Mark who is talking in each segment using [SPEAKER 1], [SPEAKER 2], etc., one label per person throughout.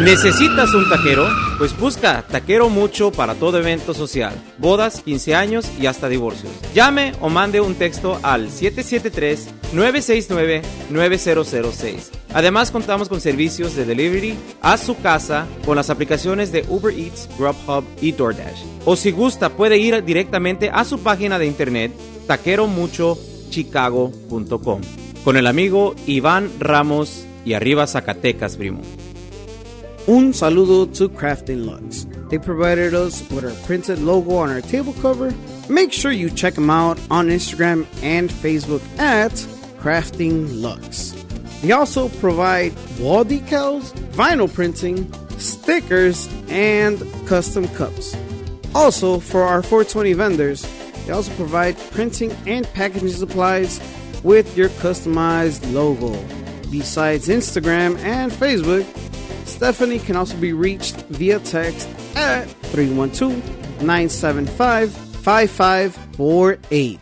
[SPEAKER 1] ¿Necesitas un taquero? Pues busca Taquero Mucho para todo evento social, bodas, 15 años y hasta divorcios. Llame o mande un texto al 773-969-9006. Además contamos con servicios de delivery a su casa con las aplicaciones de Uber Eats, Grubhub y DoorDash. O si gusta puede ir directamente a su página de internet taqueromuchochicago.com con el amigo Iván Ramos y arriba Zacatecas, primo.
[SPEAKER 2] Un saludo to Crafting Lux. They provided us with our printed logo on our table cover. Make sure you check them out on Instagram and Facebook at Crafting Lux. They also provide wall decals, vinyl printing, stickers, and custom cups. Also, for our 420 vendors, they also provide printing and packaging supplies with your customized logo. Besides Instagram and Facebook, Stephanie can also be reached via text at 312 975 5548.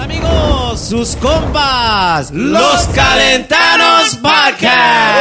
[SPEAKER 1] amigos, sus compas,
[SPEAKER 3] Los Calentanos
[SPEAKER 1] Podcast.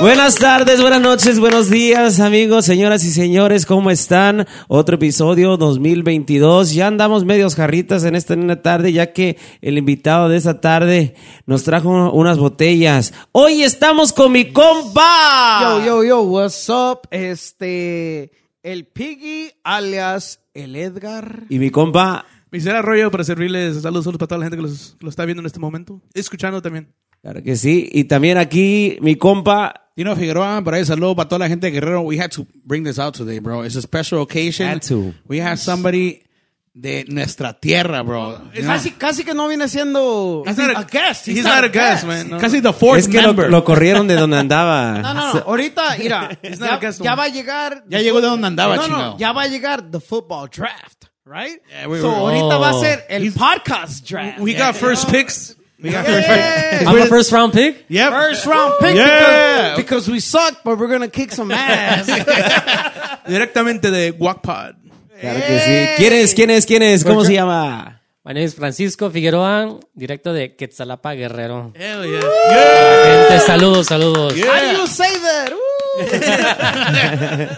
[SPEAKER 3] Buenas tardes, buenas noches, buenos días, amigos, señoras y señores, ¿cómo están? Otro episodio 2022. Ya andamos medios jarritas en esta nena tarde, ya que el invitado de esta tarde nos trajo unas botellas. Hoy estamos con mi compa.
[SPEAKER 2] Yo, yo, yo, what's up? Este. El Piggy alias el Edgar.
[SPEAKER 3] Y mi compa,
[SPEAKER 4] Miser Arroyo para servirles saludos, saludos para toda la gente que los, que los está viendo en este momento. Escuchando también.
[SPEAKER 3] claro que sí. Y también aquí mi compa
[SPEAKER 5] Dino Figueroa, por ahí saludo para toda la gente de Guerrero. We had to bring this out today, bro. It's a special occasion.
[SPEAKER 3] Had to.
[SPEAKER 5] We have somebody de nuestra tierra, bro. You know?
[SPEAKER 2] Casi, casi que no viene siendo.
[SPEAKER 5] Casi-
[SPEAKER 4] not a-
[SPEAKER 5] a guest.
[SPEAKER 4] he's not a guest, man. No.
[SPEAKER 5] Casi the fourth
[SPEAKER 3] es que lo,
[SPEAKER 5] member.
[SPEAKER 3] lo corrieron de donde andaba.
[SPEAKER 2] No, no, no. Ahorita, mira.
[SPEAKER 4] not
[SPEAKER 2] ya,
[SPEAKER 4] a guest
[SPEAKER 2] ya
[SPEAKER 4] one.
[SPEAKER 2] va a llegar.
[SPEAKER 5] Ya llegó de donde andaba,
[SPEAKER 2] no, no,
[SPEAKER 5] chingado.
[SPEAKER 2] Ya va a llegar The Football Draft, right?
[SPEAKER 5] Yeah, we
[SPEAKER 2] so
[SPEAKER 5] were-
[SPEAKER 2] ahorita va a
[SPEAKER 3] Oh.
[SPEAKER 2] ser el podcast draft.
[SPEAKER 4] We got first picks. We got first
[SPEAKER 2] Yeah.
[SPEAKER 3] I'm a first round pick.
[SPEAKER 5] Yep.
[SPEAKER 2] First round pick
[SPEAKER 5] Yeah.
[SPEAKER 2] because, because we suck, but we're gonna kick some ass.
[SPEAKER 4] pick. Directamente de Wackpod.
[SPEAKER 3] Claro que sí. ¿Quién es? ¿Quién es? ¿Quién es? ¿Cómo se llama?
[SPEAKER 6] My name is Francisco Figueroa, directo de Quetzalapa, Guerrero.
[SPEAKER 4] Hell yeah.
[SPEAKER 6] Gente, saludos, saludos.
[SPEAKER 2] How do you say that? Ooh.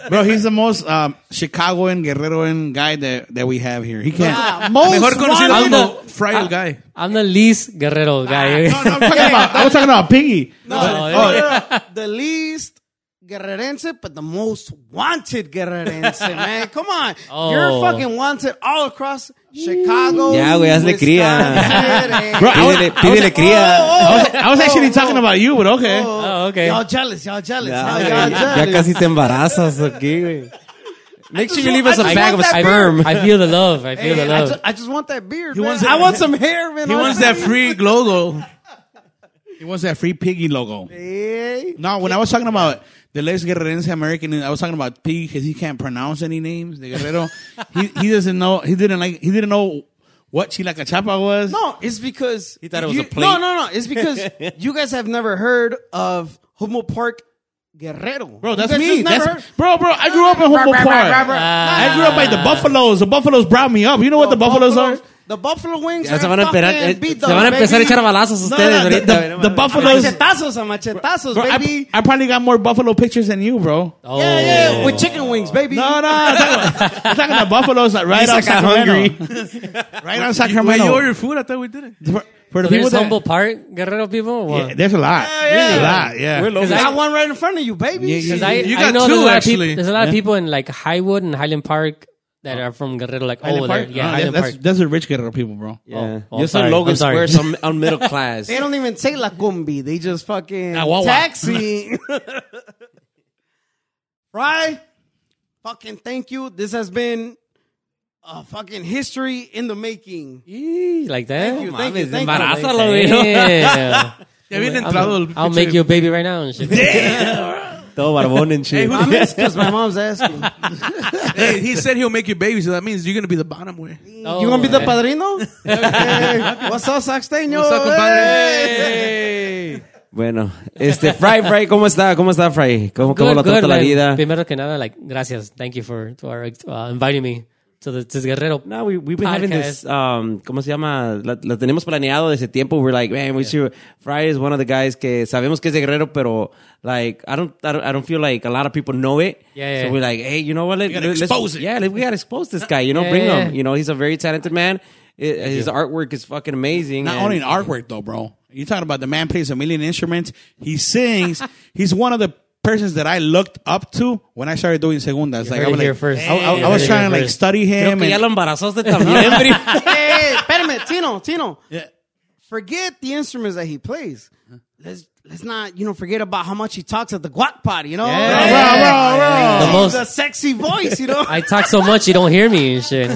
[SPEAKER 5] Bro, he's the most um, Chicagoan, Guerreroan guy that, that we have here. He can't.
[SPEAKER 2] Ah, most
[SPEAKER 4] Mejor conocido
[SPEAKER 2] wanted-
[SPEAKER 4] como Fry el Guy.
[SPEAKER 6] I'm the least Guerrero guy.
[SPEAKER 5] No, no, I'm talking about, I was talking about Piggy.
[SPEAKER 2] No, no,
[SPEAKER 6] No,
[SPEAKER 2] no, no. the least Guerrerense, but the most wanted Guerrerense, man. Come on. You're
[SPEAKER 6] Oh.
[SPEAKER 2] fucking wanted all across Chicago.
[SPEAKER 3] Ya, güey, hazle cría.
[SPEAKER 2] Wisconsin,
[SPEAKER 5] Bro, I was,
[SPEAKER 3] Pídele, pídele cría.
[SPEAKER 5] I was, I was actually talking about you, but okay.
[SPEAKER 6] Oh, okay.
[SPEAKER 2] Y'all jealous, y'all jealous.
[SPEAKER 3] oh, Ya,
[SPEAKER 2] huh?
[SPEAKER 3] güey,
[SPEAKER 2] y'all
[SPEAKER 3] ya
[SPEAKER 2] jealous.
[SPEAKER 3] casi te embarazas aquí, güey. Make sure you leave us a
[SPEAKER 2] I
[SPEAKER 3] bag
[SPEAKER 2] want
[SPEAKER 3] of
[SPEAKER 2] that
[SPEAKER 3] sperm.
[SPEAKER 6] I feel the love. I feel
[SPEAKER 2] Hey,
[SPEAKER 6] the
[SPEAKER 2] I,
[SPEAKER 6] love.
[SPEAKER 2] just, I just want that beard. man.
[SPEAKER 4] wants that-
[SPEAKER 2] I want some hair, man.
[SPEAKER 4] He
[SPEAKER 2] on
[SPEAKER 4] wants
[SPEAKER 2] me.
[SPEAKER 4] that free logo.
[SPEAKER 5] He wants that free Piggy logo.
[SPEAKER 2] Hey.
[SPEAKER 5] No, when I was talking about the less Guerrerense American, I was talking about P because he can't pronounce any names. The Guerrero, he, he doesn't know. He didn't like. He didn't know what Chilacachapa was.
[SPEAKER 2] No, it's because he
[SPEAKER 3] thought it was
[SPEAKER 2] you,
[SPEAKER 3] a plate.
[SPEAKER 2] No, no, no. It's because you guys have never heard of Humo Park Guerrero,
[SPEAKER 5] bro, that's
[SPEAKER 2] You guys
[SPEAKER 5] me.
[SPEAKER 2] just never
[SPEAKER 5] That's, bro, bro, I grew up in Humboldt
[SPEAKER 2] heard-
[SPEAKER 5] Park. I grew up by the Buffaloes. The Buffaloes brought me up. You know what the Buffaloes are?
[SPEAKER 2] The Buffalo Wings.
[SPEAKER 3] Ya se
[SPEAKER 2] are
[SPEAKER 3] van a, esperar,
[SPEAKER 2] fucking
[SPEAKER 3] eh,
[SPEAKER 2] beat
[SPEAKER 3] se van a
[SPEAKER 2] dogs,
[SPEAKER 3] empezar a
[SPEAKER 2] baby.
[SPEAKER 3] echar balazos
[SPEAKER 5] No,
[SPEAKER 3] ustedes
[SPEAKER 5] no, the,
[SPEAKER 3] ahorita.
[SPEAKER 5] the, the
[SPEAKER 2] A
[SPEAKER 5] Buffaloes.
[SPEAKER 2] machetazos, a machetazos,
[SPEAKER 5] Bro, I,
[SPEAKER 2] baby.
[SPEAKER 5] I probably got more Buffalo pictures than you, bro.
[SPEAKER 6] oh.
[SPEAKER 2] yeah, yeah, with chicken wings, baby.
[SPEAKER 5] No, no, I'm talking about, I'm talking about Buffaloes like,
[SPEAKER 3] He's
[SPEAKER 5] right on
[SPEAKER 3] like, I'm
[SPEAKER 5] Sacramento. right on
[SPEAKER 4] When you
[SPEAKER 5] Sacramento.
[SPEAKER 4] ordered food, I thought we did it.
[SPEAKER 5] For, for the
[SPEAKER 6] So
[SPEAKER 5] people
[SPEAKER 6] there's
[SPEAKER 5] that,
[SPEAKER 6] Humble Park, Guerrero people?
[SPEAKER 5] Yeah, there's a lot. There's a lot. Yeah.
[SPEAKER 2] I
[SPEAKER 6] I-
[SPEAKER 2] got one right in front of you, baby.
[SPEAKER 6] Because I,
[SPEAKER 4] You
[SPEAKER 6] I
[SPEAKER 4] got
[SPEAKER 6] know
[SPEAKER 4] two,
[SPEAKER 6] there's, a lot of
[SPEAKER 4] actually.
[SPEAKER 6] people, there's a lot of people in like Highwood and Highland Park that are from Guerrero, like
[SPEAKER 5] Highland
[SPEAKER 6] oh,
[SPEAKER 5] Park? No,
[SPEAKER 6] yeah, Highland
[SPEAKER 5] Ah, that's,
[SPEAKER 6] Park.
[SPEAKER 5] that's the rich Guerrero people, bro.
[SPEAKER 3] Yeah.
[SPEAKER 6] Oh,
[SPEAKER 3] Yo soy
[SPEAKER 6] sorry,
[SPEAKER 3] Logan
[SPEAKER 6] I'm
[SPEAKER 3] Square,
[SPEAKER 6] sorry.
[SPEAKER 3] so I'm, I'm middle class.
[SPEAKER 2] They don't even say la combi. They just fucking
[SPEAKER 5] Ah, guagua.
[SPEAKER 2] taxi. right? Fucking thank you. This has been a fucking history in the making.
[SPEAKER 6] Eee, like that?
[SPEAKER 2] Thank you, thank you, thank you.
[SPEAKER 6] Embarázalo, güey.
[SPEAKER 4] Ya viene entrado el.
[SPEAKER 6] I'll
[SPEAKER 4] pinche-
[SPEAKER 6] make you a baby right now and shit.
[SPEAKER 3] Todo barbón en
[SPEAKER 4] Hey,
[SPEAKER 3] chile.
[SPEAKER 4] who-
[SPEAKER 2] Because my mom's asking.
[SPEAKER 4] Hey, he said he'll make you baby, so that means you're gonna be the bottom way.
[SPEAKER 6] Oh,
[SPEAKER 2] you gonna be the
[SPEAKER 6] yeah.
[SPEAKER 2] padrino? Hey, what's up, Saxteño?
[SPEAKER 4] What's up,
[SPEAKER 2] eh.
[SPEAKER 4] compadre?
[SPEAKER 6] Hey.
[SPEAKER 3] Bueno, este, Fry, Fry, ¿cómo está? ¿Cómo está, Fry? ¿Cómo, cómo
[SPEAKER 6] Good,
[SPEAKER 3] lo
[SPEAKER 6] good,
[SPEAKER 3] trata la
[SPEAKER 6] like,
[SPEAKER 3] vida?
[SPEAKER 6] Primero que nada, like, gracias. Thank you for to our, uh, inviting me to the Tis Guerrero.
[SPEAKER 3] No, we, we've been having this, um, ¿cómo se llama? La, la tenemos planeado desde tiempo. We're like, man, we should, Fry is one of the guys que sabemos que es de Guerrero, pero, like, I don't, I don't, I don't feel like a lot of people know it.
[SPEAKER 6] Yeah,
[SPEAKER 3] so
[SPEAKER 6] yeah.
[SPEAKER 3] we're like, hey, you know what? Let,
[SPEAKER 5] gotta
[SPEAKER 3] let's-
[SPEAKER 5] expose it.
[SPEAKER 3] Yeah, let- we gotta expose this guy, you know,
[SPEAKER 6] Yeah,
[SPEAKER 3] bring
[SPEAKER 6] yeah,
[SPEAKER 3] him.
[SPEAKER 6] yeah.
[SPEAKER 3] You know, he's a very talented man. It- his artwork is fucking amazing.
[SPEAKER 5] Not
[SPEAKER 3] and-
[SPEAKER 5] only in artwork though, bro. You're talking about the man plays a million instruments. He sings. He's one of the persons that I looked up to when I started doing segundas. Like,
[SPEAKER 6] heard
[SPEAKER 5] I
[SPEAKER 6] it
[SPEAKER 5] was,
[SPEAKER 6] here
[SPEAKER 5] like,
[SPEAKER 6] first.
[SPEAKER 5] I, I-
[SPEAKER 6] You
[SPEAKER 5] I was
[SPEAKER 6] heard it
[SPEAKER 5] trying
[SPEAKER 6] here
[SPEAKER 5] to like
[SPEAKER 6] first.
[SPEAKER 5] study
[SPEAKER 3] Creo
[SPEAKER 5] him.
[SPEAKER 3] que ya
[SPEAKER 5] and-
[SPEAKER 3] lo embarazaste también, Bri.
[SPEAKER 2] hey, hey, espérame, Tino, Tino.
[SPEAKER 5] Yeah.
[SPEAKER 2] Forget the instruments that he plays. Let's let's not, you know, forget about how much he talks at the guac pot, you know?
[SPEAKER 6] The
[SPEAKER 2] He's a
[SPEAKER 6] most,
[SPEAKER 2] sexy voice, you know?
[SPEAKER 6] I talk so much you don't hear me and shit.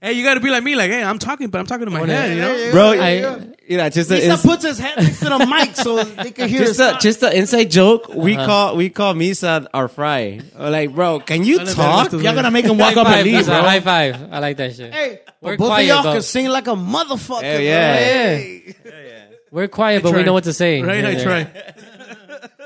[SPEAKER 4] Hey, you gotta be like me, like, hey, I'm talking, but I'm talking to my head, you know?
[SPEAKER 3] Bro,
[SPEAKER 6] I-
[SPEAKER 3] mira, just a-
[SPEAKER 2] Lisa
[SPEAKER 3] es-
[SPEAKER 2] puts his head next to the mic so they can hear
[SPEAKER 3] just
[SPEAKER 2] his
[SPEAKER 3] a,
[SPEAKER 2] thoughts.
[SPEAKER 3] just an inside joke. We call we call Misa our fry. We're like, bro, can you talk?
[SPEAKER 5] Y'all gonna make him walk up
[SPEAKER 6] High
[SPEAKER 5] and
[SPEAKER 6] five,
[SPEAKER 5] leave,
[SPEAKER 6] that's a
[SPEAKER 5] bro.
[SPEAKER 6] high five. I like that shit.
[SPEAKER 2] Hey,
[SPEAKER 6] We're
[SPEAKER 2] but both
[SPEAKER 6] quiet,
[SPEAKER 2] of y'all
[SPEAKER 6] though.
[SPEAKER 2] can sing like a motherfucker.
[SPEAKER 3] Hell yeah.
[SPEAKER 6] We're quiet, but we
[SPEAKER 4] Try.
[SPEAKER 6] know what to say.
[SPEAKER 4] Right? I
[SPEAKER 6] Yeah.
[SPEAKER 4] try.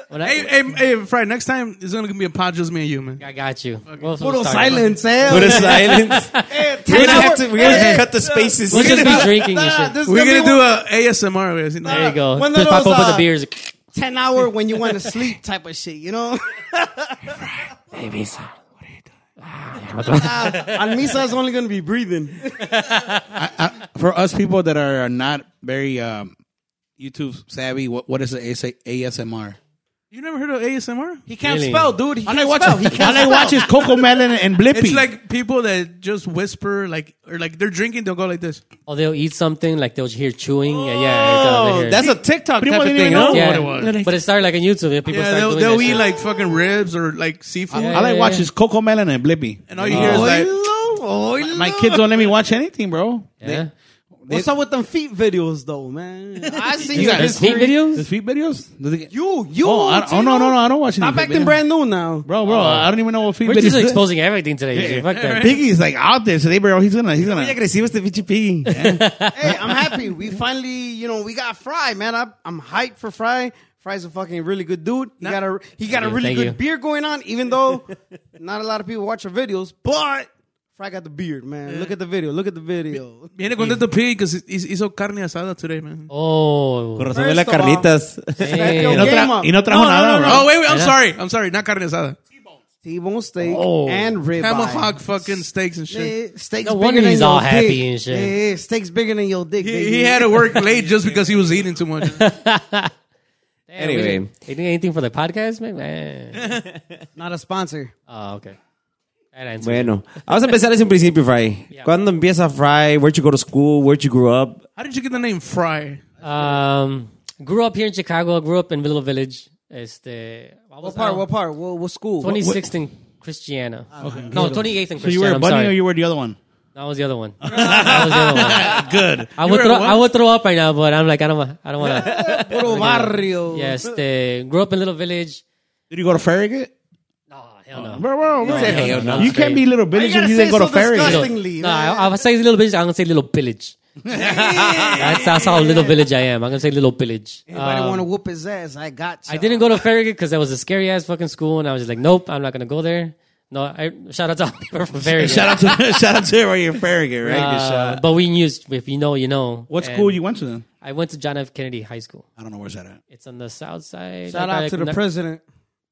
[SPEAKER 6] When I,
[SPEAKER 4] Hey, hey, hey, Fry, next time it's gonna be a pod just me and you, man.
[SPEAKER 6] I got you. We'll
[SPEAKER 2] Puro
[SPEAKER 6] start.
[SPEAKER 2] silence, eh?
[SPEAKER 3] Put a silence.
[SPEAKER 2] Hey,
[SPEAKER 3] We're
[SPEAKER 2] ten
[SPEAKER 3] gonna have
[SPEAKER 2] hour-
[SPEAKER 3] to, we're gonna
[SPEAKER 2] Hey,
[SPEAKER 3] cut the spaces.
[SPEAKER 6] We'll just be drinking and
[SPEAKER 2] nah,
[SPEAKER 6] shit.
[SPEAKER 2] this is
[SPEAKER 4] We're
[SPEAKER 2] gonna
[SPEAKER 4] gonna
[SPEAKER 2] be
[SPEAKER 4] do a ASMR. we see-
[SPEAKER 6] There you go.
[SPEAKER 2] One of
[SPEAKER 6] Just pop
[SPEAKER 2] those,
[SPEAKER 6] open
[SPEAKER 2] uh,
[SPEAKER 6] the beers.
[SPEAKER 2] 10 hour when you want to sleep type of shit, you know?
[SPEAKER 6] Hey, Misa.
[SPEAKER 2] And Misa's Ah, only going to be breathing.
[SPEAKER 5] for us people that are not very um, YouTube savvy, what, what is the AS- ASMR?
[SPEAKER 4] You never heard of ASMR?
[SPEAKER 2] He can't
[SPEAKER 6] Really?
[SPEAKER 2] spell, dude. He
[SPEAKER 5] All I
[SPEAKER 2] can't
[SPEAKER 5] watch,
[SPEAKER 2] spell. He
[SPEAKER 5] is, all
[SPEAKER 2] can't
[SPEAKER 5] I watch is Coco Melon and Blippy.
[SPEAKER 4] It's like people that just whisper, like, or like they're drinking, they'll go like this.
[SPEAKER 6] Oh, they'll eat something, like they'll hear chewing. yeah, yeah. it's all they hear.
[SPEAKER 3] That's a TikTok type
[SPEAKER 5] Primo
[SPEAKER 3] of
[SPEAKER 5] didn't
[SPEAKER 3] thing,
[SPEAKER 5] even
[SPEAKER 3] no?
[SPEAKER 5] know.
[SPEAKER 6] yeah.
[SPEAKER 5] what it was.
[SPEAKER 6] But it started like on YouTube. Yeah, people
[SPEAKER 4] Yeah,
[SPEAKER 6] start
[SPEAKER 4] they'll,
[SPEAKER 6] doing
[SPEAKER 4] they'll
[SPEAKER 6] that
[SPEAKER 4] eat
[SPEAKER 6] shit.
[SPEAKER 4] like fucking ribs or like seafood.
[SPEAKER 5] all I watch is Coco Melon and Blippy.
[SPEAKER 4] And all you hear is like,
[SPEAKER 2] spell.
[SPEAKER 5] My kids don't let me watch anything, bro.
[SPEAKER 6] Yeah.
[SPEAKER 2] What's up with them feet videos, though, man? I see
[SPEAKER 5] Is
[SPEAKER 2] you.
[SPEAKER 5] that
[SPEAKER 6] There's feet
[SPEAKER 5] The
[SPEAKER 6] videos?
[SPEAKER 5] feet videos? Do they get-
[SPEAKER 2] You, you.
[SPEAKER 5] Oh, I- oh, no, no, no, I don't watch any
[SPEAKER 2] Stop
[SPEAKER 5] feet
[SPEAKER 2] acting
[SPEAKER 5] videos.
[SPEAKER 2] brand new now.
[SPEAKER 5] Bro, bro, I don't even know what feet
[SPEAKER 6] We're
[SPEAKER 5] videos
[SPEAKER 6] just
[SPEAKER 5] is.
[SPEAKER 6] exposing everything today.
[SPEAKER 5] Eh,
[SPEAKER 6] dude. Fuck that.
[SPEAKER 5] Piggy's like out there today, bro. oh, He's gonna, he's
[SPEAKER 3] Muy
[SPEAKER 5] gonna.
[SPEAKER 3] agresivo este pinche piggy.
[SPEAKER 2] Hey, I'm happy. We finally, you know, we got Fry, man. I, I'm hyped for Fry. Fry's a fucking really good dude. He got a he got a
[SPEAKER 6] Thank you,
[SPEAKER 2] really
[SPEAKER 6] thank
[SPEAKER 2] good
[SPEAKER 6] you.
[SPEAKER 2] beard going on, even though not a lot of people watch our videos. But Fry got the beard, man. Look at the video. Look at the video.
[SPEAKER 4] viene contento Pig because hizo carne asada today, man.
[SPEAKER 6] Oh.
[SPEAKER 3] Por razón de
[SPEAKER 2] First
[SPEAKER 3] las
[SPEAKER 2] of all-
[SPEAKER 3] carnitas.
[SPEAKER 6] Hey.
[SPEAKER 2] Yo,
[SPEAKER 5] Y no,
[SPEAKER 2] game
[SPEAKER 5] tra-
[SPEAKER 2] up.
[SPEAKER 5] y no trajo
[SPEAKER 2] No, no,
[SPEAKER 5] nada,
[SPEAKER 2] no,
[SPEAKER 5] bro.
[SPEAKER 4] Oh, wait, wait, I'm sorry. I'm sorry, not carne asada.
[SPEAKER 2] T-bone steak
[SPEAKER 6] Oh.
[SPEAKER 2] and ribeye.
[SPEAKER 4] Camel hog fucking steaks and shit.
[SPEAKER 2] Eh, steaks
[SPEAKER 6] No
[SPEAKER 2] bigger
[SPEAKER 6] wonder
[SPEAKER 2] than
[SPEAKER 6] he's
[SPEAKER 2] your
[SPEAKER 6] all
[SPEAKER 2] dick.
[SPEAKER 6] happy and shit.
[SPEAKER 2] Eh, steaks bigger than your dick.
[SPEAKER 4] He,
[SPEAKER 2] baby.
[SPEAKER 4] he had to work late just because he was eating too much.
[SPEAKER 6] Damn, we
[SPEAKER 3] Anyway.
[SPEAKER 6] didn't- they didn't anything for the podcast, man? man.
[SPEAKER 2] not a sponsor.
[SPEAKER 6] Oh, okay. That answers it.
[SPEAKER 3] Bueno, vamos a empezar desde un principio, Fry. ¿Cuándo empieza Fry? Where'd you go to school? Where'd you grow up?
[SPEAKER 4] How did you get the name Fry?
[SPEAKER 6] Um, grew up here in Chicago. Grew up in Little Village. Este, I was-
[SPEAKER 2] What part?
[SPEAKER 6] um,
[SPEAKER 2] What part? What, what school?
[SPEAKER 6] 26th in Christiana. No, 28th in Christiana.
[SPEAKER 5] Ah, So you were a
[SPEAKER 6] I'm
[SPEAKER 5] bunny
[SPEAKER 6] sorry.
[SPEAKER 5] or you were the other one?
[SPEAKER 6] That was the other one. that was the other one.
[SPEAKER 5] Good.
[SPEAKER 6] I would, throw, I would throw up right now, but I'm like, I don't, wa- I don't want to.
[SPEAKER 2] Puro barrio.
[SPEAKER 6] yes, they grew up in Little Village.
[SPEAKER 5] Did you go to Farragut?
[SPEAKER 6] No, hell no.
[SPEAKER 5] Bro, bro, bro.
[SPEAKER 6] hell no.
[SPEAKER 5] You can't be little
[SPEAKER 2] you
[SPEAKER 5] village
[SPEAKER 2] gotta
[SPEAKER 5] if you
[SPEAKER 2] say
[SPEAKER 5] didn't go to
[SPEAKER 2] so disgusting?
[SPEAKER 5] Farragut.
[SPEAKER 2] Disgustingly,
[SPEAKER 6] No,
[SPEAKER 2] man.
[SPEAKER 6] I, I would say Little Village. I'm going to say Little Village. that's, that's how Little Village I am. I'm going to say Little Village.
[SPEAKER 2] Anybody
[SPEAKER 6] Um,
[SPEAKER 2] want to whoop his ass? I got you.
[SPEAKER 6] I didn't go to Farragut because that was a scary ass fucking school, and I was just like, nope, I'm not gonna go there. No, I, shout out to all the people from Farragut.
[SPEAKER 5] Shout out to shout out to everybody in Farragut, right?
[SPEAKER 6] Uh, but we knew if you know, you know.
[SPEAKER 5] what
[SPEAKER 6] And
[SPEAKER 5] school you went to then?
[SPEAKER 6] I went to John F. Kennedy High School.
[SPEAKER 5] I don't know where's that at.
[SPEAKER 6] It's on the south side.
[SPEAKER 2] Shout
[SPEAKER 6] like,
[SPEAKER 2] out
[SPEAKER 6] like,
[SPEAKER 2] to the
[SPEAKER 6] na-
[SPEAKER 2] president.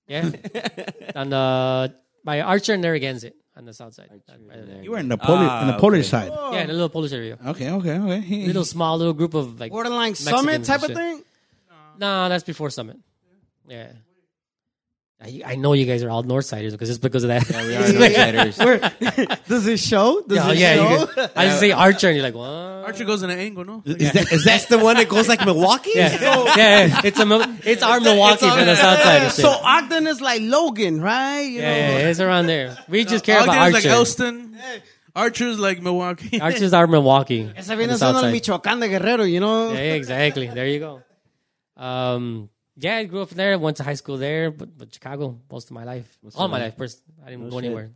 [SPEAKER 6] Yeah, on the by Archer and Narragansett on the south side. Right there.
[SPEAKER 5] You were in the Polish in the Polish side.
[SPEAKER 6] Yeah, in a little Polish area,
[SPEAKER 5] Okay, okay, okay. He-
[SPEAKER 6] little small little group of like
[SPEAKER 2] Borderline
[SPEAKER 6] Mexicans
[SPEAKER 2] summit
[SPEAKER 6] and
[SPEAKER 2] type of
[SPEAKER 6] shit.
[SPEAKER 2] thing.
[SPEAKER 6] No, that's before Summit. Yeah. I, I know you guys are all Northsiders because it's because of that. Yeah,
[SPEAKER 2] Does it show? Does
[SPEAKER 6] Oh, yeah,
[SPEAKER 2] it
[SPEAKER 6] you
[SPEAKER 2] show?
[SPEAKER 6] could- I just say Archer, and you're like, what?
[SPEAKER 4] Archer goes in an angle, no?
[SPEAKER 5] Is that is that
[SPEAKER 3] the one that goes like Milwaukee?
[SPEAKER 6] Yeah, yeah, yeah. it's a mil- it's our Milwaukee for the South Side. and shit.
[SPEAKER 2] so Ogden is like Logan, right? You
[SPEAKER 6] yeah, yeah, it's around there. We just care
[SPEAKER 4] Ogden
[SPEAKER 6] about
[SPEAKER 4] is
[SPEAKER 6] Archer.
[SPEAKER 4] like Elston. Archers like Milwaukee.
[SPEAKER 6] Arches are Milwaukee.
[SPEAKER 2] Esa
[SPEAKER 6] on the
[SPEAKER 2] viene
[SPEAKER 6] south
[SPEAKER 2] siendo el
[SPEAKER 6] side.
[SPEAKER 2] Michoacán de Guerrero, you know?
[SPEAKER 6] yeah, exactly. There you go. Um, yeah, I grew up there. Went to high school there, but, but Chicago most of my life, all my life. First, I didn't go anywhere.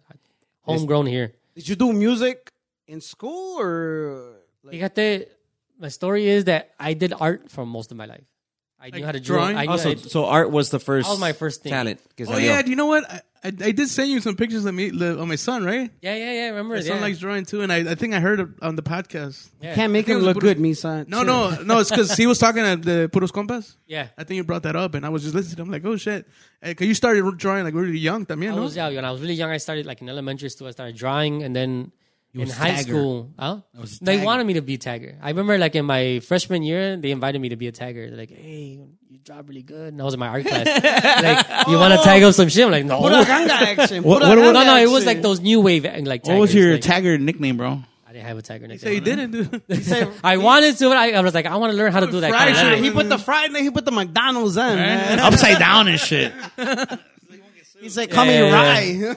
[SPEAKER 6] Homegrown here.
[SPEAKER 2] Did you do music in school or like,
[SPEAKER 6] Fíjate, my story is that I did art for most of my life. I knew
[SPEAKER 4] Like
[SPEAKER 6] how to draw.
[SPEAKER 4] drawing?
[SPEAKER 6] I knew
[SPEAKER 3] Also,
[SPEAKER 6] I-
[SPEAKER 3] so art was the first.
[SPEAKER 6] That was my first thing.
[SPEAKER 3] talent. que
[SPEAKER 4] oh
[SPEAKER 3] salió.
[SPEAKER 4] yeah, do you know what? I, I, I did send you some pictures of me of my son, right?
[SPEAKER 6] yeah, yeah, yeah. Remember?
[SPEAKER 4] My son
[SPEAKER 6] Yeah.
[SPEAKER 4] likes drawing too, and I, I think I heard it on the podcast.
[SPEAKER 6] yeah.
[SPEAKER 2] can't make
[SPEAKER 4] think
[SPEAKER 2] him
[SPEAKER 4] it
[SPEAKER 2] look
[SPEAKER 4] was Buddha-
[SPEAKER 2] good, Misa?
[SPEAKER 4] No, no, no. It's because he was talking at the Puros Compas.
[SPEAKER 6] yeah.
[SPEAKER 4] I think you brought that up, and I was just listening. I'm like, oh shit, because you started drawing like really young, también,
[SPEAKER 6] I
[SPEAKER 4] no?
[SPEAKER 6] was Oh, yeah, when I was really young, I started like in elementary school. I started drawing, and then in
[SPEAKER 5] was
[SPEAKER 6] high
[SPEAKER 5] tagger.
[SPEAKER 6] school, huh?
[SPEAKER 5] was
[SPEAKER 6] They
[SPEAKER 5] tagger.
[SPEAKER 6] wanted me to be tagger. I remember like in my freshman year, they invited me to be a tagger. They're like, "Hey, you draw really good," and I was in my art class. like, you want to tag up some shit? I'm like, no.
[SPEAKER 2] Pura ganga action.
[SPEAKER 5] What-
[SPEAKER 2] pura
[SPEAKER 5] what-
[SPEAKER 6] no,
[SPEAKER 2] ganga
[SPEAKER 6] no, it was
[SPEAKER 2] action.
[SPEAKER 6] like those new wave like.
[SPEAKER 5] What was
[SPEAKER 6] taggers,
[SPEAKER 5] your
[SPEAKER 6] like-
[SPEAKER 5] tagger nickname, bro?
[SPEAKER 6] I didn't have a tagger.
[SPEAKER 4] So he
[SPEAKER 6] nickname.
[SPEAKER 4] didn't. do-
[SPEAKER 2] He said-
[SPEAKER 6] I wanted to, but I, I was like, I want to learn how to do that.
[SPEAKER 4] Fried
[SPEAKER 6] Kind of
[SPEAKER 4] shit.
[SPEAKER 2] Actually,
[SPEAKER 6] lettering.
[SPEAKER 2] he put the Friday, he put the McDonald's in. man.
[SPEAKER 5] Upside down and shit.
[SPEAKER 2] He said, "Call me
[SPEAKER 6] yeah,
[SPEAKER 2] Rye."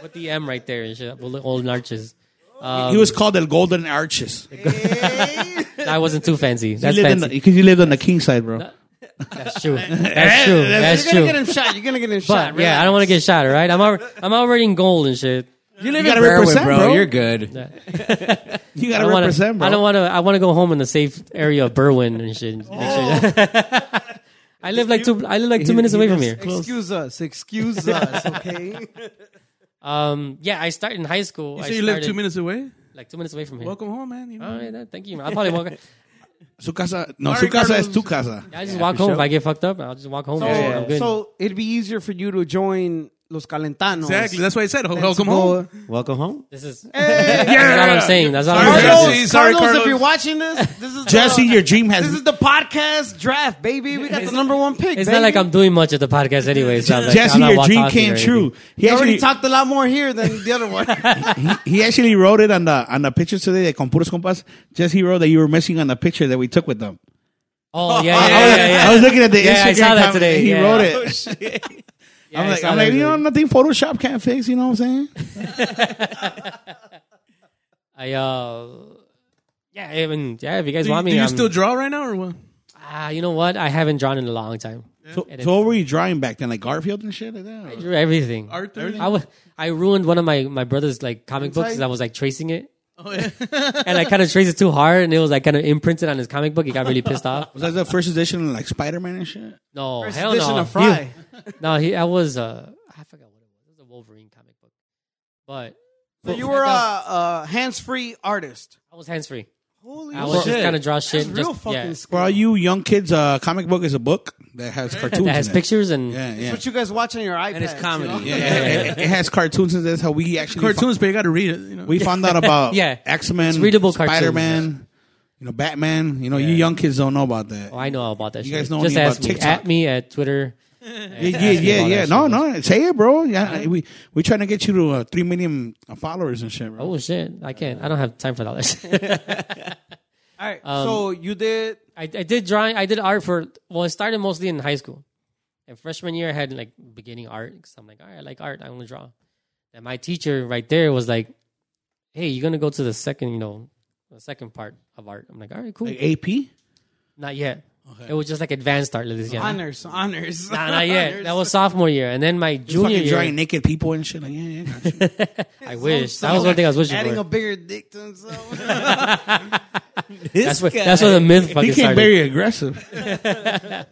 [SPEAKER 6] Put the M right there and shit. Old, old narches. Um,
[SPEAKER 5] he was called El Golden Arches.
[SPEAKER 6] I wasn't too fancy. That's
[SPEAKER 5] Because
[SPEAKER 6] fancy.
[SPEAKER 5] you lived on the king side, bro.
[SPEAKER 6] That's true. That's true. That's
[SPEAKER 2] You're gonna
[SPEAKER 6] true.
[SPEAKER 2] get him shot. You're gonna get him
[SPEAKER 6] But
[SPEAKER 2] shot.
[SPEAKER 6] yeah, I don't want to get shot. All right, I'm already, I'm already in gold and shit.
[SPEAKER 5] You live
[SPEAKER 3] Gotta represent, bro. You're good.
[SPEAKER 5] You
[SPEAKER 6] I
[SPEAKER 5] gotta
[SPEAKER 6] don't want to.
[SPEAKER 5] represent, bro.
[SPEAKER 6] I don't want to. I want to go home in the safe area of Berwyn and shit. Make sure- I live like two. I live like two minutes away from here.
[SPEAKER 2] Excuse us. Excuse us. Okay.
[SPEAKER 6] Um. Yeah, I started in high school.
[SPEAKER 4] You
[SPEAKER 6] I
[SPEAKER 4] say you live
[SPEAKER 6] started,
[SPEAKER 4] two minutes away.
[SPEAKER 6] Like two minutes away from here.
[SPEAKER 4] Welcome home, man. You know?
[SPEAKER 6] All right, that- thank you. Man. I'll probably walk.
[SPEAKER 5] Su casa, no,
[SPEAKER 4] Sorry,
[SPEAKER 5] su casa
[SPEAKER 4] Carlos.
[SPEAKER 5] es tu casa.
[SPEAKER 6] I just walk home. If I get fucked up, I'll just walk home.
[SPEAKER 2] So,
[SPEAKER 6] and shit. I'm good.
[SPEAKER 2] so it'd be easier for you to join Los Calentanos.
[SPEAKER 4] Exactly. That's why I said
[SPEAKER 2] Let's
[SPEAKER 4] welcome
[SPEAKER 2] go.
[SPEAKER 4] home.
[SPEAKER 3] Welcome home.
[SPEAKER 6] this is.
[SPEAKER 2] Hey,
[SPEAKER 6] That's all I'm saying. That's all I'm
[SPEAKER 4] Sorry,
[SPEAKER 6] saying.
[SPEAKER 4] Jesse.
[SPEAKER 2] Carlos,
[SPEAKER 4] sorry,
[SPEAKER 2] Carlos, if
[SPEAKER 4] Carlos.
[SPEAKER 2] you're watching this, this is
[SPEAKER 5] Jesse,
[SPEAKER 2] the,
[SPEAKER 5] your dream
[SPEAKER 2] This
[SPEAKER 5] has.
[SPEAKER 2] is the podcast draft, baby. We got the number one pick.
[SPEAKER 6] It's
[SPEAKER 2] baby.
[SPEAKER 6] not like I'm doing much at the podcast anyway. So I'm like,
[SPEAKER 5] Jesse,
[SPEAKER 6] I'm not
[SPEAKER 5] your dream
[SPEAKER 6] talking or
[SPEAKER 5] came
[SPEAKER 6] anything.
[SPEAKER 5] true. He
[SPEAKER 2] You already
[SPEAKER 5] actually,
[SPEAKER 2] talked a lot more here than the other one.
[SPEAKER 5] he actually wrote it on the on the pictures today that con puros compas. Jesse wrote that you were missing on the picture that we took with them.
[SPEAKER 6] Oh yeah, yeah, yeah. yeah.
[SPEAKER 5] I was looking at the
[SPEAKER 6] Yeah,
[SPEAKER 5] Instagram
[SPEAKER 6] I saw that
[SPEAKER 5] comment,
[SPEAKER 6] today.
[SPEAKER 5] and He
[SPEAKER 6] Yeah.
[SPEAKER 5] wrote it.
[SPEAKER 6] Yeah,
[SPEAKER 5] I'm
[SPEAKER 6] I
[SPEAKER 5] like,
[SPEAKER 6] saw
[SPEAKER 5] I'm
[SPEAKER 6] that
[SPEAKER 5] like, you
[SPEAKER 6] today.
[SPEAKER 5] know, nothing Photoshop can't fix. You know what I'm saying?
[SPEAKER 6] I uh, yeah, I mean, yeah. If you guys
[SPEAKER 4] Do, you-
[SPEAKER 6] want me,
[SPEAKER 4] do you
[SPEAKER 6] I'm-
[SPEAKER 4] still draw right now or what?
[SPEAKER 6] Ah, you know what? I haven't drawn in a long time.
[SPEAKER 5] So,
[SPEAKER 6] And
[SPEAKER 5] so what were you drawing back then, like Garfield and shit like that?
[SPEAKER 6] I
[SPEAKER 5] or-
[SPEAKER 6] drew everything.
[SPEAKER 4] Art and
[SPEAKER 6] I wa- I ruined one of my my brother's like comic books. 'cause I was like tracing it. and I kind of traced it too hard, and it was like kind of imprinted on his comic book. He got really pissed off.
[SPEAKER 5] Was that the first edition of like Spider Man and shit?
[SPEAKER 6] No,
[SPEAKER 2] First
[SPEAKER 6] hell
[SPEAKER 2] edition
[SPEAKER 6] no.
[SPEAKER 2] of Fry.
[SPEAKER 6] He- no, he. I was. Uh, I forgot what it was. It was a Wolverine comic book, but
[SPEAKER 2] So you were uh, a, a hands-free artist.
[SPEAKER 6] I was hands free.
[SPEAKER 2] Holy
[SPEAKER 6] I was just
[SPEAKER 2] shit.
[SPEAKER 6] kind of draw shit.
[SPEAKER 2] That's
[SPEAKER 6] and
[SPEAKER 2] real
[SPEAKER 6] just,
[SPEAKER 2] fucking
[SPEAKER 6] yeah.
[SPEAKER 5] For
[SPEAKER 2] skill.
[SPEAKER 5] all you young kids, uh, comic book is a book that has cartoons.
[SPEAKER 6] that has
[SPEAKER 5] in it.
[SPEAKER 6] pictures and
[SPEAKER 5] Yeah,
[SPEAKER 2] It's
[SPEAKER 5] yeah.
[SPEAKER 2] what you guys watch on your iPad.
[SPEAKER 3] And it's comedy.
[SPEAKER 5] Yeah, yeah, yeah. it, it has cartoons, and that's how we actually
[SPEAKER 4] Cartoons, but you got to read it. You know.
[SPEAKER 5] fo- we found out about
[SPEAKER 6] Yeah.
[SPEAKER 5] X Men,
[SPEAKER 6] It's readable cartoons.
[SPEAKER 5] Spider Man, you know Batman. You know, you young kids don't know about that.
[SPEAKER 6] Oh, I know about that.
[SPEAKER 5] You
[SPEAKER 6] shit.
[SPEAKER 5] guys know
[SPEAKER 6] Just
[SPEAKER 5] only
[SPEAKER 6] ask
[SPEAKER 5] about
[SPEAKER 6] me
[SPEAKER 5] TikTok.
[SPEAKER 6] at me at Twitter.
[SPEAKER 5] yeah, yeah,
[SPEAKER 6] ask me
[SPEAKER 5] yeah,
[SPEAKER 6] about
[SPEAKER 5] yeah.
[SPEAKER 6] that
[SPEAKER 5] No,
[SPEAKER 6] shit.
[SPEAKER 5] no, say it, bro. Yeah, we we trying to get you to uh, three million followers and shit, bro.
[SPEAKER 6] Oh shit! I can't. I don't have time for all that. shit.
[SPEAKER 2] All right. so you did.
[SPEAKER 6] Um, I, I did drawing. I did art for. Well, it started mostly in high school. And freshman year, I had like beginning art because I'm like, all right, I like art. I want to draw. And my teacher right there was like, "Hey, you're gonna go to the second, you know, the second part of art." I'm like, "All right, cool."
[SPEAKER 5] Like AP.
[SPEAKER 6] Not yet. It was just like advanced art. Like this,
[SPEAKER 5] Ah,
[SPEAKER 6] yeah.
[SPEAKER 2] Honors, honors.
[SPEAKER 6] Nah, not yet. That was sophomore year, and then my junior
[SPEAKER 5] Fucking drawing
[SPEAKER 6] year.
[SPEAKER 5] naked people and shit. Like, yeah, yeah. gotcha.
[SPEAKER 6] I wish that was one thing I was wishing
[SPEAKER 2] Adding
[SPEAKER 6] for.
[SPEAKER 2] a bigger dick to himself.
[SPEAKER 6] that's what. That's what the myth fucking
[SPEAKER 5] he came
[SPEAKER 6] started.
[SPEAKER 5] very aggressive.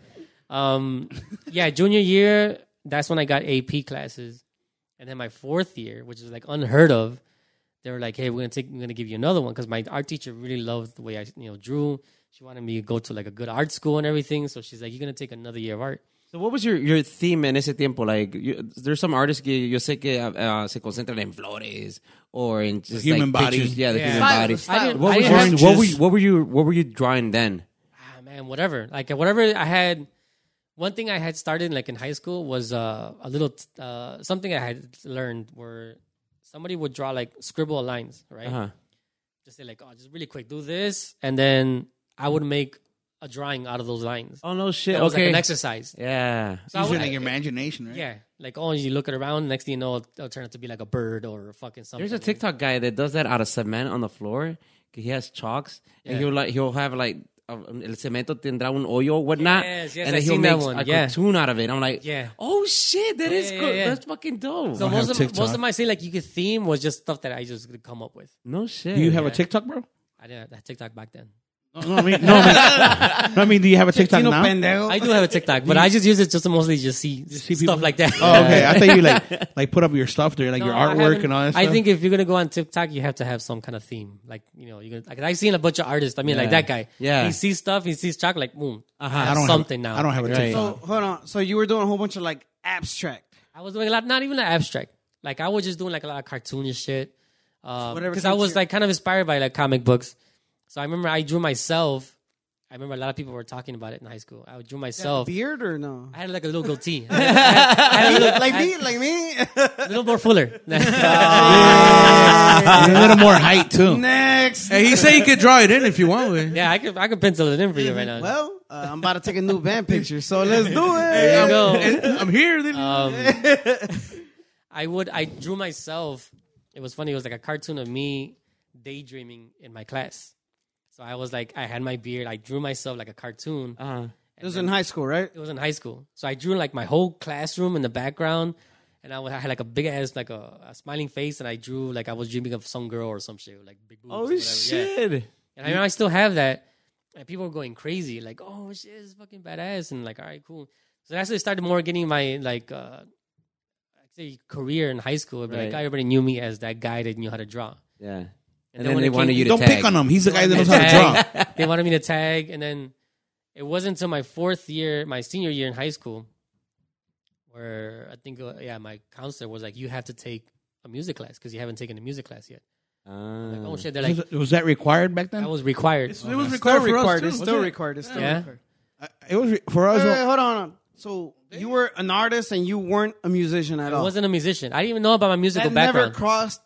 [SPEAKER 6] Um, yeah, junior year, that's when I got AP classes, and then my fourth year, which is like unheard of, they were like, "Hey, we're gonna take, we're gonna give you another one," because my art teacher really loved the way I, you know, drew. She wanted me to go to like a good art school and everything, so she's like, "You're gonna take another year of art."
[SPEAKER 3] So what was your, your theme en ese tiempo? Like, you, there's some artists que yo sé que uh, se concentran en flores or in just
[SPEAKER 5] human
[SPEAKER 3] like,
[SPEAKER 5] body.
[SPEAKER 3] pictures. Yeah, the
[SPEAKER 6] Yeah.
[SPEAKER 3] human
[SPEAKER 2] Style,
[SPEAKER 3] body.
[SPEAKER 2] style.
[SPEAKER 6] I
[SPEAKER 3] What was
[SPEAKER 6] didn't have-
[SPEAKER 3] your, what were you, what were you what were you drawing then?
[SPEAKER 6] ah, man, whatever. Like whatever I had. One thing I had started like in high school was uh, a little t- uh, something I had learned where somebody would draw like scribble lines, right?
[SPEAKER 3] Uh-huh.
[SPEAKER 6] Just say like, oh, just really quick, do this, and then I would make a drawing out of those lines.
[SPEAKER 3] Oh no shit.
[SPEAKER 6] That was like
[SPEAKER 3] okay.
[SPEAKER 6] an exercise.
[SPEAKER 3] yeah.
[SPEAKER 6] So I would-
[SPEAKER 5] Using your imagination, right?
[SPEAKER 6] yeah, Like, oh, and you look it around. Next thing you know, it'll, it'll turn out to be like a bird or fucking something.
[SPEAKER 3] There's a TikTok guy that does that out of cement on the floor. He has chalks, and
[SPEAKER 6] Yeah.
[SPEAKER 3] he'll like he'll have like um, el cemento tendrá un hoyo, whatnot,
[SPEAKER 6] Yes, yes,
[SPEAKER 3] and
[SPEAKER 6] I
[SPEAKER 3] then he'll
[SPEAKER 6] seen that
[SPEAKER 3] make
[SPEAKER 6] one,
[SPEAKER 3] a
[SPEAKER 6] yeah.
[SPEAKER 3] cartoon out of it. I'm like,
[SPEAKER 6] Yeah.
[SPEAKER 3] oh shit, that
[SPEAKER 6] Yeah,
[SPEAKER 3] is
[SPEAKER 6] yeah,
[SPEAKER 3] cool.
[SPEAKER 6] yeah.
[SPEAKER 3] That's fucking dope.
[SPEAKER 6] So most of,
[SPEAKER 5] TikTok.
[SPEAKER 6] most of my say like you could theme was just stuff that I just could come up with.
[SPEAKER 3] no shit.
[SPEAKER 5] Do you have a
[SPEAKER 6] Yeah.
[SPEAKER 5] TikTok, bro?
[SPEAKER 6] I didn't have TikTok back then.
[SPEAKER 5] No, no, I mean, no, I mean, no, I mean, do you have a TikTok now?
[SPEAKER 6] I do have a TikTok, but I just use it just to mostly just see,
[SPEAKER 5] see people?
[SPEAKER 6] stuff like that.
[SPEAKER 5] Oh, okay. I thought you like like put up your stuff there, like your
[SPEAKER 6] No, I
[SPEAKER 5] artwork
[SPEAKER 6] haven't-
[SPEAKER 5] and all that.
[SPEAKER 6] I
[SPEAKER 5] stuff.
[SPEAKER 6] think if you're gonna go on TikTok, you have to have some kind of theme. Like you know, you're gonna, like I've seen a bunch of artists. I mean, like
[SPEAKER 3] Yeah.
[SPEAKER 6] that guy.
[SPEAKER 3] Yeah.
[SPEAKER 6] he sees stuff. He sees chocolate. Like, boom.
[SPEAKER 3] Uh-huh.
[SPEAKER 6] I
[SPEAKER 5] I don't
[SPEAKER 6] have something
[SPEAKER 5] have,
[SPEAKER 6] now.
[SPEAKER 5] I don't have a
[SPEAKER 6] Like,
[SPEAKER 5] TikTok.
[SPEAKER 2] So hold on. So you were doing a whole bunch of like abstract.
[SPEAKER 6] I was doing a lot, not even like abstract. Like I was just doing like a lot of cartoonish shit.
[SPEAKER 2] Whatever
[SPEAKER 6] Because I
[SPEAKER 2] comes
[SPEAKER 6] was
[SPEAKER 2] here.
[SPEAKER 6] like kind of inspired by like comic books. So I remember I drew myself. I remember a lot of people were talking about it in high school. I drew myself.
[SPEAKER 2] Beard or no?
[SPEAKER 6] I had like a little goatee.
[SPEAKER 2] like me, like me.
[SPEAKER 6] a little more fuller.
[SPEAKER 5] a little more height too.
[SPEAKER 2] Next.
[SPEAKER 4] Hey, he said you could draw it in if you want, güey.
[SPEAKER 6] yeah, I could I could pencil it in for you right now.
[SPEAKER 2] Well, uh, I'm about to take a new band picture, so let's do
[SPEAKER 6] there you
[SPEAKER 2] it.
[SPEAKER 6] go.
[SPEAKER 4] I'm here. then.
[SPEAKER 6] Um, I would. I drew myself. It was funny. It was like a cartoon of me daydreaming in my class. So I was like, I had my beard. I drew myself like a cartoon.
[SPEAKER 3] Uh,
[SPEAKER 2] It was in high school, right?
[SPEAKER 6] It was in high school. So I drew like my whole classroom in the background, and I, was, I had like a big ass, like a, a smiling face, and I drew like I was dreaming of some girl or some shit, like big boobs. or
[SPEAKER 3] oh
[SPEAKER 6] whatever. Yeah.
[SPEAKER 3] shit.
[SPEAKER 6] And I mean, I still have that. And people were going crazy, like, "Oh shit, this is fucking badass!" And like, "All right, cool." So that's when I started more getting my like, uh, I'd say career in high school. But like,
[SPEAKER 3] Right.
[SPEAKER 6] everybody knew me as that guy that knew how to draw.
[SPEAKER 3] Yeah. And,
[SPEAKER 6] then
[SPEAKER 3] then,
[SPEAKER 6] when
[SPEAKER 3] they
[SPEAKER 6] it
[SPEAKER 3] wanted
[SPEAKER 6] came-
[SPEAKER 3] you to
[SPEAKER 5] Don't
[SPEAKER 3] tag.
[SPEAKER 5] pick on him. He's the guy that knows how to
[SPEAKER 6] Tag.
[SPEAKER 5] draw.
[SPEAKER 6] they wanted me to tag, and then it wasn't until my fourth year, my senior year in high school, where I think, uh, yeah, my counselor was like, "You have to take a music class because you haven't taken a music class yet." Like,
[SPEAKER 3] Ah.
[SPEAKER 6] oh shit! They're like,
[SPEAKER 5] was, was that required back then?
[SPEAKER 6] "That was required."
[SPEAKER 4] it was
[SPEAKER 2] Still
[SPEAKER 4] required for us
[SPEAKER 2] required.
[SPEAKER 4] too.
[SPEAKER 2] It's
[SPEAKER 4] wasn't
[SPEAKER 2] still
[SPEAKER 4] it?
[SPEAKER 2] required. It's still
[SPEAKER 6] Yeah.
[SPEAKER 2] required.
[SPEAKER 5] it was re- for us.
[SPEAKER 4] Uh,
[SPEAKER 2] Wait, wait, hold on. hold on. So you were an artist and you weren't a musician at
[SPEAKER 6] I
[SPEAKER 2] all.
[SPEAKER 6] wasn't a musician. I didn't even know about my musical
[SPEAKER 2] Oh. that
[SPEAKER 6] background.
[SPEAKER 2] never crossed.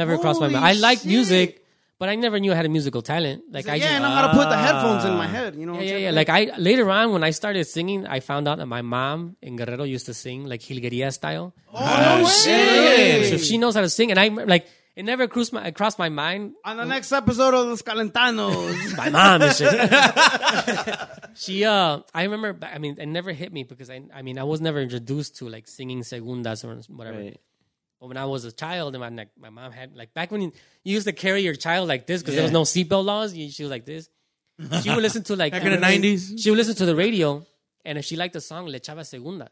[SPEAKER 6] Never crossed my
[SPEAKER 2] Holy
[SPEAKER 6] mind. I like
[SPEAKER 2] shit.
[SPEAKER 6] music, but I never knew I had a musical talent. Like
[SPEAKER 2] Like,
[SPEAKER 6] I
[SPEAKER 2] yeah,
[SPEAKER 6] just,
[SPEAKER 2] I know how to put the headphones in my head. You know.
[SPEAKER 6] yeah,
[SPEAKER 2] what I'm saying?
[SPEAKER 6] yeah, yeah. Like I later on when I started singing, I found out that my mom in Guerrero used to sing like Hilgueria style.
[SPEAKER 2] Oh, no way.
[SPEAKER 6] So she knows how to sing, and I like it never crossed my crossed my mind.
[SPEAKER 2] On the next episode of Los Calentanos.
[SPEAKER 6] My mom and shit. she, uh, I remember. ba- I mean, it never hit me because I, I mean, I was never introduced to like singing segundas or whatever.
[SPEAKER 3] Right.
[SPEAKER 6] But when I was a child, and my like, my mom had like back when you, you used to carry your child like this because
[SPEAKER 3] Yeah.
[SPEAKER 6] there was no seatbelt laws, you, she was like this. She would listen to like
[SPEAKER 4] Back in the 90s.
[SPEAKER 6] She would listen to the radio, and if she liked the song, le echaba segundas.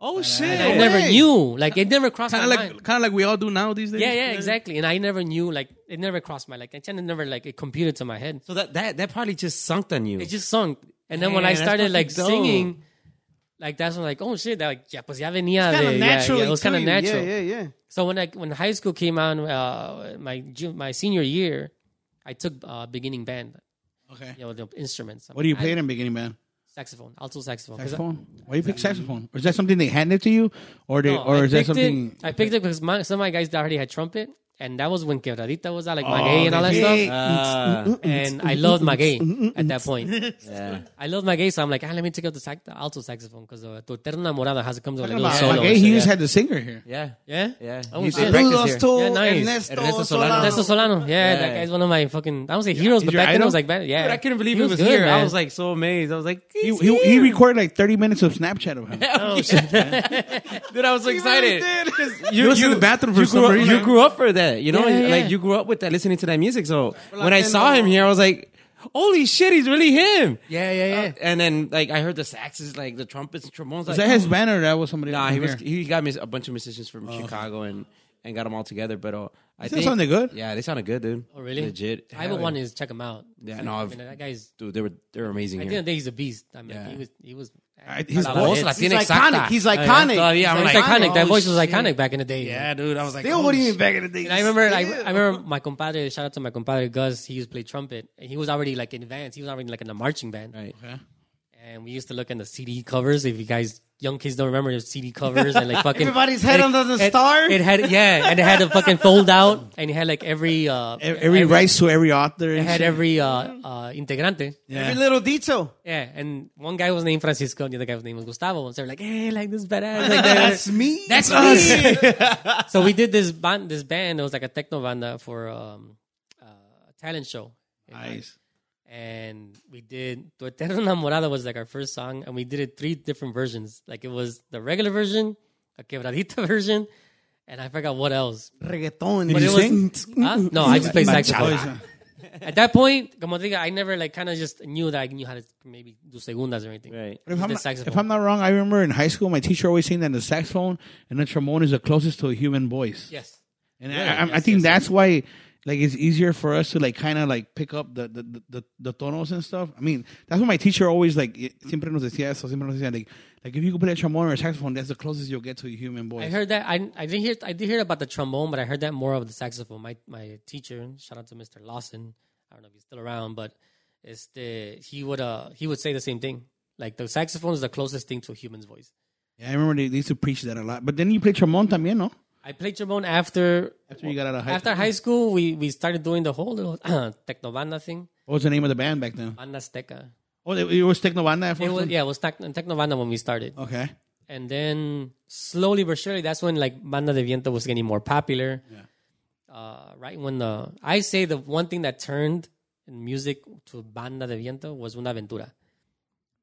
[SPEAKER 3] Oh
[SPEAKER 6] I
[SPEAKER 3] shit.
[SPEAKER 6] never knew, like it never crossed
[SPEAKER 4] Kind
[SPEAKER 6] my
[SPEAKER 4] of like,
[SPEAKER 6] mind.
[SPEAKER 4] kind of like we all do now these days.
[SPEAKER 6] Yeah, yeah, exactly. And I never knew, like it never crossed my like. I kind of never like it computed to my head.
[SPEAKER 3] So that, that that probably just sunk on you.
[SPEAKER 6] It just sunk. And then when
[SPEAKER 3] Man,
[SPEAKER 6] I
[SPEAKER 3] that's
[SPEAKER 6] started
[SPEAKER 3] fucking
[SPEAKER 6] like
[SPEAKER 3] dope.
[SPEAKER 6] singing, like that's when like oh shit, that like yeah, pues ya venía
[SPEAKER 2] Kind
[SPEAKER 6] de-
[SPEAKER 2] of
[SPEAKER 6] yeah,
[SPEAKER 2] naturally.
[SPEAKER 6] yeah, it was
[SPEAKER 2] to
[SPEAKER 6] kind of
[SPEAKER 2] you.
[SPEAKER 6] natural.
[SPEAKER 2] Yeah, yeah, yeah.
[SPEAKER 6] So when I when high school came on, uh, my ju- my senior year, I took uh, beginning band,
[SPEAKER 5] Okay.
[SPEAKER 6] you know, the instruments.
[SPEAKER 5] What do you
[SPEAKER 6] I-
[SPEAKER 5] play in beginning, man?
[SPEAKER 6] Saxophone, alto saxophone. 'Cause I-
[SPEAKER 5] Saxophone. Why do you pick saxophone? Or is that something they handed to you, or they,
[SPEAKER 6] no,
[SPEAKER 5] or
[SPEAKER 6] I
[SPEAKER 5] is that
[SPEAKER 6] picked it-
[SPEAKER 5] something?
[SPEAKER 6] I picked it because my, some of my guys already had trumpet, and that was when Quebradita was out,
[SPEAKER 5] Oh,
[SPEAKER 6] like Magay and all that stuff.
[SPEAKER 3] Ah,
[SPEAKER 2] Uh,
[SPEAKER 6] And I loved Magay at that point.
[SPEAKER 3] yeah.
[SPEAKER 6] I love Magay, so I'm like, ah, let me take out the, sax- the alto saxophone because uh, Tu Eterna Morada has to come to like a little
[SPEAKER 5] About-
[SPEAKER 6] solo.
[SPEAKER 5] okay,
[SPEAKER 6] and
[SPEAKER 5] he
[SPEAKER 6] shit,
[SPEAKER 5] just
[SPEAKER 6] yeah.
[SPEAKER 5] had the singer here.
[SPEAKER 3] Yeah.
[SPEAKER 6] Yeah?
[SPEAKER 3] Yeah.
[SPEAKER 6] Oh,
[SPEAKER 3] He-
[SPEAKER 6] shit.
[SPEAKER 3] they practice
[SPEAKER 2] Saludos
[SPEAKER 3] here.
[SPEAKER 2] to
[SPEAKER 6] Yeah, nice.
[SPEAKER 2] Ernesto,
[SPEAKER 3] Ernesto Solano.
[SPEAKER 2] Solano.
[SPEAKER 6] Ernesto Solano. Yeah,
[SPEAKER 3] Yeah.
[SPEAKER 6] that guy's one of my fucking, I don't say heroes, but
[SPEAKER 5] your
[SPEAKER 6] back then it
[SPEAKER 5] idol?
[SPEAKER 6] was like, bad. yeah.
[SPEAKER 3] Dude, I couldn't believe
[SPEAKER 6] He
[SPEAKER 3] he was, here.
[SPEAKER 6] man.
[SPEAKER 3] I was like so amazed. I was like,
[SPEAKER 5] He,
[SPEAKER 3] he's
[SPEAKER 5] he,
[SPEAKER 3] here.
[SPEAKER 5] he recorded like 30 minutes of Snapchat of him.
[SPEAKER 3] Dude, I was so excited.
[SPEAKER 4] You, was in the bathroom for
[SPEAKER 3] you
[SPEAKER 4] some
[SPEAKER 3] grew, up,
[SPEAKER 4] reason.
[SPEAKER 3] you grew up for that, you know?
[SPEAKER 6] Yeah, yeah,
[SPEAKER 3] Like
[SPEAKER 6] yeah.
[SPEAKER 3] you grew up with that, listening to that music. So when I
[SPEAKER 2] then
[SPEAKER 3] saw
[SPEAKER 2] the-
[SPEAKER 3] him here, I was like, "Holy shit, he's really him!"
[SPEAKER 6] yeah, yeah, yeah.
[SPEAKER 2] Uh,
[SPEAKER 3] And then like I heard the saxes, like the trumpets, and trombones.
[SPEAKER 5] Was
[SPEAKER 3] like,
[SPEAKER 5] that his band or that was somebody?
[SPEAKER 3] Nah,
[SPEAKER 5] from
[SPEAKER 3] he was.
[SPEAKER 5] here? Oh,
[SPEAKER 3] He got me a bunch of musicians from Chicago and and got them all together. But uh, I
[SPEAKER 5] They
[SPEAKER 3] think
[SPEAKER 5] sounded good.
[SPEAKER 3] Yeah, they sounded good, dude.
[SPEAKER 6] Oh, really?
[SPEAKER 3] Legit.
[SPEAKER 6] I would
[SPEAKER 3] Hell
[SPEAKER 6] want to check him out.
[SPEAKER 3] Yeah, no,
[SPEAKER 6] I
[SPEAKER 3] I've-
[SPEAKER 6] mean, that guy's.
[SPEAKER 3] Dude, they were they were amazing
[SPEAKER 6] I think
[SPEAKER 3] here.
[SPEAKER 6] that he's a beast. I mean,
[SPEAKER 3] Yeah.
[SPEAKER 6] he was. He was.
[SPEAKER 5] I- his
[SPEAKER 6] a Oh, lot of
[SPEAKER 5] voice
[SPEAKER 6] hits.
[SPEAKER 3] la
[SPEAKER 2] He's
[SPEAKER 3] tiene exacta.
[SPEAKER 2] iconic. He's iconic.
[SPEAKER 3] Todavía, I'm
[SPEAKER 6] It's
[SPEAKER 3] like,
[SPEAKER 6] iconic. That
[SPEAKER 3] oh,
[SPEAKER 6] voice was
[SPEAKER 3] shit.
[SPEAKER 6] iconic back in the day.
[SPEAKER 3] Yeah, dude. I was like,
[SPEAKER 2] Still, what do you mean back in the day?
[SPEAKER 6] And I remember, like, I remember my compadre. Shout out to my compadre Gus. He used to play trumpet, and he was already like in bands. He was already like in a marching band,
[SPEAKER 3] Right.
[SPEAKER 6] and and we used to look in the CD covers. If you guys, young kids, don't remember the CD covers and like fucking
[SPEAKER 2] Everybody's head
[SPEAKER 6] it-
[SPEAKER 2] under the
[SPEAKER 6] it-
[SPEAKER 2] star?
[SPEAKER 6] It had yeah, and it had a fucking fold out, and it had like every uh,
[SPEAKER 5] E- Every rights to every author.
[SPEAKER 6] It
[SPEAKER 5] And
[SPEAKER 6] had
[SPEAKER 5] shit.
[SPEAKER 6] every uh, uh, integrante.
[SPEAKER 5] yeah.
[SPEAKER 2] Every little detail.
[SPEAKER 6] Yeah, and one guy was named Francisco, and the other guy was named Gustavo. And so they're like, "Hey, like this badass." Like, they're-
[SPEAKER 2] That's me.
[SPEAKER 6] That's us. so we did this band. This band it was like a techno banda for um, uh, a talent show.
[SPEAKER 5] Nice.
[SPEAKER 6] And we did "Tu Eterno Enamorado" was like our first song, and we did it three different versions. Like it was the regular version, a quebradita version, and I forgot what else.
[SPEAKER 2] Reggaeton.
[SPEAKER 5] Did you
[SPEAKER 6] was-
[SPEAKER 5] sing?
[SPEAKER 6] Huh? No, I just played saxophone.
[SPEAKER 5] Bachata.
[SPEAKER 6] At that point, como te digo, I never like kind of just knew that I knew how to maybe do segundas or anything.
[SPEAKER 3] Right.
[SPEAKER 5] If I'm,
[SPEAKER 6] The
[SPEAKER 5] not,
[SPEAKER 6] saxophone.
[SPEAKER 5] if I'm not wrong, I remember in high school, my teacher always saying that the saxophone and the trombone is the closest to a human voice.
[SPEAKER 6] Yes.
[SPEAKER 5] And
[SPEAKER 6] Yeah,
[SPEAKER 5] I, I, I
[SPEAKER 6] yes,
[SPEAKER 5] think
[SPEAKER 6] yes,
[SPEAKER 5] that's why, like, it's easier for us to like kind of like pick up the the, the the the tonos and stuff. I mean, that's what my teacher always like. eh, Siempre nos decía eso. Siempre nos decía like, like if you could play a trombone or a saxophone, that's the closest you'll get to a human voice.
[SPEAKER 6] I heard that I I didn't hear I did hear about the trombone, but I heard that more of the saxophone. My my teacher, shout out to Mr. Lawson. I don't know if he's still around, but it's the he would uh he would say the same thing. Like the saxophone is the closest thing to a human's voice.
[SPEAKER 5] Yeah, I remember they, they used to preach that a lot. But then you play trombone también, no?
[SPEAKER 6] I played trombone after
[SPEAKER 5] After you got out of high
[SPEAKER 6] after
[SPEAKER 5] school.
[SPEAKER 6] high school. We we started doing the whole little techno banda thing,
[SPEAKER 5] What was the name of the band back then?
[SPEAKER 6] banda azteca.
[SPEAKER 5] Oh, it, it was Techno Banda. at
[SPEAKER 6] It
[SPEAKER 5] first?
[SPEAKER 6] was yeah, it was tec- techno banda when we started.
[SPEAKER 5] Okay.
[SPEAKER 6] and then slowly but surely that's when like banda de viento was getting more popular uh, right when the i say the one thing that turned in music to banda de viento was una aventura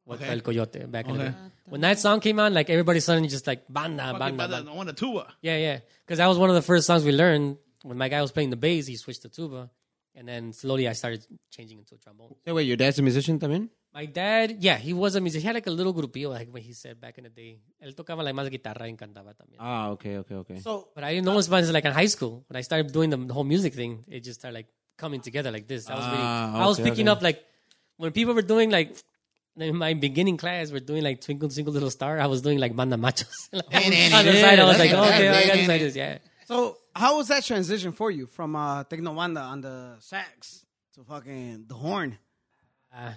[SPEAKER 6] with
[SPEAKER 5] Okay.
[SPEAKER 6] el coyote back in the
[SPEAKER 5] Okay.
[SPEAKER 6] day. when that song came out like everybody suddenly just like banda
[SPEAKER 5] Fucking
[SPEAKER 6] banda,
[SPEAKER 5] banda,
[SPEAKER 6] banda.
[SPEAKER 5] I want a tuba.
[SPEAKER 6] yeah yeah because that was one of the first songs we learned when my guy was playing the bass he switched to tuba and then slowly i started changing into trombone
[SPEAKER 3] Hey, wait, your dad's a musician también?
[SPEAKER 6] my dad, yeah, he was a musician. He had like a little grupillo, like what he said back in the day. Él tocaba like más guitarra y cantaba también.
[SPEAKER 3] Ah, okay, okay, okay.
[SPEAKER 2] So
[SPEAKER 6] But I didn't know as much as like in high school when I started doing the whole music thing. It just started like coming together like this. I was really,
[SPEAKER 3] Ah,
[SPEAKER 6] I was
[SPEAKER 3] okay,
[SPEAKER 6] picking
[SPEAKER 3] okay.
[SPEAKER 6] up like when people were doing like in my beginning class, we're doing like Twinkle Twinkle Little Star. I was doing like Banda Machos. Like, on the side, I was like, okay, I got inside this. Yeah,
[SPEAKER 2] so how was that transition for you from uh techno wanda on the sax to fucking the horn?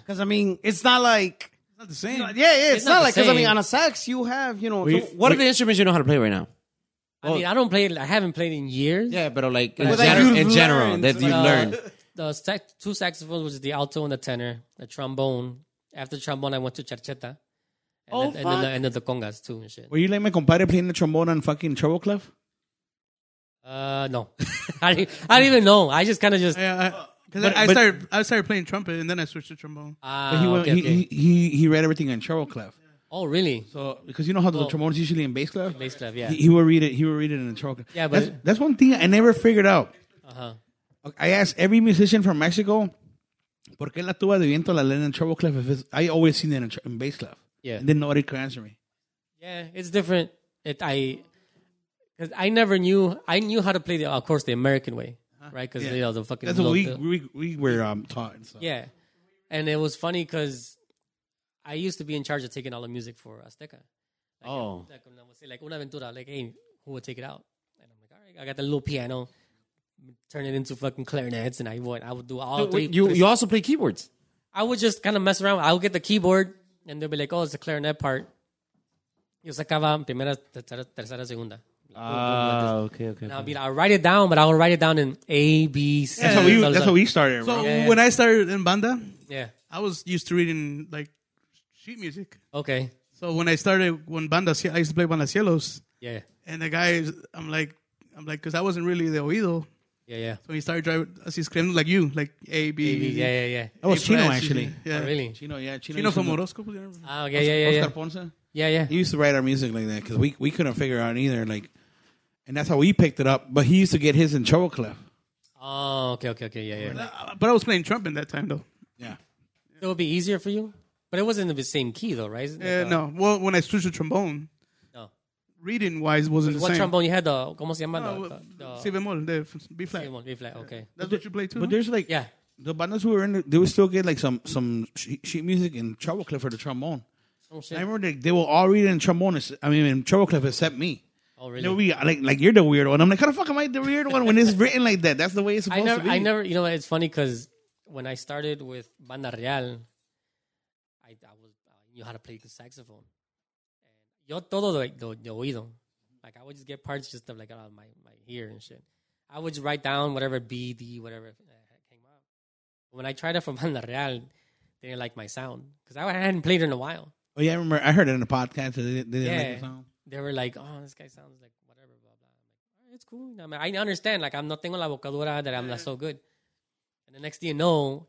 [SPEAKER 2] Because I mean, it's not like
[SPEAKER 4] Not the same.
[SPEAKER 2] yeah, yeah, it's,
[SPEAKER 6] It's
[SPEAKER 2] not,
[SPEAKER 6] not the
[SPEAKER 2] like because I mean
[SPEAKER 6] same.
[SPEAKER 2] on a sax you have you know
[SPEAKER 3] So
[SPEAKER 2] so
[SPEAKER 3] what are the instruments you know how to play right now?
[SPEAKER 6] I mean, I don't play. I haven't played in years.
[SPEAKER 3] Yeah, but like in,
[SPEAKER 2] Well, that
[SPEAKER 3] gener-
[SPEAKER 2] you've
[SPEAKER 3] in general,
[SPEAKER 2] learned.
[SPEAKER 3] that you
[SPEAKER 6] Uh,
[SPEAKER 3] learned.
[SPEAKER 6] the sax- two saxophones, which is the alto and the tenor, the trombone. After trombone, I went to charcheta. And,
[SPEAKER 2] Oh,
[SPEAKER 6] then, and then the
[SPEAKER 2] fuck.
[SPEAKER 6] and then the congas too and shit.
[SPEAKER 5] Were you like my compadre playing the trombone on fucking treble clef?
[SPEAKER 6] Uh, no, I, don't- I don't even know. I just kind of just
[SPEAKER 4] Yeah, because I, I
[SPEAKER 5] but-
[SPEAKER 4] started I started playing trumpet and then I switched to trombone.
[SPEAKER 6] ah,
[SPEAKER 5] But he, went,
[SPEAKER 6] okay,
[SPEAKER 5] he,
[SPEAKER 6] okay.
[SPEAKER 5] he, he he read everything on treble clef.
[SPEAKER 6] Oh, really?
[SPEAKER 5] So because you know how the
[SPEAKER 6] Well-
[SPEAKER 5] trombone is usually in bass clef,
[SPEAKER 6] Bass clef, yeah.
[SPEAKER 5] He, he will read it. He will read it in the trombone.
[SPEAKER 6] Yeah, but-
[SPEAKER 5] that's, that's one thing I never figured out.
[SPEAKER 6] Uh-huh.
[SPEAKER 5] I asked every musician from Mexico, "Por qué la tuba de viento la leen in treble clef?" If it's, I always seen it in, tr- in bass clef.
[SPEAKER 6] Yeah.
[SPEAKER 5] and then nobody could answer me.
[SPEAKER 6] Yeah, it's different. It I cuz I never knew I knew how to play the of course the American way, right? Cuz
[SPEAKER 5] Yeah.
[SPEAKER 6] you know the fucking
[SPEAKER 5] That's what we,
[SPEAKER 6] the-
[SPEAKER 5] we we were um, taught. and stuff.
[SPEAKER 6] Yeah. And it was funny cuz I used to be in charge of taking all the music for Azteca. Like,
[SPEAKER 3] Oh.
[SPEAKER 6] Like when I would say like una aventura like hey, who would take it out? And I'm like, "All right, I got the little piano, turn it into fucking clarinets and I would I would do all three
[SPEAKER 3] You you also play keyboards.
[SPEAKER 6] I would just kind of mess around. I would get the keyboard, and they'll be like, "Oh, it's the clarinet part." Yo sacaba primera, tercera, tercera segunda.
[SPEAKER 3] okay, okay.
[SPEAKER 6] and I'll be like, I'll write it down, but I will write it down in A, B, C.
[SPEAKER 5] that's how we
[SPEAKER 6] So-
[SPEAKER 5] that's how we started.
[SPEAKER 4] So
[SPEAKER 5] bro.
[SPEAKER 6] Yeah, yeah.
[SPEAKER 4] when I started in banda,
[SPEAKER 6] Yeah.
[SPEAKER 4] I was used to reading like sheet music.
[SPEAKER 6] Okay.
[SPEAKER 4] So when I started when banda, I used to play banda cielos,
[SPEAKER 6] Yeah.
[SPEAKER 4] and the guys, I'm like, I'm like, because I wasn't really the oído.
[SPEAKER 6] Yeah. Yeah.
[SPEAKER 4] So he started driving, así screaming like you, like A B.
[SPEAKER 6] A, B, yeah. Yeah. Yeah.
[SPEAKER 5] that was
[SPEAKER 4] A
[SPEAKER 5] Chino
[SPEAKER 4] flat,
[SPEAKER 5] actually.
[SPEAKER 4] Yeah,
[SPEAKER 6] Oh, really?
[SPEAKER 5] Chino, yeah, Chino,
[SPEAKER 4] Chino
[SPEAKER 5] used to-
[SPEAKER 4] from Orozco. you remember?
[SPEAKER 6] Oh, yeah. Yeah. Yeah.
[SPEAKER 5] Oscar
[SPEAKER 6] Yeah.
[SPEAKER 5] Ponce.
[SPEAKER 6] Yeah.
[SPEAKER 5] He
[SPEAKER 6] Yeah.
[SPEAKER 5] used to write our music like that because we, we couldn't figure out either. Like, and that's how we picked it up. But he used to get his in treble clef.
[SPEAKER 6] Oh. Okay. Okay. Okay. Yeah. Yeah.
[SPEAKER 4] Uh, But I was playing trumpet that time though.
[SPEAKER 5] Yeah,
[SPEAKER 6] It would be easier for you, but it wasn't the same key though, right? Like,
[SPEAKER 4] Uh,
[SPEAKER 6] uh,
[SPEAKER 4] no, well, when I switched to trombone,
[SPEAKER 6] No.
[SPEAKER 4] reading wise wasn't the
[SPEAKER 6] What
[SPEAKER 4] same.
[SPEAKER 6] trombone you had? The cómo se llama?
[SPEAKER 4] No,
[SPEAKER 6] the, the, the,
[SPEAKER 4] si bemol, the f- B flat.
[SPEAKER 6] C bemol, B flat. Okay.
[SPEAKER 4] That's what you play too.
[SPEAKER 5] but there's like
[SPEAKER 6] Yeah.
[SPEAKER 5] the bandas we were in. They would still get like some some sheet sheet music in treble clef for the trombone.
[SPEAKER 6] Oh
[SPEAKER 5] And I
[SPEAKER 6] shit.
[SPEAKER 5] remember they, they will all read it in trombone. ex- I mean, in treble clef except me.
[SPEAKER 6] Oh
[SPEAKER 5] They
[SPEAKER 6] really?
[SPEAKER 5] would be like like you're the weird one. I'm like, how the fuck am I the weird one when it's written like that? That's the way it's
[SPEAKER 6] I
[SPEAKER 5] supposed to
[SPEAKER 6] never,
[SPEAKER 5] be.
[SPEAKER 6] I never, you know, it's funny because when I started with Banda Real, I, I was, uh, you knew how to play the saxophone. And yo todo de, de, de oído. Like I would just get parts just of like out of my, my ear and shit. I would just write down whatever B, D, whatever uh, came up. When I tried it for Banda Real, they didn't like my sound because I hadn't played it in a while.
[SPEAKER 5] Oh yeah, I remember. I heard it in a podcast. They, didn't- they didn't like
[SPEAKER 6] Yeah.
[SPEAKER 5] the sound.
[SPEAKER 6] They were like, oh, this guy sounds like whatever, blah, blah. I'm like, all right, it's cool. I, mean, I understand. Like, I'm not tengo la vocadura that I'm not so good. And the next thing you know,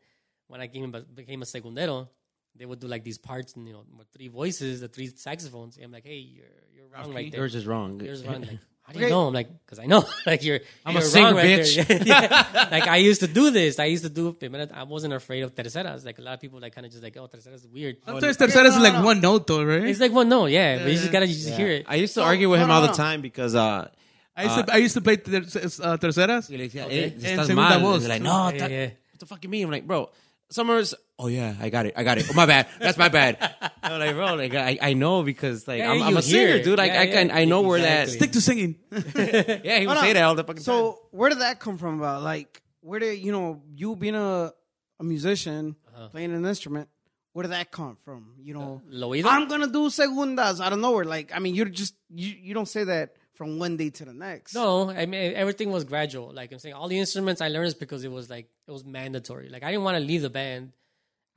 [SPEAKER 6] when I came, became a secundero, they would do like these parts and, you know, with three voices, the three saxophones. And I'm like, hey, you're, you're wrong
[SPEAKER 5] Off
[SPEAKER 6] right
[SPEAKER 5] key.
[SPEAKER 6] there.
[SPEAKER 3] You're just wrong.
[SPEAKER 6] Yours wrong. Like, how do you know? I'm like, because I know. like you're,
[SPEAKER 3] I'm a
[SPEAKER 6] you're
[SPEAKER 3] singer,
[SPEAKER 6] wrong right
[SPEAKER 3] bitch.
[SPEAKER 6] there. Yeah. Like I used to do this. I used to do. primera- I wasn't afraid of terceras. Like a lot of people, like kind of just like, oh, terceras is weird.
[SPEAKER 4] Sometimes terceras is like one note, though, right?
[SPEAKER 6] It's like, well, no, yeah, but you just gotta you just hear it.
[SPEAKER 1] I used to argue with him all the time because uh,
[SPEAKER 4] I used, to, I used to play ter- uh, terceras.
[SPEAKER 3] Ah. Y le decía,
[SPEAKER 6] Okay.
[SPEAKER 3] eh, estás
[SPEAKER 4] segunda
[SPEAKER 3] mal.
[SPEAKER 4] voz.
[SPEAKER 3] They're like, no,
[SPEAKER 6] Yeah,
[SPEAKER 3] that-
[SPEAKER 6] yeah.
[SPEAKER 3] what the fuck you mean? I'm like, bro, Summers, oh yeah, I got it, I got it. Oh, my bad, that's my bad. I'm like, bro, like, I, I know because like
[SPEAKER 6] Yeah,
[SPEAKER 3] I'm,
[SPEAKER 6] you
[SPEAKER 3] I'm a
[SPEAKER 6] hear
[SPEAKER 3] singer,
[SPEAKER 6] it.
[SPEAKER 3] dude. Like
[SPEAKER 6] Yeah,
[SPEAKER 3] I can,
[SPEAKER 6] yeah.
[SPEAKER 3] I know where
[SPEAKER 6] Exactly.
[SPEAKER 4] Stick to singing.
[SPEAKER 3] that. Yeah, he would
[SPEAKER 2] Hold
[SPEAKER 3] say
[SPEAKER 2] on.
[SPEAKER 3] that all the fucking time.
[SPEAKER 2] So where did that come from? About like where did you know you being a a musician
[SPEAKER 6] Uh-huh.
[SPEAKER 2] playing an instrument? Where did that come from? You know,
[SPEAKER 6] Lo oído?
[SPEAKER 2] I'm gonna do segundas out of nowhere. Like I mean, you're just you, you don't say that from one day to the next.
[SPEAKER 6] No, I mean everything was gradual. Like I'm saying, all the instruments I learned is because it was like it was mandatory. Like I didn't want to leave the band.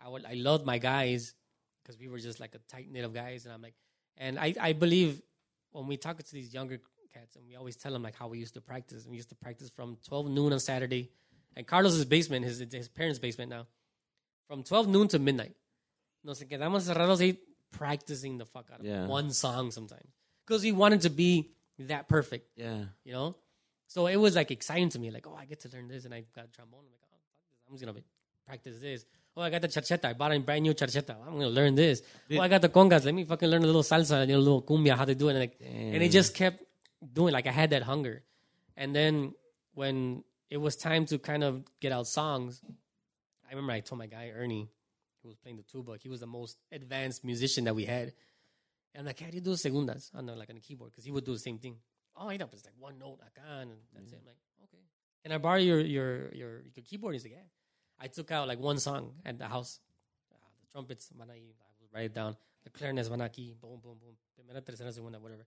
[SPEAKER 6] I would I loved my guys because we were just like a tight knit of guys, and I'm like, and I I believe when we talk to these younger cats, and we always tell them like how we used to practice. We used to practice from 12 noon on Saturday, and Carlos's basement, his his parents' basement now, from 12 noon to midnight. Nos quedamos cerrados ahí practicing the fuck out of
[SPEAKER 3] Yeah.
[SPEAKER 6] one song sometimes because we wanted to be that perfect
[SPEAKER 3] yeah,
[SPEAKER 6] you know. So it was like exciting to me, like oh, I get to learn this, and I got trombone. I'm like, oh, fuck this. I'm just gonna be- practice this. Oh, I got the charcheta. I bought a brand new charcheta. I'm gonna learn this. oh, I got the congas. Let me fucking learn a little salsa, and a little cumbia, how to do it. And, like, and it just kept doing. Like I had that hunger, and then when it was time to kind of get out songs, I remember I told my guy Ernie, who was playing the tuba, he was the most advanced musician that we had. And I'm like, how do you do segundas? I know, like on the keyboard, because he would do the same thing. Oh, I know, but it's like one note, I can, and that's it. I'm like, okay. Can I borrow your your your, your keyboard? He's like, yeah. I took out like one song at the house. Uh, the trumpets, manai, I would write it down. The clarinets, manaki, boom, boom, boom. Primera, tercera, segunda, whatever.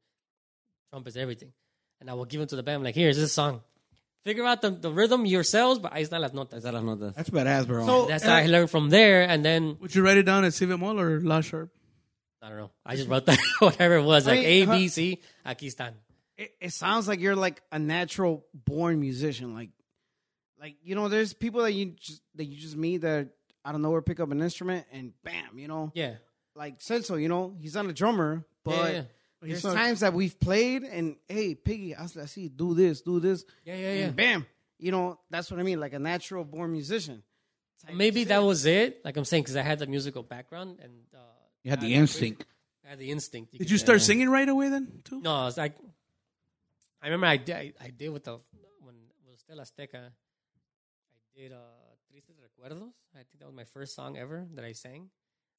[SPEAKER 6] Trumpets, everything. And I will give them to the band. I'm like, here's this song. Figure out the, the rhythm yourselves, but ahí están las notas.
[SPEAKER 3] Ahí están las notas.
[SPEAKER 5] That's badass, bro.
[SPEAKER 2] So-
[SPEAKER 6] That's how I learned from there, and then
[SPEAKER 4] Would you write it down at Civic Mall or La Sharp?
[SPEAKER 6] I don't know. I just wrote that whatever it was, like A,
[SPEAKER 2] Wait, huh?
[SPEAKER 6] B, C. Aquí están.
[SPEAKER 2] it, it sounds like you're like a natural born musician. Like, like you know, there's people that you just that you just meet that out of nowhere pick up an instrument and bam, you know,
[SPEAKER 6] Yeah,
[SPEAKER 2] like Celso, you know, he's not a drummer, but
[SPEAKER 6] Yeah, yeah.
[SPEAKER 2] there's
[SPEAKER 4] not-
[SPEAKER 2] times that we've played and hey, Piggy, hazle así, do this, do this,
[SPEAKER 6] yeah, yeah, yeah.
[SPEAKER 2] and bam, you know, that's what I mean, like a natural born musician.
[SPEAKER 6] Maybe that was it. Like I'm saying, because I had the musical background and uh,
[SPEAKER 5] you had the
[SPEAKER 6] I-
[SPEAKER 5] instinct.
[SPEAKER 6] I had the instinct.
[SPEAKER 4] Did you start singing right away then, too?
[SPEAKER 6] No, I was like, I remember I did. I, I did with the when was still Azteca. I did uh, "Tristes Recuerdos." I think that was my first song ever that I sang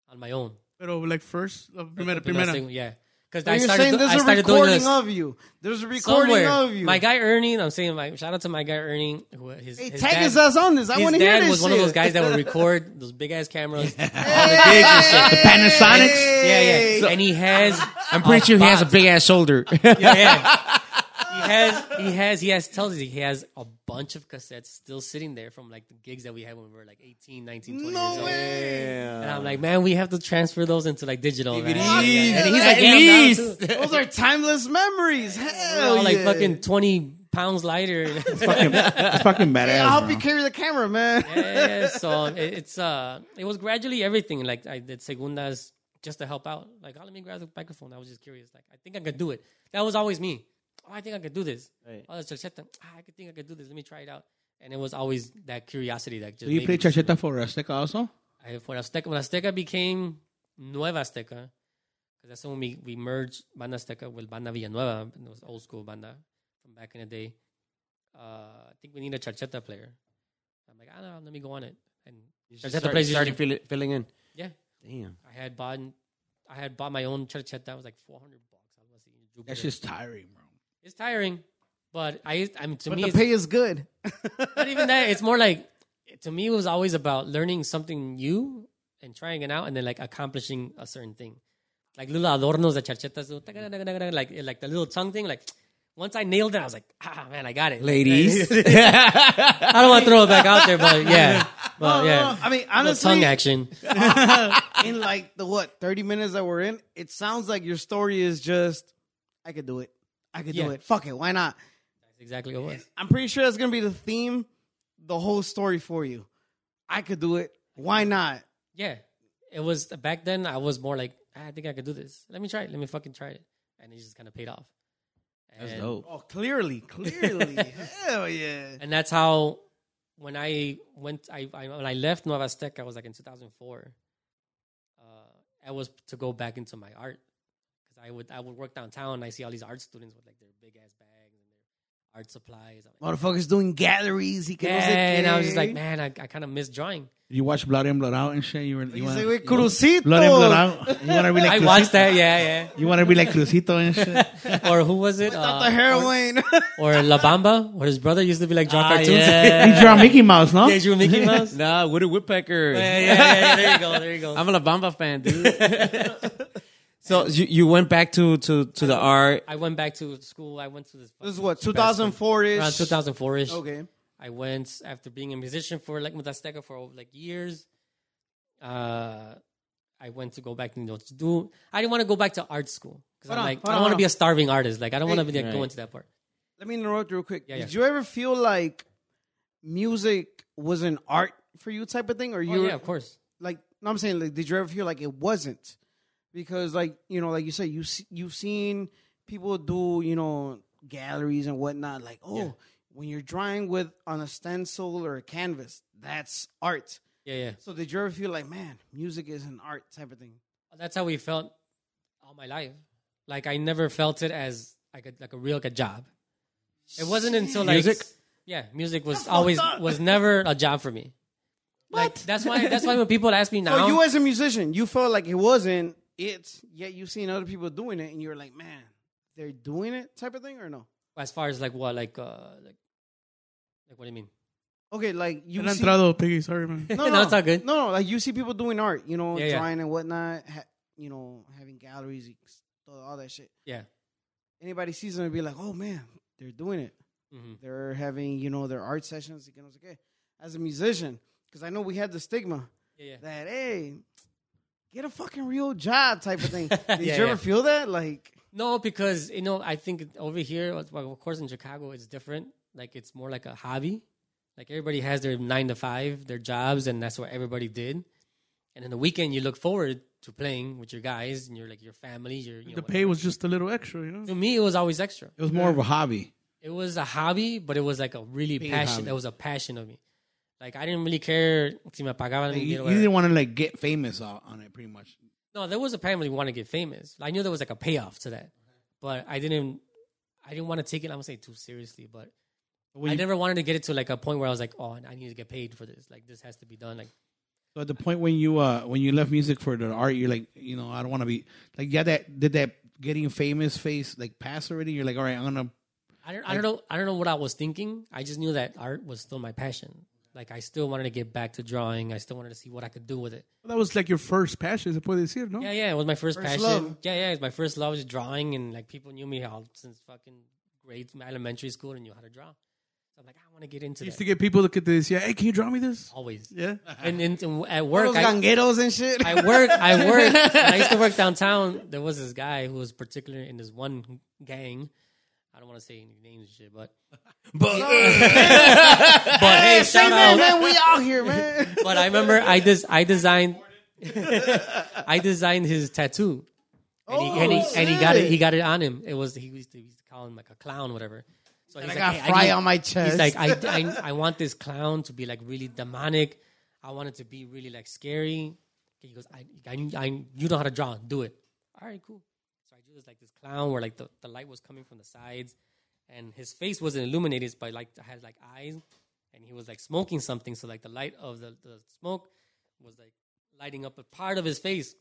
[SPEAKER 6] on my own.
[SPEAKER 4] Pero like first, uh, primera,
[SPEAKER 6] But that's
[SPEAKER 4] primera.
[SPEAKER 6] the- yeah, because
[SPEAKER 2] So
[SPEAKER 6] I
[SPEAKER 2] you're
[SPEAKER 6] started.
[SPEAKER 2] saying
[SPEAKER 6] do-
[SPEAKER 2] there's
[SPEAKER 6] I
[SPEAKER 2] a
[SPEAKER 6] started doing
[SPEAKER 2] recording
[SPEAKER 6] this.
[SPEAKER 2] of you. There's a recording
[SPEAKER 6] somewhere.
[SPEAKER 2] of you.
[SPEAKER 6] My guy Ernie, I'm saying my shout out to my guy Ernie. Who his,
[SPEAKER 2] hey,
[SPEAKER 6] his
[SPEAKER 2] tag
[SPEAKER 6] dad,
[SPEAKER 2] his ass on this. I
[SPEAKER 6] his
[SPEAKER 2] want to hear
[SPEAKER 6] dad
[SPEAKER 2] this.
[SPEAKER 6] was one of those
[SPEAKER 2] shit.
[SPEAKER 6] guys that would record those big ass cameras, all the gigs and
[SPEAKER 2] Hey!
[SPEAKER 6] shit.
[SPEAKER 5] The Panasonics.
[SPEAKER 6] Yeah, yeah. and he has.
[SPEAKER 3] I'm pretty sure he has a
[SPEAKER 6] box.
[SPEAKER 3] big ass shoulder.
[SPEAKER 6] Yeah, yeah. He has. He has. He has. Tells us he has a bunch of cassettes still sitting there from like the gigs that we had when we were like 18, 19, 20 years
[SPEAKER 2] No
[SPEAKER 6] old.
[SPEAKER 2] way.
[SPEAKER 6] And I'm like, man, we have to transfer those into like digital. man.
[SPEAKER 3] DVDs.
[SPEAKER 6] And he's
[SPEAKER 2] At
[SPEAKER 6] like, yeah, I'm down too.
[SPEAKER 2] Those are timeless memories.
[SPEAKER 6] We're
[SPEAKER 2] Hell
[SPEAKER 6] all, like
[SPEAKER 2] yeah.
[SPEAKER 6] fucking twenty pounds lighter.
[SPEAKER 5] fucking, that's fucking badass.
[SPEAKER 2] I'll
[SPEAKER 5] bro.
[SPEAKER 2] be carry the camera, man.
[SPEAKER 6] Uh-huh. yeah, so it, it's uh, it was gradually everything. Like I did segundas just to help out. Like, oh, let me grab the microphone. I was just curious. Like, I think I could do it. That was always me. Oh, I think I could do this. Oh, the chacheta. Ah, I could think I could do this. Let me try it out. And it was always that curiosity that just.
[SPEAKER 5] Do you
[SPEAKER 6] made
[SPEAKER 5] play
[SPEAKER 6] me-
[SPEAKER 5] Chacheta for Azteca also?
[SPEAKER 6] I, when Azteca, when Azteca became Nueva Azteca, because that's when we, we merged Banda Azteca with Banda Villanueva, and it was old school Banda from back in the day. Uh, I think we need a charcheta player. I'm like, I don't know, let me go on it. And
[SPEAKER 3] Just
[SPEAKER 6] charcheta
[SPEAKER 3] start-
[SPEAKER 6] players
[SPEAKER 3] started
[SPEAKER 6] usually-
[SPEAKER 3] fill- filling in.
[SPEAKER 6] yeah,
[SPEAKER 3] Damn.
[SPEAKER 6] I had bought, I had bought my own charcheta. It was like 400 bucks. I was in Jupiter.
[SPEAKER 5] That's just tiring, bro.
[SPEAKER 6] it's tiring, but I, I mean, to
[SPEAKER 2] But
[SPEAKER 6] me,
[SPEAKER 2] the
[SPEAKER 6] it's
[SPEAKER 2] pay is good.
[SPEAKER 6] not even that. It's more like to me, it was always about learning something new and trying it out and then like accomplishing a certain thing. Like little adornos, the charchetas, little taca-taca-taca-taca, like like the little tongue thing. Like once I nailed it, I was like, ah man, I got it.
[SPEAKER 3] Ladies.
[SPEAKER 6] I don't want to throw it back out there, but yeah, but Oh, yeah.
[SPEAKER 2] Uh, I mean,
[SPEAKER 6] Little tongue
[SPEAKER 2] honestly,
[SPEAKER 6] action.
[SPEAKER 2] in like the what thirty minutes that we're in, it sounds like your story is just, I could do it, I could do
[SPEAKER 6] Yeah.
[SPEAKER 2] it. Fuck it, why not?
[SPEAKER 6] Exactly what it was.
[SPEAKER 2] I'm pretty sure that's gonna be the theme, the whole story for you. I could do it. Why not?
[SPEAKER 6] Yeah, it was back then. I was more like, "Ah, I think I could do this. Let me try it. Let me fucking try it, and it just kind of paid off. And,
[SPEAKER 3] That's dope.
[SPEAKER 2] Oh, clearly, clearly, hell yeah.
[SPEAKER 6] And that's how when I went, I, I when I left Nueva Azteca, I was like in 2004. Uh, I was to go back into my art because I would I would work downtown. and I see all these art students with like their big ass bags and their art supplies. I'm like,
[SPEAKER 2] Motherfuckers doing galleries. He can.
[SPEAKER 6] yeah, and I was just like, man, I, I kind of miss drawing.
[SPEAKER 5] You watch Blood In, Blood Out and shit. You, were, you
[SPEAKER 2] He's
[SPEAKER 5] wanna,
[SPEAKER 2] like, "Wait,
[SPEAKER 5] you wanna-
[SPEAKER 2] Crucito."
[SPEAKER 5] Blood In, Blood Out. You want to be like
[SPEAKER 6] I
[SPEAKER 5] Crucito?
[SPEAKER 6] watched that, yeah,
[SPEAKER 5] You want to be like Crucito and shit.
[SPEAKER 6] yeah. Or who was it?
[SPEAKER 2] Not
[SPEAKER 6] Uh,
[SPEAKER 2] the heroin.
[SPEAKER 6] or La Bamba, where his brother used to be like draw
[SPEAKER 3] Ah,
[SPEAKER 6] cartoons.
[SPEAKER 3] yeah.
[SPEAKER 5] You draw Mickey Mouse, no?
[SPEAKER 6] Yeah, drew Mickey Mouse.
[SPEAKER 3] Nah, Woody Woodpecker.
[SPEAKER 6] yeah, yeah, yeah, yeah, there you go, there you go.
[SPEAKER 3] I'm a La Bamba fan, dude. so you, you went back to, to, to the art.
[SPEAKER 6] I went back to school. I went to this
[SPEAKER 2] this is what 2004
[SPEAKER 6] around
[SPEAKER 2] ish.
[SPEAKER 6] 2004 ish.
[SPEAKER 2] Okay.
[SPEAKER 6] I went after being a musician for like Mutasteca for like years. Uh, I went to go back to you know to do. I didn't want to go back to art school because
[SPEAKER 2] Hold
[SPEAKER 6] I'm
[SPEAKER 2] on,
[SPEAKER 6] like
[SPEAKER 2] hold
[SPEAKER 6] I
[SPEAKER 2] on,
[SPEAKER 6] don't
[SPEAKER 2] hold
[SPEAKER 6] want to be a starving artist. Like I don't want to be like,
[SPEAKER 3] Right.
[SPEAKER 6] go into that part.
[SPEAKER 2] Let me interrupt real quick.
[SPEAKER 6] Yeah,
[SPEAKER 2] Did
[SPEAKER 6] yeah.
[SPEAKER 2] you ever feel like music was an art for you type of thing, or you
[SPEAKER 6] Oh,
[SPEAKER 2] were
[SPEAKER 6] yeah, of course.
[SPEAKER 2] like? No, I'm saying like, did you ever feel like it wasn't? Because like you know, like you said, you s- you've seen people do you know galleries and whatnot. Like oh, when you're drawing with on a stencil or a canvas, that's art.
[SPEAKER 6] Yeah, yeah.
[SPEAKER 2] So did you ever feel like man, music is an art type of thing?
[SPEAKER 6] that's how we felt all my life. Like I never felt it as like a, like a real like a job. It wasn't until like
[SPEAKER 5] Music?
[SPEAKER 6] Yeah, music was always was never a job for me. Like that's why that's why when people ask me now,
[SPEAKER 2] So oh, you as a musician, you felt like it wasn't it, yet you've seen other people doing it, and you're like, man, they're doing it type of thing, or no?
[SPEAKER 6] as far as like what like uh like, like what do you mean?
[SPEAKER 2] Okay, like you
[SPEAKER 4] No ha
[SPEAKER 2] see,
[SPEAKER 4] entrado, Piggy. Sorry, man.
[SPEAKER 2] no,
[SPEAKER 6] No,
[SPEAKER 2] no,
[SPEAKER 6] it's all good.
[SPEAKER 2] No, no, like you see people doing art, you know,
[SPEAKER 6] Yeah, yeah.
[SPEAKER 2] drawing and whatnot, ha- you know, having galleries, all that shit.
[SPEAKER 6] Yeah.
[SPEAKER 2] Anybody sees them and be like, oh man, they're doing it.
[SPEAKER 6] hmm
[SPEAKER 2] They're having, you know, their art sessions. You know, it's okay. As a musician, because I know we had the stigma
[SPEAKER 6] Yeah, yeah.
[SPEAKER 2] that hey, get a fucking real job type of thing. Did you
[SPEAKER 6] Yeah,
[SPEAKER 2] ever
[SPEAKER 6] yeah.
[SPEAKER 2] feel that? Like.
[SPEAKER 6] No, because you know, I think over here, of of course, in Chicago, it's different. Like it's more like a hobby. Like everybody has their nine to five, their jobs, and that's what everybody did. And in the weekend, you look forward to playing with your guys and your like your family. Your you know,
[SPEAKER 4] The pay was just a little extra, you know?
[SPEAKER 6] to me, it was always extra.
[SPEAKER 5] It was more of a hobby.
[SPEAKER 6] It was a hobby, but it was like a really passion.
[SPEAKER 5] hobby.
[SPEAKER 6] It was a passion of me. Like I didn't really care. si me pagaban,
[SPEAKER 5] Like,
[SPEAKER 6] me
[SPEAKER 5] you,
[SPEAKER 6] dieron
[SPEAKER 5] you
[SPEAKER 6] whatever.
[SPEAKER 5] didn't want to like get famous o- on it, pretty much.
[SPEAKER 6] No, there was a time when we want to get famous. I knew there was like a payoff to that, but I didn't. I didn't want to take it. I'm gonna say too seriously, but I never wanted to get it to like a point where I was like, oh, I need to get paid for this. Like this has to be done. Like
[SPEAKER 5] So at the point when you uh when you left music for the art, you're like, you know, I don't want to be like yeah that did that getting famous face like pass already. You're like, all right, I'm gonna
[SPEAKER 6] I don't. I don't know. I don't know what I was thinking. I just knew that art was still my passion. Like I still wanted to get back to drawing. I still wanted to see what I could do with it.
[SPEAKER 4] That was like your first passion, se puede decir, no?
[SPEAKER 6] Yeah, yeah. It was my first, passion.
[SPEAKER 2] love.
[SPEAKER 6] Yeah, yeah. It was my first love was drawing, and like people knew me all since fucking grade elementary school and knew how to draw. So I'm like, I want to get into that.
[SPEAKER 4] You used to get people that could decía, hey, can you draw me this?
[SPEAKER 6] Always.
[SPEAKER 4] Yeah.
[SPEAKER 6] And, and, and at
[SPEAKER 2] Those
[SPEAKER 6] work, I,
[SPEAKER 2] gangueros and shit.
[SPEAKER 6] I work. I work. when I used to work downtown. There was this guy who was particular in this one gang. I don't want to say any names and shit, but but but hey, shout
[SPEAKER 2] man,
[SPEAKER 6] out.
[SPEAKER 2] man, we out here, man.
[SPEAKER 6] But I remember I des- I designed I designed his tattoo, and he, and, he,
[SPEAKER 2] Oh,
[SPEAKER 6] and he got it. He got it on him. It was he used to, he used to call him like a clown, whatever. So he's
[SPEAKER 2] I
[SPEAKER 6] like,
[SPEAKER 2] got
[SPEAKER 6] "Hey,
[SPEAKER 2] fry
[SPEAKER 6] need-
[SPEAKER 2] on my chest.
[SPEAKER 6] He's like, I, I, I want this clown to be like really demonic. I want it to be really like scary. He goes, I, I, I you know how to draw. Do it. All right, cool. So I drew this like this clown where like the, the light was coming from the sides, and his face wasn't illuminated, but like had like eyes, and he was like smoking something. So like the light of the, the smoke was like lighting up a part of his face.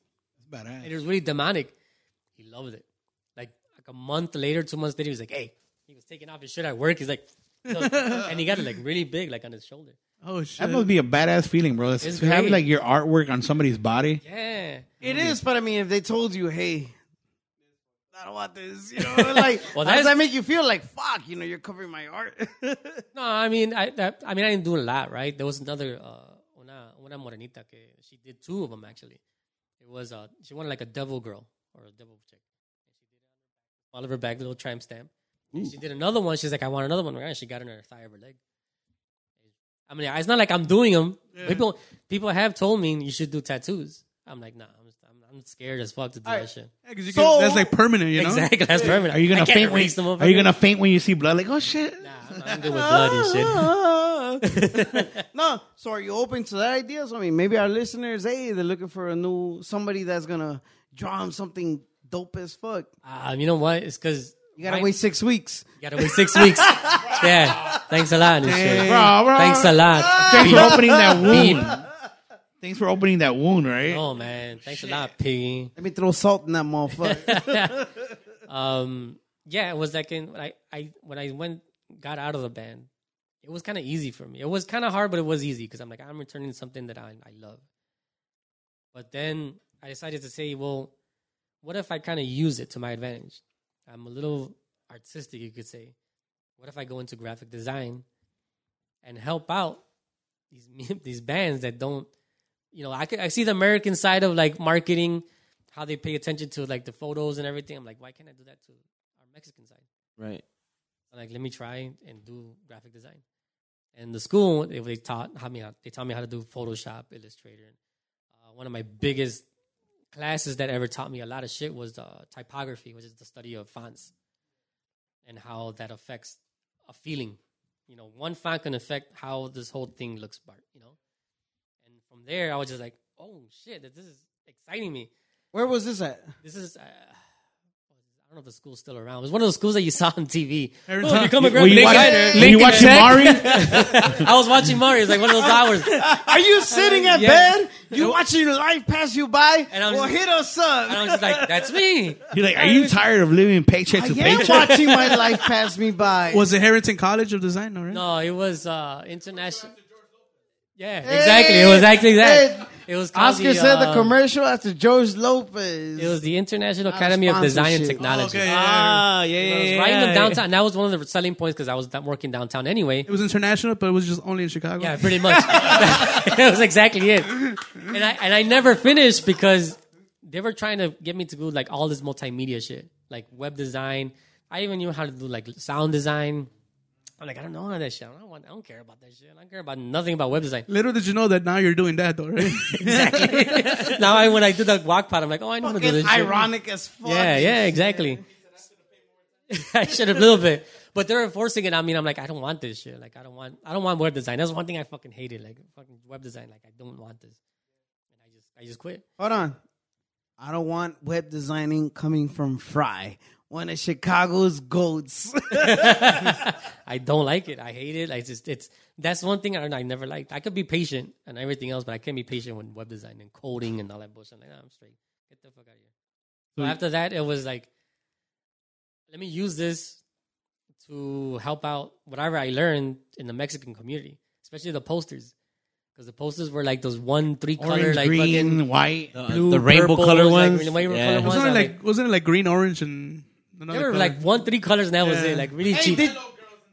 [SPEAKER 6] And it was really demonic. He loved it. Like like a month later, two months later, he was like, "Hey," he was taking off his shirt at work. He's like, "Look," and he got it like really big, like on his shoulder.
[SPEAKER 4] Oh shit!
[SPEAKER 5] That must be a badass feeling, bro. That's,
[SPEAKER 6] It's
[SPEAKER 5] to have
[SPEAKER 6] great.
[SPEAKER 5] like your artwork on somebody's body.
[SPEAKER 6] Yeah.
[SPEAKER 2] It is, but I mean, if they told you, hey, I don't want this, you know, like, how
[SPEAKER 6] Well, that's-
[SPEAKER 2] does that make you feel? Like, fuck, you know, you're covering my art.
[SPEAKER 6] No, I mean, I that, I mean, I didn't do a lot, right? There was another uh, una una morenita que she did two of them actually. It was uh, she wanted like a devil girl or a devil chick. And she did it on her back, bag, little tramp stamp. And She did another one. She's like, I want another one. And she got it on her thigh or her leg. I mean, it's not like I'm doing them. People people have told me you should do tattoos. I'm like, nah, I'm I'm, I'm scared as fuck to do that shit.
[SPEAKER 4] Yeah, 'cause you
[SPEAKER 2] So-
[SPEAKER 4] can, that's like permanent, you know.
[SPEAKER 6] Exactly, that's permanent.
[SPEAKER 5] Are you
[SPEAKER 6] I
[SPEAKER 5] gonna
[SPEAKER 6] can't
[SPEAKER 5] faint? When,
[SPEAKER 6] erase them
[SPEAKER 5] are you gonna faint when you see blood? Like, oh shit!
[SPEAKER 6] Nah, I'm not good with blood and shit.
[SPEAKER 2] Ah, no, so are you open to that idea? So, I mean, maybe our listeners, hey, they're looking for a new somebody that's gonna draw them something dope as fuck.
[SPEAKER 6] Um, you know what? It's because
[SPEAKER 2] You gotta wait six weeks.
[SPEAKER 6] You gotta wait six weeks. yeah. Thanks a lot. and shit.
[SPEAKER 5] Bro, bro.
[SPEAKER 6] Thanks a lot.
[SPEAKER 5] Thanks for opening that
[SPEAKER 6] Beep.
[SPEAKER 5] wound. Thanks for opening that wound, right?
[SPEAKER 6] Oh man. Thanks a lot, Piggy.
[SPEAKER 2] Let me throw salt in that motherfucker.
[SPEAKER 6] Um, yeah, it was like in when I, I when I went got out of the band, it was kind of easy for me. It was kind of hard, but it was easy because I'm like I'm returning to something that I I love. But then I decided to say, well, what if I kind of use it to my advantage? I'm a little artistic, you could say. What if I go into graphic design and help out these these bands that don't, you know, I could, I see the American side of like marketing, how they pay attention to like the photos and everything. I'm like, why can't I do that to our Mexican side?
[SPEAKER 3] Right.
[SPEAKER 6] I'm like, let me try and do graphic design. And the school, they, they taught how me how, they taught me how to do Photoshop, Illustrator. Uh, one of my biggest classes that ever taught me a lot of shit was uh, typography, which is the study of fonts and how that affects a feeling. You know, one font can affect how this whole thing looks, bar, you know. And from there, I was just like, oh shit, that this is exciting me.
[SPEAKER 2] Where was this at?
[SPEAKER 6] This is. Uh, I don't know if the school's still around. It was one of those schools that you saw on TV.
[SPEAKER 4] Every
[SPEAKER 6] Oh,
[SPEAKER 4] time-
[SPEAKER 6] become a
[SPEAKER 5] Were
[SPEAKER 6] graphic
[SPEAKER 5] you, watch,
[SPEAKER 6] designer.
[SPEAKER 5] were you watching Mari?
[SPEAKER 6] I was watching Mario. It's like one of those hours. And
[SPEAKER 2] Are you sitting at bed? You watching life pass you by?
[SPEAKER 6] And I'm
[SPEAKER 2] well,
[SPEAKER 6] just-
[SPEAKER 2] hit us up.
[SPEAKER 6] I was just like, that's me.
[SPEAKER 5] You're like, are you tired of living paycheck
[SPEAKER 2] I
[SPEAKER 5] to
[SPEAKER 2] am
[SPEAKER 5] paycheck?
[SPEAKER 2] watching my life pass me by.
[SPEAKER 4] Was it Harrington College of Design? Already?
[SPEAKER 6] No, it was uh, international. Yeah, exactly. It was actually that. It was called
[SPEAKER 2] Oscar said the
[SPEAKER 6] uh,
[SPEAKER 2] commercial after George Lopez.
[SPEAKER 6] It was the International Academy of Design and
[SPEAKER 2] sponsorship.
[SPEAKER 6] Technology.
[SPEAKER 4] okay.
[SPEAKER 3] Ah, yeah, yeah,
[SPEAKER 6] I was
[SPEAKER 3] yeah,
[SPEAKER 6] writing them
[SPEAKER 3] yeah.
[SPEAKER 6] downtown. And that was one of the selling points because I was da- working downtown anyway.
[SPEAKER 4] It was international, but it was just only in Chicago.
[SPEAKER 6] Yeah, pretty much. that was exactly it. And I and I never finished because they were trying to get me to do like all this multimedia shit, like web design. I even knew how to do like sound design. I'm like, I don't know how that shit. I don't want. I don't care about that shit. I don't care about nothing about web design.
[SPEAKER 4] Little did you know that now you're doing that, though, right?
[SPEAKER 6] now I, when I do the walk pod, I'm like, oh, I know how to do this.
[SPEAKER 2] Fucking
[SPEAKER 6] shit.
[SPEAKER 2] ironic as fuck.
[SPEAKER 6] Yeah, yeah, exactly. I should have a little bit, but they were forcing it. I mean, I'm like, I don't want this shit. Like, I don't want, I don't want web design. That's one thing I fucking hated. Like, fucking web design. Like, I don't want this. And I just, I just quit.
[SPEAKER 2] Hold on. I don't want web designing coming from Fry, one of Chicago's goats.
[SPEAKER 6] I don't like it. I hate it. I just, it's that's one thing I don't. I never liked. I could be patient and everything else, but I can't be patient with web design and coding and all that bullshit. I'm like, nah, I'm straight. Get the fuck out of here. So after that, it was like, let me use this to help out whatever I learned in the Mexican community, especially the posters, because the posters were like those one three color
[SPEAKER 5] Orange,
[SPEAKER 6] like
[SPEAKER 5] green, uh,
[SPEAKER 6] fucking
[SPEAKER 5] white.
[SPEAKER 6] blue,
[SPEAKER 3] the rainbow
[SPEAKER 6] purple,
[SPEAKER 3] color
[SPEAKER 6] like,
[SPEAKER 3] ones?
[SPEAKER 6] the rainbow
[SPEAKER 3] Yeah.
[SPEAKER 6] color ones.
[SPEAKER 4] wasn't it
[SPEAKER 6] I'm
[SPEAKER 4] like wasn't it like green, orange, and
[SPEAKER 6] they
[SPEAKER 4] another
[SPEAKER 6] were
[SPEAKER 4] color?
[SPEAKER 6] like one three colors, and that was
[SPEAKER 4] Yeah.
[SPEAKER 6] it. Like really
[SPEAKER 2] Hey,
[SPEAKER 6] cheap.
[SPEAKER 2] did-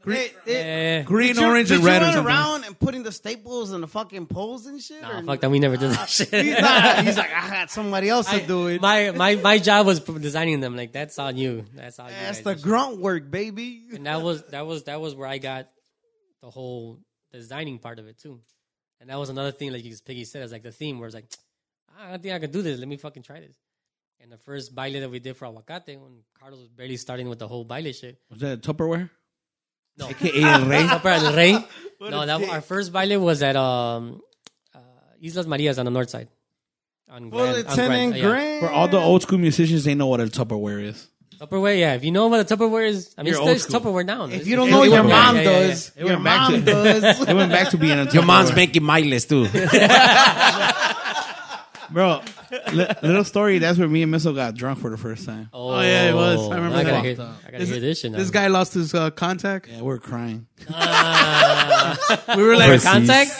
[SPEAKER 2] Hey, hey,
[SPEAKER 6] Yeah.
[SPEAKER 4] green,
[SPEAKER 2] did you-
[SPEAKER 4] orange,
[SPEAKER 2] did
[SPEAKER 4] and
[SPEAKER 2] you
[SPEAKER 4] red or
[SPEAKER 2] run
[SPEAKER 4] something.
[SPEAKER 2] around and putting the staples and the fucking poles and shit?
[SPEAKER 6] Nah,
[SPEAKER 2] or-
[SPEAKER 6] fuck that. We never did that shit.
[SPEAKER 2] He's, not, he's like, I got somebody else to
[SPEAKER 6] I-
[SPEAKER 2] do it.
[SPEAKER 6] My my my job was designing them. Like that's on you. That's on you.
[SPEAKER 2] That's the
[SPEAKER 6] guys.
[SPEAKER 2] grunt work, baby.
[SPEAKER 6] and that was that was that was where I got the whole designing part of it too. And that was another thing, like you- Piggy said, is like the theme where it's like, "Ah, I don't think I could do this. Let me fucking try this. And the first baile that we did for Aguacate, when Carlos was barely starting with the whole baile shit.
[SPEAKER 5] Was that Tupperware?
[SPEAKER 6] No,
[SPEAKER 5] El Rey?
[SPEAKER 6] Up at El Rey. No, that our first baile was at um, uh, Islas Marias on the north side. On
[SPEAKER 2] Bullet
[SPEAKER 6] Grand- on
[SPEAKER 2] Lieutenant
[SPEAKER 6] Grand- yeah.
[SPEAKER 2] Grant.
[SPEAKER 5] For all the old school musicians, they know what a Tupperware is.
[SPEAKER 6] Tupperware, yeah. If you know what a Tupperware is, I mean,
[SPEAKER 5] You're
[SPEAKER 6] it's,
[SPEAKER 5] old
[SPEAKER 6] it's
[SPEAKER 5] school.
[SPEAKER 6] Tupperware now.
[SPEAKER 2] If
[SPEAKER 6] It's-
[SPEAKER 2] you don't
[SPEAKER 6] it's
[SPEAKER 2] know, your
[SPEAKER 6] Tupperware.
[SPEAKER 2] mom
[SPEAKER 6] Yeah, yeah, yeah.
[SPEAKER 2] does.
[SPEAKER 5] It
[SPEAKER 2] Your
[SPEAKER 5] went back
[SPEAKER 2] mom
[SPEAKER 5] to-
[SPEAKER 2] does.
[SPEAKER 5] They went back to being a
[SPEAKER 3] Your mom's
[SPEAKER 5] Tupperware.
[SPEAKER 3] making my list too.
[SPEAKER 5] bro. Li- little story. That's where me and Missile got drunk for the first time.
[SPEAKER 4] Oh, yeah, it was. I remember
[SPEAKER 6] I gotta
[SPEAKER 4] that.
[SPEAKER 6] hear, I gotta hear this shit now.
[SPEAKER 4] This guy lost his uh, contact.
[SPEAKER 5] Yeah, we were crying.
[SPEAKER 4] We were like,
[SPEAKER 3] Precis.
[SPEAKER 6] Contact?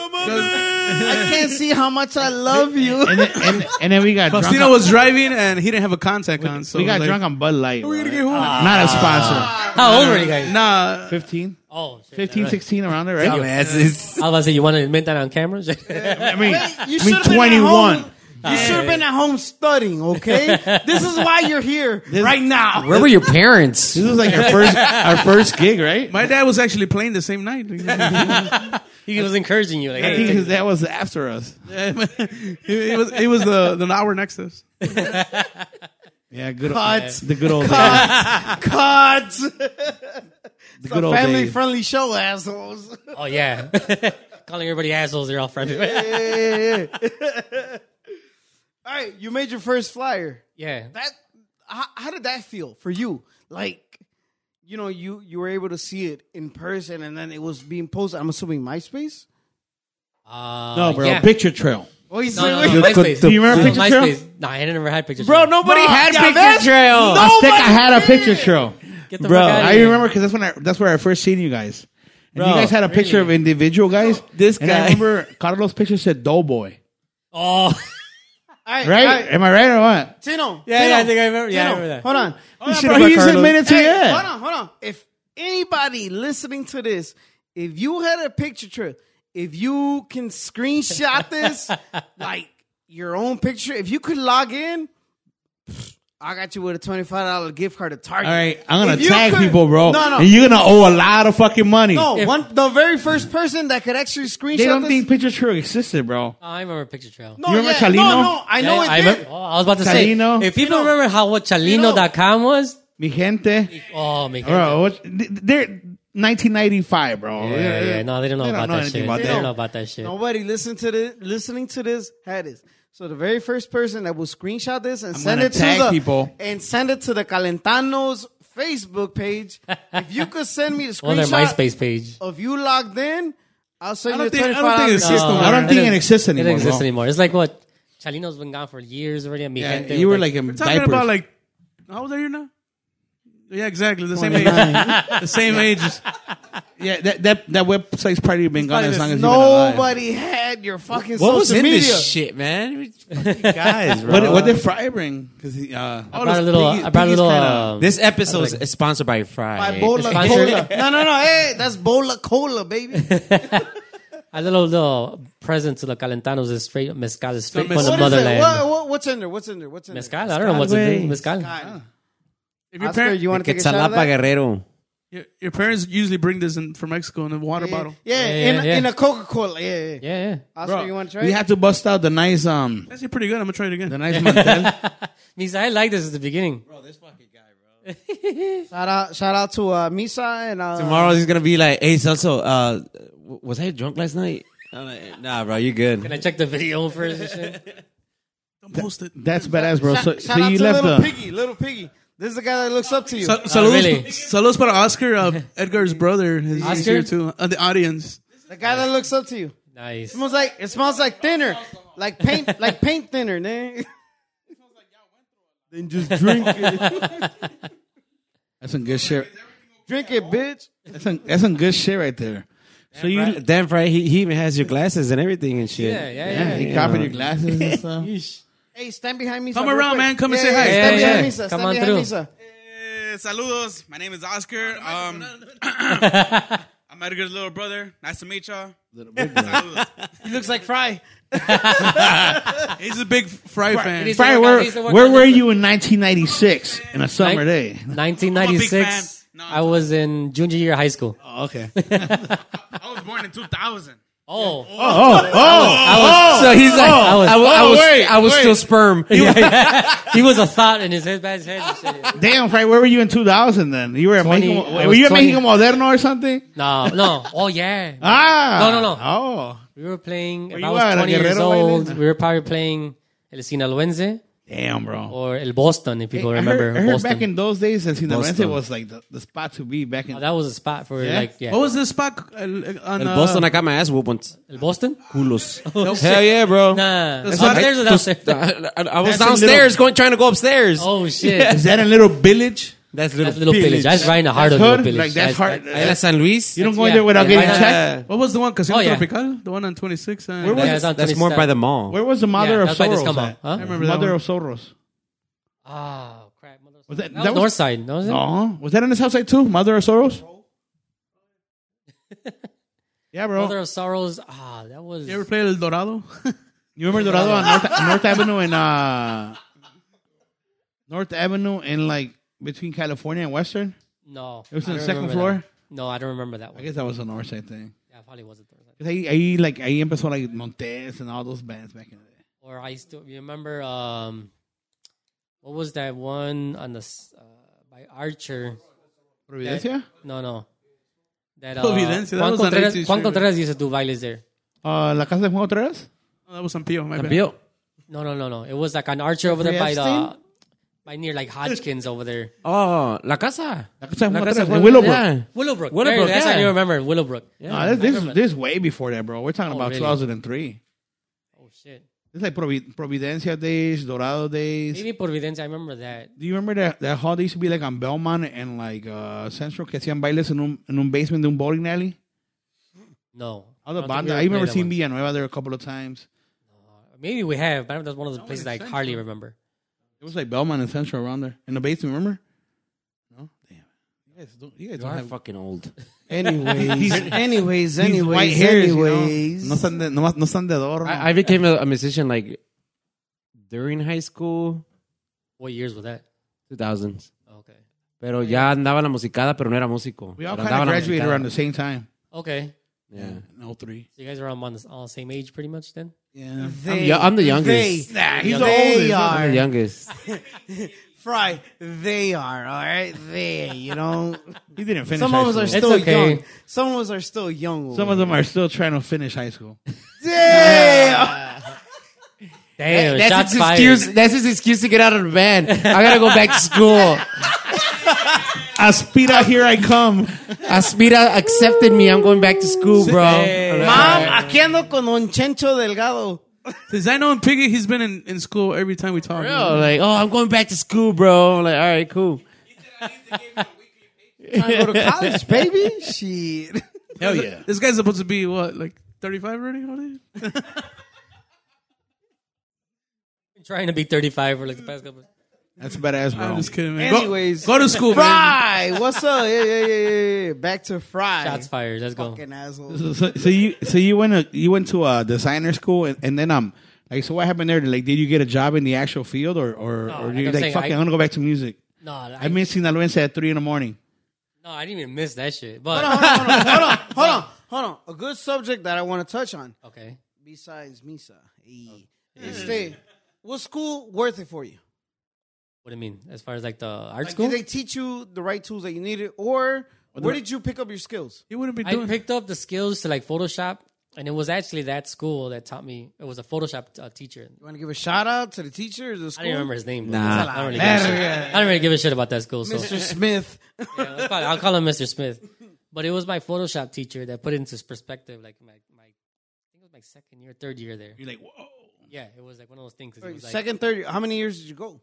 [SPEAKER 2] I can't see how much I love you.
[SPEAKER 5] And then, and, and then we got drunk.
[SPEAKER 4] Faustino
[SPEAKER 5] on-
[SPEAKER 4] was driving and he didn't have a contact on. So
[SPEAKER 5] we got
[SPEAKER 4] like,
[SPEAKER 5] drunk on Bud Light.
[SPEAKER 4] We're gonna
[SPEAKER 5] right?
[SPEAKER 4] get home.
[SPEAKER 5] Not a sponsor.
[SPEAKER 6] How old were you guys?
[SPEAKER 4] nah,
[SPEAKER 5] 15,
[SPEAKER 6] Oh, shit,
[SPEAKER 5] 15
[SPEAKER 6] right.
[SPEAKER 5] 16 around there, right?
[SPEAKER 6] I was about to say, you want to admit that on camera?
[SPEAKER 5] I mean,
[SPEAKER 2] You
[SPEAKER 5] I mean
[SPEAKER 2] should've been at
[SPEAKER 5] 21.
[SPEAKER 2] home. You should have been at home studying, okay? this is why you're here right now.
[SPEAKER 6] Where were your parents?
[SPEAKER 5] This was like our first our first gig, right?
[SPEAKER 4] my dad was actually playing the same night.
[SPEAKER 6] He was encouraging you, like,
[SPEAKER 5] I
[SPEAKER 6] hey,
[SPEAKER 5] think
[SPEAKER 6] take-
[SPEAKER 5] his dad was after us.
[SPEAKER 4] it was it was the the hour next to us.
[SPEAKER 5] Yeah, good
[SPEAKER 2] Cut.
[SPEAKER 5] the good old days.
[SPEAKER 2] Cut.
[SPEAKER 5] The good old
[SPEAKER 2] Family
[SPEAKER 5] days.
[SPEAKER 2] friendly show, assholes.
[SPEAKER 6] oh yeah, calling everybody assholes. They're all friendly. yeah.
[SPEAKER 2] All right, you made your first flyer.
[SPEAKER 6] yeah.
[SPEAKER 2] That how, how did that feel for you? Like, you know, you you were able to see it in person, and then it was being posted. I'm assuming MySpace.
[SPEAKER 6] Uh,
[SPEAKER 5] No, bro,
[SPEAKER 6] yeah.
[SPEAKER 5] picture trail.
[SPEAKER 2] Oh, he's
[SPEAKER 6] No, no, no, MySpace.
[SPEAKER 5] Do you remember
[SPEAKER 6] No,
[SPEAKER 5] picture trail?
[SPEAKER 6] MySpace. Nah, I never had pictures.
[SPEAKER 2] Bro, nobody had
[SPEAKER 6] yeah,
[SPEAKER 2] picture
[SPEAKER 6] that's-
[SPEAKER 2] trail.
[SPEAKER 6] no,
[SPEAKER 5] I think I had a picture trail.
[SPEAKER 6] Get the
[SPEAKER 3] Bro,
[SPEAKER 6] fuck outta
[SPEAKER 5] I
[SPEAKER 6] here.
[SPEAKER 5] remember because that's when I, that's where I first seen you guys. And you
[SPEAKER 3] Bro,
[SPEAKER 5] guys had a picture of individual guys.
[SPEAKER 3] This
[SPEAKER 5] and I
[SPEAKER 3] guy.
[SPEAKER 5] remember Carlos' picture said Doughboy.
[SPEAKER 6] Oh,
[SPEAKER 5] Right? Am I right or what?
[SPEAKER 2] Tino.
[SPEAKER 6] Yeah,
[SPEAKER 2] Tino,
[SPEAKER 6] yeah, I think I remember- yeah, I
[SPEAKER 2] Tino,
[SPEAKER 6] remember that. Oh,
[SPEAKER 2] Hold on.
[SPEAKER 5] You
[SPEAKER 3] should have brought
[SPEAKER 5] used
[SPEAKER 3] Carlos.
[SPEAKER 5] admitted to
[SPEAKER 2] Hey,
[SPEAKER 5] yeah.
[SPEAKER 2] Hold on, hold on. If anybody listening to this, if you had a picture trip, if you can screenshot this, like your own picture, if you could log in, I got you with a twenty five dollar gift card at Target.
[SPEAKER 5] All right, I'm
[SPEAKER 2] If
[SPEAKER 5] gonna
[SPEAKER 2] you
[SPEAKER 5] tag
[SPEAKER 2] could-
[SPEAKER 5] people, bro.
[SPEAKER 2] No, no.
[SPEAKER 5] And you're gonna owe a lot of fucking money.
[SPEAKER 2] No,
[SPEAKER 6] If-
[SPEAKER 2] one the very first person that could actually screenshot
[SPEAKER 5] they don't
[SPEAKER 2] this.
[SPEAKER 5] think picture trail existed, bro.
[SPEAKER 6] I remember picture trail.
[SPEAKER 2] no,
[SPEAKER 5] you remember
[SPEAKER 2] yeah, No,
[SPEAKER 5] Chalino?
[SPEAKER 2] no, I
[SPEAKER 6] Yeah,
[SPEAKER 2] know
[SPEAKER 6] I,
[SPEAKER 2] it.
[SPEAKER 6] remember,
[SPEAKER 2] did.
[SPEAKER 6] oh, I was about to
[SPEAKER 5] Chalino.
[SPEAKER 6] say, if people remember how what Chalino.com was,
[SPEAKER 5] Mi gente,
[SPEAKER 6] oh, make
[SPEAKER 5] bro. What, they're 1995, bro.
[SPEAKER 6] Oh, Yeah, yeah, yeah. No, they don't know
[SPEAKER 5] They don't
[SPEAKER 6] about
[SPEAKER 5] know
[SPEAKER 6] that
[SPEAKER 5] anything
[SPEAKER 6] shit.
[SPEAKER 5] about
[SPEAKER 6] they
[SPEAKER 5] that.
[SPEAKER 6] don't know about that shit.
[SPEAKER 2] Nobody listen to this, listening to this had this. So the very first person that will screenshot this and send
[SPEAKER 5] gonna
[SPEAKER 2] it to
[SPEAKER 5] tag
[SPEAKER 2] the
[SPEAKER 5] people.
[SPEAKER 2] and send it to the Calentanos Facebook page. if you could send me the
[SPEAKER 6] On their
[SPEAKER 2] screenshot
[SPEAKER 6] MySpace page.
[SPEAKER 2] of you logged in, I'll send
[SPEAKER 4] I
[SPEAKER 2] you
[SPEAKER 4] don't
[SPEAKER 2] the
[SPEAKER 4] think
[SPEAKER 2] twenty
[SPEAKER 4] I don't think it
[SPEAKER 2] five.
[SPEAKER 4] exists. no more.
[SPEAKER 5] I don't think it
[SPEAKER 6] doesn't-
[SPEAKER 5] exists
[SPEAKER 6] It
[SPEAKER 5] anymore.
[SPEAKER 6] doesn't exist
[SPEAKER 5] bro.
[SPEAKER 6] anymore. It's like what Chalino's been gone for years already. and Mi
[SPEAKER 5] Yeah,
[SPEAKER 6] Gente
[SPEAKER 5] you were
[SPEAKER 6] was
[SPEAKER 5] like, in
[SPEAKER 4] We're talking
[SPEAKER 5] diapers.
[SPEAKER 4] about like how old are you now? Yeah, exactly. The same age. the same ages.
[SPEAKER 5] yeah, that that that website's probably been gone
[SPEAKER 4] probably
[SPEAKER 5] as long as You've
[SPEAKER 2] Nobody had your fucking
[SPEAKER 3] What was
[SPEAKER 2] social
[SPEAKER 3] in
[SPEAKER 2] media.
[SPEAKER 3] this shit, man? Fucking guys,
[SPEAKER 5] been alive.
[SPEAKER 3] bro.
[SPEAKER 5] What, what did Fry bring? Because uh,
[SPEAKER 6] I brought a little. I brought a little. um,
[SPEAKER 3] this episode is sponsored by Fry.
[SPEAKER 2] By Bola
[SPEAKER 6] Sponsored-
[SPEAKER 2] Cola. No, no, no. Hey, that's Bola Cola, baby.
[SPEAKER 6] a little little present to the Calentanos is straight mezcal is straight from
[SPEAKER 4] mezcal.
[SPEAKER 6] the
[SPEAKER 2] What is it?
[SPEAKER 6] motherland.
[SPEAKER 2] What, what, what's in there? What's in there? What's in
[SPEAKER 6] Mezcal. I don't know what's in it. Mezcal.
[SPEAKER 2] there? God.
[SPEAKER 4] If your,
[SPEAKER 2] Oscar,
[SPEAKER 4] parent,
[SPEAKER 2] you want to take a shot of
[SPEAKER 3] Quetzalapa
[SPEAKER 2] that?
[SPEAKER 3] Guerrero.
[SPEAKER 4] your, your parents usually bring this in from Mexico in a water bottle.
[SPEAKER 2] Yeah,
[SPEAKER 6] Yeah,
[SPEAKER 2] in,
[SPEAKER 6] yeah, yeah.
[SPEAKER 2] in a Coca Cola. Yeah, yeah.
[SPEAKER 6] Yeah, yeah.
[SPEAKER 2] Oscar,
[SPEAKER 5] bro,
[SPEAKER 2] you want to try?
[SPEAKER 5] we
[SPEAKER 2] it?
[SPEAKER 5] had to bust out the nice um
[SPEAKER 4] That's pretty good. I'm gonna try it again.
[SPEAKER 5] the nice mantel.
[SPEAKER 6] Means I like this at the beginning.
[SPEAKER 2] Shout out, shout out to uh, Misa and uh,
[SPEAKER 3] Tomorrow he's gonna be like, hey, Celso, uh, w- was I drunk last night? I'm like, nah, bro, you
[SPEAKER 6] Can
[SPEAKER 3] good.
[SPEAKER 6] I check the video first? and shit?
[SPEAKER 4] Don't post it.
[SPEAKER 5] That's badass, bro.
[SPEAKER 2] shout,
[SPEAKER 5] So,
[SPEAKER 2] shout
[SPEAKER 5] so
[SPEAKER 2] out
[SPEAKER 5] you
[SPEAKER 2] to
[SPEAKER 5] left
[SPEAKER 2] little
[SPEAKER 5] the
[SPEAKER 2] Piggy. Little Piggy, this is the guy that looks up to you.
[SPEAKER 4] Sal- saludos,
[SPEAKER 6] really?
[SPEAKER 4] saludos para Oscar, uh, Edgar's brother. He's, he's
[SPEAKER 6] Oscar?
[SPEAKER 4] here too. Uh, the audience.
[SPEAKER 2] the guy that looks up to you.
[SPEAKER 6] nice.
[SPEAKER 2] Smells like it smells like thinner, like paint, like paint thinner. Man. then just drink it,
[SPEAKER 5] that's some good shit.
[SPEAKER 2] drink it, bitch.
[SPEAKER 5] That's some, that's some good shit right there. So you
[SPEAKER 3] Fry- Damn, Fry, he, he even has your glasses and everything and shit.
[SPEAKER 6] Yeah, yeah,
[SPEAKER 5] yeah,
[SPEAKER 6] yeah.
[SPEAKER 5] you copied your glasses and stuff.
[SPEAKER 2] Hey, stand behind me.
[SPEAKER 4] Come around, man. Come and say hi.
[SPEAKER 2] Stand
[SPEAKER 6] Yeah,
[SPEAKER 2] behind
[SPEAKER 6] yeah.
[SPEAKER 2] Misa. Stand
[SPEAKER 6] Come on
[SPEAKER 2] behind
[SPEAKER 6] through.
[SPEAKER 2] Misa.
[SPEAKER 7] Uh, saludos. My name is Oscar. Um, I'm Edgar's little brother. Nice to meet y'all. Saludos.
[SPEAKER 2] He looks like Fry.
[SPEAKER 4] He's a big fry fan.
[SPEAKER 6] It is-
[SPEAKER 5] Fry,
[SPEAKER 6] Work on
[SPEAKER 5] where
[SPEAKER 6] these, work
[SPEAKER 5] where
[SPEAKER 6] on
[SPEAKER 5] were
[SPEAKER 6] these.
[SPEAKER 5] you in 1996 in a summer day?
[SPEAKER 6] 1996.
[SPEAKER 7] No,
[SPEAKER 6] I was in junior year of high school.
[SPEAKER 5] Oh, okay.
[SPEAKER 7] I was born in 2000.
[SPEAKER 6] Oh,
[SPEAKER 5] Oh, oh,
[SPEAKER 3] So he's like, I was, I was, I
[SPEAKER 5] oh,
[SPEAKER 3] was,
[SPEAKER 5] wait,
[SPEAKER 3] I was
[SPEAKER 5] wait.
[SPEAKER 3] still sperm.
[SPEAKER 6] he was a thought in his head, bad head. and shit.
[SPEAKER 5] damn, Frank, where were you in 2000 then? You were at
[SPEAKER 6] 20
[SPEAKER 5] Mexico,
[SPEAKER 6] I
[SPEAKER 5] were
[SPEAKER 6] was
[SPEAKER 5] you at
[SPEAKER 6] 20.
[SPEAKER 5] Mexico Moderno or something?
[SPEAKER 6] No, no. Oh yeah.
[SPEAKER 5] Ah,
[SPEAKER 6] No, no, no.
[SPEAKER 5] Oh,
[SPEAKER 6] We were playing. if
[SPEAKER 5] you
[SPEAKER 6] I
[SPEAKER 5] at,
[SPEAKER 6] was
[SPEAKER 5] a
[SPEAKER 6] twenty years
[SPEAKER 5] Guerrero
[SPEAKER 6] old,
[SPEAKER 5] baile?
[SPEAKER 6] we were probably playing El Sinaloense.
[SPEAKER 5] Damn, bro.
[SPEAKER 6] or El Boston, if you go
[SPEAKER 5] I heard-
[SPEAKER 6] remember
[SPEAKER 5] I heard,
[SPEAKER 6] Boston.
[SPEAKER 5] back in those days, El Sinaloense
[SPEAKER 3] Boston.
[SPEAKER 5] was like the, the spot to be back in.
[SPEAKER 6] Oh, that was a spot for
[SPEAKER 5] Yeah?
[SPEAKER 6] like yeah.
[SPEAKER 4] What was this spot uh, on
[SPEAKER 3] El
[SPEAKER 4] uh,
[SPEAKER 3] Boston acá me ass whooping.
[SPEAKER 6] El Boston?
[SPEAKER 3] Culos. eh, Hell yeah, bro.
[SPEAKER 6] Nah,
[SPEAKER 4] That's not-
[SPEAKER 6] upstairs or downstairs?
[SPEAKER 3] I, I- I was
[SPEAKER 5] That's a
[SPEAKER 3] downstairs going, trying to go upstairs.
[SPEAKER 6] Oh shit,
[SPEAKER 5] Is that a little village?
[SPEAKER 3] That's
[SPEAKER 6] that's little village. That's right in the heart
[SPEAKER 5] That's
[SPEAKER 6] of little
[SPEAKER 5] hood?
[SPEAKER 6] village.
[SPEAKER 5] Like, that's hard.
[SPEAKER 6] that-
[SPEAKER 3] Ahí en la San Luis.
[SPEAKER 5] You don't go
[SPEAKER 6] yeah,
[SPEAKER 5] in there without
[SPEAKER 6] yeah,
[SPEAKER 5] getting
[SPEAKER 6] right.
[SPEAKER 5] checked.
[SPEAKER 4] What was the one? Casino
[SPEAKER 6] Oh, yeah.
[SPEAKER 4] Tropical? The one on 26? And,
[SPEAKER 6] was- Yeah, it's on
[SPEAKER 3] that's more
[SPEAKER 6] 27.
[SPEAKER 3] by the mall.
[SPEAKER 5] Where was the mother
[SPEAKER 6] Yeah,
[SPEAKER 5] of
[SPEAKER 6] that's why this
[SPEAKER 5] Soros?
[SPEAKER 6] come out,
[SPEAKER 5] at?
[SPEAKER 6] huh? I
[SPEAKER 4] remember that
[SPEAKER 5] mother
[SPEAKER 4] one.
[SPEAKER 5] of Soros.
[SPEAKER 6] Oh crap! Mother-
[SPEAKER 5] Was that,
[SPEAKER 6] That, was north side. No, was it?
[SPEAKER 5] No, Uh-huh. was that on the south side too? Mother of Soros. yeah, bro.
[SPEAKER 6] Mother of Sorrows. Ah, that was.
[SPEAKER 4] you ever play El Dorado?
[SPEAKER 5] you remember Dorado on North, North Avenue and uh, North Avenue and like between California and Western?
[SPEAKER 6] no,
[SPEAKER 5] It was
[SPEAKER 6] I
[SPEAKER 5] on the
[SPEAKER 6] don't
[SPEAKER 5] second
[SPEAKER 6] remember
[SPEAKER 5] floor?
[SPEAKER 6] that. No, I don't remember that
[SPEAKER 5] I
[SPEAKER 6] one.
[SPEAKER 5] guess that was a north side thing.
[SPEAKER 6] yeah, probably wasn't third side.
[SPEAKER 5] 'Cause Ahí, ahí, like, ahí empezó like Montes and all those bands back in the day.
[SPEAKER 6] Or I still you remember. Um, what was that one on the s- uh, by Archer?
[SPEAKER 5] Providencia?
[SPEAKER 6] No, no. That
[SPEAKER 5] Oh,
[SPEAKER 6] uh,
[SPEAKER 4] Providencia, that
[SPEAKER 6] Juan,
[SPEAKER 4] was on
[SPEAKER 6] Contreras,
[SPEAKER 4] 18th
[SPEAKER 6] Juan
[SPEAKER 4] Street.
[SPEAKER 6] Contreras used to do bailes there.
[SPEAKER 5] Uh, La Casa de Juan Otras?
[SPEAKER 4] Oh, that was San Pio. My bad.
[SPEAKER 3] Bill.
[SPEAKER 6] No, no, no, no. It was like an Archer over there by the
[SPEAKER 5] Epstein?
[SPEAKER 6] by near like Hodgkins over there.
[SPEAKER 3] Oh, la casa.
[SPEAKER 5] La Casa de Juan
[SPEAKER 3] La casa
[SPEAKER 5] Otras
[SPEAKER 3] de
[SPEAKER 5] in Willowbrook.
[SPEAKER 3] Yeah.
[SPEAKER 6] Willowbrook.
[SPEAKER 3] Willowbrook,
[SPEAKER 6] Willowbrook. That's how
[SPEAKER 3] yeah.
[SPEAKER 6] you remember Willowbrook.
[SPEAKER 5] No, this, this,
[SPEAKER 6] remember
[SPEAKER 5] this is way before that, bro. We're talking
[SPEAKER 6] Oh,
[SPEAKER 5] about
[SPEAKER 6] really?
[SPEAKER 5] 2003.
[SPEAKER 6] Oh shit.
[SPEAKER 5] It's like Provi- Providencia days, Dorado days.
[SPEAKER 6] Maybe Providencia. I remember that.
[SPEAKER 5] Do you remember that that hall that used to be like on Belmont and like uh, Central que hacían bailes en un, en un basement de un bowling alley?
[SPEAKER 6] No.
[SPEAKER 5] All the
[SPEAKER 6] I don't think
[SPEAKER 5] banda.
[SPEAKER 6] we
[SPEAKER 5] I
[SPEAKER 6] ever
[SPEAKER 5] remember
[SPEAKER 6] played that
[SPEAKER 5] seeing
[SPEAKER 6] one.
[SPEAKER 5] Villanueva there a couple of times.
[SPEAKER 6] Maybe we have, but I don't- that's one of the places I hardly remember.
[SPEAKER 5] It was like Belmont and Central around there in the basement. Remember? No, damn. You guys don't. You guys don't have
[SPEAKER 3] fucking old.
[SPEAKER 2] Anyways, anyways,
[SPEAKER 5] these white
[SPEAKER 2] anyways,
[SPEAKER 5] hairs. you know?
[SPEAKER 2] anyways.
[SPEAKER 5] No están de, no, no están de adorno.
[SPEAKER 3] I, I became a, a musician like during high school,
[SPEAKER 6] What years was that?
[SPEAKER 3] 2000s.
[SPEAKER 6] Okay.
[SPEAKER 3] Pero ya andaba en la musicada, pero no era músico.
[SPEAKER 5] we all
[SPEAKER 3] Pero
[SPEAKER 5] kind
[SPEAKER 3] andaba
[SPEAKER 5] of
[SPEAKER 3] en la
[SPEAKER 5] graduated
[SPEAKER 3] musicada.
[SPEAKER 5] around the same time.
[SPEAKER 6] Okay.
[SPEAKER 3] Yeah.
[SPEAKER 5] No three.
[SPEAKER 6] So you guys are all on the all the same age, pretty much. Then
[SPEAKER 5] Yeah.
[SPEAKER 3] I'm, yo- I'm the youngest.
[SPEAKER 5] Nah, he's the
[SPEAKER 2] They
[SPEAKER 5] oldest.
[SPEAKER 3] I'm the
[SPEAKER 2] are
[SPEAKER 3] youngest.
[SPEAKER 2] fry. They are all right. They, you know,
[SPEAKER 5] He didn't finish.
[SPEAKER 2] some
[SPEAKER 5] high
[SPEAKER 2] of us are
[SPEAKER 5] school.
[SPEAKER 2] still
[SPEAKER 6] okay.
[SPEAKER 2] young. Some of us are still young.
[SPEAKER 5] Some of them are still trying to finish high school.
[SPEAKER 2] Damn.
[SPEAKER 6] damn, shots
[SPEAKER 3] his
[SPEAKER 6] fired.
[SPEAKER 3] excuse. That's his excuse to get out of the band. I gotta go back to school.
[SPEAKER 5] Aspira, here I come.
[SPEAKER 3] Aspira accepted me. I'm going back to school, bro.
[SPEAKER 2] Mom, aquí ando con un chencho delgado.
[SPEAKER 4] Since I know him, Piggy, he's been in, in school every time we talk.
[SPEAKER 3] Bro, like, oh, I'm going back to school, bro. I'm like, all right, cool.
[SPEAKER 2] Trying to go to college, baby. Shit.
[SPEAKER 5] Hell yeah.
[SPEAKER 4] This guy's supposed to be, what, like 35 already? How old is he?
[SPEAKER 6] trying to be 35 for like the past couple.
[SPEAKER 5] That's badass, bro.
[SPEAKER 4] I'm just kidding, man. Go-
[SPEAKER 2] Anyways,
[SPEAKER 4] Go, to school, man.
[SPEAKER 2] Fry. What's up? Yeah, yeah, yeah, yeah. yeah. Back to Fry.
[SPEAKER 6] Shots fired. Let's go.
[SPEAKER 2] Fucking asshole.
[SPEAKER 5] So, so, so you so you went to, you went to a designer school and, and then um like so what happened there like did you get a job in the actual field or or,
[SPEAKER 6] No,
[SPEAKER 5] or
[SPEAKER 6] like
[SPEAKER 5] you
[SPEAKER 6] I'm
[SPEAKER 5] like
[SPEAKER 6] saying,
[SPEAKER 5] fucking I,
[SPEAKER 6] I-
[SPEAKER 5] am gonna go back to music
[SPEAKER 6] No, I,
[SPEAKER 5] I, miss Sinaloense at three in the morning
[SPEAKER 6] no, I didn't even miss that shit. But
[SPEAKER 2] hold on, hold on, hold on, hold on, hold on. A good subject that I want to touch on,
[SPEAKER 6] okay,
[SPEAKER 2] besides Misa, hey, Este, what school worth it for you?
[SPEAKER 6] what do you mean as far as like the art
[SPEAKER 2] Like,
[SPEAKER 6] school?
[SPEAKER 2] Did they teach you the right tools that you needed, or where did you pick up your skills?
[SPEAKER 4] He wouldn't be
[SPEAKER 6] I
[SPEAKER 4] doing it.
[SPEAKER 6] picked up the skills to like Photoshop, and it was actually that school that taught me. It was a Photoshop uh, teacher.
[SPEAKER 2] You want to give a shout out to the teacher, or the
[SPEAKER 6] I
[SPEAKER 2] school,
[SPEAKER 6] don't remember his name.
[SPEAKER 3] Nah.
[SPEAKER 6] I don't really give a shit. I don't really give a shit about that school. So
[SPEAKER 2] Mr. Smith.
[SPEAKER 6] Yeah, let's call- I'll call him Mr. Smith. But it was my Photoshop teacher that put it into perspective. Like my, my, I think it was my second year, third year there.
[SPEAKER 5] you're like whoa
[SPEAKER 6] Yeah, it was like one of those things. 'cause it was like-
[SPEAKER 2] Second, third. year. How many years did you go?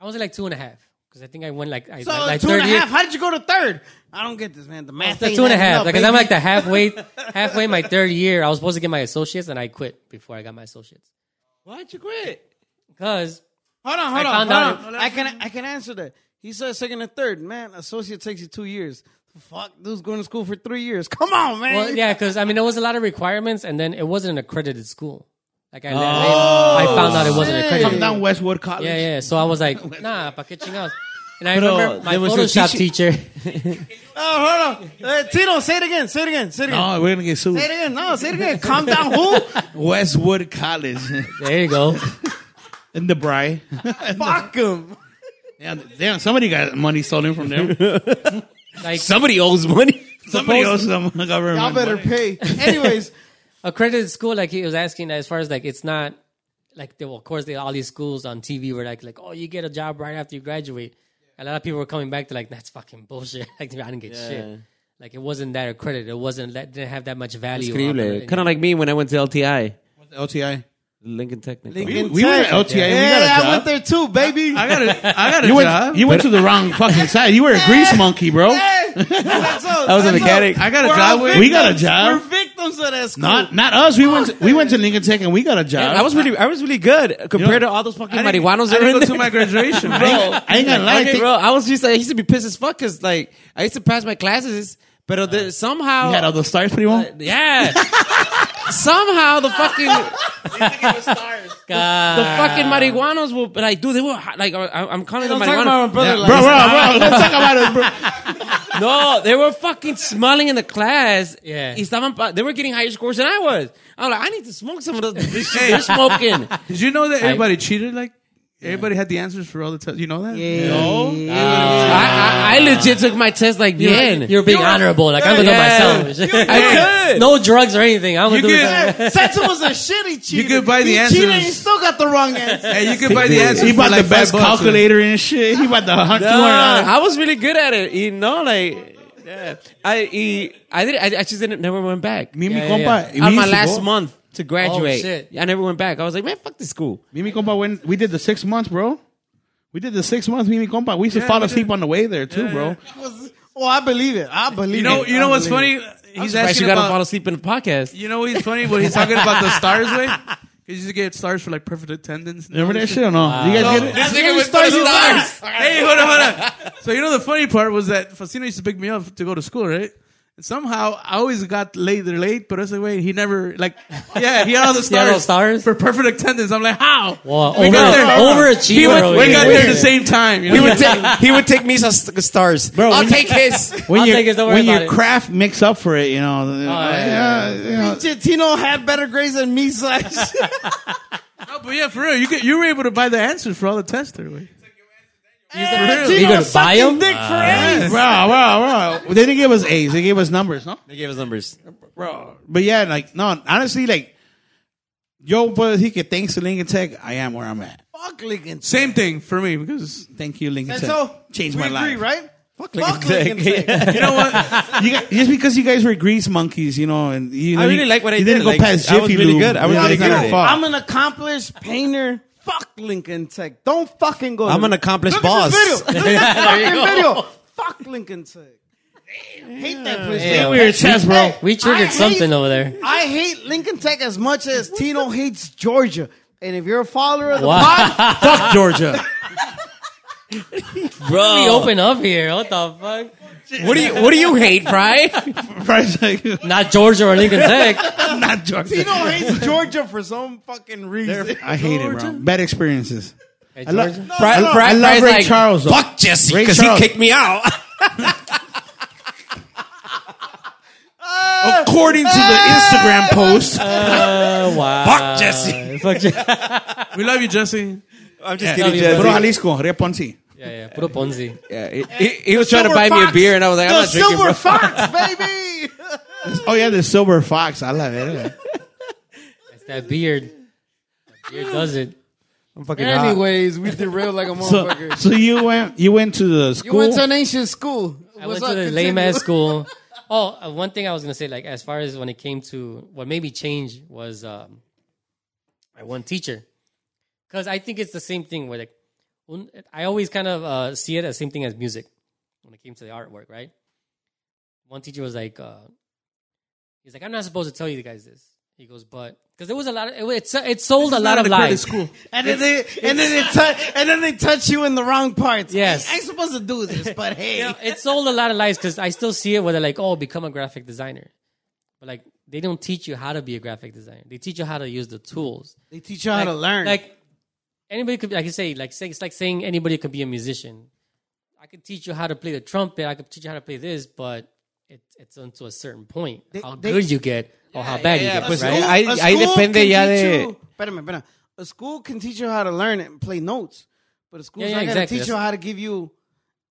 [SPEAKER 6] I was like two and a half because I think I went like I,
[SPEAKER 2] So
[SPEAKER 6] like, like
[SPEAKER 2] Uh, two and a
[SPEAKER 6] third year-
[SPEAKER 2] half. How did you go to third? I don't get this, man. The math.
[SPEAKER 6] It's the
[SPEAKER 2] ain't
[SPEAKER 6] two and a
[SPEAKER 2] adding
[SPEAKER 6] half
[SPEAKER 2] up,
[SPEAKER 6] because I'm
[SPEAKER 2] baby.
[SPEAKER 6] like the halfway, halfway my third year. I was supposed to get my associates and I quit before I got my associates
[SPEAKER 3] Why'd you quit?
[SPEAKER 6] because
[SPEAKER 2] Hold on, hold
[SPEAKER 6] I
[SPEAKER 2] on,
[SPEAKER 6] found
[SPEAKER 2] hold
[SPEAKER 6] out
[SPEAKER 2] on. I can I can answer that. He said second and third. Man, associate takes you two years. Fuck, dude's going to school for three years. Come on, man.
[SPEAKER 6] well, yeah, because I mean there was a lot of requirements and then it wasn't an accredited school. Like I, I, I
[SPEAKER 5] Oh,
[SPEAKER 6] found out it wasn't accredited.
[SPEAKER 5] come down Westwood College
[SPEAKER 6] Yeah, yeah. So I was like, nah, pa' que chingados. And I
[SPEAKER 3] Pero
[SPEAKER 6] remember my
[SPEAKER 3] there was a
[SPEAKER 6] Photoshop teacher.
[SPEAKER 2] Oh, hold on. Uh, Tito, say it again. Say it again. Say it again.
[SPEAKER 5] no we're gonna get sued
[SPEAKER 2] Say it again. No, say it again. Calm down. Who?
[SPEAKER 5] Westwood College
[SPEAKER 6] there you go.
[SPEAKER 5] in the Bry
[SPEAKER 2] Fuck him.
[SPEAKER 5] damn, damn somebody got money stolen from them
[SPEAKER 6] Like
[SPEAKER 3] Somebody owes money.
[SPEAKER 5] somebody owes some government
[SPEAKER 2] Y'all better
[SPEAKER 5] money.
[SPEAKER 2] pay. Anyways,
[SPEAKER 6] accredited school, like he was asking that as far as like it's not like they, well, of course, they all these schools on TV were like, like, oh, you get a job right after you graduate. A lot of people were coming back to like, that's fucking bullshit. like, I didn't get shit. Like, it wasn't that accredited. It wasn't that didn't have that much value.
[SPEAKER 3] Increíble. Kind of like me when I went to LTI,
[SPEAKER 5] LTI.
[SPEAKER 3] Lincoln Technical.
[SPEAKER 5] We, we were at LTI. We
[SPEAKER 2] Yeah,
[SPEAKER 5] got a
[SPEAKER 2] I
[SPEAKER 5] job.
[SPEAKER 2] went there too, baby.
[SPEAKER 4] I got a, I got a
[SPEAKER 5] You
[SPEAKER 4] job.
[SPEAKER 5] went, you went to the wrong fucking side. You were a grease monkey, bro.
[SPEAKER 3] I was a mechanic.
[SPEAKER 4] I got a job with.
[SPEAKER 5] We got a job.
[SPEAKER 2] victims of that school.
[SPEAKER 5] Not not us. We went to, we went to Lincoln Tech and we got a job.
[SPEAKER 3] I was really, I was really good compared to all those fucking
[SPEAKER 4] I didn't-
[SPEAKER 3] marihuanos that
[SPEAKER 4] I
[SPEAKER 3] were in
[SPEAKER 4] didn't go
[SPEAKER 3] there.
[SPEAKER 4] to my graduation, bro.
[SPEAKER 5] I ain't gonna lie. I
[SPEAKER 3] Okay,
[SPEAKER 5] think
[SPEAKER 3] bro, I was used to, I used to be pissed as fuck because like I used to pass my classes, but
[SPEAKER 6] Uh,
[SPEAKER 3] there, somehow,
[SPEAKER 5] you had all those stars pretty well.
[SPEAKER 3] yeah, somehow the fucking the fucking marihuanos will but like dude they were hot- like I, I- I'm calling them
[SPEAKER 2] I'm talking
[SPEAKER 3] marijuana.
[SPEAKER 2] about my brother. like,
[SPEAKER 5] Bro, bro, bro, let's talk about it, bro.
[SPEAKER 3] no, they were fucking smelling in the class.
[SPEAKER 6] Yeah.
[SPEAKER 3] Y estaban pa- they were getting higher scores than I was. I'm like, I need to smoke some of those. This shit they're smoking.
[SPEAKER 4] Did you know that everybody cheated? Like everybody had the answers for all the tests. You know that? Yeah.
[SPEAKER 3] I, I, I legit took my test like
[SPEAKER 6] You're,
[SPEAKER 3] bien.
[SPEAKER 6] you're being honorable. Like, I'm gonna
[SPEAKER 3] Yeah.
[SPEAKER 6] do myself.
[SPEAKER 3] I could.
[SPEAKER 6] no drugs or anything. I'm gonna do
[SPEAKER 4] You could,
[SPEAKER 6] that.
[SPEAKER 2] Santa was a shitty cheater.
[SPEAKER 4] could buy the
[SPEAKER 2] he
[SPEAKER 4] answers.
[SPEAKER 2] Cheated, and he still got the wrong answer.
[SPEAKER 4] Hey, you could buy the answers.
[SPEAKER 5] He bought
[SPEAKER 4] for like
[SPEAKER 5] the best
[SPEAKER 4] five bucks,
[SPEAKER 5] calculator and shit. He bought the hundred.
[SPEAKER 3] No,
[SPEAKER 5] dollars.
[SPEAKER 3] I was really good at it. You know, like yeah. I e, I did I, I just didn't never went back.
[SPEAKER 5] Me and
[SPEAKER 6] Yeah, Oh,
[SPEAKER 5] mi compa.
[SPEAKER 3] On
[SPEAKER 5] we
[SPEAKER 3] my
[SPEAKER 5] used to
[SPEAKER 3] last
[SPEAKER 5] go-
[SPEAKER 3] month to graduate,
[SPEAKER 6] shit.
[SPEAKER 3] I never went back. I was like, man, fuck this school.
[SPEAKER 5] Me and mi compa when we did the six months, bro. We did the six months. Me and mi compa. We used to fall asleep on the way there too, bro.
[SPEAKER 2] Oh, I believe it. I believe
[SPEAKER 4] You know,
[SPEAKER 2] it.
[SPEAKER 4] you
[SPEAKER 2] I
[SPEAKER 4] know what's
[SPEAKER 2] believe
[SPEAKER 4] funny? He's
[SPEAKER 3] Right, you
[SPEAKER 4] asking
[SPEAKER 3] gotta fall
[SPEAKER 4] about.
[SPEAKER 3] asleep in the podcast.
[SPEAKER 4] You know what's funny? When he's talking about the stars, way he used to get stars for like perfect attendance. and
[SPEAKER 5] Remember
[SPEAKER 4] all
[SPEAKER 5] that
[SPEAKER 4] this
[SPEAKER 5] shit or no? You guys get it?
[SPEAKER 4] This
[SPEAKER 2] nigga was stars is
[SPEAKER 4] Hey, hold on, hold on. So you know the funny part was that Facino used to pick me up to go to school, right? And somehow I always got late or late, but that's the way he never like. Yeah, he had all the
[SPEAKER 6] had
[SPEAKER 4] stars,
[SPEAKER 6] all the stars?
[SPEAKER 4] for perfect attendance. I'm like, how?
[SPEAKER 6] Wow,
[SPEAKER 4] We got there-
[SPEAKER 6] over, overachiever.
[SPEAKER 4] He went,
[SPEAKER 6] over
[SPEAKER 4] we
[SPEAKER 6] here.
[SPEAKER 4] got there at the same time. You know?
[SPEAKER 3] He would take he would take me some st- stars. Bro, I'll
[SPEAKER 5] when you-
[SPEAKER 3] take his.
[SPEAKER 5] When
[SPEAKER 6] I'll
[SPEAKER 5] your-
[SPEAKER 6] take it, don't worry
[SPEAKER 5] when your
[SPEAKER 6] about it. Oh,
[SPEAKER 5] craft mix up for it, you know.
[SPEAKER 6] yeah.
[SPEAKER 5] yeah, you know.
[SPEAKER 2] Shit, Tino had better grades than me. So I
[SPEAKER 4] No, but yeah, for real, you could, you were able to buy the answers for all the tests. There, way.
[SPEAKER 2] Eh,
[SPEAKER 6] You
[SPEAKER 2] Tino
[SPEAKER 6] gonna buy
[SPEAKER 2] sucking
[SPEAKER 6] him?
[SPEAKER 2] dick for A's.
[SPEAKER 5] Bro, bro, bro. They didn't give us A's. They gave us numbers, no?
[SPEAKER 3] They gave us numbers.
[SPEAKER 5] Bro. But yeah, like, no, honestly, like, yo, but he could thanks to Lincoln Tech, I am where I'm at.
[SPEAKER 2] Fuck Lincoln.
[SPEAKER 4] Same thing for me because
[SPEAKER 5] Thank you, Lincoln
[SPEAKER 2] And
[SPEAKER 5] Tech.
[SPEAKER 2] so
[SPEAKER 5] Changed
[SPEAKER 2] we
[SPEAKER 5] my
[SPEAKER 2] agree,
[SPEAKER 5] life.
[SPEAKER 2] right? Fuck Lincoln. Tech.
[SPEAKER 4] you know what?
[SPEAKER 5] You got- just because you guys were grease monkeys, you know, and you, know,
[SPEAKER 3] I really
[SPEAKER 5] you-
[SPEAKER 3] like what I
[SPEAKER 5] you
[SPEAKER 3] did,
[SPEAKER 5] didn't go
[SPEAKER 3] like,
[SPEAKER 5] past
[SPEAKER 3] I was
[SPEAKER 5] Jiffy
[SPEAKER 3] really
[SPEAKER 5] Lube.
[SPEAKER 3] good. I was
[SPEAKER 5] Yeah,
[SPEAKER 3] really
[SPEAKER 5] it's
[SPEAKER 3] good
[SPEAKER 5] not
[SPEAKER 3] at it.
[SPEAKER 5] fault.
[SPEAKER 2] I'm an accomplished painter. Fuck Lincoln Tech. Don't fucking go.
[SPEAKER 3] I'm
[SPEAKER 2] there.
[SPEAKER 3] an accomplished
[SPEAKER 2] Look
[SPEAKER 3] boss.
[SPEAKER 2] At this video. Look at this fucking video. Fuck Lincoln Tech. Hate that place.
[SPEAKER 6] Yeah,
[SPEAKER 5] Weird chest, bro.
[SPEAKER 6] We
[SPEAKER 2] I
[SPEAKER 6] triggered
[SPEAKER 2] hate-
[SPEAKER 6] something over there.
[SPEAKER 2] I hate Lincoln Tech as much as Tino hates Georgia. And if you're a follower of the
[SPEAKER 6] Wow.
[SPEAKER 2] pod,
[SPEAKER 5] Fuck Georgia.
[SPEAKER 6] We open up here. What the fuck?
[SPEAKER 3] What do you What do you hate, Fry?
[SPEAKER 5] Price like,
[SPEAKER 6] Not Georgia or Lincoln Tech.
[SPEAKER 5] not Georgia.
[SPEAKER 2] Tino hates Georgia for some fucking reason.
[SPEAKER 5] I hate it, bro. Bad experiences.
[SPEAKER 6] Hey,
[SPEAKER 5] I, lo-
[SPEAKER 6] Georgia.
[SPEAKER 5] I, lo- I love Ray Charles, though.
[SPEAKER 3] Fuck Jesse
[SPEAKER 5] Ray
[SPEAKER 3] because he
[SPEAKER 5] Charles.
[SPEAKER 3] kicked me out.
[SPEAKER 5] According to the Instagram post.
[SPEAKER 6] Uh, wow.
[SPEAKER 3] Fuck Jesse.
[SPEAKER 6] Fuck Jesse.
[SPEAKER 4] We love you, Jesse.
[SPEAKER 3] I'm just
[SPEAKER 5] Yeah.
[SPEAKER 3] kidding,
[SPEAKER 5] Puro
[SPEAKER 3] Jesse.
[SPEAKER 5] Jalisco, Reponsi.
[SPEAKER 6] Yeah, yeah. Put a Ponzi.
[SPEAKER 3] Yeah, he, he- he was trying to
[SPEAKER 2] Silver
[SPEAKER 3] buy me a
[SPEAKER 2] Fox.
[SPEAKER 3] beer, and I was like, I'm
[SPEAKER 2] the
[SPEAKER 3] not drinking.
[SPEAKER 2] Silver
[SPEAKER 3] Bro.
[SPEAKER 2] Fox, baby.
[SPEAKER 5] Oh yeah, the silver fox. I love it.
[SPEAKER 6] It's that beard. That beard does it.
[SPEAKER 3] I'm fucking hot.
[SPEAKER 2] Anyways, we derailed like a
[SPEAKER 5] So,
[SPEAKER 2] motherfucker.
[SPEAKER 5] so you went you went to the
[SPEAKER 2] you
[SPEAKER 5] school.
[SPEAKER 2] went to an ancient school.
[SPEAKER 6] I went to the lame ass school. Oh, uh, one thing I was gonna say, like as far as when it came to what made me change was um, my one teacher, because I think it's the same thing where like un- I always kind of uh, see it as same thing as music when it came to the artwork, right? One teacher was like, uh, he's like, I'm not supposed to tell you guys this. He goes, but because there was a lot of it, it, it sold a lot of lies.
[SPEAKER 4] School.
[SPEAKER 2] And then they and then they touch and then they touch you in the wrong parts.
[SPEAKER 6] Yes.
[SPEAKER 2] I ain't supposed to do this, but hey,
[SPEAKER 6] it sold a lot of lies because I still see it where they're like, oh, become a graphic designer. But like, they don't teach you how to be a graphic designer. They teach you how to use the tools.
[SPEAKER 2] they teach you how to learn.
[SPEAKER 6] Like, anybody could, like you say, like say, it's like saying anybody could be a musician. I could teach you how to play the trumpet. I could teach you how to play this, but it, it's until a certain point how
[SPEAKER 2] they-
[SPEAKER 6] good you get or how bad
[SPEAKER 3] yeah,
[SPEAKER 6] you
[SPEAKER 3] but
[SPEAKER 6] get,
[SPEAKER 3] school-
[SPEAKER 6] right?
[SPEAKER 3] Ahí-
[SPEAKER 2] a
[SPEAKER 3] ahí
[SPEAKER 2] school
[SPEAKER 3] depende
[SPEAKER 2] can
[SPEAKER 3] ya
[SPEAKER 2] teach
[SPEAKER 3] de-
[SPEAKER 2] you- Espérame, espérame. A school can teach you how to learn and play notes, but a school's
[SPEAKER 6] Yeah, yeah,
[SPEAKER 2] not going to
[SPEAKER 6] exactly.
[SPEAKER 2] teach you how to give you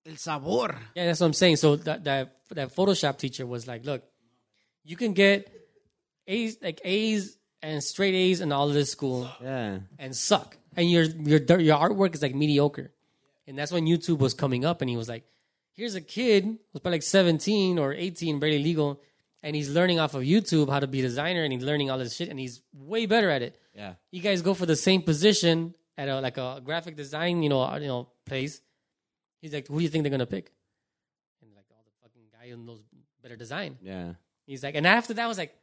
[SPEAKER 2] el sabor.
[SPEAKER 6] Yeah, that's what I'm saying. So that that that Photoshop teacher was like, look, you can get A's like A's and straight A's in all of this school
[SPEAKER 1] Yeah.
[SPEAKER 6] and suck, and your your dirt- your artwork is like mediocre, and that's when YouTube was coming up, and he was like, "Here's a kid who's probably like 17 or 18, barely legal, and he's learning off of YouTube how to be a designer, and he's learning all this shit, and he's way better at it.
[SPEAKER 1] Yeah.
[SPEAKER 6] You guys go for the same position at a, like a graphic design, you know, uh, you know, place. He's like, who do you think they're gonna pick? And like all the fucking guy who knows better design.
[SPEAKER 1] Yeah.
[SPEAKER 6] He's like, and after that, I was like,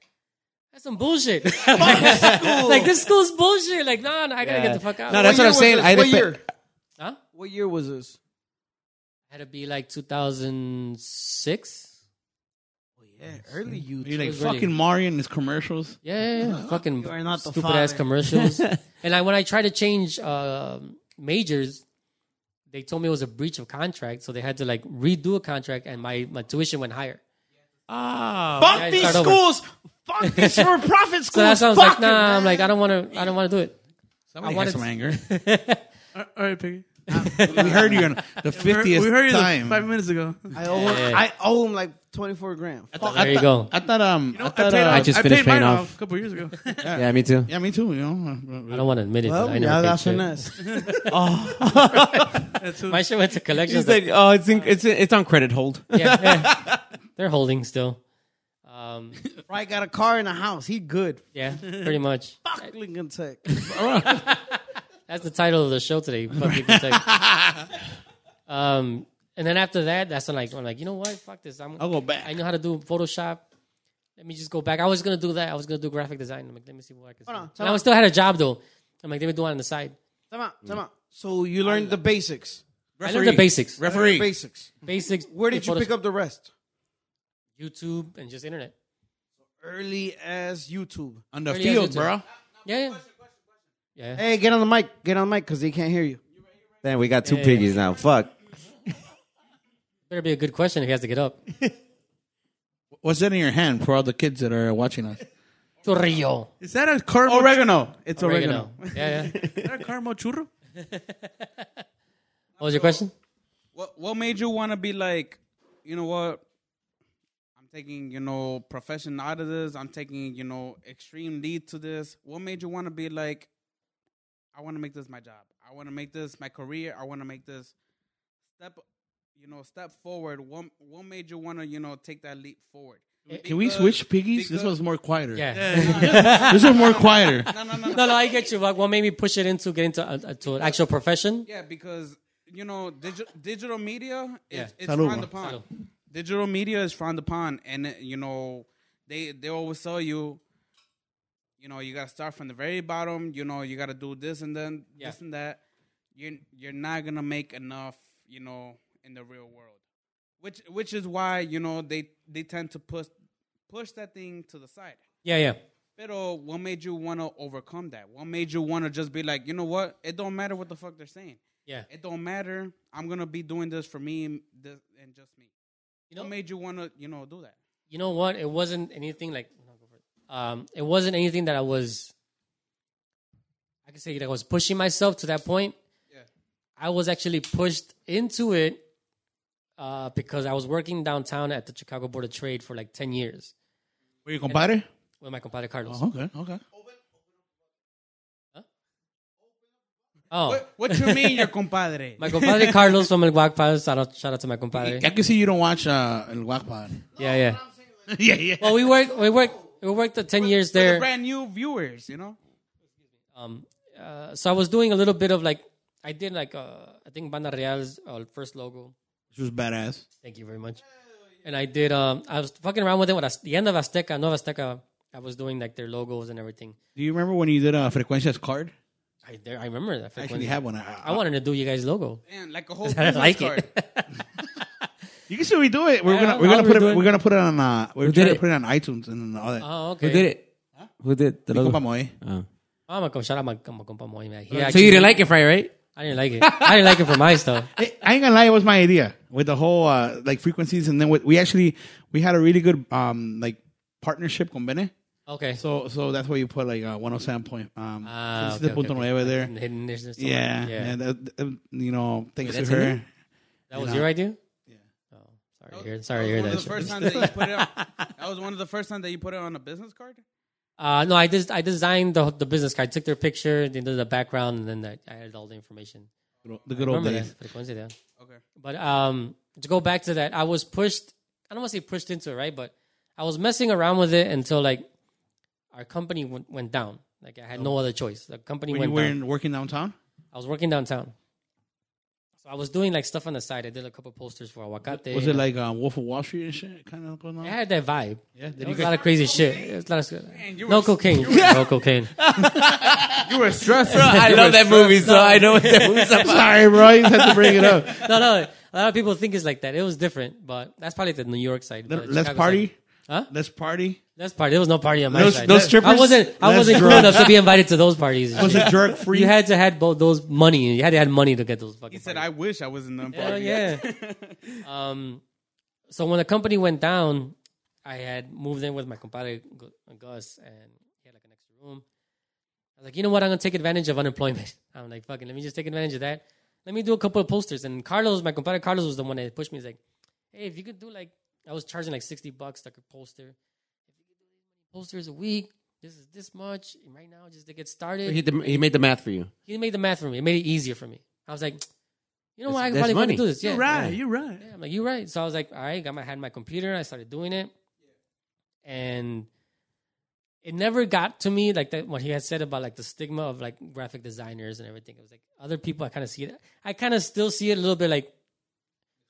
[SPEAKER 6] that's some bullshit. like this school's bullshit. Like, no, no I gotta
[SPEAKER 1] Yeah.
[SPEAKER 6] get the fuck out.
[SPEAKER 1] No, that's what I'm saying. I had to
[SPEAKER 2] what
[SPEAKER 1] pe-
[SPEAKER 2] year?
[SPEAKER 6] Huh?
[SPEAKER 2] What year was this?
[SPEAKER 6] Had to be like 2006.
[SPEAKER 2] Yeah, early YouTube.
[SPEAKER 5] You're like
[SPEAKER 6] was ready.
[SPEAKER 5] fucking Mario in his commercials.
[SPEAKER 6] Yeah, yeah, yeah. fucking
[SPEAKER 2] You are not the
[SPEAKER 6] stupid ass
[SPEAKER 2] father.
[SPEAKER 6] commercials. and I, when I tried to change um majors, they told me it was a breach of contract, so they had to like redo a contract, and my, my tuition went higher.
[SPEAKER 5] Fuck
[SPEAKER 6] yeah,
[SPEAKER 5] these
[SPEAKER 6] start over.
[SPEAKER 5] schools! Fuck these for-profit schools!
[SPEAKER 6] So that sounds
[SPEAKER 5] Fuck
[SPEAKER 6] like nah. I'm like I don't want to. I don't want to do it.
[SPEAKER 5] Somebody
[SPEAKER 6] I wanted
[SPEAKER 5] has some
[SPEAKER 6] to-
[SPEAKER 5] anger.
[SPEAKER 8] All all right, Piggy.
[SPEAKER 5] we heard you on the
[SPEAKER 8] We heard, we
[SPEAKER 5] fiftieth
[SPEAKER 8] heard you the-
[SPEAKER 5] time.
[SPEAKER 8] five minutes ago.
[SPEAKER 2] I owe, him, I owe him like 24 grand.
[SPEAKER 5] I thought-
[SPEAKER 6] There
[SPEAKER 5] I
[SPEAKER 6] you
[SPEAKER 5] thought-
[SPEAKER 6] go.
[SPEAKER 5] I thought um, I
[SPEAKER 8] I,
[SPEAKER 5] thought
[SPEAKER 8] paid
[SPEAKER 5] uh,
[SPEAKER 8] off-
[SPEAKER 1] I just
[SPEAKER 8] I
[SPEAKER 1] finished
[SPEAKER 8] paid mine
[SPEAKER 1] paying off.
[SPEAKER 8] a couple years ago.
[SPEAKER 1] Yeah, me too.
[SPEAKER 5] yeah, me too. You know,
[SPEAKER 6] I don't want to admit it. but
[SPEAKER 2] Well,
[SPEAKER 6] I
[SPEAKER 2] yeah,
[SPEAKER 6] never paid
[SPEAKER 2] that's
[SPEAKER 6] shit.
[SPEAKER 2] finesse.
[SPEAKER 6] My shit went to collections.
[SPEAKER 1] She's like, oh, it's in, it's it's on credit hold.
[SPEAKER 6] yeah, yeah. they're holding still. Um,
[SPEAKER 2] Right, got a car and a house. He good.
[SPEAKER 6] yeah, pretty much.
[SPEAKER 2] Fuck Lincoln Tech.
[SPEAKER 6] That's the title of the show today. Fuck Lincoln Tech. um, and then after that, that's when like I'm like, you know what? Fuck this. I'm,
[SPEAKER 1] Oh.
[SPEAKER 5] I'll go back.
[SPEAKER 6] I know how to do Photoshop. Let me just go back. I was gonna do that. I was gonna do graphic design. I'm like, let me see what I can.
[SPEAKER 2] Hold on,
[SPEAKER 6] do.
[SPEAKER 2] time
[SPEAKER 6] And I was
[SPEAKER 2] out.
[SPEAKER 6] still had a job though. I'm like, let me do one on the side.
[SPEAKER 2] Time out, time out. So you learned the basics.
[SPEAKER 6] I learned the basics.
[SPEAKER 2] The
[SPEAKER 5] Referee.
[SPEAKER 2] basics.
[SPEAKER 6] Basics.
[SPEAKER 2] Where did you
[SPEAKER 6] Photoshop,
[SPEAKER 2] pick up the rest?
[SPEAKER 6] YouTube and just internet?
[SPEAKER 2] Early as YouTube.
[SPEAKER 5] On the
[SPEAKER 6] Early
[SPEAKER 5] field,
[SPEAKER 6] as YouTube.
[SPEAKER 5] bro.
[SPEAKER 6] Yeah, yeah, yeah.
[SPEAKER 2] Hey, get on the mic. Get on the mic because they can't hear you.
[SPEAKER 1] Then we got two
[SPEAKER 6] Yeah.
[SPEAKER 1] piggies now. Fuck.
[SPEAKER 6] Better be a good question if he has to get up.
[SPEAKER 5] What's that in your hand for all the kids that are watching us?
[SPEAKER 6] Churrillo.
[SPEAKER 8] Is that a caramel?
[SPEAKER 5] Oregano.
[SPEAKER 8] It's
[SPEAKER 6] Oregano.
[SPEAKER 8] oregano.
[SPEAKER 6] Yeah, yeah.
[SPEAKER 8] Is that a caramel churro?
[SPEAKER 6] What was your question?
[SPEAKER 4] What What made you want to be like? You know what? I'm taking you know profession out of this. I'm taking you know extreme lead to this. What made you want to be like? I want to make this my job. I want to make this my career. I want to make this step. You know, step forward. What What made you want to you know take that leap forward?
[SPEAKER 5] Can we
[SPEAKER 4] Because-
[SPEAKER 5] switch piggies? This
[SPEAKER 4] because-
[SPEAKER 5] was more quieter.
[SPEAKER 6] Yeah.
[SPEAKER 5] This was more quieter.
[SPEAKER 4] No, no, no, no.
[SPEAKER 6] No, no, I get you. But what made me push it into get into uh, to an actual profession?
[SPEAKER 4] Yeah, because you know, digi- digital media is
[SPEAKER 6] Yeah.
[SPEAKER 4] it's
[SPEAKER 5] Salud,
[SPEAKER 4] frowned
[SPEAKER 5] bro.
[SPEAKER 4] upon.
[SPEAKER 6] Salud.
[SPEAKER 4] Digital media is frowned upon, and uh, you know, they they always tell you, you know, you gotta start from the very bottom. You know, you gotta do this and then
[SPEAKER 6] Yeah.
[SPEAKER 4] this and that. You're you're not gonna make enough, you know, in the real world, which which is why you know they they tend to push push that thing to the side.
[SPEAKER 6] Yeah, yeah.
[SPEAKER 4] Pero, what made you want to overcome that? What made you want to just be like, you know what? It don't matter what the fuck they're saying.
[SPEAKER 6] Yeah.
[SPEAKER 4] It don't matter. I'm gonna be doing this for me and, this, and just me.
[SPEAKER 6] You know-
[SPEAKER 4] what made you wanna, you know, do that?
[SPEAKER 6] You know what? It wasn't anything like um it wasn't anything that I was I can say that I was pushing myself to that point.
[SPEAKER 4] Yeah.
[SPEAKER 6] I was actually pushed into it uh, because I was working downtown at the Chicago Board of Trade for like 10 years
[SPEAKER 5] Were you compadre?
[SPEAKER 6] with my compadre Carlos.
[SPEAKER 5] Oh, okay, okay.
[SPEAKER 6] Oh,
[SPEAKER 4] What, what you mean, your compadre?
[SPEAKER 6] my compadre Carlos from El Guac Palace. Shout out, shout out to my compadre.
[SPEAKER 5] I can see you don't watch uh, El Guacpad.
[SPEAKER 6] Yeah, yeah.
[SPEAKER 5] yeah, yeah.
[SPEAKER 6] Well, we worked, we worked, we worked the 10 years
[SPEAKER 4] For the
[SPEAKER 6] there.
[SPEAKER 4] brand new viewers, you know.
[SPEAKER 6] um, uh, so I was doing a little bit of like I did like uh, I think Banda Real's uh, first logo.
[SPEAKER 5] She was badass.
[SPEAKER 6] Thank you very much. And I did. Um, I was fucking around with it. When I, the end of Azteca, Nova Azteca, I was doing like their logos and everything.
[SPEAKER 5] Do you remember when you did a Frecuencias card?
[SPEAKER 6] I there, I remember that.
[SPEAKER 5] I actually have one. I,
[SPEAKER 6] I wanted to do you guys logo.
[SPEAKER 4] Man, like a whole
[SPEAKER 6] I
[SPEAKER 4] business
[SPEAKER 6] like
[SPEAKER 4] card.
[SPEAKER 6] it.
[SPEAKER 5] You can still redo it. We're
[SPEAKER 6] Yeah,
[SPEAKER 5] gonna we're
[SPEAKER 6] how
[SPEAKER 5] gonna
[SPEAKER 6] we
[SPEAKER 5] put it
[SPEAKER 6] doing?
[SPEAKER 5] we're gonna put it on uh we're
[SPEAKER 1] Who did
[SPEAKER 5] trying to
[SPEAKER 1] it?
[SPEAKER 5] put it on iTunes and all that.
[SPEAKER 6] oh, okay.
[SPEAKER 1] Who did it? Who did the
[SPEAKER 5] Mi
[SPEAKER 1] logo?
[SPEAKER 5] compa Moe.
[SPEAKER 1] Oh.
[SPEAKER 6] Oh, my, com- shout out my, my compa Moy, man. He
[SPEAKER 1] So
[SPEAKER 6] actually-
[SPEAKER 1] you didn't like it, Fry, right?
[SPEAKER 6] I didn't like it. I didn't like it for my stuff.
[SPEAKER 5] I, I ain't gonna lie, it was my idea with the whole uh, like frequencies, and then with, we actually we had a really good um like partnership con Bene.
[SPEAKER 6] Okay.
[SPEAKER 5] So so that's why you put like uh, 107 point um
[SPEAKER 6] Ah, okay,
[SPEAKER 5] 67.9
[SPEAKER 6] okay, okay.
[SPEAKER 5] over there.
[SPEAKER 6] Hidden, there's something-
[SPEAKER 5] Yeah,
[SPEAKER 6] yeah.
[SPEAKER 5] and that- that- you know thanks
[SPEAKER 6] that's
[SPEAKER 5] to
[SPEAKER 6] in
[SPEAKER 5] her.
[SPEAKER 6] it? that was your idea. Yeah. Oh, sorry to hear, sorry to hear
[SPEAKER 4] One of
[SPEAKER 6] that.
[SPEAKER 4] the
[SPEAKER 6] shit.
[SPEAKER 4] first times that you put it. On, that was one of the first times that you put it on a business card.
[SPEAKER 6] Uh, no, I just I designed the the business card. Took their picture, they did the background, and then I added all the information.
[SPEAKER 5] The good old
[SPEAKER 6] Remember
[SPEAKER 5] days.
[SPEAKER 6] that? Frecuencia, yeah.
[SPEAKER 7] Okay.
[SPEAKER 6] But um, to go back to that, I was pushed. I don't want to say pushed into it, right? But I was messing around with it until like our company went, went down. Like I had no other choice. The company
[SPEAKER 5] When you
[SPEAKER 6] went
[SPEAKER 5] were
[SPEAKER 6] down.
[SPEAKER 5] in, working downtown?
[SPEAKER 6] I was working downtown, so I was doing like stuff on the side. I did a couple posters for Aguacate.
[SPEAKER 5] Was it like uh, Wolf of Wall Street and shit kind of going on?
[SPEAKER 6] It had that vibe.
[SPEAKER 5] Yeah, did you
[SPEAKER 6] There was a
[SPEAKER 5] guys-
[SPEAKER 6] lot of crazy shit. It was a lot of-
[SPEAKER 7] you
[SPEAKER 6] no
[SPEAKER 7] were-
[SPEAKER 6] cocaine. No cocaine.
[SPEAKER 7] You were stressed.
[SPEAKER 3] I love that movie, so I know what that movie's about.
[SPEAKER 5] Sorry, bro. You had to bring it up.
[SPEAKER 6] No, no. A lot of people think it's like that. It was different, but that's probably the New York side. but
[SPEAKER 5] Let's
[SPEAKER 6] Chicago
[SPEAKER 5] party.
[SPEAKER 6] side- Huh?
[SPEAKER 5] Let's party.
[SPEAKER 6] That's party. There was no party on my
[SPEAKER 5] Those-
[SPEAKER 6] side.
[SPEAKER 5] those strippers-
[SPEAKER 6] I wasn't. I
[SPEAKER 5] Let's
[SPEAKER 6] wasn't
[SPEAKER 5] drug.
[SPEAKER 6] grown enough to be invited to those parties.
[SPEAKER 5] Was it jerk free?
[SPEAKER 6] you had to had both those money. You had to had money to get those
[SPEAKER 7] He
[SPEAKER 6] fucking.
[SPEAKER 7] said,
[SPEAKER 6] parties.
[SPEAKER 7] "I wish I was in the
[SPEAKER 6] Hell
[SPEAKER 7] party."
[SPEAKER 6] yeah. um, so when the company went down, I had moved in with my compadre Gu- Gus, and he had like an extra room. I was like, you know what? I'm gonna take advantage of unemployment. I'm like, fucking, let me just take advantage of that. Let me do a couple of posters. And Carlos, my compadre Carlos, was the one that pushed me. He's like, hey, if you could do like, I was charging like sixty bucks like a poster. If you could do posters a week, this is this much. And right now, just to get started,
[SPEAKER 3] He, did- he made the math for you.
[SPEAKER 6] he made the math for me. It made it easier for me. I was like, you know what? I
[SPEAKER 3] That's-
[SPEAKER 6] can
[SPEAKER 3] that's money.
[SPEAKER 6] probably fucking do this. Yeah,
[SPEAKER 4] You're right. You're right.
[SPEAKER 6] yeah, I'm like, you're right. So I was like, all right, got my had my computer. I started doing it, and it never got to me like that. What he had said about like the stigma of like graphic designers and everything. It was like other people. I kind of see it. I kind of still see it a little bit like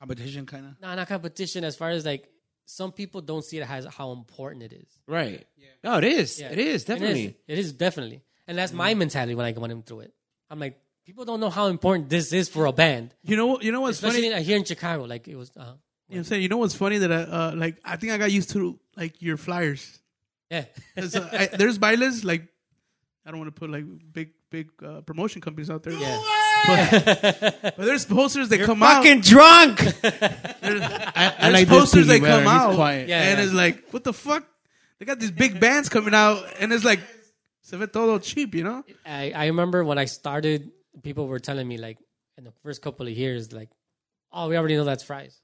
[SPEAKER 5] Competition, kind of.
[SPEAKER 6] nah, not competition. As far as like some people don't see it as how important it is.
[SPEAKER 3] Right. No, it is.
[SPEAKER 6] Yeah.
[SPEAKER 3] It is, definitely. Mm-hmm.
[SPEAKER 6] It is, definitely. And that's my mentality when I went in through it. I'm like, people don't know how important this is for a band,
[SPEAKER 4] You know, you know what's
[SPEAKER 6] especially
[SPEAKER 4] funny?
[SPEAKER 6] in- here in Chicago. Like it was. Uh,
[SPEAKER 4] You know what I'm saying? You know what's funny that I, uh, like I think I got used to like your flyers.
[SPEAKER 6] yeah.
[SPEAKER 4] 'Cause, uh, I, there's bailes like I don't want to put like big big uh, promotion companies out there.
[SPEAKER 6] Yeah.
[SPEAKER 4] But, but there's posters that come
[SPEAKER 3] Fucking drunk.
[SPEAKER 4] out.
[SPEAKER 5] I
[SPEAKER 4] There's
[SPEAKER 5] like this
[SPEAKER 4] posters
[SPEAKER 5] TV
[SPEAKER 4] that come
[SPEAKER 5] better. He's
[SPEAKER 4] out,
[SPEAKER 5] quiet.
[SPEAKER 6] Yeah,
[SPEAKER 4] and
[SPEAKER 6] yeah.
[SPEAKER 4] it's like what the fuck? They got these big bands coming out, and it's like se ve todo cheap, you know?
[SPEAKER 6] I, I remember when I started, people were telling me like in the first couple of years, like, oh, we already know that's fries.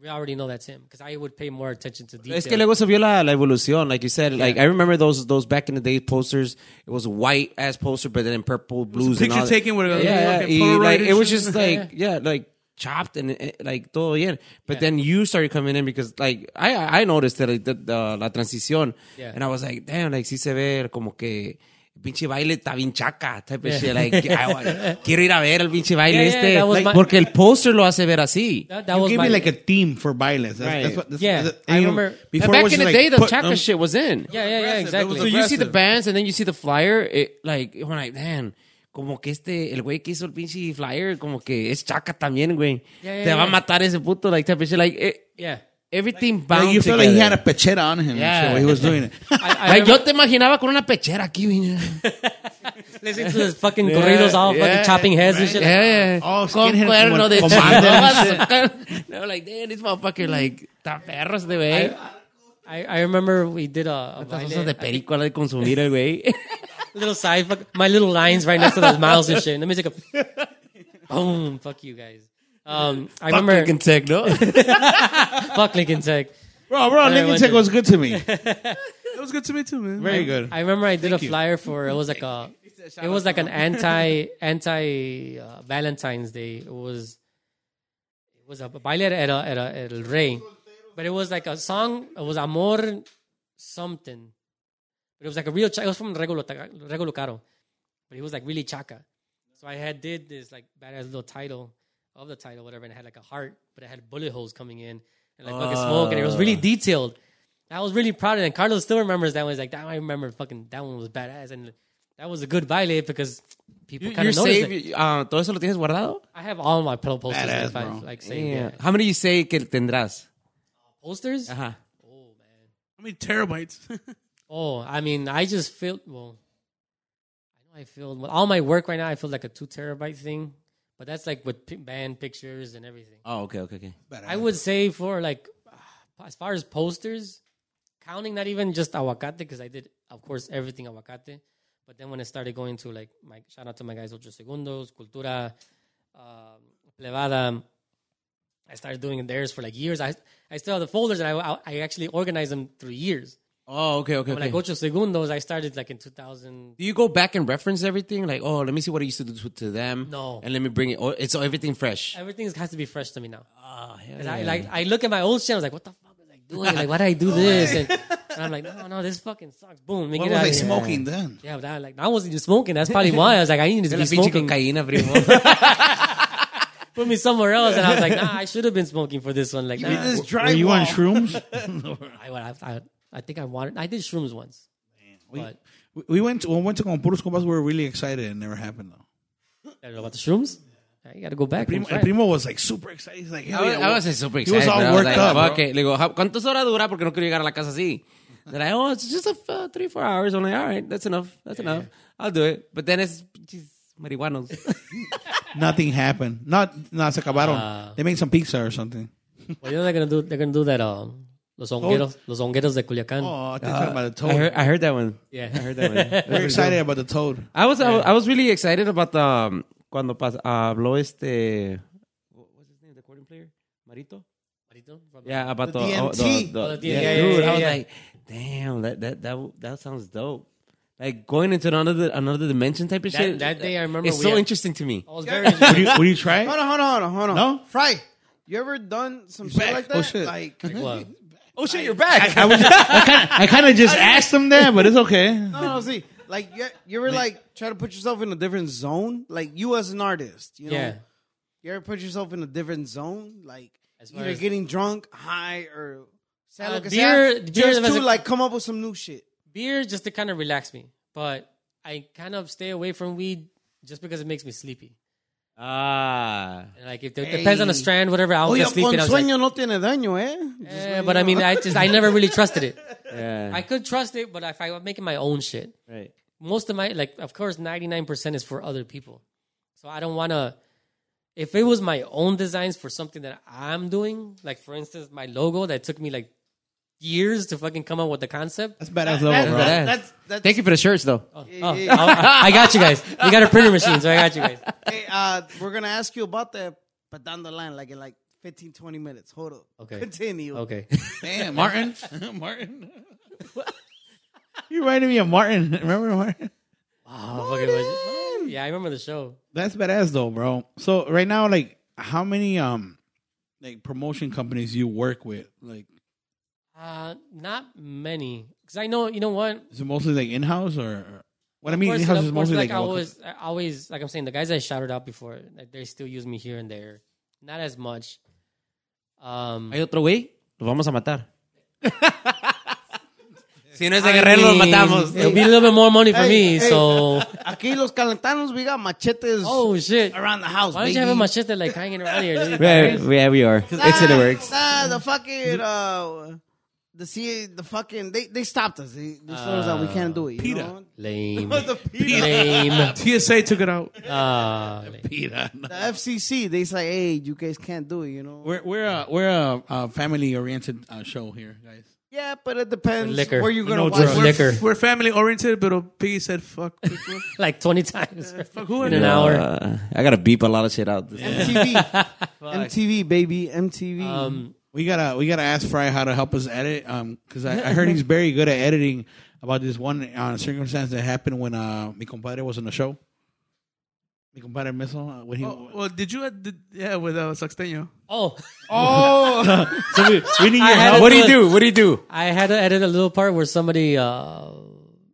[SPEAKER 6] We already know that's him because I would pay more attention to detail.
[SPEAKER 3] Es que luego se vio la, la evolución, like you said. Like I remember those those back in the day posters. It was a white ass poster, but then in purple, blues, and
[SPEAKER 4] Picture
[SPEAKER 3] all that.
[SPEAKER 4] taken with a
[SPEAKER 3] yeah, yeah.
[SPEAKER 4] fucking
[SPEAKER 3] y,
[SPEAKER 4] Polaroid
[SPEAKER 3] like,
[SPEAKER 4] and
[SPEAKER 3] it was
[SPEAKER 4] shit.
[SPEAKER 3] just like yeah, like chopped and eh, like todo bien. But then you started coming in because like I I I noticed that like, the, the la transición,
[SPEAKER 6] Yeah.
[SPEAKER 3] and I was like, damn, like sí se ve como que pinche baile está bien chaca type of
[SPEAKER 6] Yeah.
[SPEAKER 3] shit. Like I, quiero ir a ver el pinche baile
[SPEAKER 6] Yeah, yeah,
[SPEAKER 3] este,
[SPEAKER 6] that was
[SPEAKER 3] Like,
[SPEAKER 6] my-
[SPEAKER 3] porque el poster lo hace ver así.
[SPEAKER 6] that, that
[SPEAKER 5] you
[SPEAKER 6] was
[SPEAKER 5] gave
[SPEAKER 6] my,
[SPEAKER 5] me like a theme for violence. That's,
[SPEAKER 3] Right.
[SPEAKER 5] that's what, that's,
[SPEAKER 6] Yeah.
[SPEAKER 5] that's-
[SPEAKER 6] I
[SPEAKER 5] you know,
[SPEAKER 6] remember-
[SPEAKER 5] before it
[SPEAKER 3] back
[SPEAKER 5] was
[SPEAKER 3] in the
[SPEAKER 5] like,
[SPEAKER 3] day, the
[SPEAKER 5] put-
[SPEAKER 3] chaca
[SPEAKER 5] um,
[SPEAKER 3] shit was in.
[SPEAKER 6] yeah, yeah, yeah, exactly.
[SPEAKER 3] So you see the bands and then you see the flyer, it, like, when I, man, como que este, el güey que hizo el pinche flyer, como que es chaca también, güey.
[SPEAKER 6] Yeah, yeah,
[SPEAKER 3] Te va a
[SPEAKER 6] yeah.
[SPEAKER 3] matar ese puto, like, type of shit. Like, it,
[SPEAKER 6] yeah.
[SPEAKER 3] everything
[SPEAKER 5] like,
[SPEAKER 3] bound
[SPEAKER 5] you felt like he had
[SPEAKER 3] together.
[SPEAKER 5] a pechera on him.
[SPEAKER 3] Yeah.
[SPEAKER 5] Yeah, so he was doing it.
[SPEAKER 6] I, I
[SPEAKER 3] Like, yo
[SPEAKER 6] remember
[SPEAKER 3] te imaginaba con una pechera aquí, güey.
[SPEAKER 6] listening to this fucking corridos all
[SPEAKER 3] yeah,
[SPEAKER 6] fucking chopping heads and shit. like,
[SPEAKER 3] Yeah, yeah.
[SPEAKER 5] Oh,
[SPEAKER 3] Con
[SPEAKER 5] skinhead
[SPEAKER 3] cuerno
[SPEAKER 5] como
[SPEAKER 3] de
[SPEAKER 5] el
[SPEAKER 3] chaval.
[SPEAKER 5] commander and
[SPEAKER 3] No, like, damn, this motherfucker, like, está perros de güey.
[SPEAKER 6] I, I, I remember we did a, a
[SPEAKER 3] Estas
[SPEAKER 6] baile-
[SPEAKER 3] cosas de perico a la de consumir el güey.
[SPEAKER 6] little side fuck, my little lines right next to those mouths and shit. And the music, go, boom, fuck you guys. Um, I remember
[SPEAKER 3] Fucking tech, ¿no?
[SPEAKER 6] fuck Lincoln Tech.
[SPEAKER 5] Bro, bro,
[SPEAKER 6] Lincoln
[SPEAKER 5] Lincoln
[SPEAKER 6] Tech
[SPEAKER 5] Tech was good to me.
[SPEAKER 4] That was good to me too, man.
[SPEAKER 5] Very good.
[SPEAKER 6] I remember I did a flyer for it was like a it was like an anti anti uh, Valentine's Day. It was it was a baile at a, at a at El Rey, but it was like a song. It was Amor something, but it was like a real. Cha- it was from Regulo Taga- Regulo Caro, but he was like really chaca. So I had did this like badass little title of the title, whatever, and it had like a heart, but it had bullet holes coming in and like fucking smoke, and it was really detailed. I was really proud of it. And Carlos still remembers that one. He's like, that one I remember fucking that one was badass. And that was a good baile because people kind
[SPEAKER 3] Your
[SPEAKER 6] of noticed
[SPEAKER 3] save,
[SPEAKER 6] it.
[SPEAKER 3] uh, ¿todo eso lo tienes guardado?
[SPEAKER 6] I have all my pillow posters
[SPEAKER 5] Badass,
[SPEAKER 6] if I,
[SPEAKER 5] bro.
[SPEAKER 6] like saved. Yeah.
[SPEAKER 3] How many you say que tendrás?
[SPEAKER 6] Posters?
[SPEAKER 3] Ajá.
[SPEAKER 6] Oh man.
[SPEAKER 4] I mean terabytes.
[SPEAKER 6] Oh, I mean, I just feel well. I know I filled well, all my work right now. I feel like a two terabyte thing, but that's like with pi- band pictures and everything.
[SPEAKER 3] Oh, okay, okay, okay.
[SPEAKER 6] I would say for like ah, as far as posters, counting not even just aguacate because I did of course everything aguacate, but then when I started going to like my shout out to my guys Ocho Segundos, Cultura, um, Plevada, I started doing theirs for like years. I I still have the folders and I I, I actually organized them through years.
[SPEAKER 3] Oh, okay, okay.
[SPEAKER 6] But like
[SPEAKER 3] okay.
[SPEAKER 6] Ocho Segundos, I started like in 2000.
[SPEAKER 3] Do you go back and reference everything? Like, oh, let me see what I used to do to, to them.
[SPEAKER 6] No.
[SPEAKER 3] And let me bring it. Oh, it's everything fresh.
[SPEAKER 6] Everything has to be fresh to me now.
[SPEAKER 3] Oh, hell
[SPEAKER 6] 'Cause
[SPEAKER 3] yeah. Oh,
[SPEAKER 6] I like I look at my old channels like, what the fuck was I doing? Like, why did I do this? And, and I'm like, no, no, this fucking sucks. Boom, make
[SPEAKER 5] What
[SPEAKER 6] it
[SPEAKER 5] was
[SPEAKER 6] out
[SPEAKER 5] I
[SPEAKER 6] of here.
[SPEAKER 5] smoking then?
[SPEAKER 6] Yeah, but I like I wasn't even smoking. That's probably why I was like, I need to
[SPEAKER 3] De
[SPEAKER 6] be
[SPEAKER 3] la pinche
[SPEAKER 6] smoking.
[SPEAKER 3] cocaína, primo.
[SPEAKER 6] Put me somewhere else, and I was like, nah, I should have been smoking for this one. Like, nah,
[SPEAKER 5] Were you on shrooms?
[SPEAKER 6] I, I, I, I think I wanted. I did shrooms once. But
[SPEAKER 5] We- we went to, when we went to con puros compas. We were really excited. It never happened though.
[SPEAKER 6] about the shrooms, Yeah, you got to go back.
[SPEAKER 5] Primo,
[SPEAKER 6] and
[SPEAKER 5] el
[SPEAKER 6] try.
[SPEAKER 5] primo was like super excited. He's like,
[SPEAKER 3] I
[SPEAKER 5] hell
[SPEAKER 3] was,
[SPEAKER 5] yeah.
[SPEAKER 3] I was uh, super
[SPEAKER 5] He
[SPEAKER 3] excited.
[SPEAKER 5] was all
[SPEAKER 3] bro. I
[SPEAKER 5] worked
[SPEAKER 3] like,
[SPEAKER 5] up, bro.
[SPEAKER 3] fuck it. Le digo, "How- ¿cuántas horas dura? Porque no quiero llegar a la casa así. They're like, oh, it's just a f- uh, three, four hours. I'm like, all right, that's enough. That's enough. I'll do it. But then it's just marihuanos.
[SPEAKER 5] Nothing happened. Not, not se acabaron.
[SPEAKER 3] Ah.
[SPEAKER 5] they made some pizza or something.
[SPEAKER 6] Well, you know they're gonna do. They're gonna do that. Um, los hongueros, los hongueros de Culiacán.
[SPEAKER 5] Oh, I think talking about the toad.
[SPEAKER 3] Ah. I, heard, I heard that one.
[SPEAKER 6] yeah,
[SPEAKER 3] I heard that one.
[SPEAKER 5] We're excited about the toad.
[SPEAKER 3] I was, I was I was really excited about the um, cuando pas, uh, habló este what was his name the accordion player Marito yeah about the oh,
[SPEAKER 5] DMT.
[SPEAKER 3] the,
[SPEAKER 6] Oh, the
[SPEAKER 3] yeah,
[SPEAKER 6] DMT. Yeah,
[SPEAKER 3] dude
[SPEAKER 6] yeah,
[SPEAKER 3] I was
[SPEAKER 6] yeah.
[SPEAKER 3] like damn that that that that sounds dope like going into another another dimension type of
[SPEAKER 6] That-
[SPEAKER 3] shit
[SPEAKER 6] that day I remember
[SPEAKER 3] it's
[SPEAKER 6] we
[SPEAKER 3] so
[SPEAKER 6] had-
[SPEAKER 3] interesting to me
[SPEAKER 6] I was very interested.
[SPEAKER 5] Would you, would you try it?
[SPEAKER 2] Hold on, hold on, hold on, hold on.
[SPEAKER 5] No?
[SPEAKER 2] Fry. You ever done some shit
[SPEAKER 5] back.
[SPEAKER 2] like that?
[SPEAKER 5] Oh, shit.
[SPEAKER 2] Like,
[SPEAKER 6] Well,
[SPEAKER 3] oh shit you're back
[SPEAKER 5] I, was- I kinda- I kind of just asked him that, but it's okay.
[SPEAKER 2] no, no, see, like you, you ever like try to put yourself in a different zone? Like you as an artist, you know,
[SPEAKER 6] yeah,
[SPEAKER 2] you ever put yourself in a different zone? Like
[SPEAKER 6] As far
[SPEAKER 2] either
[SPEAKER 6] as-
[SPEAKER 2] getting drunk, high, or sea
[SPEAKER 6] Uh,
[SPEAKER 2] lo que
[SPEAKER 6] beer-
[SPEAKER 2] sea,
[SPEAKER 6] beer
[SPEAKER 2] just
[SPEAKER 6] as
[SPEAKER 2] to
[SPEAKER 6] a-
[SPEAKER 2] like come up with some new shit.
[SPEAKER 6] beer just to kind of relax me, but I kind of stay away from weed just because it makes me sleepy.
[SPEAKER 3] ah
[SPEAKER 6] And like if it depends on the strand, whatever. I'll
[SPEAKER 2] Oye,
[SPEAKER 6] get sleepy.
[SPEAKER 2] con
[SPEAKER 6] I was like,
[SPEAKER 2] sueño no tiene daño, eh?
[SPEAKER 6] eh, but I mean, I just I never really trusted it.
[SPEAKER 3] yeah
[SPEAKER 6] I could trust it, but if I'm making my own shit,
[SPEAKER 3] right
[SPEAKER 6] most of my like of course 99% is for other people so i don't want to if it was my own designs for something that i'm doing like for instance my logo that took me like years to fucking come up with the concept
[SPEAKER 5] That's badass level, bro.
[SPEAKER 3] Badass.
[SPEAKER 2] that's- that's-
[SPEAKER 3] thank you for the shirts though
[SPEAKER 6] oh,
[SPEAKER 2] Yeah,
[SPEAKER 6] oh,
[SPEAKER 2] yeah, yeah.
[SPEAKER 6] I, I got you guys you got a printer machine so i got you guys
[SPEAKER 2] Hey, uh, we're gonna ask you about that, but down the line, like in like 15, 20 minutes. Hold up.
[SPEAKER 6] Okay.
[SPEAKER 2] Continue.
[SPEAKER 6] okay
[SPEAKER 5] Damn, Martin. Martin. you reminded me of Martin. Remember Martin?
[SPEAKER 6] oh, fucking was- yeah i remember the show
[SPEAKER 5] That's badass though, bro. So right now, like, how many um, like promotion companies you work with? Like,
[SPEAKER 6] uh, not many because i know you know what
[SPEAKER 5] is it mostly like in house or- or? What I
[SPEAKER 6] Of
[SPEAKER 5] mean,
[SPEAKER 6] course,
[SPEAKER 5] in house
[SPEAKER 6] of
[SPEAKER 5] is
[SPEAKER 6] course,
[SPEAKER 5] mostly
[SPEAKER 6] like,
[SPEAKER 5] like,
[SPEAKER 6] I
[SPEAKER 5] local.
[SPEAKER 6] always, I always like I'm saying the guys I shouted out before, like they still use me here and there, not as much. Um,
[SPEAKER 3] hay otro güey lo vamos a matar si no es de
[SPEAKER 6] I
[SPEAKER 3] Guerrero lo
[SPEAKER 6] mean,
[SPEAKER 3] matamos
[SPEAKER 6] It'll be a little bit more money for me,
[SPEAKER 2] Hey, hey.
[SPEAKER 6] so
[SPEAKER 2] Aquí los calentanos, we got machetes
[SPEAKER 6] oh shit.
[SPEAKER 2] around the house.
[SPEAKER 6] Why don't
[SPEAKER 2] baby.
[SPEAKER 6] you have a machete like hanging around here? dude?
[SPEAKER 3] yeah, yeah we are
[SPEAKER 2] Ah.
[SPEAKER 3] it's in the works
[SPEAKER 2] Nah, the fucking uh, the C, the fucking they they stopped us. They, they told us that we can't do it. You know?
[SPEAKER 6] Lame.
[SPEAKER 2] the PETA,
[SPEAKER 6] Lame.
[SPEAKER 4] TSA took it out.
[SPEAKER 6] Ah, lame.
[SPEAKER 5] Peter, no.
[SPEAKER 2] the FCC, they say, hey, you guys can't do it. You know.
[SPEAKER 5] We're we're a we're a, a family oriented uh, show here, guys.
[SPEAKER 2] yeah, but it depends
[SPEAKER 6] liquor.
[SPEAKER 2] where you're gonna
[SPEAKER 5] No
[SPEAKER 2] watch.
[SPEAKER 5] drugs.
[SPEAKER 2] it.
[SPEAKER 6] Liquor.
[SPEAKER 4] We're family oriented, but Piggy said, "Fuck." people."
[SPEAKER 6] like 20 times
[SPEAKER 4] fuck who
[SPEAKER 6] in
[SPEAKER 4] are
[SPEAKER 6] an
[SPEAKER 4] you?
[SPEAKER 6] hour.
[SPEAKER 3] Uh, I gotta beep a lot of shit out.
[SPEAKER 2] MTV, MTV, baby, MTV.
[SPEAKER 6] Um,
[SPEAKER 5] We gotta we gotta ask Fry how to help us edit. Um, because I, I heard he's very good at editing. About this one uh, circumstance that happened when uh mi compadre was on the show. Mi compadre Miso, uh, when he
[SPEAKER 4] oh, well, did you? Did, yeah, with uh, Saxteño.
[SPEAKER 6] oh,
[SPEAKER 5] so we, we need your
[SPEAKER 6] I had
[SPEAKER 5] help.
[SPEAKER 6] a-
[SPEAKER 3] What do you do? What do you do?
[SPEAKER 6] I had to edit a little part where somebody uh,
[SPEAKER 5] Had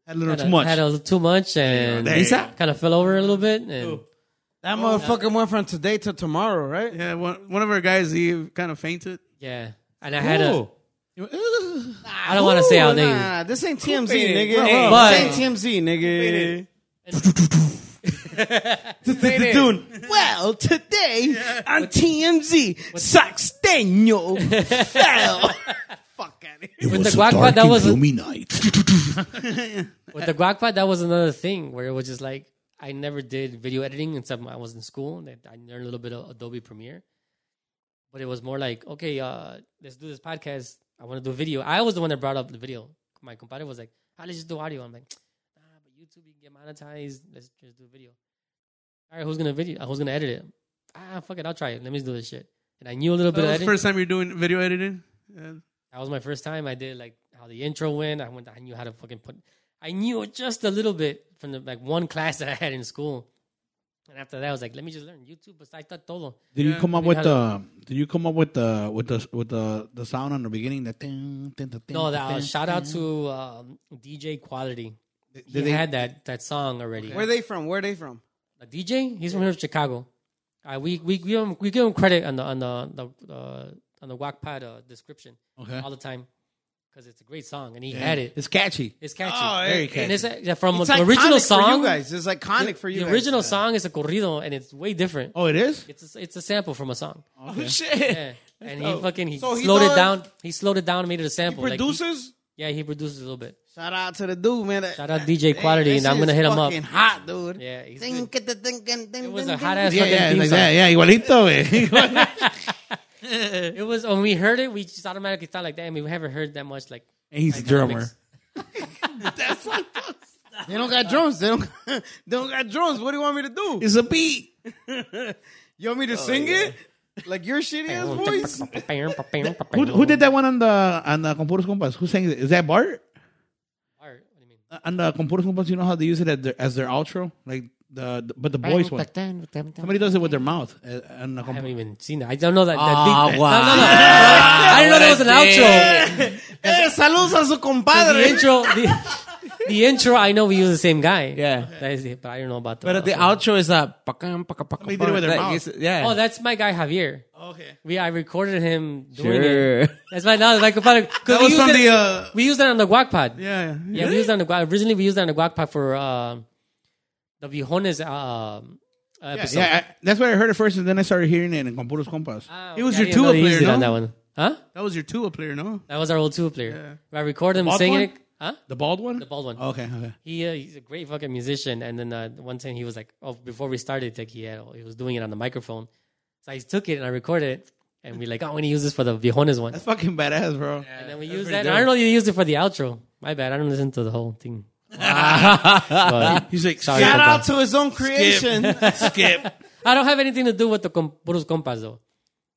[SPEAKER 5] a little
[SPEAKER 6] had
[SPEAKER 5] too much.
[SPEAKER 6] had a little too much and
[SPEAKER 5] There you go.
[SPEAKER 6] kind of fell over a little bit. And
[SPEAKER 2] that motherfucker went from today to tomorrow, right?
[SPEAKER 4] Yeah, one, one of our guys, he kind of fainted.
[SPEAKER 6] yeah, and I had a.
[SPEAKER 5] Ugh.
[SPEAKER 6] I don't want to say
[SPEAKER 2] Ooh,
[SPEAKER 6] our
[SPEAKER 2] nah,
[SPEAKER 6] names.
[SPEAKER 2] nah, this ain't TMZ,
[SPEAKER 3] made it?
[SPEAKER 2] nigga.
[SPEAKER 3] Bro,
[SPEAKER 2] Hey,
[SPEAKER 6] bro.
[SPEAKER 2] this ain't TMZ, nigga.
[SPEAKER 3] it?
[SPEAKER 2] Doing well today on TMZ. Saxteño fell. Fuck out of here.
[SPEAKER 6] With the guacpa, that was
[SPEAKER 5] night.
[SPEAKER 6] with the guac pod, that was another thing where it was just like I never did video editing except when I was in school. and I learned a little bit of Adobe Premiere, but it was more like, okay, uh, let's do this podcast. I want to do video. I was the one that brought up the video. My compadre was like, "Ah, let's just do audio." I'm like, "Nah, but YouTube, you can get monetized. Let's just do video." All right, who's gonna video? uh, Who's gonna edit it? Ah, fuck it, I'll try it. Let me just do this shit. And I knew a little
[SPEAKER 4] That
[SPEAKER 6] bit of
[SPEAKER 4] was the
[SPEAKER 6] editing.
[SPEAKER 4] first time you're doing video editing. Yeah.
[SPEAKER 6] That was my first time. I did like how the intro went. I went. I knew how to fucking put. I knew just a little bit from the like one class that I had in school. And after that, I was like, let me just learn YouTube. But I thought todo.
[SPEAKER 5] Did you come up
[SPEAKER 6] I mean,
[SPEAKER 5] with
[SPEAKER 6] how-
[SPEAKER 5] the? Did you come up with the with the with the the sound on the beginning? The ding, ding, the ding,
[SPEAKER 6] No,
[SPEAKER 5] the
[SPEAKER 6] that uh,
[SPEAKER 5] ding?
[SPEAKER 6] shout out to um, DJ Quality. He
[SPEAKER 5] did they-
[SPEAKER 6] had that that song already.
[SPEAKER 2] Where they from? Where they from?
[SPEAKER 6] A DJ? He's from here, Chicago. Uh, we we give him we give him credit on the on the, the uh, on the Wackpad uh, description
[SPEAKER 5] Okay.
[SPEAKER 6] all the time because it's a great song and he had it.
[SPEAKER 5] It's catchy.
[SPEAKER 6] It's catchy.
[SPEAKER 2] Oh,
[SPEAKER 5] Very
[SPEAKER 6] and
[SPEAKER 5] catchy.
[SPEAKER 6] it's uh, yeah, from
[SPEAKER 2] It's
[SPEAKER 6] the
[SPEAKER 2] iconic
[SPEAKER 6] original
[SPEAKER 2] for
[SPEAKER 6] song.
[SPEAKER 2] you guys. It's iconic for you.
[SPEAKER 6] the
[SPEAKER 2] guys.
[SPEAKER 6] original song is a corrido and it's way different.
[SPEAKER 5] Oh, it is.
[SPEAKER 6] It's a, it's a sample from a song.
[SPEAKER 5] Okay.
[SPEAKER 6] Yeah. And he
[SPEAKER 5] Oh.
[SPEAKER 6] fucking he
[SPEAKER 2] So he
[SPEAKER 6] slowed it
[SPEAKER 2] does-
[SPEAKER 6] down. He slowed it down and made it a sample. Like, he-
[SPEAKER 2] Producers,
[SPEAKER 6] yeah, he produces a little bit.
[SPEAKER 2] shout out to the dude, man. That-
[SPEAKER 6] Shout out
[SPEAKER 2] that-
[SPEAKER 6] DJ
[SPEAKER 2] that-
[SPEAKER 6] Quality,
[SPEAKER 2] that
[SPEAKER 6] and I'm
[SPEAKER 2] shit
[SPEAKER 6] gonna
[SPEAKER 2] is
[SPEAKER 6] hit him up.
[SPEAKER 2] fucking hot, dude.
[SPEAKER 6] Yeah, he's
[SPEAKER 2] Think
[SPEAKER 6] good.
[SPEAKER 2] it the think and think
[SPEAKER 6] It was a
[SPEAKER 2] think
[SPEAKER 6] hot
[SPEAKER 2] and-
[SPEAKER 6] ass
[SPEAKER 5] Yeah,
[SPEAKER 6] fucking
[SPEAKER 5] yeah,
[SPEAKER 6] theme
[SPEAKER 5] like
[SPEAKER 6] song.
[SPEAKER 5] that. Yeah, igualito, eh. güey.
[SPEAKER 6] It was when we heard it, we just automatically thought like, damn, we haven't heard that much like
[SPEAKER 5] And He's a drummer.
[SPEAKER 6] dynamics.
[SPEAKER 2] They don't got drums. They don't. they don't got drums. What do you want me to do?
[SPEAKER 5] It's a beat.
[SPEAKER 2] You want me to sing it? Like your shitty ass voice?
[SPEAKER 5] Who,
[SPEAKER 6] oh.
[SPEAKER 5] who did that one on the on the Compuros Compas? Who sang it? Is that Bart?
[SPEAKER 6] Art, what do you mean?
[SPEAKER 5] Uh, On the Compuros Compas, you know how they use it as their, as their outro, like the, the- but the voice one. Somebody does it with their mouth. Uh, on the
[SPEAKER 6] I haven't
[SPEAKER 5] Compuros.
[SPEAKER 6] even seen that. I don't know that. that
[SPEAKER 3] Ah,
[SPEAKER 6] beat.
[SPEAKER 3] wow.
[SPEAKER 6] No, no, no. I didn't know that was an outro.
[SPEAKER 2] Eh, saludos a su
[SPEAKER 6] The
[SPEAKER 2] compadre.
[SPEAKER 6] intro, the, the intro. I know we use the same guy.
[SPEAKER 3] Yeah.
[SPEAKER 6] that is it. But I don't know about the.
[SPEAKER 3] But the outro is a. Pakam, pakam, pakam,
[SPEAKER 5] They did it with their
[SPEAKER 3] Like,
[SPEAKER 5] mouth.
[SPEAKER 3] it's- Yeah.
[SPEAKER 6] Oh, that's my guy Javier.
[SPEAKER 5] Okay.
[SPEAKER 6] We I recorded him doing it.
[SPEAKER 3] sure.
[SPEAKER 6] That's my now like about
[SPEAKER 4] That
[SPEAKER 6] we
[SPEAKER 4] was
[SPEAKER 6] used
[SPEAKER 4] from
[SPEAKER 6] it,
[SPEAKER 4] the. Uh,
[SPEAKER 6] we used that on the guac pod.
[SPEAKER 4] yeah.
[SPEAKER 6] Yeah, we used that on the guac. Originally, we used that on the guac pod for uh, the Vijones uh,
[SPEAKER 5] Yeah,
[SPEAKER 6] episode.
[SPEAKER 5] yeah I, that's where I heard it first, and then I started hearing it in Compuros Compas.
[SPEAKER 6] Ah,
[SPEAKER 4] It was
[SPEAKER 6] okay, I didn't
[SPEAKER 4] your
[SPEAKER 6] know
[SPEAKER 4] Tua
[SPEAKER 6] they used
[SPEAKER 4] player,
[SPEAKER 6] it on
[SPEAKER 4] no?
[SPEAKER 6] that one, huh?
[SPEAKER 4] That was your Tua player, no?
[SPEAKER 6] That was our old Tua player. I recorded him
[SPEAKER 5] bald
[SPEAKER 6] singing
[SPEAKER 5] one? Oh.
[SPEAKER 6] it. Huh?
[SPEAKER 5] the bald one.
[SPEAKER 6] The bald one.
[SPEAKER 5] Okay. Okay.
[SPEAKER 6] He uh, he's a great fucking musician. And then uh, one time he was like, oh, before we started, like he had, he was doing it on the microphone. So I took it and I recorded it, and we like, oh, I'm gonna use this for the Vijones one.
[SPEAKER 5] That's fucking badass, bro.
[SPEAKER 6] and then we used that. And I don't know if you used it for the outro. My bad. I don't listen to the whole thing. But
[SPEAKER 5] He's like,
[SPEAKER 6] Sorry,
[SPEAKER 2] Shout
[SPEAKER 6] compa.
[SPEAKER 2] out to his own creation.
[SPEAKER 5] skip.
[SPEAKER 6] I don't have anything to do with the com- Puros Compas though.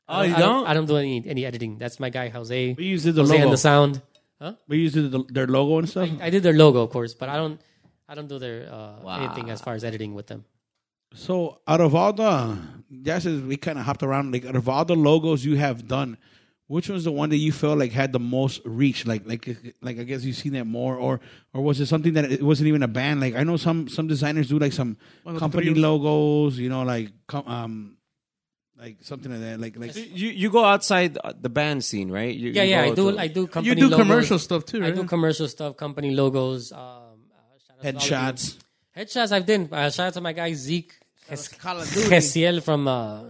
[SPEAKER 3] Oh, you
[SPEAKER 6] I don't,
[SPEAKER 3] don't?
[SPEAKER 6] I don't do any any editing. That's my guy Jose.
[SPEAKER 5] We used it the
[SPEAKER 6] Jose and
[SPEAKER 5] logo.
[SPEAKER 6] the sound.
[SPEAKER 5] we used it the, their logo and stuff.
[SPEAKER 6] I did their logo, of course, but I don't. I don't do their uh, anything as far as editing with them.
[SPEAKER 5] So out of all the, just as we kind of hopped around, like out of all the logos you have done, which was the one that you felt like had the most reach? Like, like, like I guess you've seen that more, or or was it something that it wasn't even a band? Like I know some some designers do like some
[SPEAKER 4] of the
[SPEAKER 5] company
[SPEAKER 4] three-
[SPEAKER 5] logos, you know, like com- um, like something like that. Like like
[SPEAKER 3] You you go outside uh, the band scene, right? You,
[SPEAKER 6] Yeah,
[SPEAKER 3] you
[SPEAKER 6] yeah, I
[SPEAKER 3] go
[SPEAKER 6] do.
[SPEAKER 3] to-
[SPEAKER 6] I do company.
[SPEAKER 4] You do
[SPEAKER 6] logos.
[SPEAKER 4] commercial stuff too,
[SPEAKER 6] I
[SPEAKER 4] right?
[SPEAKER 6] do commercial stuff, company logos, um, uh, shout out to all of
[SPEAKER 5] headshots.
[SPEAKER 6] you. Headshots I've done. Uh, shout out to my guy Zeke Ges-
[SPEAKER 2] Call of Duty.
[SPEAKER 6] Gesiel from uh,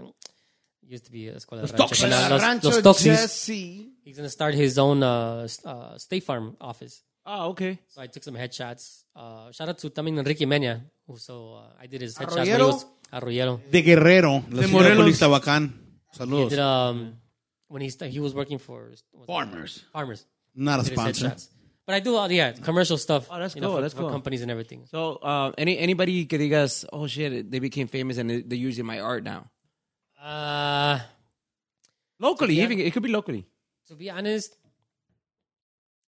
[SPEAKER 6] used to be Escuela de Rancho.
[SPEAKER 5] Toxis.
[SPEAKER 6] Los,
[SPEAKER 2] Rancho
[SPEAKER 6] Los Toxis.
[SPEAKER 2] Jesse.
[SPEAKER 6] He's gonna start his own uh, s- uh, State Farm office.
[SPEAKER 4] Ah,
[SPEAKER 3] Oh, okay.
[SPEAKER 6] So I took some headshots. Uh, shout out to Tamin Enrique Mena, who so uh, I did his headshots. when he
[SPEAKER 2] Arroyero?
[SPEAKER 6] was- Arroyero.
[SPEAKER 5] De Guerrero, La
[SPEAKER 4] De
[SPEAKER 5] Ciudad
[SPEAKER 4] Morelos.
[SPEAKER 5] Colisabacán. Saludos.
[SPEAKER 6] Did, um, when he st- he was working for what's it?
[SPEAKER 5] Farmers,
[SPEAKER 6] farmers.
[SPEAKER 5] not a
[SPEAKER 6] Did his
[SPEAKER 5] sponsor.
[SPEAKER 6] headshots. But I do all yeah commercial stuff.
[SPEAKER 3] Oh, that's
[SPEAKER 6] you know,
[SPEAKER 3] cool,
[SPEAKER 6] for,
[SPEAKER 3] that's
[SPEAKER 6] for
[SPEAKER 3] cool.
[SPEAKER 6] companies and everything.
[SPEAKER 3] So uh, any anybody que digas, oh shit, they became famous and they- they're using my art now.
[SPEAKER 6] Uh,
[SPEAKER 3] Locally,
[SPEAKER 6] Yeah.
[SPEAKER 3] even it could be locally.
[SPEAKER 6] to be honest,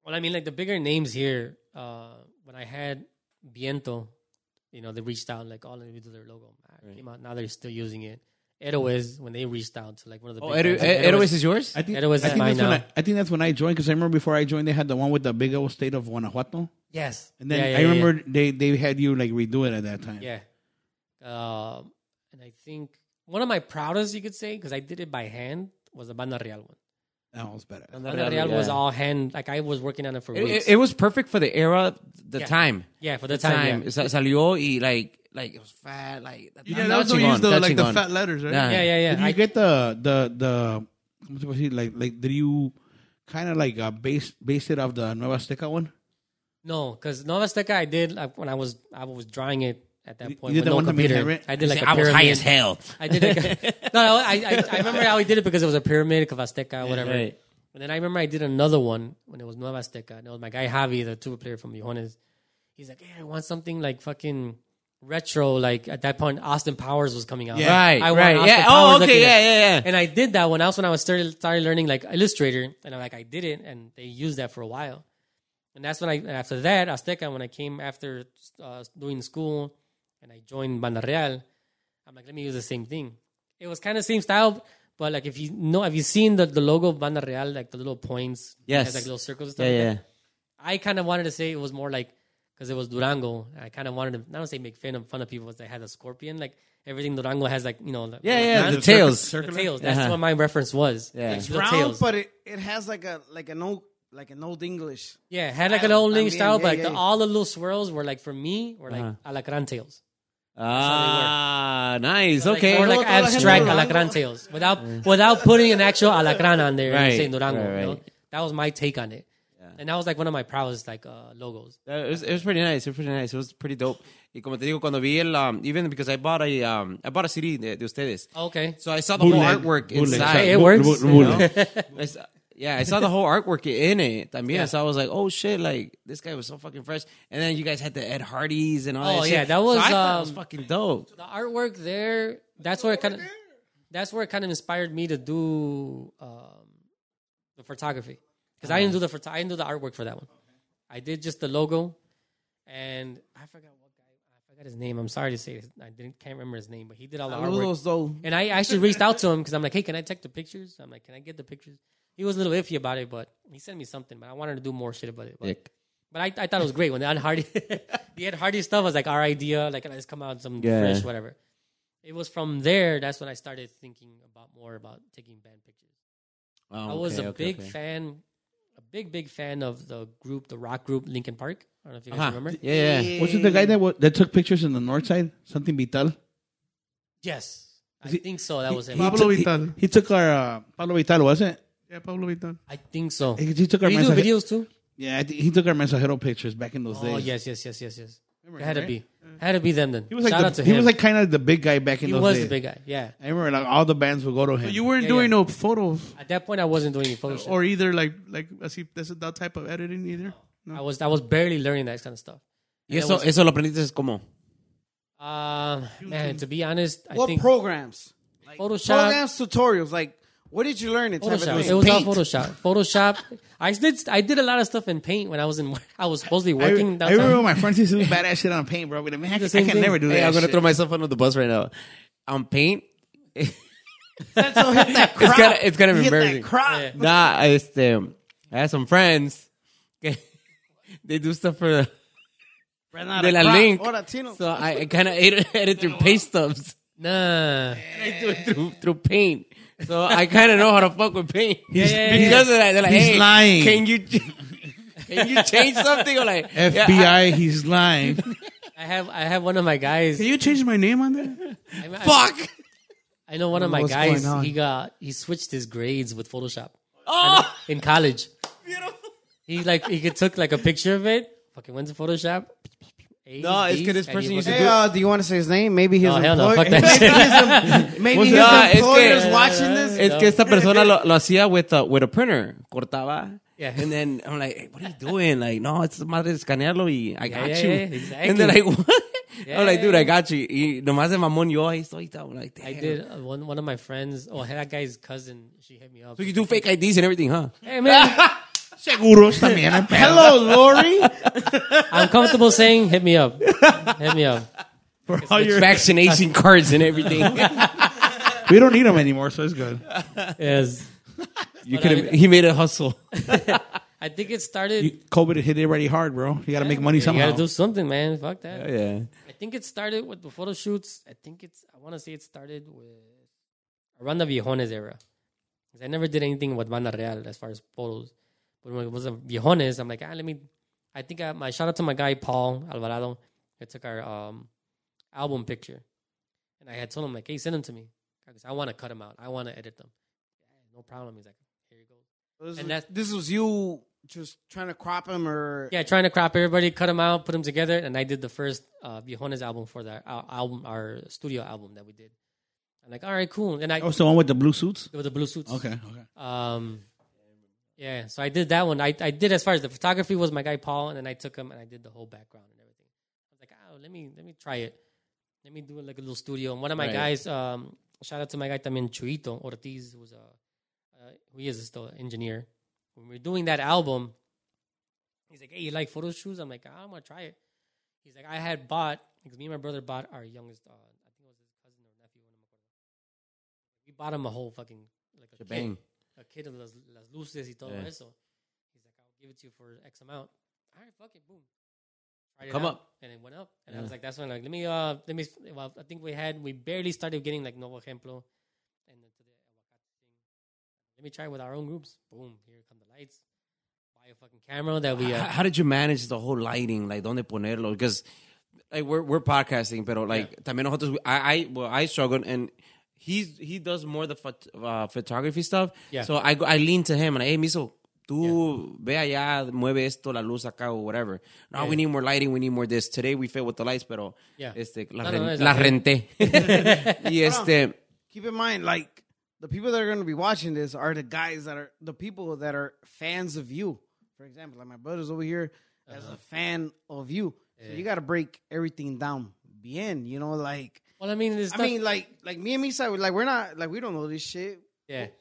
[SPEAKER 6] well, I mean, like the bigger names here. Uh, when I had Viento, you know, they reached out like all we do their logo. I Came out now they're still using it. Edoes when they reached out to like one of the
[SPEAKER 3] Oh,
[SPEAKER 6] big
[SPEAKER 3] Edo-
[SPEAKER 6] names, like,
[SPEAKER 3] Edo-
[SPEAKER 6] Edoes-
[SPEAKER 3] is yours?
[SPEAKER 5] I think,
[SPEAKER 6] It was
[SPEAKER 5] I, think
[SPEAKER 6] mine
[SPEAKER 5] that's when
[SPEAKER 6] now.
[SPEAKER 5] I, I think that's when I joined because I remember before I joined they had the one with the big old state of Guanajuato.
[SPEAKER 6] yes,
[SPEAKER 5] And then
[SPEAKER 6] Yeah, yeah,
[SPEAKER 5] I
[SPEAKER 6] yeah,
[SPEAKER 5] remember they they had you like redo it at that time.
[SPEAKER 6] yeah. yeah. Uh, and I think one of my proudest, you could say, because I did it by hand, was the Banda Real one.
[SPEAKER 5] that was better.
[SPEAKER 6] Banda Real was all hand, like I was working on it for
[SPEAKER 3] It,
[SPEAKER 6] weeks.
[SPEAKER 3] it, it was perfect for the era, the
[SPEAKER 6] Yeah.
[SPEAKER 3] time.
[SPEAKER 6] yeah, for the,
[SPEAKER 3] Time.
[SPEAKER 6] time. yeah.
[SPEAKER 3] Sa- salió y like like it was fat, like
[SPEAKER 4] Yeah, that was when you used the, like, the fat letters, right?
[SPEAKER 3] Yeah.
[SPEAKER 6] yeah, yeah, yeah.
[SPEAKER 5] Did you
[SPEAKER 6] I-
[SPEAKER 5] get the the the ¿cómo se puede decir? like like did you kind of like uh, base base it off the Nueva Azteca one?
[SPEAKER 6] No, because Nova Azteca I did like, when I was I was drawing it at that
[SPEAKER 5] You-
[SPEAKER 6] point
[SPEAKER 5] you
[SPEAKER 6] with
[SPEAKER 5] did the
[SPEAKER 6] no
[SPEAKER 5] one that made
[SPEAKER 6] computer.
[SPEAKER 5] Harriet?
[SPEAKER 6] I did like a
[SPEAKER 3] I was high
[SPEAKER 6] pyramid.
[SPEAKER 3] as hell.
[SPEAKER 6] I did like no, no, I, I I remember how I did it because it was a pyramid of Azteca whatever.
[SPEAKER 3] right.
[SPEAKER 6] And then I remember I did another one when it was Nueva Azteca. And it was my guy Javi, the tuba player from Vijones. He's like, "Hey, I want something like fucking retro. Like at that point, Austin Powers was coming out.
[SPEAKER 3] Right,
[SPEAKER 6] I want
[SPEAKER 3] right.
[SPEAKER 6] Austin
[SPEAKER 3] Yeah. Oh,
[SPEAKER 6] Powers
[SPEAKER 3] okay,
[SPEAKER 6] looking
[SPEAKER 3] yeah,
[SPEAKER 6] at-
[SPEAKER 3] yeah, yeah.
[SPEAKER 6] And I did that when I was when I was started, started learning like Illustrator, and I'm like I did it, and they used that for a while. And that's when I and after that Azteca when I came after uh, doing school, and I joined Banda Real. I'm like, let me use the same thing. It was kind of same style, but like if you know, have you seen the, the logo of Banda Real, like the little points? it
[SPEAKER 3] Yes.
[SPEAKER 6] has, like little circles. And stuff
[SPEAKER 3] Yeah,
[SPEAKER 6] like that?
[SPEAKER 3] yeah.
[SPEAKER 6] I kind of wanted to say it was more like because it was Durango. I kind of wanted to not to say make fun of fun of people but they had a scorpion. Like everything Durango has, like you know, the,
[SPEAKER 3] Yeah,
[SPEAKER 6] the-
[SPEAKER 3] yeah.
[SPEAKER 6] the,
[SPEAKER 3] The tails.
[SPEAKER 6] the tails. That's
[SPEAKER 3] Uh-huh.
[SPEAKER 6] what my reference was.
[SPEAKER 3] Yeah.
[SPEAKER 6] Like,
[SPEAKER 3] It's
[SPEAKER 6] the
[SPEAKER 2] round,
[SPEAKER 6] tails.
[SPEAKER 2] but it, it has like a like an old like an old English.
[SPEAKER 6] yeah, it had like an
[SPEAKER 2] style.
[SPEAKER 6] old
[SPEAKER 2] I
[SPEAKER 6] English
[SPEAKER 2] mean,
[SPEAKER 6] style,
[SPEAKER 2] yeah,
[SPEAKER 6] but like
[SPEAKER 2] yeah,
[SPEAKER 6] the,
[SPEAKER 2] yeah.
[SPEAKER 6] all the little swirls were like for me were like
[SPEAKER 3] Uh-huh.
[SPEAKER 6] alacran tails.
[SPEAKER 3] Ah, nice.
[SPEAKER 6] So, like,
[SPEAKER 3] okay.
[SPEAKER 6] more like
[SPEAKER 2] Toda la gente
[SPEAKER 6] abstract
[SPEAKER 2] Durango.
[SPEAKER 6] alacran tails without without putting an actual alacran on there
[SPEAKER 3] Right,
[SPEAKER 6] and saying Durango.
[SPEAKER 3] right,
[SPEAKER 6] You know?
[SPEAKER 3] right.
[SPEAKER 6] That was my take on it, and that was like one of my proudest like uh, logos.
[SPEAKER 3] Uh, it, was, it was pretty nice. It was pretty nice. It was pretty dope. Y como te digo, cuando vi el, um, even because I bought a, um, I bought a CD de, de ustedes.
[SPEAKER 6] Okay,
[SPEAKER 3] So I saw the whole
[SPEAKER 5] Bootleg.
[SPEAKER 3] artwork
[SPEAKER 5] Bootleg.
[SPEAKER 3] inside.
[SPEAKER 6] Oh, It works, you
[SPEAKER 3] I s- yeah, I saw the whole artwork in it. I mean,
[SPEAKER 6] Yeah.
[SPEAKER 3] so I was like, oh shit, like this guy was so fucking fresh. And then you guys had the Ed Hardy's and all
[SPEAKER 6] Oh,
[SPEAKER 3] that.
[SPEAKER 6] yeah,
[SPEAKER 3] shit.
[SPEAKER 6] that was,
[SPEAKER 3] So I thought it was
[SPEAKER 6] um,
[SPEAKER 3] fucking dope.
[SPEAKER 6] the artwork there that's where it kind of that's where it kind of inspired me to do um, the photography because I didn't do the photo- I didn't do the artwork for that one. I did just the logo, and I forgot what guy I forgot his name. I'm sorry to say this. I didn't can't remember his name, but he did all the artwork.
[SPEAKER 7] Saludos, though.
[SPEAKER 6] And I actually reached out to him because I'm like, hey, can I check the pictures? I'm like, can I get the pictures? He was a little iffy about it, but he sent me something. But I wanted to do more shit about it. But, but I, I thought it was great when the Ed Hardy, the Ed Hardy stuff was like our idea, like let's come out with some
[SPEAKER 3] Yeah.
[SPEAKER 6] fresh whatever. It was from there that's when I started thinking about more about taking band pictures.
[SPEAKER 3] Oh,
[SPEAKER 6] I was
[SPEAKER 3] okay,
[SPEAKER 6] a
[SPEAKER 3] okay,
[SPEAKER 6] big
[SPEAKER 3] okay.
[SPEAKER 6] fan, a big big fan of the group, the rock group Linkin Park. I don't know if you guys
[SPEAKER 3] Uh-huh.
[SPEAKER 6] remember.
[SPEAKER 3] Yeah, yeah.
[SPEAKER 5] Wasn't the guy that wa- that took pictures in the north side something Vital?
[SPEAKER 6] Yes, I
[SPEAKER 5] He-
[SPEAKER 6] think so. That was him.
[SPEAKER 4] Pablo
[SPEAKER 5] took-
[SPEAKER 4] Vital.
[SPEAKER 5] He took our uh, Pablo Vital, wasn't it?
[SPEAKER 4] Yeah, Pablo Vital.
[SPEAKER 6] I think so.
[SPEAKER 5] He, he took our
[SPEAKER 6] Did you do
[SPEAKER 5] mensaje-
[SPEAKER 6] videos too?
[SPEAKER 5] Yeah, I think he took our mensajero pictures back in those days.
[SPEAKER 6] Oh yes, yes, yes, yes, yes. It
[SPEAKER 5] him,
[SPEAKER 6] had to
[SPEAKER 5] right?
[SPEAKER 6] be, had to be them then.
[SPEAKER 5] He was like
[SPEAKER 6] Shout
[SPEAKER 5] the-
[SPEAKER 6] out to
[SPEAKER 5] he
[SPEAKER 6] him.
[SPEAKER 5] was like kind of the big guy back in
[SPEAKER 6] he
[SPEAKER 5] those
[SPEAKER 6] was
[SPEAKER 5] days.
[SPEAKER 6] the big guy. Yeah.
[SPEAKER 5] I remember like all the bands would go to him.
[SPEAKER 4] But you weren't
[SPEAKER 6] Yeah,
[SPEAKER 4] doing
[SPEAKER 6] yeah.
[SPEAKER 4] no photos
[SPEAKER 6] At that point, I wasn't doing any photo shoot.
[SPEAKER 4] or either like like así, that's that type of editing either.
[SPEAKER 6] I was I was barely learning that kind of stuff.
[SPEAKER 3] Y
[SPEAKER 6] And
[SPEAKER 3] eso,
[SPEAKER 6] it
[SPEAKER 3] eso lo aprendiste es como.
[SPEAKER 6] was, um, man, to be honest, I
[SPEAKER 2] What
[SPEAKER 6] think
[SPEAKER 2] programs? Like
[SPEAKER 3] Uh,
[SPEAKER 6] Photoshop-
[SPEAKER 2] programs tutorials. Like what did you learn in type of
[SPEAKER 6] Photoshop.
[SPEAKER 2] thing?
[SPEAKER 6] It was
[SPEAKER 2] Paint.
[SPEAKER 6] all Photoshop. Photoshop. I did I did a lot of stuff in Paint when I was in I was supposedly
[SPEAKER 5] I,
[SPEAKER 6] working.
[SPEAKER 5] I
[SPEAKER 6] downtown.
[SPEAKER 5] remember my friends used to do badass shit on paint, bro. But I, mean, I, can- I
[SPEAKER 6] same
[SPEAKER 5] can
[SPEAKER 6] thing.
[SPEAKER 5] never do that.
[SPEAKER 3] Hey, I'm gonna
[SPEAKER 5] shit.
[SPEAKER 3] throw myself under the bus right now. On paint,
[SPEAKER 2] So hit that crop.
[SPEAKER 3] it's gonna, it's gonna be
[SPEAKER 2] hit
[SPEAKER 3] embarrassing.
[SPEAKER 2] that crop.
[SPEAKER 6] Yeah.
[SPEAKER 3] Nah, este, I had some friends. que- they do stuff for
[SPEAKER 2] Ran out
[SPEAKER 3] de
[SPEAKER 2] of
[SPEAKER 3] la
[SPEAKER 2] crop.
[SPEAKER 3] link.
[SPEAKER 2] Ora, Tino.
[SPEAKER 3] So I, I kind of edit through pay stubs.
[SPEAKER 6] Nah.
[SPEAKER 3] I do it through through paint. So I kind of know how to fuck with paint.
[SPEAKER 6] yeah, yeah.
[SPEAKER 3] because of that, they're like,
[SPEAKER 5] He's
[SPEAKER 3] hey,
[SPEAKER 5] lying.
[SPEAKER 3] Can you can you change something? Or like yeah,
[SPEAKER 5] FBI, he's lying.
[SPEAKER 6] I have I have one of my guys.
[SPEAKER 4] Can you change my name on there?
[SPEAKER 6] I, I-
[SPEAKER 3] fuck.
[SPEAKER 6] I know one of my
[SPEAKER 4] what's
[SPEAKER 6] guys.
[SPEAKER 4] going on.
[SPEAKER 6] He got he switched his grades with Photoshop
[SPEAKER 3] Oh,
[SPEAKER 6] in college. He like he could took like a picture of it. Fucking went to Photoshop. A's,
[SPEAKER 3] No, it's 'cause
[SPEAKER 6] B's,
[SPEAKER 3] this
[SPEAKER 6] and he
[SPEAKER 3] person used to
[SPEAKER 6] fucking-
[SPEAKER 2] Hey, uh, do you want to say his name? Maybe his
[SPEAKER 6] Oh, hell no,
[SPEAKER 2] employ-
[SPEAKER 6] fuck that shit.
[SPEAKER 2] maybe his
[SPEAKER 3] Nah, es que-
[SPEAKER 2] employer's watching this.
[SPEAKER 3] it's que esta persona lo, lo hacía with a, with a printer. Cortaba.
[SPEAKER 6] Yeah.
[SPEAKER 3] And then I'm like, hey, what are you doing? Like, no, it's madre escanearlo y I got
[SPEAKER 6] yeah,
[SPEAKER 3] you.
[SPEAKER 6] yeah, exactly.
[SPEAKER 3] And they're like, what? I'm like,
[SPEAKER 6] Yeah.
[SPEAKER 3] dude, I got you. Y nomás de mamón yo ahí estoy. I'm like, damn.
[SPEAKER 6] I did uh, one one of my friends. Oh, that guy's cousin. She hit me up.
[SPEAKER 3] So you do fake IDs and everything, huh?
[SPEAKER 6] Hey man,
[SPEAKER 5] Seguros también. hay pedo.
[SPEAKER 2] Hello, Lori.
[SPEAKER 6] I'm comfortable saying hit me up. Hit me up.
[SPEAKER 5] For all your-
[SPEAKER 3] Vaccination cards and everything.
[SPEAKER 5] we don't need them anymore, so it's good.
[SPEAKER 6] Yes.
[SPEAKER 3] you
[SPEAKER 6] But
[SPEAKER 3] could
[SPEAKER 6] I
[SPEAKER 3] have. He made a hustle.
[SPEAKER 6] I think it started
[SPEAKER 5] You- COVID hit everybody hard, bro. You got to make money
[SPEAKER 6] You
[SPEAKER 5] somehow.
[SPEAKER 6] gotta do something, man. Fuck that.
[SPEAKER 3] yeah.
[SPEAKER 6] I think it started with the photo shoots. I think it's I wanna say it started with around the Viejones era. 'Cause I never did anything with Banda Real as far as photos. But when it was a Viejones, I'm like, ah, let me I think I, my shout out to my guy Paul Alvarado. I took our um, album picture. And I had told him like, hey, send them to me. Because I wanna cut them out. I wanna edit them. No problem. He's like, here you go. And that's-
[SPEAKER 2] this was you just trying to crop him or
[SPEAKER 6] Yeah, trying to crop everybody, cut them out, put them together, and I did the first uh, Viejones album for that our album, our studio album that we did. I'm like, all right, cool. And I
[SPEAKER 5] That was the one with the blue suits.
[SPEAKER 6] with the blue suits.
[SPEAKER 5] Oh, Okay, okay.
[SPEAKER 6] Um, yeah, so I did that one. I, I did as far as the photography was my guy Paul, and then I took him and I did the whole background and everything. I was like, oh, let me let me try it. let me do like a little studio. And one of my
[SPEAKER 9] Right.
[SPEAKER 6] guys, um, shout out to my guy también Chuito Ortiz, who's a uh, he is still an engineer. When we we're doing that album, he's like, "Hey, you like photo shoots?" I'm like, "I want to try it." He's like, "I had bought because me and my brother bought our youngest, uh, I think it was his cousin or nephew, one of my brother. We bought him a whole fucking like a
[SPEAKER 9] Shebang.
[SPEAKER 6] kit, a kit of las, las luces y todo
[SPEAKER 9] Yeah.
[SPEAKER 6] eso." He's like, "I'll give it to you for X amount." All right, fuck it, boom. Tried it
[SPEAKER 9] Come
[SPEAKER 6] out,
[SPEAKER 9] up.
[SPEAKER 6] and it went up, and I was like, "That's when like let me uh let me well I think we had we barely started getting like Novo Ejemplo, and then to the aguacate thing. Let me try with our own groups. Boom, here come the lights. Buy a fucking camera that we
[SPEAKER 9] H-
[SPEAKER 6] uh,
[SPEAKER 9] How did you manage the whole lighting? Like, donde ponerlo? Because like we're we're podcasting, pero like también nosotros. we- I I well I struggle and. He's he does more the phot- uh, photography stuff.
[SPEAKER 6] Yeah.
[SPEAKER 9] So I go, I lean to him and hey Miso, tú ve allá, mueve esto, la luz acá or whatever. No, we need more lighting, we need more this. Today we fail with the lights, pero
[SPEAKER 6] Yeah.
[SPEAKER 9] este la,
[SPEAKER 6] No, no,
[SPEAKER 9] ren-
[SPEAKER 6] no, it's
[SPEAKER 9] la
[SPEAKER 6] okay.
[SPEAKER 9] renté. y este
[SPEAKER 2] keep in mind, like the people that are going to be watching this are the guys that are the people that are fans of you. For example, like my brother's over here as
[SPEAKER 6] Uh-huh.
[SPEAKER 2] a fan of you, so you got to break everything down. Bien, you know, like
[SPEAKER 6] well, I mean, it's
[SPEAKER 2] I
[SPEAKER 6] not-
[SPEAKER 2] mean, like like me and Misa, we- like we're not like we don't know this shit.
[SPEAKER 6] Yeah.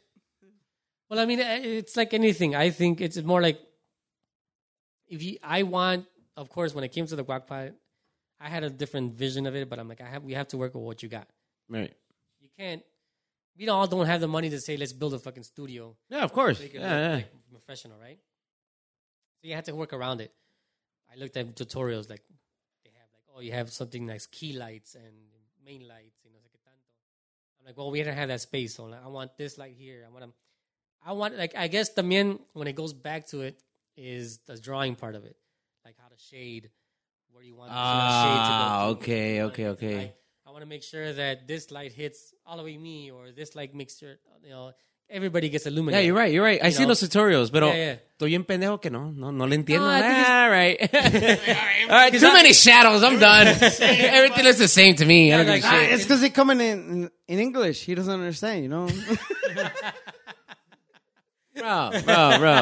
[SPEAKER 6] Well, I mean, I- it's like anything. I think it's more like if you, I want, of course, when it came to the guac pot, I had a different vision of it, but I'm like, I have, we have to work with what you got.
[SPEAKER 9] right.
[SPEAKER 6] You can't, we all don't have the money to say, let's build a fucking studio.
[SPEAKER 9] Yeah, of course.
[SPEAKER 6] Make it look
[SPEAKER 9] Yeah, yeah.
[SPEAKER 6] like professional, right? So you had to work around it. I looked at tutorials like they have like oh you have something like key lights and main lights, you know, like tanto. I'm like, well, we didn't have that space, so like, I want this light here. I want to, I want like I guess the main when it goes back to it is the drawing part of it, like how to shade, where you want the
[SPEAKER 9] Ah,
[SPEAKER 6] shade to go. to.
[SPEAKER 9] okay,
[SPEAKER 6] You know,
[SPEAKER 9] okay,
[SPEAKER 6] it's
[SPEAKER 9] okay.
[SPEAKER 6] like, I want to make sure that this light hits all the way me, or this light makes sure you know everybody gets illuminated.
[SPEAKER 9] Yeah, you're right. You're right. I see
[SPEAKER 6] know.
[SPEAKER 9] los tutorials, pero
[SPEAKER 6] Yeah, yeah.
[SPEAKER 9] estoy bien pendejo que no, no, no le entiendo.
[SPEAKER 6] No, I think it's-
[SPEAKER 9] all right, all right. Too many shadows. I'm done. Everything looks the same to me. I don't give a
[SPEAKER 2] Ah,
[SPEAKER 9] shit.
[SPEAKER 2] it's because they coming in in English. He doesn't understand, you know.
[SPEAKER 9] Bro, bro, bro.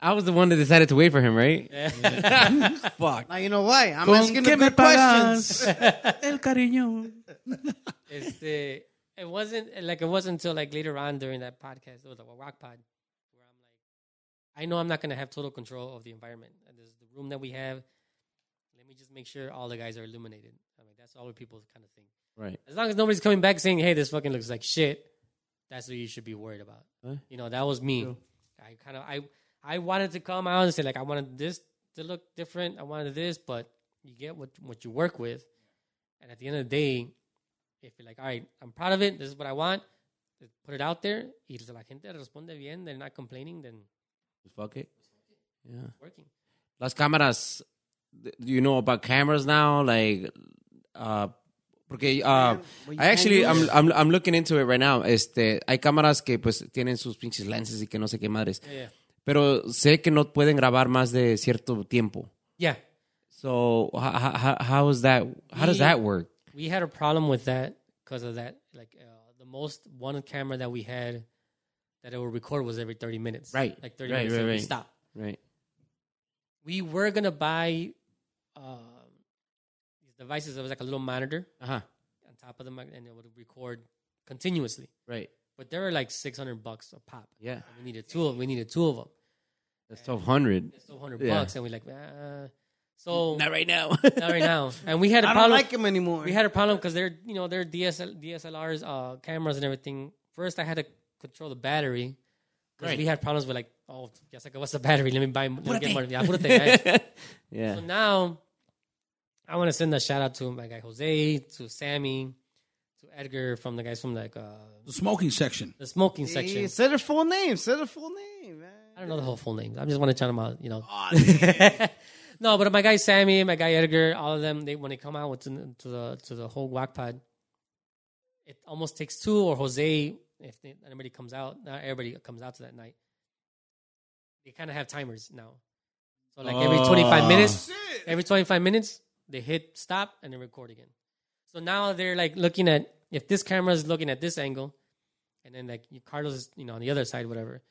[SPEAKER 9] I was the one that decided to wait for him, right?
[SPEAKER 2] now you know why I'm
[SPEAKER 4] Con
[SPEAKER 2] asking the
[SPEAKER 4] que me
[SPEAKER 2] good questions.
[SPEAKER 4] pagas el cariño.
[SPEAKER 6] Este, it wasn't like it wasn't until like later on during that podcast or the rock pod where I'm like, I know I'm not gonna have total control of the environment. And there's the room that we have. Let me just make sure all the guys are illuminated. I mean, that's all what people kind of think.
[SPEAKER 9] Right.
[SPEAKER 6] As long as nobody's coming back saying, "Hey, this fucking looks like shit," that's what you should be worried about.
[SPEAKER 9] Huh?
[SPEAKER 6] You know, that was me. I kind of I I wanted to come out and say like I wanted this to look different. I wanted this, but you get what what you work with. And at the end of the day, if you're like, all right, I'm proud of it. This is what I want. just Put it out there. Y si la gente responde bien, they're not complaining, then
[SPEAKER 9] Fuck it. Yeah.
[SPEAKER 6] it's working.
[SPEAKER 9] Las cámaras. th- You know about cameras now, like, uh, porque uh, I actually I'm, I'm I'm looking into it right now. Este, hay cámaras que pues tienen sus pinches lenses y que no sé qué madres.
[SPEAKER 6] Yeah,
[SPEAKER 9] pero sé que no pueden grabar más de cierto tiempo.
[SPEAKER 6] yeah.
[SPEAKER 9] So how, how, how is that? How does
[SPEAKER 6] Y-
[SPEAKER 9] that work?
[SPEAKER 6] we had a problem with that because of that. Like uh, the most one camera that we had that it would record was every thirty minutes.
[SPEAKER 9] Right.
[SPEAKER 6] Like thirty
[SPEAKER 9] Right,
[SPEAKER 6] minutes.
[SPEAKER 9] right,
[SPEAKER 6] and we
[SPEAKER 9] right.
[SPEAKER 6] Stop.
[SPEAKER 9] Right.
[SPEAKER 6] We were gonna buy um, these devices. It was like a little monitor
[SPEAKER 9] Uh huh.
[SPEAKER 6] on top of the mic, and it would record continuously.
[SPEAKER 9] Right.
[SPEAKER 6] But they were like six hundred bucks a pop.
[SPEAKER 9] Yeah.
[SPEAKER 6] And we needed two. Of, we needed two of them.
[SPEAKER 9] That's twelve hundred.
[SPEAKER 6] It's two hundred
[SPEAKER 9] Yeah.
[SPEAKER 6] bucks, and we're like, uh, so
[SPEAKER 9] Not right now.
[SPEAKER 6] not right now. And we had a
[SPEAKER 2] I don't
[SPEAKER 6] problem.
[SPEAKER 2] like him anymore.
[SPEAKER 6] We had a problem because they're you know they're DSL, DSLRs, uh, cameras and everything. First, I had to control the battery because
[SPEAKER 9] Right.
[SPEAKER 6] we had problems with like, oh, yes, like what's the battery? Let me buy, let me get more. Yeah, apúrate, right?
[SPEAKER 9] yeah.
[SPEAKER 6] So now, I want to send a shout out to my guy Jose, to Sammy, to Edgar from the guys from like uh,
[SPEAKER 5] The smoking section.
[SPEAKER 6] the smoking
[SPEAKER 2] Hey,
[SPEAKER 6] section.
[SPEAKER 2] Say their full name. Say their full name, man.
[SPEAKER 6] I don't know the whole full names. I just want to shout them out. You know. no, but my guy Sammy, my guy Edgar, all of them. They when they come out with to, to the to the whole guac pod, it almost takes two or Jose. If they, anybody comes out, not everybody comes out to that night. They kind of have timers now, so like every twenty five minutes, every twenty five minutes they hit stop and they record again. So now they're like looking at if this camera is looking at this angle, and then like Carlos is you know on the other side, whatever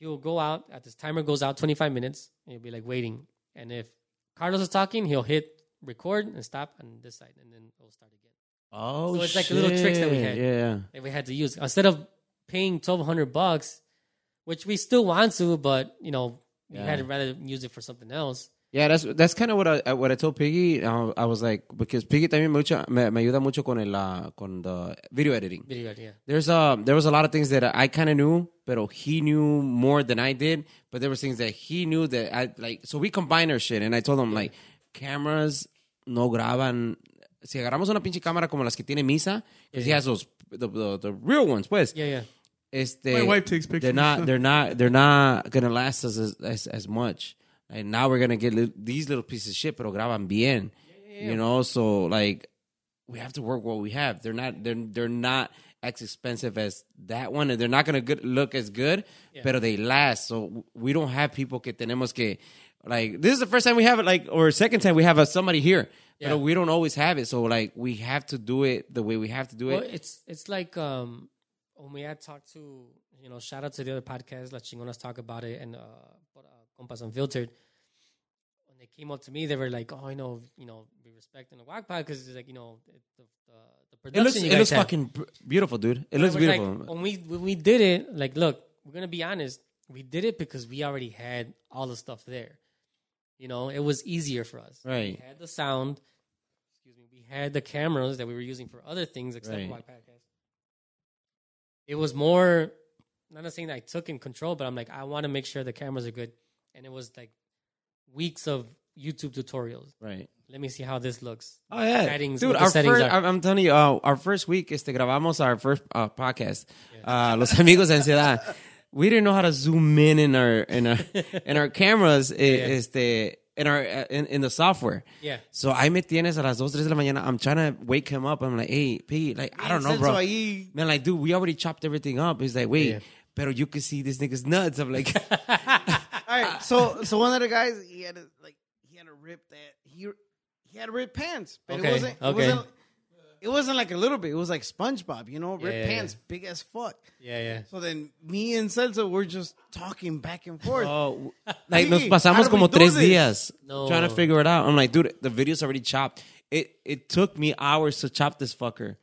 [SPEAKER 6] he'll go out at this timer goes out 25 minutes and he'll be like waiting and if carlos is talking he'll hit record and stop on this side, and then it'll start again.
[SPEAKER 3] Oh,
[SPEAKER 6] So it's like little tricks that we
[SPEAKER 3] shit.
[SPEAKER 6] had.
[SPEAKER 3] Yeah.
[SPEAKER 6] That we had to use instead of paying twelve hundred bucks, which we still want to, but you know, we
[SPEAKER 9] Yeah.
[SPEAKER 6] had to rather use it for something else.
[SPEAKER 9] Yeah, that's that's kind of what I what I told Piggy. Uh, I was like because Piggy también mucho, me, me ayuda mucho con el uh, con the video editing.
[SPEAKER 6] Video idea.
[SPEAKER 9] There's uh there was a lot of things that I kind of knew, but he knew more than I did. But there were things that he knew that I like. So we combined our shit, and I told him like cameras no graban. Si agarramos una pinche cámara como las que tiene Misa, because he has those the, the, the real ones, pues.
[SPEAKER 6] Yeah, yeah.
[SPEAKER 9] Este,
[SPEAKER 4] My wife takes pictures.
[SPEAKER 9] They're not. They're not. They're not gonna last us as as, as much. And now we're gonna get li- these little pieces of shit, pero graban bien. You know, so like we have to work what we have. They're not. They're they're not as expensive as that one, and they're not gonna good, look as good. Pero they last. So w- we don't have people que tenemos que like. This is the first time we have it. Like or second time we have a, somebody here.
[SPEAKER 6] Yeah.
[SPEAKER 9] But we don't always have it, so like we have to do it the way we have to do
[SPEAKER 6] Well,
[SPEAKER 9] it.
[SPEAKER 6] it's it's like um, when we had talked to you know shout out to the other podcast La Chingonas talk about it and uh, but, uh Compas Unfiltered. When they came up to me, they were like, "Oh, I know, you know, we respect in the Wack because it's like you know it, the, the the
[SPEAKER 9] It
[SPEAKER 6] production
[SPEAKER 9] looks
[SPEAKER 6] you
[SPEAKER 9] it
[SPEAKER 6] guys
[SPEAKER 9] looks
[SPEAKER 6] have."
[SPEAKER 9] fucking b- beautiful, dude. It
[SPEAKER 6] But
[SPEAKER 9] looks
[SPEAKER 6] was like,
[SPEAKER 9] beautiful.
[SPEAKER 6] when we when we did it, like, look, we're gonna be honest. We did it because we already had all the stuff there. You know, it was easier for us.
[SPEAKER 9] Right.
[SPEAKER 6] We had the sound. Excuse me. We had the cameras that we were using for other things except
[SPEAKER 9] Right.
[SPEAKER 6] for my podcast. It was more. Not saying that I took in control, but I'm like, I want to make sure the cameras are good. And it was like weeks of YouTube tutorials.
[SPEAKER 9] Right.
[SPEAKER 6] Let me see how this looks.
[SPEAKER 9] Oh yeah,
[SPEAKER 6] Settings,
[SPEAKER 9] dude.
[SPEAKER 6] what the
[SPEAKER 9] Our
[SPEAKER 6] settings
[SPEAKER 9] first,
[SPEAKER 6] are.
[SPEAKER 9] I'm- I'm telling you, uh, our first week, este, grabamos our first uh, podcast, uh, Los Amigos de Ansiedad. We didn't know how to zoom in in our in our in our cameras, eh, este, in our uh, in, in the software.
[SPEAKER 6] Yeah.
[SPEAKER 9] So I me tienes a las dos tres de la mañana. I'm trying to wake him up. I'm like, hey, P, like I don't know, bro. Man, like, dude, we already chopped everything up. He's like, wait, pero you can see this nigga's nuts. I'm like,
[SPEAKER 2] All
[SPEAKER 9] Uh.
[SPEAKER 2] right, so so one of the guys he had a, like he had a rip that he he had ripped pants, but
[SPEAKER 6] Okay,
[SPEAKER 2] it wasn't it
[SPEAKER 6] okay.
[SPEAKER 2] wasn't it wasn't like a little bit. It was like SpongeBob, you know, ripped
[SPEAKER 6] Yeah, yeah,
[SPEAKER 2] pants, big as fuck.
[SPEAKER 6] Yeah, yeah.
[SPEAKER 2] So then me and Celso were just talking back and forth.
[SPEAKER 9] Oh, like
[SPEAKER 2] Miggy,
[SPEAKER 9] nos
[SPEAKER 2] how
[SPEAKER 9] pasamos
[SPEAKER 2] do
[SPEAKER 9] como
[SPEAKER 2] we do
[SPEAKER 9] tres
[SPEAKER 2] this?
[SPEAKER 9] días
[SPEAKER 6] No.
[SPEAKER 9] trying to figure it out. I'm like, dude, the video's already chopped. It it took me hours to chop this fucker.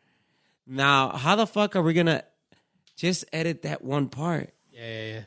[SPEAKER 9] Now, how the fuck are we gonna just edit that one part?
[SPEAKER 6] Yeah, yeah, yeah.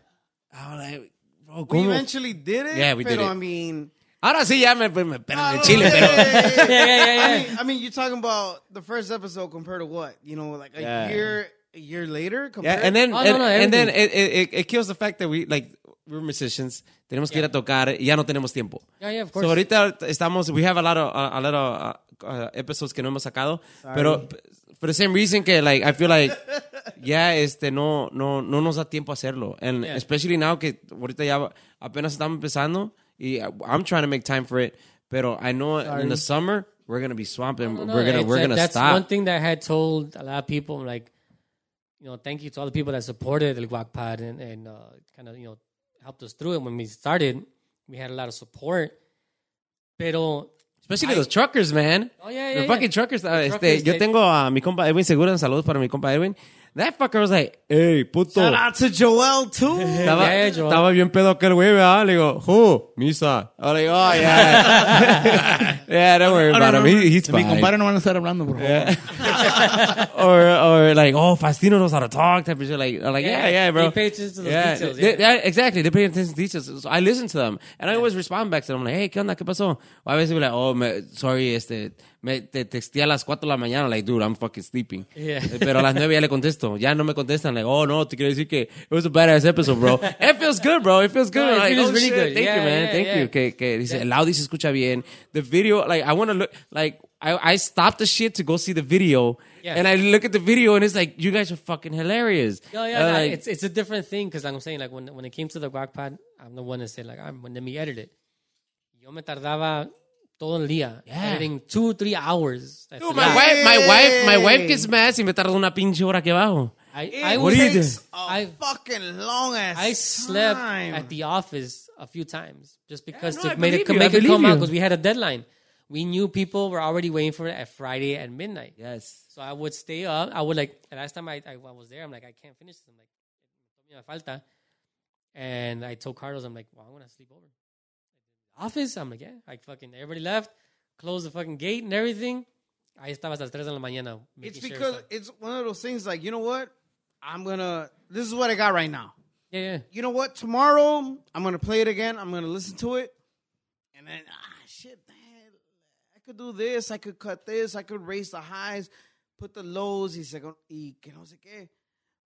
[SPEAKER 9] I was like, bro,
[SPEAKER 2] we
[SPEAKER 9] Oh, ¿cómo?
[SPEAKER 2] eventually did it.
[SPEAKER 9] Yeah, we
[SPEAKER 2] pero,
[SPEAKER 9] did it.
[SPEAKER 2] I mean,
[SPEAKER 9] Ahora sí ya me, me, me pelan el
[SPEAKER 2] no,
[SPEAKER 9] chile,
[SPEAKER 2] yeah,
[SPEAKER 9] pero
[SPEAKER 2] yeah, yeah, yeah.
[SPEAKER 6] Yeah, yeah, yeah,
[SPEAKER 2] I
[SPEAKER 6] yeah.
[SPEAKER 2] mean, I mean, you're talking about the first episode compared to what you know, like a
[SPEAKER 9] Yeah.
[SPEAKER 2] year a year later.
[SPEAKER 9] Yeah,
[SPEAKER 2] Compared
[SPEAKER 9] and then
[SPEAKER 6] Oh, no,
[SPEAKER 9] and,
[SPEAKER 6] no,
[SPEAKER 9] and then eh,
[SPEAKER 6] everything.
[SPEAKER 9] it, it, it- it kills the fact that we like we're musicians. Tenemos que ir a tocar y ya no tenemos tiempo.
[SPEAKER 6] Yeah, yeah, of
[SPEAKER 9] So
[SPEAKER 6] course.
[SPEAKER 9] ahorita estamos we have a lot of a, a lot of uh, uh, episodes que no hemos sacado, pero p- for the same reason que like I feel like yeah, este no no no nos da tiempo a hacerlo. And
[SPEAKER 6] Yeah.
[SPEAKER 9] especially now que ahorita ya apenas estamos empezando y uh, I'm trying to make time for it, pero I know in the summer we're going to be swamped and
[SPEAKER 6] No, no,
[SPEAKER 9] we're going to
[SPEAKER 6] it's
[SPEAKER 9] we're
[SPEAKER 6] like-
[SPEAKER 9] going to
[SPEAKER 6] that's
[SPEAKER 9] stop.
[SPEAKER 6] one thing that I had told a lot of people. I'm Like, you know, thank you to all the people that supported the Guac Pod and, and uh, kind of you know helped us through it. When we started, we had a lot of support. Pero
[SPEAKER 9] Especially those truckers, man.
[SPEAKER 6] Oh, yeah,
[SPEAKER 9] The
[SPEAKER 6] yeah,
[SPEAKER 9] fucking
[SPEAKER 6] yeah.
[SPEAKER 9] truckers. uh,
[SPEAKER 6] The
[SPEAKER 9] este,
[SPEAKER 6] truckers,
[SPEAKER 9] yo
[SPEAKER 6] they-
[SPEAKER 9] tengo a mi compa Edwin Segura. Saludos para mi compa Edwin. That fucker was like, hey, puto.
[SPEAKER 2] Shout out to Joel too.
[SPEAKER 9] Estaba,
[SPEAKER 6] Yeah, Joel.
[SPEAKER 9] estaba bien pedo aquel güey, ¿verdad? Le digo, who? Misa. I was like, oh, yeah. yeah, don't worry about him. He- he's
[SPEAKER 5] Mi
[SPEAKER 9] fine.
[SPEAKER 5] compadre no van a estar hablando, por favor.
[SPEAKER 9] or, or like, oh, Faustino knows how to talk type of shit. Like, I'm like
[SPEAKER 6] Yeah,
[SPEAKER 9] yeah, yeah,
[SPEAKER 6] they
[SPEAKER 9] bro.
[SPEAKER 6] pay attention to those details,
[SPEAKER 9] they-
[SPEAKER 6] yeah.
[SPEAKER 9] they- exactly. They pay attention to details. So I listen to them. And I always respond back to them. like, hey, ¿qué onda? ¿Qué pasó? Or I veces be like, oh, me, sorry, este, me, te texté a las 4 de la mañana. Like, dude, I'm fucking sleeping.
[SPEAKER 6] Yeah.
[SPEAKER 9] Eh, Pero a las 9 ya le contesto. Ya no me contestan. Like, oh, no, te quiero decir que it was a badass episode, bro. it feels good, bro. It feels good.
[SPEAKER 6] No, it
[SPEAKER 9] like,
[SPEAKER 6] feels
[SPEAKER 9] oh,
[SPEAKER 6] really
[SPEAKER 9] shit.
[SPEAKER 6] good.
[SPEAKER 9] Thank you,
[SPEAKER 6] Yeah,
[SPEAKER 9] man.
[SPEAKER 6] yeah,
[SPEAKER 9] Thank
[SPEAKER 6] yeah.
[SPEAKER 9] you. Que, que dice, el audio se escucha bien. The video, like, I want to look, like, I, I stopped the shit to go see the video.
[SPEAKER 6] Yeah.
[SPEAKER 9] And I look at the video and it's like, you guys are fucking hilarious.
[SPEAKER 6] no, yeah,
[SPEAKER 9] And
[SPEAKER 6] no,
[SPEAKER 9] like,
[SPEAKER 6] it's it's a different thing because like I'm saying, like when when it came to the Guac Pod, I'm the one that said like, I'm when let me edit it. Yo me tardaba todo el día editing two three hours. That's
[SPEAKER 9] Dude,
[SPEAKER 6] a
[SPEAKER 9] my
[SPEAKER 6] lot.
[SPEAKER 9] wife, my wife, my wife gets mad si me tardo una pinche hora aquí abajo.
[SPEAKER 6] I, I
[SPEAKER 2] It
[SPEAKER 6] was-
[SPEAKER 2] takes a
[SPEAKER 6] I-
[SPEAKER 9] Oh.
[SPEAKER 2] fucking long ass.
[SPEAKER 6] I slept
[SPEAKER 2] time.
[SPEAKER 6] at the office a few times just because
[SPEAKER 9] no, I
[SPEAKER 6] to make
[SPEAKER 9] believe
[SPEAKER 6] it,
[SPEAKER 9] you, I
[SPEAKER 6] make it
[SPEAKER 9] believe
[SPEAKER 6] come out
[SPEAKER 9] you.
[SPEAKER 6] because we had a deadline. We knew people were already waiting for it at Friday at midnight.
[SPEAKER 9] Yes.
[SPEAKER 6] So I would stay up. I would like, the last time I, I, I was there, I'm like, I can't finish this. I'm like, "Me falta. And I told Carlos, I'm like, well, I'm going to sleep over. Office? I'm like, yeah. Like, fucking everybody left. closed the fucking gate and everything. Ahí estaba hasta las 3 de la mañana.
[SPEAKER 2] It's
[SPEAKER 6] making sure
[SPEAKER 2] because
[SPEAKER 6] stuff.
[SPEAKER 2] it's one of those things like, you know what? I'm gonna this is what I got right now.
[SPEAKER 6] Yeah, yeah.
[SPEAKER 2] You know what? Tomorrow I'm gonna play it again. I'm gonna listen to it. And then ah shit, man, I could do this, I could cut this, I could raise the highs, put the lows, y second y que no sé qué.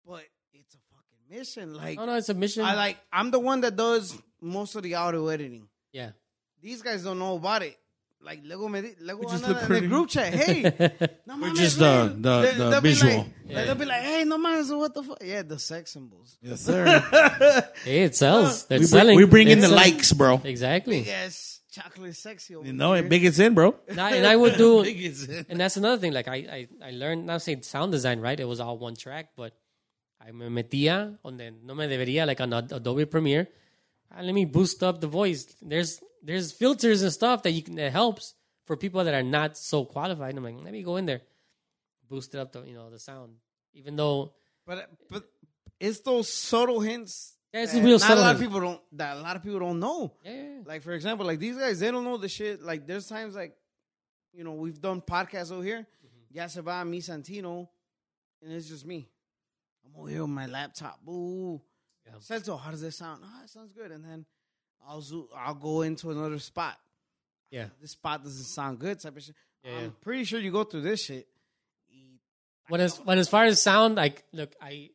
[SPEAKER 2] But it's a fucking mission. Like
[SPEAKER 6] No, no, it's a mission.
[SPEAKER 2] I like I'm the one that does most of the audio editing.
[SPEAKER 6] Yeah.
[SPEAKER 2] These guys don't know about it. Like luego me di- luego
[SPEAKER 4] just
[SPEAKER 2] andan
[SPEAKER 4] look
[SPEAKER 2] en el
[SPEAKER 4] pretty.
[SPEAKER 2] group chat. Hey, no mames,
[SPEAKER 5] just
[SPEAKER 2] man.
[SPEAKER 5] the- the-
[SPEAKER 2] They-
[SPEAKER 5] the
[SPEAKER 2] they'll be
[SPEAKER 5] visual.
[SPEAKER 2] Like, like, They'll be like, hey, no mames, what the fuck? Yeah, the sex symbols.
[SPEAKER 5] Yes, sir.
[SPEAKER 6] Hey, it sells.
[SPEAKER 5] we,
[SPEAKER 6] They're
[SPEAKER 5] bring,
[SPEAKER 6] selling.
[SPEAKER 5] we bring in
[SPEAKER 6] It's
[SPEAKER 5] the
[SPEAKER 6] selling.
[SPEAKER 5] likes, bro.
[SPEAKER 6] Exactly.
[SPEAKER 2] Yes, chocolate sexy. Over
[SPEAKER 5] You
[SPEAKER 4] Oh,
[SPEAKER 5] know,
[SPEAKER 2] here.
[SPEAKER 5] it big it's in, bro.
[SPEAKER 6] And I, and I would do,
[SPEAKER 5] It's in.
[SPEAKER 6] and that's another thing. Like I, I, I learned. Not saying sound design, right? It was all one track, but I me metía donde no me debería, like on Ad- Adobe Premiere. Ah, let me boost up the voice. There's there's filters and stuff that you can that helps for people that are not so qualified. And I'm like, let me go in there, boost it up the you know the sound, even though
[SPEAKER 2] but but it's those subtle hints.
[SPEAKER 6] Yeah, it's
[SPEAKER 2] that
[SPEAKER 6] real
[SPEAKER 2] not a lot
[SPEAKER 6] subtle.
[SPEAKER 2] of people don't that a lot of people don't know.
[SPEAKER 6] yeah, yeah, yeah.
[SPEAKER 2] Like for example, like these guys, they don't know the shit. Like there's times like, you know, we've done podcasts over here.
[SPEAKER 6] Mm-hmm.
[SPEAKER 2] Ya se va mi Santino, and it's just me. I'm over here on my laptop. Boo.
[SPEAKER 6] Yeah.
[SPEAKER 2] Santo, how does that sound? Oh, it sounds good. And then I'll zo- I'll go into another spot. Ah,
[SPEAKER 6] Yeah.
[SPEAKER 2] This spot doesn't sound good. Type of shit.
[SPEAKER 6] Yeah,
[SPEAKER 2] I'm
[SPEAKER 6] yeah.
[SPEAKER 2] pretty sure you go through this shit.
[SPEAKER 6] When as when as far as sound, like look, I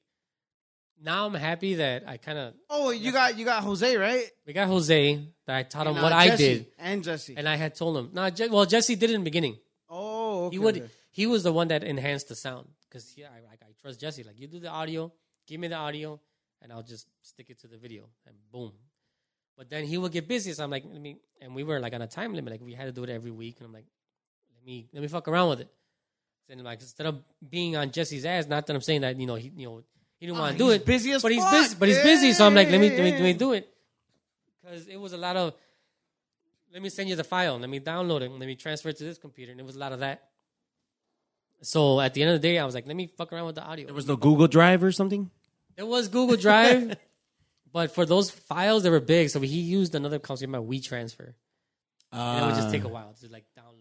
[SPEAKER 6] now I'm happy that I kind of
[SPEAKER 2] Oh, you got you got Jose right?
[SPEAKER 6] we got Jose that I taught him
[SPEAKER 2] And, uh,
[SPEAKER 6] what I
[SPEAKER 2] Jesse.
[SPEAKER 6] did.
[SPEAKER 2] and Jesse.
[SPEAKER 6] And I had told him, no, Je- well, Jesse did it in the beginning.
[SPEAKER 2] oh, okay,
[SPEAKER 6] he would,
[SPEAKER 2] okay.
[SPEAKER 6] he was the one that enhanced the sound because yeah, I, I, I trust Jesse. Like you do the audio, give me the audio, and I'll just stick it to the video, and boom. But then he would get busy, so I'm like, let me. And we were like on a time limit, like we had to do it every week, and I'm like, let me, let me fuck around with it. And like instead of being on Jesse's ass, not that I'm saying that you know he, you know, he didn't want to do
[SPEAKER 2] he's
[SPEAKER 6] it,
[SPEAKER 2] busy as
[SPEAKER 6] but he's
[SPEAKER 2] fuck.
[SPEAKER 6] busy, but he's busy. So I'm like, let me, let me,
[SPEAKER 2] Yeah.
[SPEAKER 6] let me do it, because it was a lot of let me send you the file, let me download it, let me transfer it to this computer, and it was a lot of that. So at the end of the day, I was like, let me fuck around with the audio.
[SPEAKER 3] There was no Google Drive or something.
[SPEAKER 6] There was Google Drive, but for those files, they were big, so he used another company called WeTransfer, and it would just take a while to like download.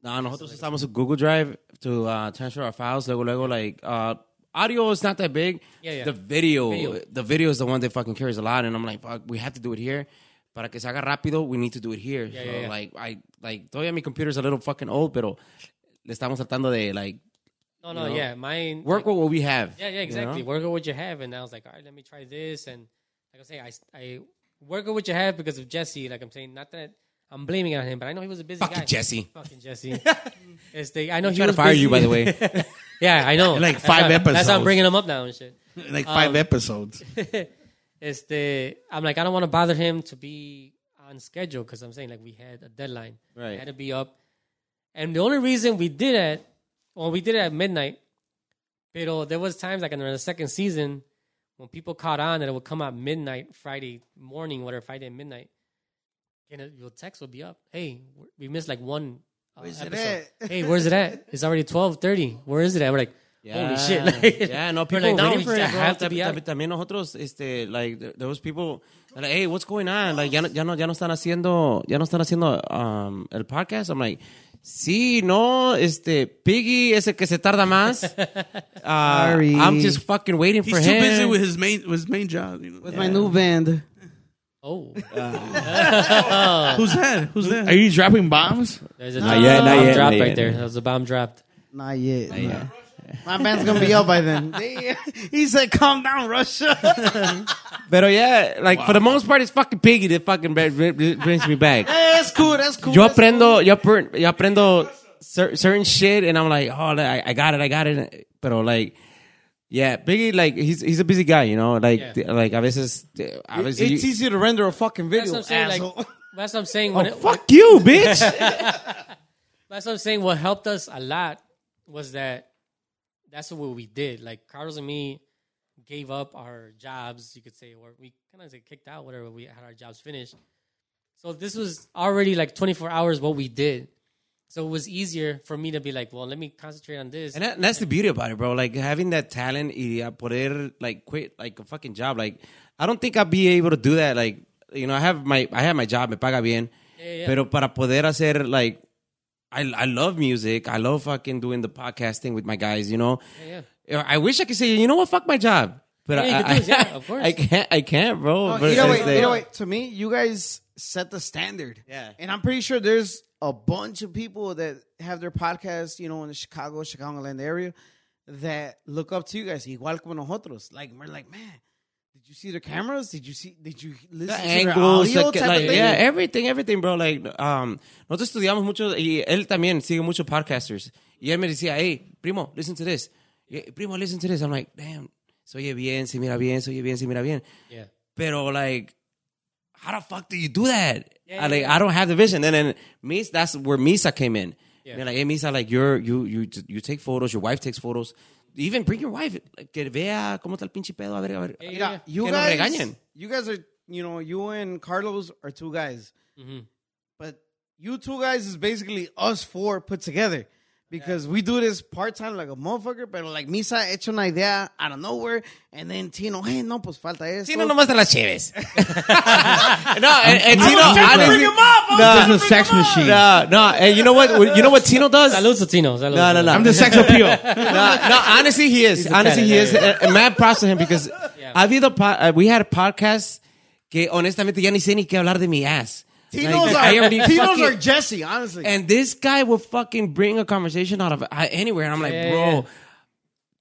[SPEAKER 6] And then I had to
[SPEAKER 9] No, Ah, nosotros usamos Google Drive to uh, transfer our files. Luego, luego, like, uh, audio is not that big.
[SPEAKER 6] Yeah, yeah.
[SPEAKER 9] The video,
[SPEAKER 6] Video.
[SPEAKER 9] the video is the one that fucking carries a lot. And I'm like, fuck, we have to do it here. Para que se haga rápido, we need to do it here. so,
[SPEAKER 6] yeah, yeah.
[SPEAKER 9] like, I, like, todavía mi computer's a little fucking old, pero le estamos tratando de, like,
[SPEAKER 6] No, no,
[SPEAKER 9] You know?
[SPEAKER 6] yeah, mine
[SPEAKER 9] work
[SPEAKER 6] like,
[SPEAKER 9] with what we have.
[SPEAKER 6] Yeah, yeah,
[SPEAKER 9] you
[SPEAKER 6] exactly.
[SPEAKER 9] know?
[SPEAKER 6] Work with what you have, and I was like, all right, let me try this, and like I say, I I work with what you have because of Jesse. Like I'm saying, not that I'm blaming it on him, but I know he was a busy
[SPEAKER 9] Fucking
[SPEAKER 6] guy.
[SPEAKER 9] Jesse.
[SPEAKER 6] fucking Jesse. Este, I know he
[SPEAKER 9] Trying to
[SPEAKER 6] was
[SPEAKER 9] fire
[SPEAKER 6] busy.
[SPEAKER 9] you, by the way.
[SPEAKER 6] Yeah, I know.
[SPEAKER 5] Like
[SPEAKER 6] That's
[SPEAKER 5] five
[SPEAKER 6] why- That's why I'm
[SPEAKER 5] episodes.
[SPEAKER 6] bringing him up now and shit.
[SPEAKER 5] Like five
[SPEAKER 3] Um,
[SPEAKER 5] episodes.
[SPEAKER 6] Este, I'm like, I don't want to bother him to be on schedule because I'm saying like we had a deadline.
[SPEAKER 9] Right.
[SPEAKER 6] It had to be up. And the only reason we did it, well, we did it at midnight. Pero there was times like in the second season when people caught on that it would come out midnight, Friday morning, whatever, Friday at midnight. And it, your text would be up. Hey, we missed like one uh,
[SPEAKER 2] Where's it
[SPEAKER 6] episode.
[SPEAKER 2] at?
[SPEAKER 6] hey, where's it at? It's already 12.30. Where is it at? We're like, holy shit. Like,
[SPEAKER 9] yeah, no,
[SPEAKER 6] we're
[SPEAKER 9] people
[SPEAKER 6] no,
[SPEAKER 9] waiting
[SPEAKER 6] we
[SPEAKER 9] for it.
[SPEAKER 6] just
[SPEAKER 9] bro.
[SPEAKER 6] have to be
[SPEAKER 9] Tam-
[SPEAKER 6] out.
[SPEAKER 9] tam- También nosotros, este, like, there, there was people, like, hey, what's going on? Like, ya no, ya no, ya no están haciendo, ya no están haciendo um, el podcast. I'm like, sí, no, este, Piggy es el que se tarda más. Uh,
[SPEAKER 2] Sorry.
[SPEAKER 9] I'm just fucking waiting for
[SPEAKER 4] He's too
[SPEAKER 9] him.
[SPEAKER 4] busy with his main with his main job. You know?
[SPEAKER 2] with my new band.
[SPEAKER 6] Oh,
[SPEAKER 4] Who's that? Who's that?
[SPEAKER 5] Are you dropping bombs?
[SPEAKER 6] there's a
[SPEAKER 3] yet,
[SPEAKER 6] bomb
[SPEAKER 3] not yet,
[SPEAKER 6] drop
[SPEAKER 3] not
[SPEAKER 6] right
[SPEAKER 3] yet.
[SPEAKER 6] there. That was a bomb dropped.
[SPEAKER 2] Not yet. nah. My band's gonna be up by then. They- he said, "Calm down, Russia."
[SPEAKER 9] But yeah, like, for the most part, it's fucking Piggy that fucking br- br- br- brings me back.
[SPEAKER 2] that's cool. That's cool.
[SPEAKER 9] yo
[SPEAKER 2] that's
[SPEAKER 9] aprendo, yo, apr- yo aprendo cer- certain shit, and I'm like, oh, I, I got it, I got it. Pero like, yeah, Biggie, like he's he's a busy guy, you know. Like
[SPEAKER 6] Yeah.
[SPEAKER 9] th- like a veces, eh, a
[SPEAKER 2] cool.
[SPEAKER 9] veces
[SPEAKER 2] It's
[SPEAKER 9] you-
[SPEAKER 2] easy to render a fucking
[SPEAKER 6] That's
[SPEAKER 2] video.
[SPEAKER 6] what I'm saying.
[SPEAKER 2] asshole.
[SPEAKER 6] Like, that's what I'm saying. When it,
[SPEAKER 9] fuck you, bitch.
[SPEAKER 6] that's what I'm saying. What helped us a lot was that that's what we did. Like Carlos and me gave up our jobs, you could say, or we kind of kicked out, whatever. We had our jobs finished. So this was already like 24 hours what we did. So it was easier for me to be like, well, let me concentrate on this.
[SPEAKER 9] and that, that's the beauty about it, bro. Like having that talent, y a poder like quit like a fucking job. Like I don't think I'd be able to do that. Like you know, I have my I have my job, me paga bien.
[SPEAKER 6] Yeah, yeah.
[SPEAKER 9] Pero para poder hacer like I I love music. I love fucking doing the podcasting with my guys. You know,
[SPEAKER 6] Yeah,
[SPEAKER 9] I wish I could say you know what, fuck my job,
[SPEAKER 6] Yeah,
[SPEAKER 9] but
[SPEAKER 6] you
[SPEAKER 9] I,
[SPEAKER 6] could do it,
[SPEAKER 9] I-
[SPEAKER 6] yeah, of course.
[SPEAKER 9] I can't. I can't, bro.
[SPEAKER 2] Oh,
[SPEAKER 9] But
[SPEAKER 2] you know,
[SPEAKER 9] it's
[SPEAKER 2] wait, you
[SPEAKER 9] like-
[SPEAKER 2] know, wait. To me, you guys set the standard.
[SPEAKER 9] Yeah.
[SPEAKER 2] And I'm pretty sure there's a bunch of people that have their podcasts, you know, in the Chicago, Chicagoland area that look up to you guys, igual como nosotros. Like, we're like, man, did you see their cameras? Did you see, did you listen to
[SPEAKER 9] The angles,
[SPEAKER 2] their audio
[SPEAKER 9] the ca-
[SPEAKER 2] type
[SPEAKER 9] like,
[SPEAKER 2] of thing?
[SPEAKER 9] yeah, everything, everything, bro. Like, um, nosotros estudiamos mucho y él también sigue muchos podcasters. Y él me decía, hey, primo, listen to this. Y- Primo, listen to this. I'm like, damn, se oye bien, se mira bien, se oye bien, se mira bien.
[SPEAKER 6] yeah.
[SPEAKER 9] Pero, like, how the fuck do you do that?
[SPEAKER 6] Yeah,
[SPEAKER 9] I, like, I don't have the vision. And then Misa, that's where Misa came in.
[SPEAKER 6] Yeah.
[SPEAKER 9] They're like, hey, Misa, like, you're, you, you, you take photos, your wife takes photos. Even bring your wife, like, que vea cómo está el pinche pedo, a ver, a ver.
[SPEAKER 6] Yeah, yeah,
[SPEAKER 2] Mira, you
[SPEAKER 9] Uh, Que nos
[SPEAKER 2] guys,
[SPEAKER 9] regañen.
[SPEAKER 2] you guys are, you know, you and Carlos are two guys,
[SPEAKER 6] yeah.
[SPEAKER 9] Mm-hmm.
[SPEAKER 6] Mhm.
[SPEAKER 2] but you two guys is basically us four put together because we do this part time like a motherfucker. But like Misa hecho una idea out of nowhere, and then Tino, hey, no, pues falta esto.
[SPEAKER 9] Tino nomás te las cheves. no, and, and Tino, honestly,
[SPEAKER 5] There's a sex machine.
[SPEAKER 9] no, no, and you know what? You know what Tino does?
[SPEAKER 6] Saludos, Tino. Saludos.
[SPEAKER 9] No, no, no.
[SPEAKER 5] I'm the sex appeal.
[SPEAKER 9] no, no, honestly, he is. Honestly, he is. And, and mad props to him because ha habido po- uh, we had a podcast que honestamente ya ni sé ni qué hablar de mi ass.
[SPEAKER 2] Tinos
[SPEAKER 9] Like,
[SPEAKER 2] are,
[SPEAKER 9] I already
[SPEAKER 2] Tinos
[SPEAKER 9] fucking-
[SPEAKER 2] are Jesse, honestly.
[SPEAKER 9] and this guy will fucking bring a conversation out of uh, anywhere. And I'm like,
[SPEAKER 6] Yeah,
[SPEAKER 9] bro,
[SPEAKER 6] yeah, yeah.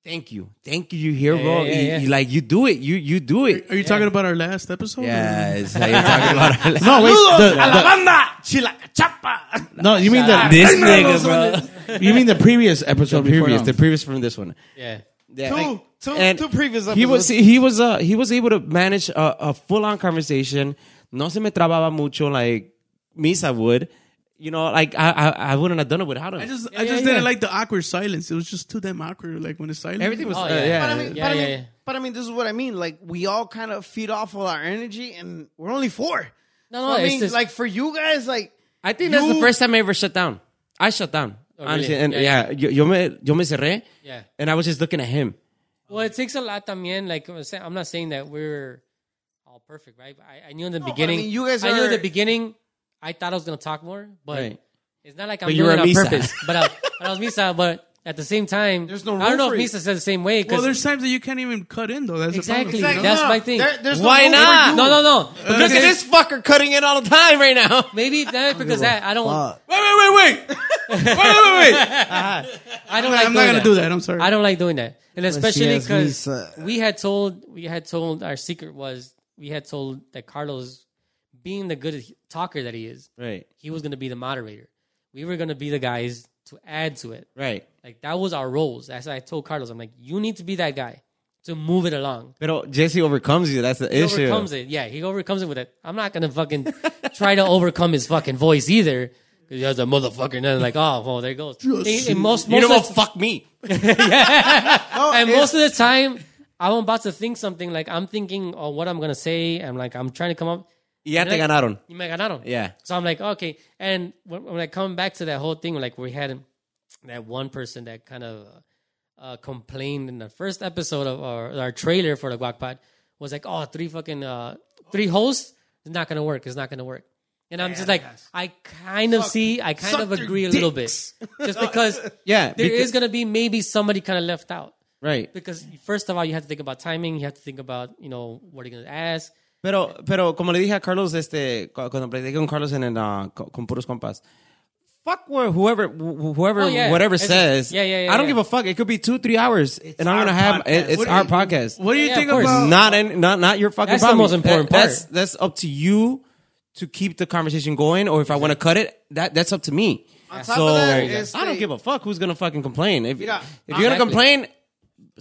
[SPEAKER 9] thank you, thank you. You here,
[SPEAKER 6] Yeah,
[SPEAKER 9] bro?
[SPEAKER 6] yeah,
[SPEAKER 9] You-
[SPEAKER 6] yeah.
[SPEAKER 9] you like you do it. You you do it.
[SPEAKER 4] Are you talking about our last episode?
[SPEAKER 9] Yeah, it's like you're talking about.
[SPEAKER 5] No, wait. The, the, no, you mean the
[SPEAKER 9] this nigga, bro.
[SPEAKER 5] you mean the previous episode
[SPEAKER 9] the previous,
[SPEAKER 5] before
[SPEAKER 9] the
[SPEAKER 5] that.
[SPEAKER 9] previous from this one.
[SPEAKER 6] Yeah.
[SPEAKER 9] Yeah.
[SPEAKER 2] two,
[SPEAKER 9] Like,
[SPEAKER 2] two,
[SPEAKER 9] and
[SPEAKER 2] two previous episodes.
[SPEAKER 9] He was he was uh, he was able to manage a, a full on conversation. No se me trababa mucho like Misa would. You know, like I I, I wouldn't have done it without him.
[SPEAKER 4] I just, I
[SPEAKER 6] yeah,
[SPEAKER 4] just
[SPEAKER 6] yeah.
[SPEAKER 4] didn't like the awkward silence. It was just too damn awkward. Like when it's silent,
[SPEAKER 9] Everything was
[SPEAKER 6] Oh,
[SPEAKER 9] uh,
[SPEAKER 6] yeah.
[SPEAKER 2] But I
[SPEAKER 9] yeah.
[SPEAKER 2] mean, but,
[SPEAKER 6] Yeah, yeah,
[SPEAKER 2] I mean
[SPEAKER 6] yeah.
[SPEAKER 2] but I mean, this is what I mean. Like we all kind of feed off of our energy, and we're only four.
[SPEAKER 6] No,
[SPEAKER 2] So,
[SPEAKER 6] no,
[SPEAKER 2] I
[SPEAKER 6] it's
[SPEAKER 2] mean,
[SPEAKER 6] just-
[SPEAKER 2] like for you guys, like
[SPEAKER 9] I think that's the
[SPEAKER 2] You-
[SPEAKER 9] first time I ever shut down. I shut down.
[SPEAKER 6] Oh, really?
[SPEAKER 9] Honestly, and
[SPEAKER 6] Yeah,
[SPEAKER 9] yeah, Yo, yo me yo me cerré,
[SPEAKER 6] Yeah.
[SPEAKER 9] and I was just looking at him.
[SPEAKER 6] Well, it takes a lot también. Like I was saying- I'm not saying that we're all perfect, right? But I, I knew in the
[SPEAKER 2] but I
[SPEAKER 6] beginning.
[SPEAKER 2] mean, you guys
[SPEAKER 6] I knew in the
[SPEAKER 2] are-
[SPEAKER 6] beginning. I thought I was gonna talk more, but
[SPEAKER 9] Right.
[SPEAKER 6] it's not like I'm
[SPEAKER 9] But you
[SPEAKER 6] doing it
[SPEAKER 9] were
[SPEAKER 6] on
[SPEAKER 9] a Misa.
[SPEAKER 6] purpose. But I, but I was Misa. But at the same time,
[SPEAKER 2] There's no
[SPEAKER 6] I don't
[SPEAKER 2] room
[SPEAKER 6] know
[SPEAKER 2] for
[SPEAKER 6] if
[SPEAKER 2] you.
[SPEAKER 6] Misa said the same way.
[SPEAKER 4] well,
[SPEAKER 6] Because
[SPEAKER 4] there's times that you can't even cut in though. That's the problem,
[SPEAKER 6] exactly
[SPEAKER 4] you know?
[SPEAKER 6] that's
[SPEAKER 2] no,
[SPEAKER 6] my thing.
[SPEAKER 2] there- there's no
[SPEAKER 9] Why
[SPEAKER 2] room for
[SPEAKER 9] not?
[SPEAKER 2] you.
[SPEAKER 6] no, no, no. Because
[SPEAKER 9] Look at this fucker cutting in all the time right now.
[SPEAKER 6] Maybe that because that I don't.
[SPEAKER 4] Wait, wait, wait, wait. wait, wait, wait, wait.
[SPEAKER 6] I don't. Like
[SPEAKER 4] I'm not
[SPEAKER 6] doing
[SPEAKER 4] gonna do that. I'm sorry.
[SPEAKER 6] I don't like doing that, and especially
[SPEAKER 2] yes, we
[SPEAKER 6] because
[SPEAKER 2] suck.
[SPEAKER 6] we had told we had told our secret was we had told that Carlos, being the good talker that he is,
[SPEAKER 9] Right,
[SPEAKER 6] he was going to be the moderator. We were going to be the guys to add to it.
[SPEAKER 9] right.
[SPEAKER 6] Like that was our roles. That's what I told Carlos. I'm like, you need to be that guy to move it along.
[SPEAKER 9] But Jesse overcomes you. That's the
[SPEAKER 6] He
[SPEAKER 9] issue.
[SPEAKER 6] overcomes it. Yeah, he overcomes it with it. I'm not gonna fucking try to overcome his fucking voice either. 'Cause He has a motherfucker, and then like, oh, well, there goes. And- and most, most
[SPEAKER 9] You know
[SPEAKER 6] of
[SPEAKER 9] what?
[SPEAKER 6] the-
[SPEAKER 9] Fuck me.
[SPEAKER 6] and most of the time, I'm about to think something. Like I'm thinking on what I'm gonna say. I'm like I'm trying to come up.
[SPEAKER 9] Y ya
[SPEAKER 6] And
[SPEAKER 9] te
[SPEAKER 6] like-
[SPEAKER 9] ganaron.
[SPEAKER 6] You me ganaron.
[SPEAKER 9] Yeah.
[SPEAKER 6] So I'm like, okay. And when, when I come back to that whole thing, like we had that one person that kind of uh, complained in the first episode of our, our trailer for the Guac Pod was like, oh, three fucking uh, three hosts is not gonna work. It's not gonna work. And I'm just like, I kind of see, I kind of agree a little bit, just because
[SPEAKER 9] Yeah,
[SPEAKER 6] there
[SPEAKER 9] because-
[SPEAKER 6] is gonna be maybe somebody kind of left out
[SPEAKER 9] Right.
[SPEAKER 6] because first of all, you have to think about timing. You have to think about you know what are you gonna ask.
[SPEAKER 9] Pero, pero como le dije a Carlos, este, cu- cuando platiqué con Carlos en el, ah, co- con puros compas, fuck wh- whoever, wh- whoever,
[SPEAKER 6] Oh, yeah.
[SPEAKER 9] whatever
[SPEAKER 6] It's-
[SPEAKER 9] says.
[SPEAKER 6] yeah, yeah, yeah,
[SPEAKER 9] I don't
[SPEAKER 6] yeah.
[SPEAKER 9] give a fuck. It could be two, three hours, and I'm gonna have it- it's
[SPEAKER 4] What do
[SPEAKER 9] our
[SPEAKER 4] you-
[SPEAKER 9] podcast.
[SPEAKER 4] What do you
[SPEAKER 6] Yeah,
[SPEAKER 4] think
[SPEAKER 6] of course.
[SPEAKER 4] about?
[SPEAKER 9] Not, in, not, not your fucking.
[SPEAKER 6] That's the
[SPEAKER 9] problem.
[SPEAKER 6] most important
[SPEAKER 9] That-
[SPEAKER 6] part.
[SPEAKER 9] That's, that's up to you to keep the conversation going, or if I want to cut it, that that's up to me.
[SPEAKER 2] top
[SPEAKER 9] so
[SPEAKER 2] of that is
[SPEAKER 9] I don't
[SPEAKER 2] the-
[SPEAKER 9] give a fuck who's gonna fucking complain. If,
[SPEAKER 2] Mira,
[SPEAKER 9] if you're gonna
[SPEAKER 6] exactly.
[SPEAKER 9] complain,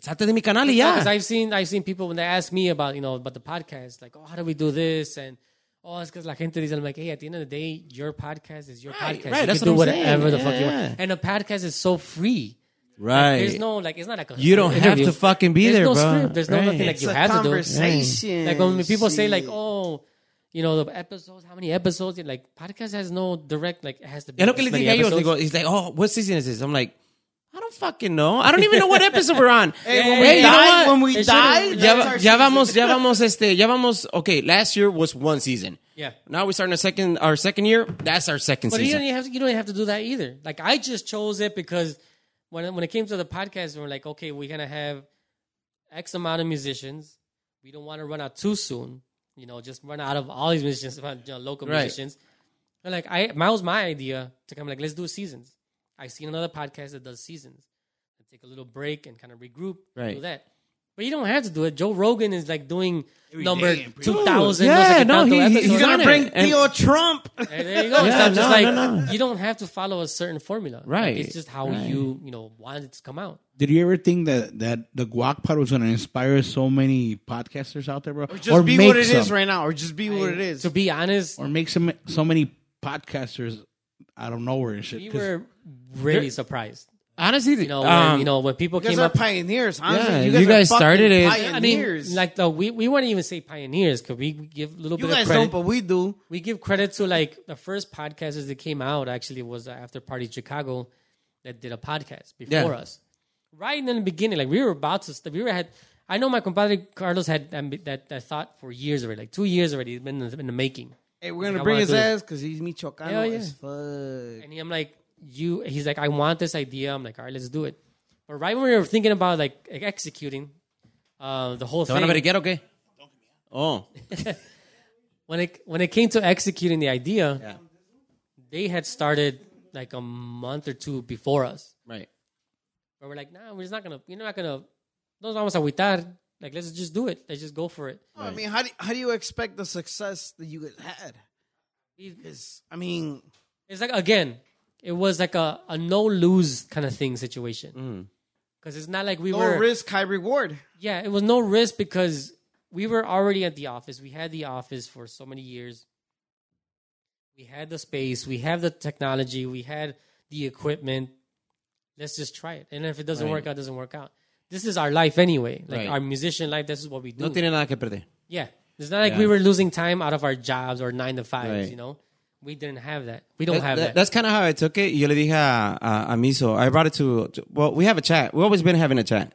[SPEAKER 9] salte de mi canal y ya.
[SPEAKER 6] Because I've seen I've seen people when they ask me about you know about the podcast, like oh how do we do this and oh it's because la gente dice I'm like hey at the end of the day your podcast is your
[SPEAKER 9] Right,
[SPEAKER 6] podcast
[SPEAKER 9] right,
[SPEAKER 6] you
[SPEAKER 9] that's
[SPEAKER 6] can
[SPEAKER 9] what
[SPEAKER 6] do
[SPEAKER 9] I'm
[SPEAKER 6] whatever
[SPEAKER 9] saying.
[SPEAKER 6] the fuck you
[SPEAKER 9] Yeah.
[SPEAKER 6] want and a podcast is so free
[SPEAKER 9] right.
[SPEAKER 6] there's no like it's not like a
[SPEAKER 9] You don't have
[SPEAKER 6] interview.
[SPEAKER 9] to fucking be
[SPEAKER 6] there's
[SPEAKER 9] there,
[SPEAKER 6] no
[SPEAKER 9] bro.
[SPEAKER 6] script. there's
[SPEAKER 9] Right.
[SPEAKER 6] no nothing like
[SPEAKER 2] it's
[SPEAKER 6] you
[SPEAKER 2] a
[SPEAKER 6] have to do it.
[SPEAKER 2] conversation.
[SPEAKER 6] like when people say like
[SPEAKER 2] shit.
[SPEAKER 6] oh you know the episodes how many episodes and, like podcast has no direct like it has to be
[SPEAKER 9] Es lo que
[SPEAKER 6] this
[SPEAKER 9] les
[SPEAKER 6] many
[SPEAKER 9] dije a ellos.
[SPEAKER 6] episodes.
[SPEAKER 9] Digo, he's like, oh, what season is this? I'm like, I don't fucking know. I don't even know what episode we're on.
[SPEAKER 2] Hey, when
[SPEAKER 9] Hey,
[SPEAKER 2] we
[SPEAKER 9] you know
[SPEAKER 2] die,
[SPEAKER 9] what?
[SPEAKER 2] when we
[SPEAKER 6] It should've-
[SPEAKER 2] die,
[SPEAKER 9] ya,
[SPEAKER 2] that's
[SPEAKER 9] va-
[SPEAKER 2] our
[SPEAKER 9] ya
[SPEAKER 2] season.
[SPEAKER 9] vamos, ya vamos, este, ya vamos. Okay, last year was one season.
[SPEAKER 6] Yeah.
[SPEAKER 9] Now we're starting a second, our second year. That's our second
[SPEAKER 6] But you
[SPEAKER 9] season.
[SPEAKER 6] don't even have to, you don't have to do that either. Like I just chose it because when when it came to the podcast, we were like, okay, we're gonna have X amount of musicians. We don't want to run out too soon. You know, just run out of all these musicians, you know, local
[SPEAKER 9] Right.
[SPEAKER 6] musicians. And like I, that was my idea to come. Like let's do seasons. I seen another podcast that does seasons. And take a little break and kind of regroup. and
[SPEAKER 9] Right.
[SPEAKER 6] Do that. But you don't have to do it. Joe Rogan is like doing number
[SPEAKER 5] day, pretty
[SPEAKER 6] two thousand.
[SPEAKER 3] Yeah, no, he- he's
[SPEAKER 6] he's
[SPEAKER 3] gonna bring
[SPEAKER 9] Theo Trump.
[SPEAKER 6] Hey, there you go. It's
[SPEAKER 3] Yeah,
[SPEAKER 6] not
[SPEAKER 3] no,
[SPEAKER 6] just like
[SPEAKER 3] no, no.
[SPEAKER 6] you don't have to follow a certain formula. Like,
[SPEAKER 9] Right,
[SPEAKER 6] it's just how you you know want it to come out.
[SPEAKER 5] Did you ever think that that the guac pod was going to inspire so many podcasters out there, bro?
[SPEAKER 2] Or just be what it is
[SPEAKER 5] some,
[SPEAKER 2] right now, or just be what it is.
[SPEAKER 6] To be honest,
[SPEAKER 5] Or make some so many podcasters out of nowhere and shit.
[SPEAKER 6] we
[SPEAKER 5] 'cause
[SPEAKER 6] were really surprised.
[SPEAKER 9] Honestly,
[SPEAKER 6] You know,
[SPEAKER 9] um,
[SPEAKER 6] when, you know when people
[SPEAKER 2] You guys
[SPEAKER 6] came
[SPEAKER 2] are
[SPEAKER 6] up.
[SPEAKER 2] pioneers, honestly.
[SPEAKER 9] Yeah,
[SPEAKER 2] you guys,
[SPEAKER 9] you guys
[SPEAKER 2] are fucking
[SPEAKER 9] started it.
[SPEAKER 6] I mean,
[SPEAKER 2] Pioneers.
[SPEAKER 6] like the we we wouldn't even say pioneers because we give a little
[SPEAKER 2] you
[SPEAKER 6] bit
[SPEAKER 2] guys
[SPEAKER 6] of credit.
[SPEAKER 2] don't, but we do.
[SPEAKER 6] we give credit to like the first podcasters that came out actually was the After Party Chicago that did a podcast before
[SPEAKER 9] Yeah.
[SPEAKER 6] us. Right in the beginning, like we were about to, st- we were had. I know my compadre Carlos had that, that, that thought for years already, like two years already, it's been in the, in the making.
[SPEAKER 2] Hey, we're gonna
[SPEAKER 6] I
[SPEAKER 2] bring
[SPEAKER 6] wanna
[SPEAKER 2] his
[SPEAKER 6] do this.
[SPEAKER 2] ass because he's Michoacano
[SPEAKER 6] Hell yeah.
[SPEAKER 2] as fuck.
[SPEAKER 6] And he- I'm like, you, he's like, I want this idea. I'm like, all right, let's do it. But right when we were thinking about like e- executing uh, the whole
[SPEAKER 9] ¿Te
[SPEAKER 6] thing,
[SPEAKER 9] van a verificar o qué? Oh,
[SPEAKER 6] when it when it came to executing the idea, they had started like a month or two before us.
[SPEAKER 9] right.
[SPEAKER 6] But we're like, nah, we're just not gonna, you're not gonna, no nos vamos a agüitar. Like, let's just do it. Let's just go for it.
[SPEAKER 2] I mean, how do, how do you expect the success that you guys had? Because I mean,
[SPEAKER 6] It's like again, it was like a, a no lose kind of thing situation. Because it's not like we
[SPEAKER 2] no
[SPEAKER 6] were,
[SPEAKER 2] risk, high reward.
[SPEAKER 6] yeah, it was no risk because we were already at the office. We had the office for so many years. We had the space. We have the technology. We had the equipment. Let's just try it. And if it doesn't work out, it doesn't work out. This is our life anyway. Like
[SPEAKER 9] Right.
[SPEAKER 6] our musician life. This is what we do.
[SPEAKER 9] No tiene nada que perder.
[SPEAKER 6] Yeah. It's not like we were losing time out of our jobs or nine to fives,
[SPEAKER 9] Right.
[SPEAKER 6] you know? We didn't have that. We don't
[SPEAKER 9] That-
[SPEAKER 6] have
[SPEAKER 9] that-
[SPEAKER 6] that.
[SPEAKER 9] That's kind of how I took it. Yo le dije a, a, a Miso, I brought it to, to- well, we have a chat. We've always been having a chat.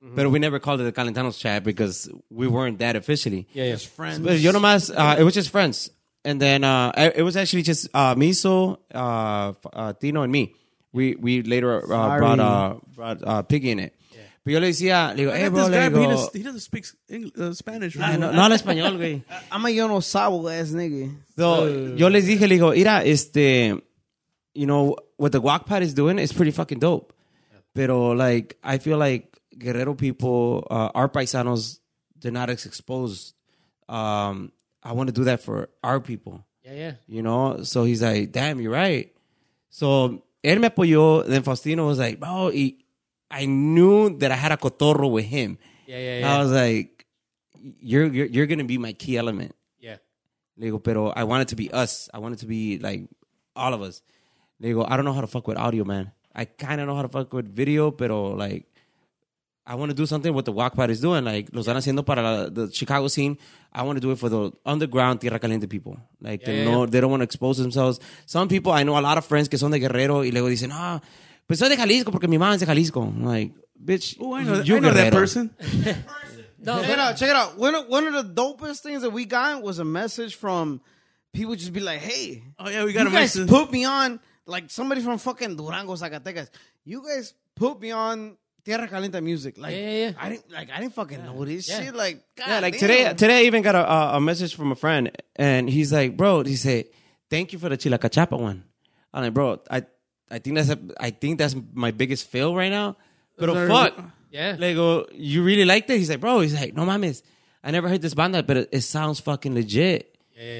[SPEAKER 9] But we never called it the Calentanos chat because we weren't that officially.
[SPEAKER 6] yeah, yeah.
[SPEAKER 2] Friends,
[SPEAKER 9] But yo nomás, uh, it was just friends. And then uh, I- it was actually just uh, Miso, uh, f- uh, Tino, and me. We we later uh, brought uh, brought uh, Piggy in it. But yo le decía, le digo,
[SPEAKER 4] I
[SPEAKER 9] hey,
[SPEAKER 4] got
[SPEAKER 9] bro,
[SPEAKER 4] this guy,
[SPEAKER 9] le
[SPEAKER 4] but he,
[SPEAKER 9] digo,
[SPEAKER 4] does, he doesn't speak English, uh, Spanish.
[SPEAKER 9] "Ah,
[SPEAKER 4] right?
[SPEAKER 9] no, no habla español, güey.
[SPEAKER 2] I'm a Yono Sabo ass nigga.
[SPEAKER 9] So, yo les dije, le digo, mira, este, you know, what the Guac Pod is doing is pretty fucking dope. Pero, like, I feel like Guerrero people, uh, our paisanos, they're not as exposed. Um, I want to do that for our people,
[SPEAKER 6] Yeah, yeah.
[SPEAKER 9] you know? So he's like, damn, you're right. So, él me apoyó. Then Faustino was like, bro, y- I knew that I had a cotorro with him.
[SPEAKER 6] Yeah, yeah,
[SPEAKER 9] I
[SPEAKER 6] yeah.
[SPEAKER 9] was like, you're, you're, you're going to be my key element.
[SPEAKER 6] yeah.
[SPEAKER 9] Le digo, pero I want it to be us. I want it to be like all of us. Le digo, I don't know how to fuck with audio, man. I kind of know how to fuck with video, pero like, I want to do something what the Wackpad is doing. Like, lo están haciendo para la- the Chicago scene. I want to do it for the underground Tierra Caliente people. Like, they,
[SPEAKER 6] Yeah, yeah,
[SPEAKER 9] know,
[SPEAKER 6] yeah.
[SPEAKER 9] they don't want to expose themselves. Some people, I know a lot of friends que son de Guerrero y luego dicen, ah, pues soy de Jalisco porque mi mamá es de Jalisco. I'm like, bitch,
[SPEAKER 4] Oh, I know, that-
[SPEAKER 9] you
[SPEAKER 4] I know that
[SPEAKER 9] Guerrero.
[SPEAKER 4] person.
[SPEAKER 6] No,
[SPEAKER 2] Check
[SPEAKER 6] but- uh,
[SPEAKER 2] it out. Check it out. One of, one of the dopest things that we got was a message from people just be like, hey,
[SPEAKER 4] Oh, yeah, we got
[SPEAKER 2] you
[SPEAKER 4] a
[SPEAKER 2] guys
[SPEAKER 4] message.
[SPEAKER 2] put me on, like somebody from fucking Durango, Zacatecas. You guys put me on Tierra Caliente music. Like,
[SPEAKER 6] Yeah, yeah, yeah.
[SPEAKER 2] I didn't, like, I didn't fucking know this
[SPEAKER 6] Yeah.
[SPEAKER 2] shit. Like, God
[SPEAKER 9] yeah, like
[SPEAKER 2] damn.
[SPEAKER 9] today, today I even got a, a, a message from a friend, and he's like, "Bro," he said, "Thank you for the Chilacachapa one." I'm like, "Bro, I, I think that's a, I think that's my biggest fail right now." But oh, fuck,
[SPEAKER 6] yeah.
[SPEAKER 9] Like, oh, you really liked it? He's like, "Bro," he's like, "No mames, I never heard this banda, but it, it sounds fucking legit."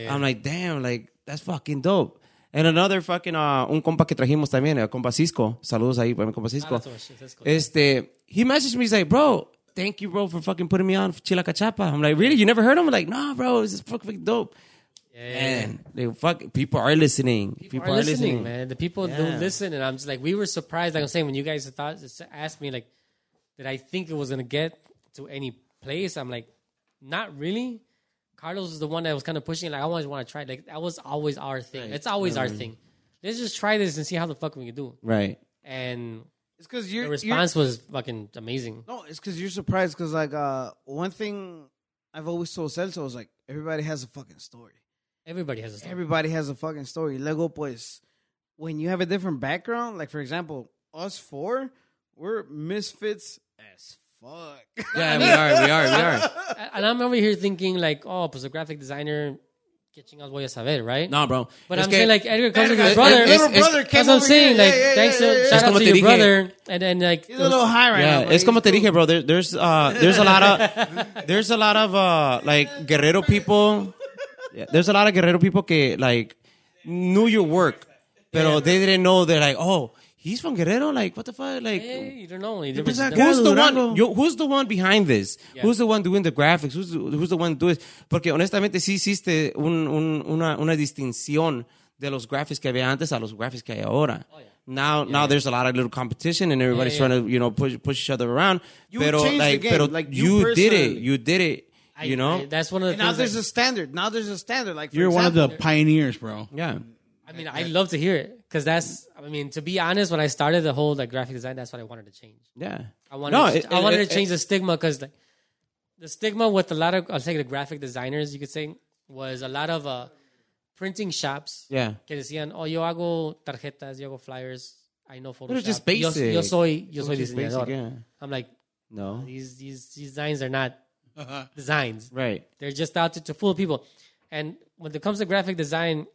[SPEAKER 9] I'm like, "Damn, like that's fucking dope." And another fucking uh, un compa que trajimos también, el compa Cisco. Saludos ahí para mi compa Cisco.
[SPEAKER 6] Ah, that's what she- that's cool.
[SPEAKER 9] Este, he messaged me. He's like, bro, thank you, bro, for fucking putting me on for Chila Cachapa. I'm like, really? You never heard him? I'm like, nah, bro, this is fucking dope. Man, they fuck, people are listening. People,
[SPEAKER 6] People are listening, man. The people do
[SPEAKER 9] Yeah.
[SPEAKER 6] listen, and I'm just like, we were surprised. Like I'm saying, when you guys thought asked me, like, did I think it was gonna get to any place? I'm like, not really. Carlos is the one that was kind of pushing. Like, I always want to try. it. Like, that was always our thing. It's always our thing. Let's just try this and see how the fuck we can do.
[SPEAKER 9] Mm-hmm. Right.
[SPEAKER 6] And
[SPEAKER 2] It's because
[SPEAKER 6] the
[SPEAKER 2] you're, you're
[SPEAKER 6] response was fucking amazing.
[SPEAKER 2] No, it's because you're surprised. Because like uh, one thing I've always told Celso is like everybody has a fucking story.
[SPEAKER 6] Everybody has a story.
[SPEAKER 2] Everybody has a fucking story. Luego, pues, when you have a different background, like for example, us four, we're misfits as fuck.
[SPEAKER 9] Yeah, we are, we are, we are.
[SPEAKER 6] and I'm over here thinking like, oh, pues a graphic designer, que chingados voy a saber, right?
[SPEAKER 9] No, bro.
[SPEAKER 6] But
[SPEAKER 9] Es
[SPEAKER 6] I'm
[SPEAKER 9] que-
[SPEAKER 6] saying like Edgar comes with
[SPEAKER 9] Es-
[SPEAKER 6] his brother.
[SPEAKER 9] es- es-
[SPEAKER 6] That's what I'm saying. Like, thanks to shout out
[SPEAKER 9] como
[SPEAKER 6] to
[SPEAKER 9] te
[SPEAKER 6] your
[SPEAKER 9] dije.
[SPEAKER 6] brother, and then like
[SPEAKER 2] He's a little high right
[SPEAKER 9] Yeah,
[SPEAKER 2] now.
[SPEAKER 9] es como te dije, bro. There, there's uh, there's a lot of there's a lot of uh, like Guerrero people. Yeah, there's a lot of Guerrero people que like knew your work, pero they didn't know. They're like, oh, he's from Guerrero. Like, what the fuck? Like,
[SPEAKER 6] hey, you don't know. You
[SPEAKER 9] who's
[SPEAKER 6] never-
[SPEAKER 9] the one? yo- who's the one behind this?
[SPEAKER 6] Yeah.
[SPEAKER 9] Who's the one doing the graphics? Who's the, who's the one doing? Porque honestamente sí hiciste un, un, una una distinción de los graphics que había antes a los graphics que hay ahora. Now, now there's a lot of little competition and everybody's
[SPEAKER 6] Oh, yeah.
[SPEAKER 9] trying to, you know, push push each other around.
[SPEAKER 2] You
[SPEAKER 9] pero,
[SPEAKER 2] changed the
[SPEAKER 9] like,
[SPEAKER 2] game,
[SPEAKER 9] pero
[SPEAKER 2] like, you
[SPEAKER 9] you, did it.
[SPEAKER 2] personally.
[SPEAKER 9] You did it.
[SPEAKER 6] I-
[SPEAKER 9] you know.
[SPEAKER 6] I- that's one of the
[SPEAKER 2] And now
[SPEAKER 6] things.
[SPEAKER 2] there's
[SPEAKER 6] that-
[SPEAKER 2] a standard. Now there's a standard. Like for
[SPEAKER 5] You're one of
[SPEAKER 2] example,
[SPEAKER 5] the pioneers, bro.
[SPEAKER 9] yeah.
[SPEAKER 6] I mean, I love to hear it because that's. I mean, to be honest, when I started the whole like graphic design, that's what I wanted to change.
[SPEAKER 9] Yeah.
[SPEAKER 6] I wanted, to, I wanted to change the stigma because like, the stigma with a lot of, I'll say the graphic designers, you could say, was a lot of uh, printing shops
[SPEAKER 9] Yeah.
[SPEAKER 6] que decían, oh, yo hago tarjetas, yo hago flyers, I know Photoshop.
[SPEAKER 9] Pero just
[SPEAKER 6] Yo,
[SPEAKER 9] basic.
[SPEAKER 6] yo soy, yo
[SPEAKER 9] It
[SPEAKER 6] soy
[SPEAKER 9] was just basic,
[SPEAKER 6] diseñador.
[SPEAKER 9] yeah.
[SPEAKER 6] I'm like,
[SPEAKER 9] No.
[SPEAKER 6] these, these, these designs are not
[SPEAKER 9] Uh-huh.
[SPEAKER 6] designs.
[SPEAKER 9] Right.
[SPEAKER 6] They're just out to, to fool people. And when it comes to graphic design,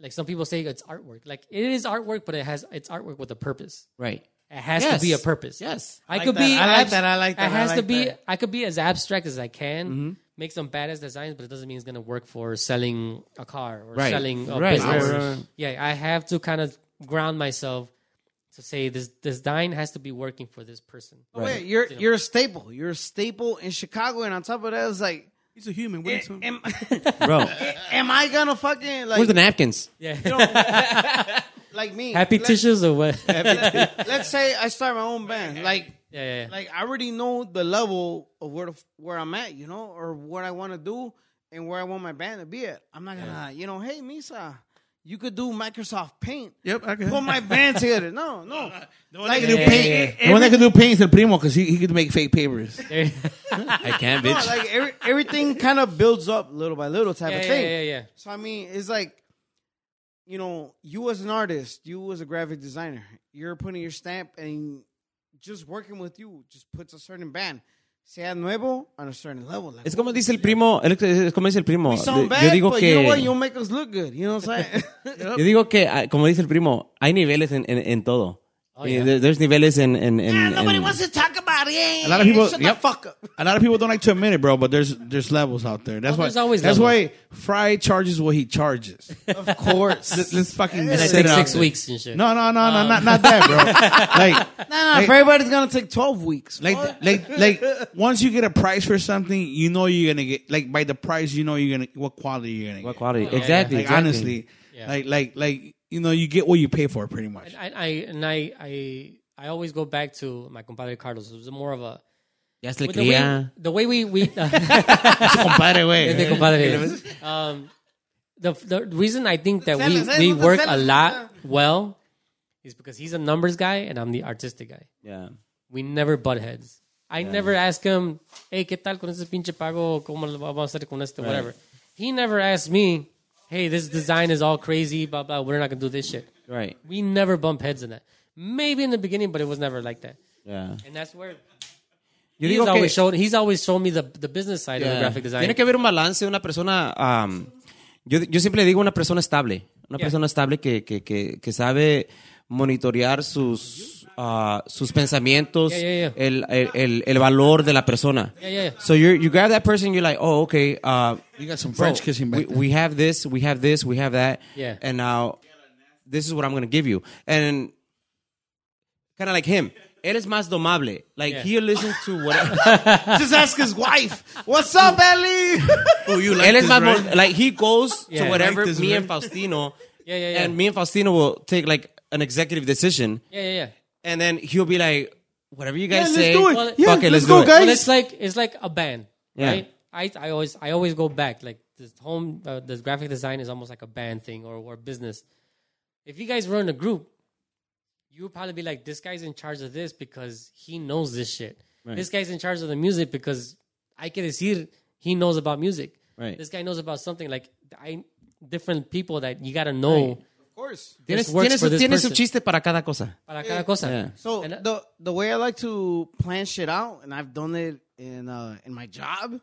[SPEAKER 6] like some people say it's artwork. Like it is artwork, but it has, it's artwork with a purpose.
[SPEAKER 9] Right.
[SPEAKER 6] It has
[SPEAKER 9] Yes.
[SPEAKER 6] to be a purpose.
[SPEAKER 9] Yes.
[SPEAKER 6] I,
[SPEAKER 2] like
[SPEAKER 6] could
[SPEAKER 2] that.
[SPEAKER 6] be.
[SPEAKER 2] I like
[SPEAKER 6] abs-
[SPEAKER 2] that. I like that.
[SPEAKER 6] It
[SPEAKER 2] I
[SPEAKER 6] has to
[SPEAKER 2] like
[SPEAKER 6] be.
[SPEAKER 2] that. Mm-hmm.
[SPEAKER 6] I could be as abstract as I can. Make some badass designs, but it doesn't mean it's gonna work for selling a car or
[SPEAKER 9] Right.
[SPEAKER 6] selling a
[SPEAKER 9] Right.
[SPEAKER 6] business.
[SPEAKER 9] Right, right, right.
[SPEAKER 6] Yeah, I have to kind of ground myself to say this. This design has to be working for this person.
[SPEAKER 2] Oh, wait, you're you're a staple. You're a staple in Chicago, and on top of that, it's like, eh,
[SPEAKER 4] He's a human. Wait, so-
[SPEAKER 2] am,
[SPEAKER 9] Bro.
[SPEAKER 2] am I gonna fucking
[SPEAKER 9] Where's
[SPEAKER 2] like
[SPEAKER 9] the napkins?
[SPEAKER 6] Yeah,
[SPEAKER 2] like me?
[SPEAKER 6] happy
[SPEAKER 2] Let-
[SPEAKER 6] tissues or what? yeah,
[SPEAKER 2] Let's say I start my own band. Like
[SPEAKER 6] yeah, yeah.
[SPEAKER 2] like I already know the level of where the, f- where I'm at, you know, or what I want to do and where I want my band to be at. I'm not gonna, you know, hey Misa, you could do Microsoft Paint.
[SPEAKER 4] Yep, I can.
[SPEAKER 2] Put my band together. No, no. Like,
[SPEAKER 5] The
[SPEAKER 6] Yeah,
[SPEAKER 5] paint-
[SPEAKER 6] yeah,
[SPEAKER 5] the one that can do paint is el primo because he, he could make fake papers.
[SPEAKER 6] There-
[SPEAKER 9] I can't,
[SPEAKER 2] no,
[SPEAKER 9] bitch.
[SPEAKER 2] like every, everything kind of builds up little by little type
[SPEAKER 6] yeah,
[SPEAKER 2] of
[SPEAKER 6] yeah,
[SPEAKER 2] thing.
[SPEAKER 6] yeah, yeah.
[SPEAKER 2] So I mean, it's like, you know, you as an artist, you as a graphic designer, you're putting your stamp and just working with you just puts a certain band. Sea nuevo on a certain level. Like,
[SPEAKER 9] Es como dice el primo, el- es como dice el primo.
[SPEAKER 2] We sound
[SPEAKER 9] Uh, Yo
[SPEAKER 2] bad,
[SPEAKER 9] digo
[SPEAKER 2] but
[SPEAKER 9] que
[SPEAKER 2] you know what? You'll make us look good. You know what I'm saying?
[SPEAKER 9] Yo digo que, ah, como dice el primo, hay niveles en, en, en todo.
[SPEAKER 6] Oh,
[SPEAKER 9] Eh,
[SPEAKER 6] yeah.
[SPEAKER 9] there- There's niveles en... en, en,
[SPEAKER 2] Man, nobody
[SPEAKER 9] en-
[SPEAKER 2] wants to talk about it.
[SPEAKER 5] A lot of people-
[SPEAKER 2] Shut
[SPEAKER 5] yep.
[SPEAKER 2] the fuck up.
[SPEAKER 5] A lot of people don't like to admit it, bro, but there's there's levels out there. That's
[SPEAKER 6] Oh,
[SPEAKER 5] why
[SPEAKER 6] there's always
[SPEAKER 5] that's
[SPEAKER 6] levels.
[SPEAKER 5] why Fry charges what he charges.
[SPEAKER 2] Of course.
[SPEAKER 5] Let- Let's fucking
[SPEAKER 6] And I
[SPEAKER 5] set it
[SPEAKER 6] take
[SPEAKER 5] out
[SPEAKER 6] six
[SPEAKER 5] there.
[SPEAKER 6] weeks Oh. and shit.
[SPEAKER 5] No, no, no, no, not not that, bro. like,
[SPEAKER 2] nah, nah, if everybody's gonna take 12 weeks.
[SPEAKER 5] like, like, like. Once you get a price for something, you know you're gonna get. Like by the price, you know you're gonna what quality you're gonna
[SPEAKER 9] What
[SPEAKER 5] get.
[SPEAKER 9] quality?
[SPEAKER 6] yeah.
[SPEAKER 9] exactly.
[SPEAKER 5] Like
[SPEAKER 9] exactly.
[SPEAKER 5] honestly,
[SPEAKER 6] Yeah.
[SPEAKER 5] like, like, like you know you get what you pay for, pretty much.
[SPEAKER 6] And I, I and I, I, I always go back to my compadre Carlos. It was more of a
[SPEAKER 9] Ya se le
[SPEAKER 6] But the, way,
[SPEAKER 9] cría.
[SPEAKER 6] the way we uh, we um, the the reason I think that we we work a lot well is because he's a numbers guy and I'm the artistic guy.
[SPEAKER 9] Yeah.
[SPEAKER 6] We never butt heads. I never ask him, "Hey, qué tal con ese pinche pago? ¿Cómo lo vamos a hacer con este whatever?" He never asked me, "Hey, this design is all crazy, blah blah. We're not gonna do this shit."
[SPEAKER 9] Right.
[SPEAKER 6] We never bump heads in that. Maybe in the beginning, but it was never like that.
[SPEAKER 9] Yeah.
[SPEAKER 6] And that's where
[SPEAKER 9] Yo
[SPEAKER 6] he's
[SPEAKER 9] digo que-
[SPEAKER 6] always shown. He's always shown me the the business side of
[SPEAKER 9] Yeah.
[SPEAKER 6] the graphic design.
[SPEAKER 9] Tiene que haber un balance, una persona... am, yo, yo siempre le digo una persona estable. Una
[SPEAKER 6] Yeah.
[SPEAKER 9] persona estable que, que, que, que sabe monitorear sus, ah, sus pensamientos,
[SPEAKER 6] Yeah, yeah, yeah.
[SPEAKER 9] El, el, el, el valor de la persona.
[SPEAKER 6] Yeah, yeah, yeah.
[SPEAKER 9] So you're, you grab that person, you're like, oh, okay. Uh,
[SPEAKER 5] You got some French
[SPEAKER 9] Bro,
[SPEAKER 5] kissing
[SPEAKER 9] we,
[SPEAKER 5] back there.
[SPEAKER 9] we have this, we have this, we have that.
[SPEAKER 6] Yeah.
[SPEAKER 9] And now this is what I'm going to give you. And kind of like him. Él es más domable. Like
[SPEAKER 6] Yeah.
[SPEAKER 9] he'll listen to whatever.
[SPEAKER 2] Just ask his wife. What's up, Ellie?
[SPEAKER 4] Oh, you like
[SPEAKER 9] Él es
[SPEAKER 4] this,
[SPEAKER 9] más
[SPEAKER 4] right?
[SPEAKER 9] mo- like he goes
[SPEAKER 6] Yeah.
[SPEAKER 9] to whatever
[SPEAKER 4] Like this,
[SPEAKER 9] me
[SPEAKER 4] right?
[SPEAKER 9] and Faustino.
[SPEAKER 6] Yeah, yeah, yeah.
[SPEAKER 9] And me and Faustino will take like an executive decision
[SPEAKER 6] Yeah, yeah, yeah.
[SPEAKER 9] and then he'll be like whatever you guys
[SPEAKER 2] let's
[SPEAKER 9] say.
[SPEAKER 2] do it.
[SPEAKER 6] Well,
[SPEAKER 2] Yeah,
[SPEAKER 9] fuck it,
[SPEAKER 2] let's
[SPEAKER 9] let's, do
[SPEAKER 2] go,
[SPEAKER 9] it.
[SPEAKER 2] guys.
[SPEAKER 6] Well, it's like it's like a band,
[SPEAKER 9] Yeah.
[SPEAKER 6] right? I I always I always go back like this home uh, this graphic design is almost like a band thing or or business. If you guys were in a group, you would probably be like, this guy's in charge of this because he knows this shit. This guy's in charge of the music because I can decir he knows about music.
[SPEAKER 9] Right.
[SPEAKER 6] This guy knows about something like I different people that you gotta know.
[SPEAKER 2] Of course.
[SPEAKER 9] Tienes,
[SPEAKER 6] works
[SPEAKER 9] tienes,
[SPEAKER 6] for this
[SPEAKER 9] tienes su
[SPEAKER 6] person.
[SPEAKER 9] chiste para cada cosa.
[SPEAKER 6] Para cada cosa.
[SPEAKER 9] Yeah.
[SPEAKER 2] So
[SPEAKER 6] And, uh,
[SPEAKER 2] the the way I like to plan shit out, and I've done it in uh, in my job,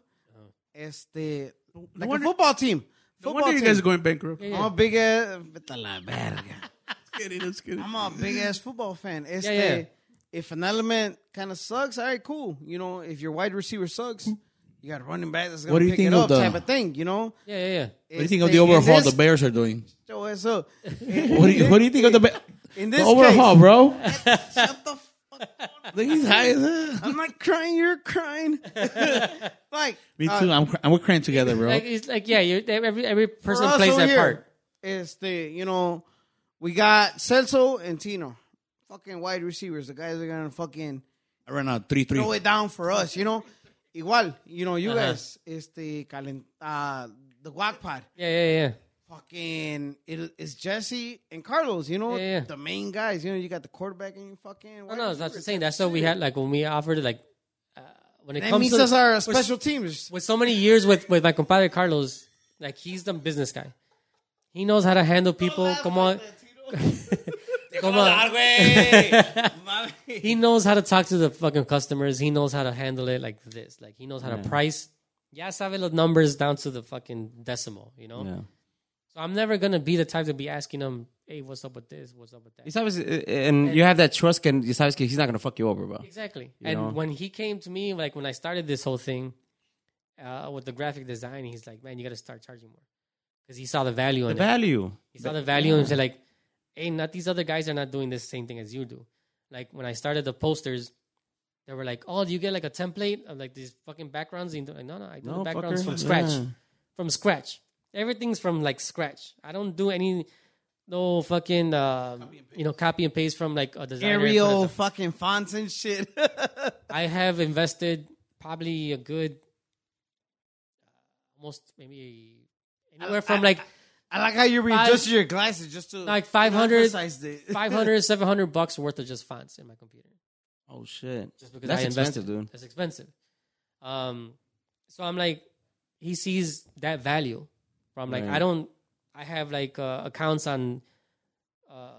[SPEAKER 2] este like a football team.
[SPEAKER 4] Oh. No
[SPEAKER 2] Football
[SPEAKER 4] wonder you
[SPEAKER 2] team.
[SPEAKER 4] guys are going bankrupt.
[SPEAKER 6] yeah, yeah.
[SPEAKER 2] I'm a big ass. Vete a la verga.
[SPEAKER 4] Kidding, I'm just kidding.
[SPEAKER 2] I'm a big ass football fan. Este,
[SPEAKER 6] yeah.
[SPEAKER 2] If an element kind of sucks, all right, cool. You know, if your wide receiver sucks, you got a running back that's gonna
[SPEAKER 5] What do you
[SPEAKER 2] pick
[SPEAKER 5] think
[SPEAKER 2] it
[SPEAKER 5] of
[SPEAKER 2] up,
[SPEAKER 5] the-
[SPEAKER 2] type of thing. You know,
[SPEAKER 6] yeah, yeah, yeah.
[SPEAKER 5] What do you think of the overhaul the Bears are doing?
[SPEAKER 2] Bears?
[SPEAKER 5] What do you, what do you think of the, Be-
[SPEAKER 2] In
[SPEAKER 5] the
[SPEAKER 2] this
[SPEAKER 5] overhaul, bro?
[SPEAKER 2] case, shut the fuck
[SPEAKER 5] Look, he's high as hell.
[SPEAKER 2] I'm not crying. You're crying. like
[SPEAKER 5] Me
[SPEAKER 2] uh,
[SPEAKER 5] too. I'm, cr- and we're crying together, bro.
[SPEAKER 6] Like it's like yeah, you every every person
[SPEAKER 2] us
[SPEAKER 6] plays
[SPEAKER 2] over
[SPEAKER 6] their
[SPEAKER 2] here,
[SPEAKER 6] part.
[SPEAKER 2] It's the you know we got Celso and Tino, fucking wide receivers. The guys are gonna fucking
[SPEAKER 5] I ran out three three.
[SPEAKER 2] throw it down for us. You know, igual. You know, you
[SPEAKER 6] Uh-huh.
[SPEAKER 2] guys. It's the calent, uh, the guac pod.
[SPEAKER 6] Yeah, yeah, yeah.
[SPEAKER 2] Fucking, it, it's Jesse and Carlos. You know,
[SPEAKER 6] Yeah, yeah.
[SPEAKER 2] the main guys. You know, you got the quarterback and you fucking.
[SPEAKER 6] No,
[SPEAKER 2] wide
[SPEAKER 6] no, it's not
[SPEAKER 2] receivers.
[SPEAKER 6] the same. That's what we had. Like when we offered it, like uh, when it
[SPEAKER 2] That
[SPEAKER 6] comes
[SPEAKER 2] means
[SPEAKER 6] to
[SPEAKER 2] us our
[SPEAKER 6] with-
[SPEAKER 2] special teams.
[SPEAKER 6] with so many years with with my compadre Carlos, like he's the business guy. He knows how to handle people. Come on, come on. he knows how to talk to the fucking customers. He knows how to handle it like this. Like he knows how to price. Ya sabe los numbers down to the fucking decimal. You know. So I'm never gonna be the type to be asking him, "Hey, what's up with this? What's up with that?"
[SPEAKER 9] Y sabes, eh, eh, and you have that trust, and you sabes que he's not going to fuck you over, bro.
[SPEAKER 6] Exactly. and when he came to me, like when I started this whole thing uh, with the graphic design, he's like, "Man, you got to start charging more," because he saw the value
[SPEAKER 9] The
[SPEAKER 6] in it.
[SPEAKER 9] value.
[SPEAKER 6] He saw the value and said, "Like, hey, not these other guys are not doing the same thing as you do." Like when I started the posters, they were like, "Oh, do you get like a template of like these fucking backgrounds?" And like, no, no, I do the
[SPEAKER 9] No,
[SPEAKER 6] backgrounds from
[SPEAKER 9] fucker.
[SPEAKER 6] scratch,
[SPEAKER 9] Yeah.
[SPEAKER 6] from scratch. Everything's from like scratch. I don't do any. No fucking, uh, you know, copy and paste from like a designer. put it
[SPEAKER 2] Arial
[SPEAKER 6] down.
[SPEAKER 2] fucking fonts and shit.
[SPEAKER 6] I have invested probably a good almost maybe anywhere from like
[SPEAKER 2] I like how you readjusted your glasses just to
[SPEAKER 6] Like 500
[SPEAKER 2] emphasize it.
[SPEAKER 6] 500 700 bucks worth of just fonts in my computer
[SPEAKER 9] Oh, shit.
[SPEAKER 6] just because
[SPEAKER 9] That's
[SPEAKER 6] I invested.
[SPEAKER 9] expensive, dude.
[SPEAKER 6] That's expensive. Um so I'm like he sees that value from like
[SPEAKER 9] Right.
[SPEAKER 6] I don't I have like uh, accounts on uh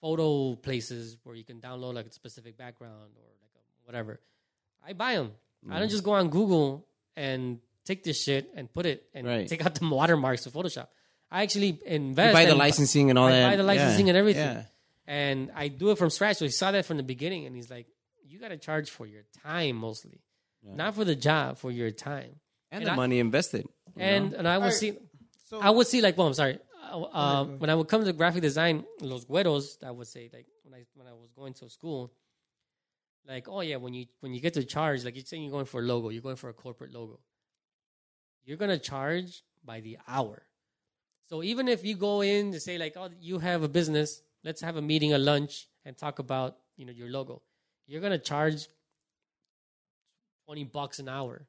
[SPEAKER 6] photo places where you can download like a specific background or like a, whatever. I buy them. I
[SPEAKER 9] Mm.
[SPEAKER 6] don't just go on Google and take this shit and put it and
[SPEAKER 9] Right.
[SPEAKER 6] take out the watermarks of Photoshop. I actually invest
[SPEAKER 9] You buy the
[SPEAKER 6] and-
[SPEAKER 9] licensing and all
[SPEAKER 6] I
[SPEAKER 9] that.
[SPEAKER 6] buy the licensing
[SPEAKER 9] Yeah.
[SPEAKER 6] and everything.
[SPEAKER 9] Yeah.
[SPEAKER 6] And I do it from scratch. So he saw that from the beginning and he's like, you got to charge for your time mostly, not for the job, for your time.
[SPEAKER 9] And,
[SPEAKER 6] And
[SPEAKER 9] the
[SPEAKER 6] I-
[SPEAKER 9] money invested. you
[SPEAKER 6] And,
[SPEAKER 9] know?
[SPEAKER 6] and I would see,
[SPEAKER 2] so-
[SPEAKER 6] I would see like, well, I'm sorry. Uh, uh, when I would come to graphic design, los güeros, I would say like when I, when I was going to school, like, oh yeah, when you, when you get to charge, like you're saying you're going for a logo, you're going for a corporate logo. You're going to charge by the hour. So even if you go in to say like, oh, you have a business, let's have a meeting, a lunch, and talk about you know your logo. You're gonna charge twenty bucks an hour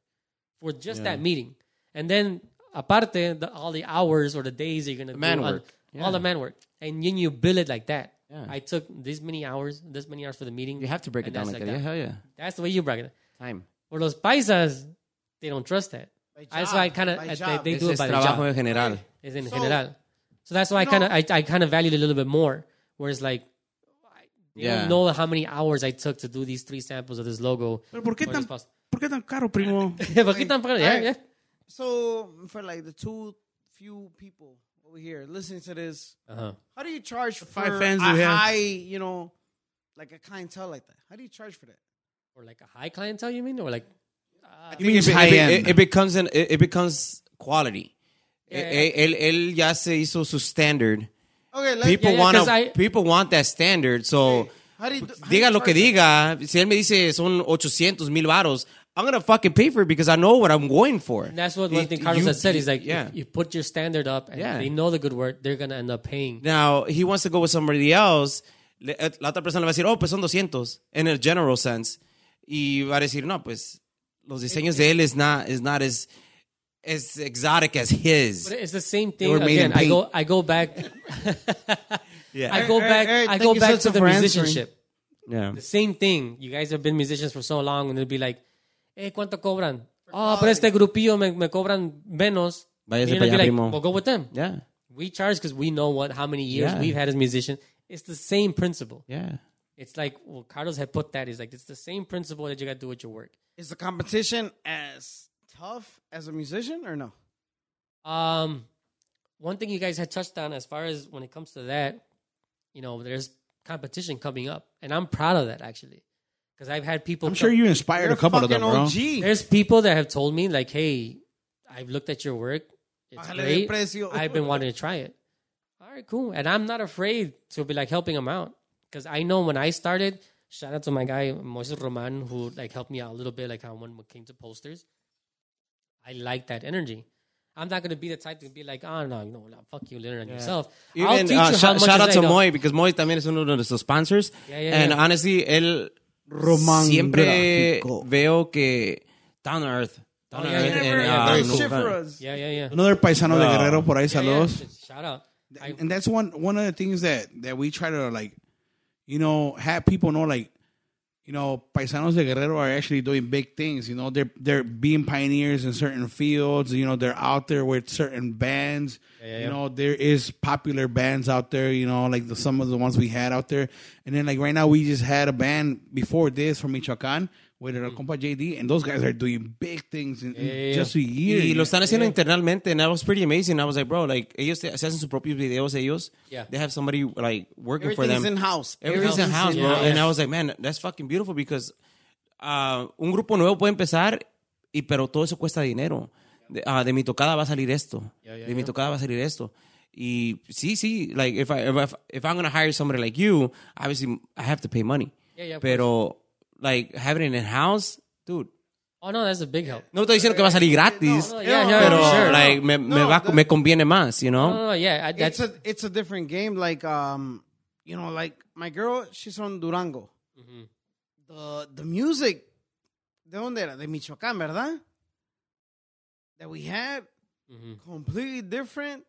[SPEAKER 6] for just that meeting, and then aparte the, all the hours or the days you're gonna do
[SPEAKER 9] man
[SPEAKER 6] on-
[SPEAKER 9] work.
[SPEAKER 6] all the
[SPEAKER 9] Yeah.
[SPEAKER 6] man work, and then you bill it like that.
[SPEAKER 9] Yeah.
[SPEAKER 6] I took this many hours, this many hours for the meeting.
[SPEAKER 9] you have to break it
[SPEAKER 6] and
[SPEAKER 9] down
[SPEAKER 6] that's
[SPEAKER 9] like, that. Yeah, hell yeah.
[SPEAKER 6] That's the way you bracket it.
[SPEAKER 9] Time.
[SPEAKER 6] For los paisas, they don't trust that.
[SPEAKER 2] By
[SPEAKER 6] That's why I
[SPEAKER 2] job,
[SPEAKER 6] kind of
[SPEAKER 2] by
[SPEAKER 6] they,
[SPEAKER 2] job.
[SPEAKER 6] they
[SPEAKER 9] Ese
[SPEAKER 6] do it
[SPEAKER 9] es
[SPEAKER 6] by the
[SPEAKER 9] trabajo
[SPEAKER 6] job
[SPEAKER 9] en general.
[SPEAKER 6] is in
[SPEAKER 2] So-
[SPEAKER 6] general. So that's why I kind of I, I kind of valued it a little bit more. Whereas like you
[SPEAKER 9] Yeah.
[SPEAKER 6] don't know how many hours I took to do these three samples of this logo.
[SPEAKER 4] Pero ¿por qué
[SPEAKER 6] or
[SPEAKER 4] tan-
[SPEAKER 6] this post-
[SPEAKER 4] ¿Por qué tan caro, primo?
[SPEAKER 6] But keep on- yeah,
[SPEAKER 2] Alright.
[SPEAKER 6] yeah.
[SPEAKER 2] So for like the two few people over here listening to this,
[SPEAKER 6] Uh-huh.
[SPEAKER 2] how do you charge
[SPEAKER 4] five
[SPEAKER 2] for
[SPEAKER 4] fans
[SPEAKER 2] a
[SPEAKER 4] we have.
[SPEAKER 2] high, you know, like a clientele like that? How do you charge for that?
[SPEAKER 6] Or like a high clientele, you mean? Or like
[SPEAKER 5] you mean it's
[SPEAKER 9] It-
[SPEAKER 5] high
[SPEAKER 9] it,
[SPEAKER 5] end?
[SPEAKER 9] it- it becomes an- it, it becomes quality.
[SPEAKER 6] Yeah,
[SPEAKER 9] Eh,
[SPEAKER 6] yeah.
[SPEAKER 9] eh, Él, él ya se hizo su standard.
[SPEAKER 2] Okay, let's.
[SPEAKER 9] People
[SPEAKER 6] yeah, 'cause
[SPEAKER 9] want
[SPEAKER 6] I-
[SPEAKER 9] people want that standard. So
[SPEAKER 2] How do you do- how do you
[SPEAKER 9] diga lo que
[SPEAKER 2] charge that?
[SPEAKER 9] diga. Si él me dice son 800 mil varos, I'm gonna fucking pay for it because I know what I'm going for.
[SPEAKER 6] and that's what one
[SPEAKER 9] You-
[SPEAKER 6] thing Carlos
[SPEAKER 9] you-
[SPEAKER 6] had said. He's like,
[SPEAKER 9] yeah.
[SPEAKER 6] if you put your standard up, and
[SPEAKER 9] Yeah.
[SPEAKER 6] they know the good word. They're gonna end up paying.
[SPEAKER 9] Now he wants to go with somebody else. Le- eh, La otra persona le va a decir, oh, pues son 200 en el general sense. Y va a decir, no, pues los diseños de él is not, is not as, as exotic as his.
[SPEAKER 6] But it's the same thing
[SPEAKER 5] were made
[SPEAKER 6] again.
[SPEAKER 5] in
[SPEAKER 6] I go, I go back.
[SPEAKER 9] Yeah.
[SPEAKER 6] I go
[SPEAKER 2] Hey,
[SPEAKER 6] back.
[SPEAKER 2] hey, hey,
[SPEAKER 6] I
[SPEAKER 2] thank
[SPEAKER 6] go
[SPEAKER 2] you,
[SPEAKER 6] back
[SPEAKER 2] Celso,
[SPEAKER 6] to the
[SPEAKER 2] for answering.
[SPEAKER 6] musicianship.
[SPEAKER 9] Yeah.
[SPEAKER 6] the same thing. You guys have been musicians for so long, and they'll be like, "Hey, Eh, cuánto cobran? Oh, pero este grupillo me, me cobran menos."
[SPEAKER 9] Váyase
[SPEAKER 6] And you're
[SPEAKER 9] pa'
[SPEAKER 6] gonna be
[SPEAKER 9] allá, primo.
[SPEAKER 6] Well, go with them.
[SPEAKER 9] Yeah.
[SPEAKER 6] we charge because we know what how many years
[SPEAKER 5] Yeah.
[SPEAKER 6] we've had as musicians. It's the same principle.
[SPEAKER 5] Yeah.
[SPEAKER 6] It's like well, Carlos had put that is like it's the same principle that you got to do with your work.
[SPEAKER 2] Is the competition as tough as a musician or no?
[SPEAKER 6] Um, one thing you guys had touched on as far as when it comes to that, you know, there's competition coming up, and I'm proud of that actually, because I've had people.
[SPEAKER 5] I'm
[SPEAKER 6] come-
[SPEAKER 5] sure you inspired a couple of them, bro.
[SPEAKER 6] There's people that have told me like, "Hey, I've looked at your work. It's
[SPEAKER 2] Bájale de
[SPEAKER 6] great.
[SPEAKER 2] precio."
[SPEAKER 6] I've been wanting to try it. All right, cool. And I'm not afraid to be like helping them out because I know when I started. Shout out to my guy Moises Roman who like helped me out a little bit, like how when it came to posters. I like that energy. I'm not gonna be the type to be like, oh no, you know, no, fuck you, learn on yourself. I'll
[SPEAKER 9] Even,
[SPEAKER 6] teach you
[SPEAKER 9] uh,
[SPEAKER 6] how
[SPEAKER 9] shout,
[SPEAKER 6] much
[SPEAKER 9] shout
[SPEAKER 6] as
[SPEAKER 9] out
[SPEAKER 6] I
[SPEAKER 9] to
[SPEAKER 6] know.
[SPEAKER 9] Moy, because Moy también es uno de nuestros sponsors.
[SPEAKER 6] Yeah, yeah, Oh,
[SPEAKER 9] and
[SPEAKER 6] yeah.
[SPEAKER 9] honestly, él
[SPEAKER 2] Román
[SPEAKER 9] siempre
[SPEAKER 2] Gráfico.
[SPEAKER 9] veo que down to earth. Down
[SPEAKER 6] Oh,
[SPEAKER 9] to
[SPEAKER 6] yeah,
[SPEAKER 9] earth.
[SPEAKER 6] yeah,
[SPEAKER 9] and,
[SPEAKER 6] yeah,
[SPEAKER 9] uh,
[SPEAKER 6] very
[SPEAKER 9] no-
[SPEAKER 6] Yeah, yeah, yeah.
[SPEAKER 5] Another paisano de Guerrero por ahí,
[SPEAKER 6] Yeah, yeah.
[SPEAKER 5] saludos.
[SPEAKER 6] Shout out. I-
[SPEAKER 5] and that's one one of the things that that we try to like you know have people know like you know paisanos de guerrero are actually doing big things you know they're they're being pioneers in certain fields you know they're out there with certain bands you know there is popular bands out there you know like the, some of the ones we had out there and then like right now we just had a band before this from michoacan with our compa jd and those guys are doing big things in, in
[SPEAKER 6] Mm. yeah,
[SPEAKER 5] just a year
[SPEAKER 9] Y lo están haciendo internamente, and that was pretty amazing. I was like, bro, like, ellos te- se hacen sus propios videos, ellos.
[SPEAKER 6] Yeah.
[SPEAKER 9] They have somebody, like, working for
[SPEAKER 2] Everything's
[SPEAKER 9] them.
[SPEAKER 2] in house.
[SPEAKER 9] Everything's in house,
[SPEAKER 6] in
[SPEAKER 9] bro.
[SPEAKER 6] house.
[SPEAKER 9] And I was like, man, that's fucking beautiful because uh, un grupo nuevo puede empezar, y, pero todo eso cuesta dinero. De, ah, de mi tocada va a salir esto. de mi tocada va a salir esto. Y sí, sí, like, if, I, if, I- if I'm going to hire somebody like you, obviously I have to pay money.
[SPEAKER 6] Yeah, yeah, of
[SPEAKER 9] pero, like, having it in house, dude.
[SPEAKER 6] oh no, that's a big help.
[SPEAKER 9] No estoy diciendo que va a salir gratis,
[SPEAKER 6] No, no, yeah, yeah,
[SPEAKER 9] pero,
[SPEAKER 6] sure.
[SPEAKER 9] like, me, me, va- me conviene más, you know?
[SPEAKER 6] No, no, no, yeah, I,
[SPEAKER 2] it's
[SPEAKER 6] that's
[SPEAKER 2] a it's a different game. Like um, you know, like my girl, she's from Durango.
[SPEAKER 6] Mm-hmm.
[SPEAKER 2] The the music, de donde era? De Michoacán, verdad? That we had
[SPEAKER 6] Mhm.
[SPEAKER 2] completely different.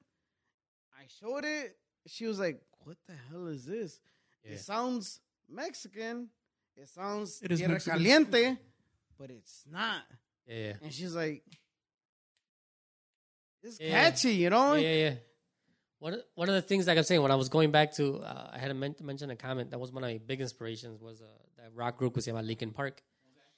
[SPEAKER 2] I showed it. She was like, "What the hell is this? It sounds Mexican. It sounds
[SPEAKER 4] It is
[SPEAKER 2] tierra
[SPEAKER 4] Mexican.
[SPEAKER 2] caliente, but it's not."
[SPEAKER 6] yeah, yeah.
[SPEAKER 2] And she's like, "It's
[SPEAKER 6] Yeah.
[SPEAKER 2] catchy, you know."
[SPEAKER 6] Yeah, yeah. yeah. One of, one of the things, like I'm saying, when I was going back to, uh, I had men- mentioned a comment that was one of my big inspirations was uh, that rock group was about Lincoln Park.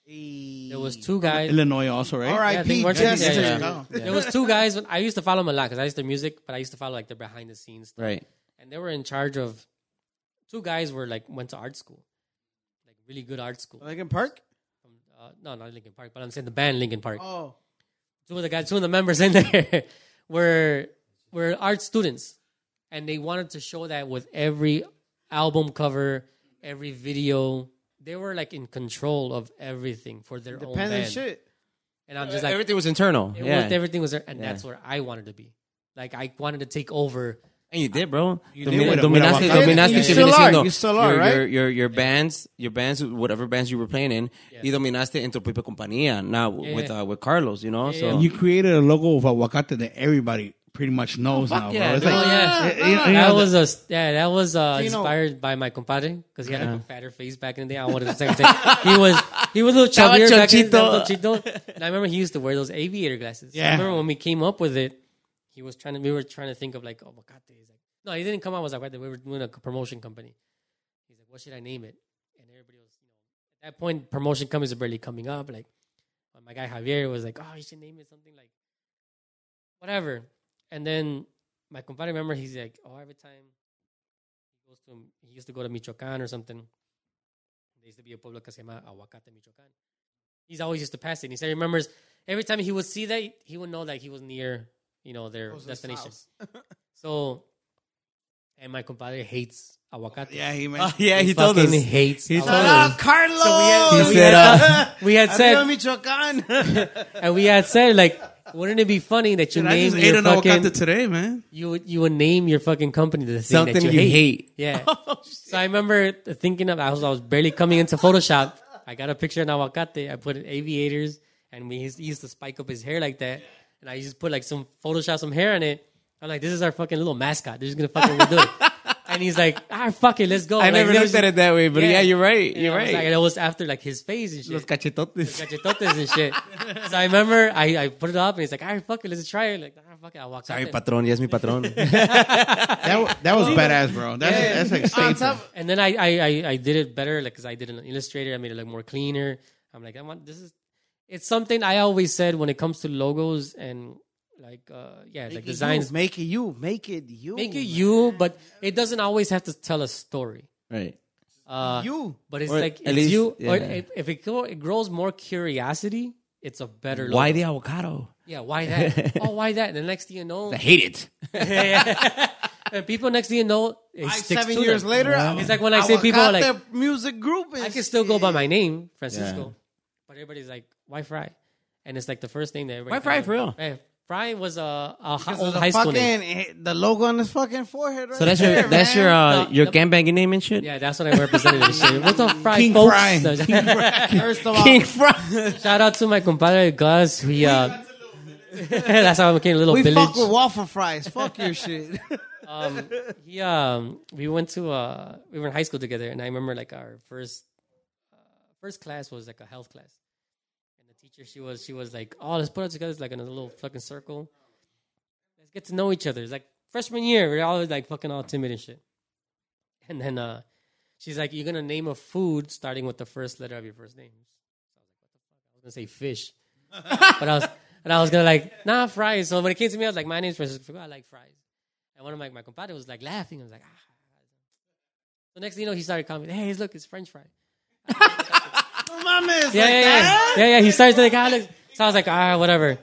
[SPEAKER 6] There was two guys.
[SPEAKER 5] illinois also right
[SPEAKER 2] All right.
[SPEAKER 6] Yeah, I think
[SPEAKER 2] IP
[SPEAKER 6] we're- yeah,
[SPEAKER 2] Jester.
[SPEAKER 6] yeah, yeah. There was two guys. When, I used to follow them a lot because I used to music, but I used to follow like their behind the scenes stuff.
[SPEAKER 9] Right.
[SPEAKER 6] and they were in charge of. Two guys were like went to art school, like really good art school.
[SPEAKER 2] Lincoln Park.
[SPEAKER 6] Uh, no, not Lincoln Park, but I'm saying the band Lincoln Park.
[SPEAKER 2] Oh,
[SPEAKER 6] two of the guys, two of the members in there were were art students, and they wanted to show that with every album cover, every video, they were like in control of everything for their own
[SPEAKER 2] depends on
[SPEAKER 6] band.
[SPEAKER 2] shit.
[SPEAKER 6] And I'm just like,
[SPEAKER 9] Everything was internal.
[SPEAKER 6] it
[SPEAKER 9] yeah.
[SPEAKER 6] was, everything was there, and that's where I wanted to be. Like I wanted to take over.
[SPEAKER 9] And you did, bro.
[SPEAKER 5] did with a-
[SPEAKER 9] dominaste,
[SPEAKER 5] with a-
[SPEAKER 9] dominaste,
[SPEAKER 2] You
[SPEAKER 9] te
[SPEAKER 2] still
[SPEAKER 9] viene
[SPEAKER 2] are,
[SPEAKER 9] siendo
[SPEAKER 2] you still are,
[SPEAKER 9] your,
[SPEAKER 2] right?
[SPEAKER 9] your, your, your bands, your bands, whatever bands you were playing in, y dominaste en tu propia compañía, now with,
[SPEAKER 6] yeah.
[SPEAKER 9] uh, with Carlos, you know? so,
[SPEAKER 5] And you created a logo of aguacate that everybody pretty much knows now,
[SPEAKER 9] yeah,
[SPEAKER 5] bro. It's
[SPEAKER 9] no,
[SPEAKER 5] like,
[SPEAKER 6] yeah.
[SPEAKER 5] you- you know,
[SPEAKER 6] That
[SPEAKER 5] the-
[SPEAKER 6] was a yeah. That was uh,
[SPEAKER 2] you know-
[SPEAKER 6] inspired by my compadre because he had like a fatter face back in the day. I wanted to say he was he was a little chubbier back in the day.
[SPEAKER 9] chonchito.
[SPEAKER 6] chonchito. And I remember he used to wear those aviator glasses.
[SPEAKER 5] Yeah.
[SPEAKER 6] I remember when we came up with it, he was trying to. We were trying to think of like oh aguacate. He's like, no, he didn't come out with aguacate. We were doing a promotion company. He's like, what should I name it? And everybody was you know at that point promotion companies are barely coming up. Like my guy Javier was like, oh, you should name it something like whatever. And then my compadre, remember, he's like, oh, every time he goes to, he used to go to Michoacan or something. There used to be a pueblo que se llama Aguacate, Michoacan. He's always used to pass it. And he said, he remembers, every time he would see that, he would know that he was near, you know, their destination. so, and my compadre hates aguacate.
[SPEAKER 5] yeah, he meant.
[SPEAKER 9] Ah, yeah,
[SPEAKER 6] he,
[SPEAKER 9] he told
[SPEAKER 6] fucking
[SPEAKER 9] us.
[SPEAKER 6] hates.
[SPEAKER 9] He told
[SPEAKER 6] aguacate.
[SPEAKER 9] us.
[SPEAKER 2] Carlos.
[SPEAKER 6] So we had,
[SPEAKER 9] uh,
[SPEAKER 6] we had,
[SPEAKER 2] Arriba
[SPEAKER 6] uh, said,
[SPEAKER 2] Michoacán.
[SPEAKER 6] and we had said, like, wouldn't it be funny that you
[SPEAKER 4] Dude, I
[SPEAKER 6] name
[SPEAKER 4] just ate
[SPEAKER 6] your
[SPEAKER 4] an avocado
[SPEAKER 6] fucking
[SPEAKER 4] today, man.
[SPEAKER 6] you would you would name your fucking company the thing that
[SPEAKER 9] Something
[SPEAKER 6] you, hate.
[SPEAKER 9] you hate.
[SPEAKER 6] Yeah.
[SPEAKER 9] Oh,
[SPEAKER 6] so I remember thinking of I was I was barely coming into Photoshop. I got a picture of an aguacate. I put in aviators, and we used, he used to spike up his hair like that. And I just put like some Photoshop some hair on it. I'm like, this is our fucking little mascot. They're just gonna fucking redo it. And he's like, ah, fuck it, let's go.
[SPEAKER 9] I never looked at it that way, but yeah, you're right. You're
[SPEAKER 6] Like, and
[SPEAKER 9] right.
[SPEAKER 6] it was after like his face and shit
[SPEAKER 9] Los cachetotes.
[SPEAKER 6] cachetotes and shit. So I remember I, I put it up and he's like, all right, fuck it, let's try it. Like, ah, fucking aguacate.
[SPEAKER 9] Sorry, patrón, ya es mi patrón.
[SPEAKER 5] That, that was badass, bro. That's, that's like
[SPEAKER 7] On
[SPEAKER 5] staple.
[SPEAKER 7] top,
[SPEAKER 6] and then I, I, I, I did it better, like, cause I did an illustrator. I made it look more cleaner. I'm like, I want this is. It's something I always said when it comes to logos and like, uh, yeah, like designs.
[SPEAKER 2] Make it you. Make it you.
[SPEAKER 6] Make it you, but it doesn't always have to tell a story.
[SPEAKER 9] right.
[SPEAKER 6] Uh,
[SPEAKER 2] You.
[SPEAKER 6] but it's
[SPEAKER 9] Or
[SPEAKER 6] like
[SPEAKER 9] at
[SPEAKER 6] it's
[SPEAKER 9] least-
[SPEAKER 6] you. Or
[SPEAKER 9] yeah.
[SPEAKER 6] if, if it, go, it grows more curiosity, it's a better. Logo.
[SPEAKER 9] Why the avocado?
[SPEAKER 6] Yeah, why that? oh, why that? And the next thing you know,
[SPEAKER 9] I hate it.
[SPEAKER 6] and people next thing you know, it
[SPEAKER 2] Like
[SPEAKER 6] sticks
[SPEAKER 2] seven
[SPEAKER 6] to
[SPEAKER 2] years
[SPEAKER 6] them.
[SPEAKER 2] later,
[SPEAKER 6] It's like when I say people are like,
[SPEAKER 2] Aguacate music group. Is,
[SPEAKER 6] I can still go by my name, Francisco, but everybody's like, why Fry? And it's like the first name that everybody.
[SPEAKER 9] Why Fry,
[SPEAKER 6] kinda-
[SPEAKER 9] for real?
[SPEAKER 6] Hey, Fry was a, a hi-
[SPEAKER 2] Because
[SPEAKER 6] old
[SPEAKER 2] of the
[SPEAKER 6] high school name.
[SPEAKER 2] fucking, eh, The logo on his fucking forehead. Right
[SPEAKER 9] So that's your
[SPEAKER 2] there,
[SPEAKER 9] that's
[SPEAKER 2] man.
[SPEAKER 9] your uh,
[SPEAKER 6] No,
[SPEAKER 9] your
[SPEAKER 6] the-
[SPEAKER 9] gangbanging name and shit.
[SPEAKER 6] Yeah, that's what I represented. and shit. What's up, Fry?
[SPEAKER 5] King
[SPEAKER 6] folks?
[SPEAKER 5] Fry.
[SPEAKER 6] No,
[SPEAKER 2] First of all,
[SPEAKER 9] King Fry.
[SPEAKER 6] Shout out to my compadre Gus. He, uh, that's how I became a little
[SPEAKER 2] we
[SPEAKER 6] village.
[SPEAKER 2] fuck with waffle fries. Fuck your shit.
[SPEAKER 6] um, he, um, we went to uh, we were in high school together, and I remember like our first uh, first class was like a health class, and the teacher she was she was like, oh, let's put it together it's like in a little fucking circle, let's get to know each other. It's like freshman year, we're all like fucking all timid and shit, and then uh, she's like, you're gonna name a food starting with the first letter of your first name. I was gonna say fish, but I was and I was gonna like nah fries. So when it came to me, I was like, my name's Francisco. I like fries. And one of my my compadre was like laughing. I was like, ah. The next thing you know, he started calling me, hey, look, it's French fry.
[SPEAKER 2] Mames,
[SPEAKER 6] Yeah,
[SPEAKER 2] like,
[SPEAKER 6] yeah, yeah, yeah, yeah. He starts like, ah, look. So I was like, ah, whatever.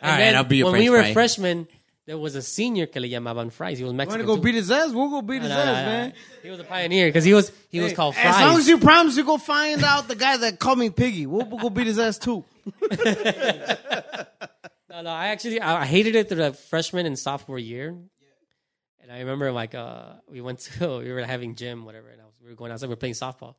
[SPEAKER 6] All
[SPEAKER 9] right, I'll be your
[SPEAKER 6] when
[SPEAKER 9] French
[SPEAKER 6] we were
[SPEAKER 9] fry.
[SPEAKER 6] freshmen, there was a senior que le llamaban fries. He was
[SPEAKER 2] Want
[SPEAKER 6] Mexican.
[SPEAKER 2] to go
[SPEAKER 6] too.
[SPEAKER 2] beat his ass? We'll go beat his
[SPEAKER 6] No, no,
[SPEAKER 2] ass,
[SPEAKER 6] no, no.
[SPEAKER 2] man.
[SPEAKER 6] He was a pioneer because he was he was called
[SPEAKER 2] As long as
[SPEAKER 6] fries.
[SPEAKER 2] you promise you go find out the guy that called me Piggy, we'll, we'll go beat his ass too.
[SPEAKER 6] No, no, I actually I I hated it through the freshman and sophomore year. And I remember like uh we went to we were having gym whatever and I was, we were going outside we were playing softball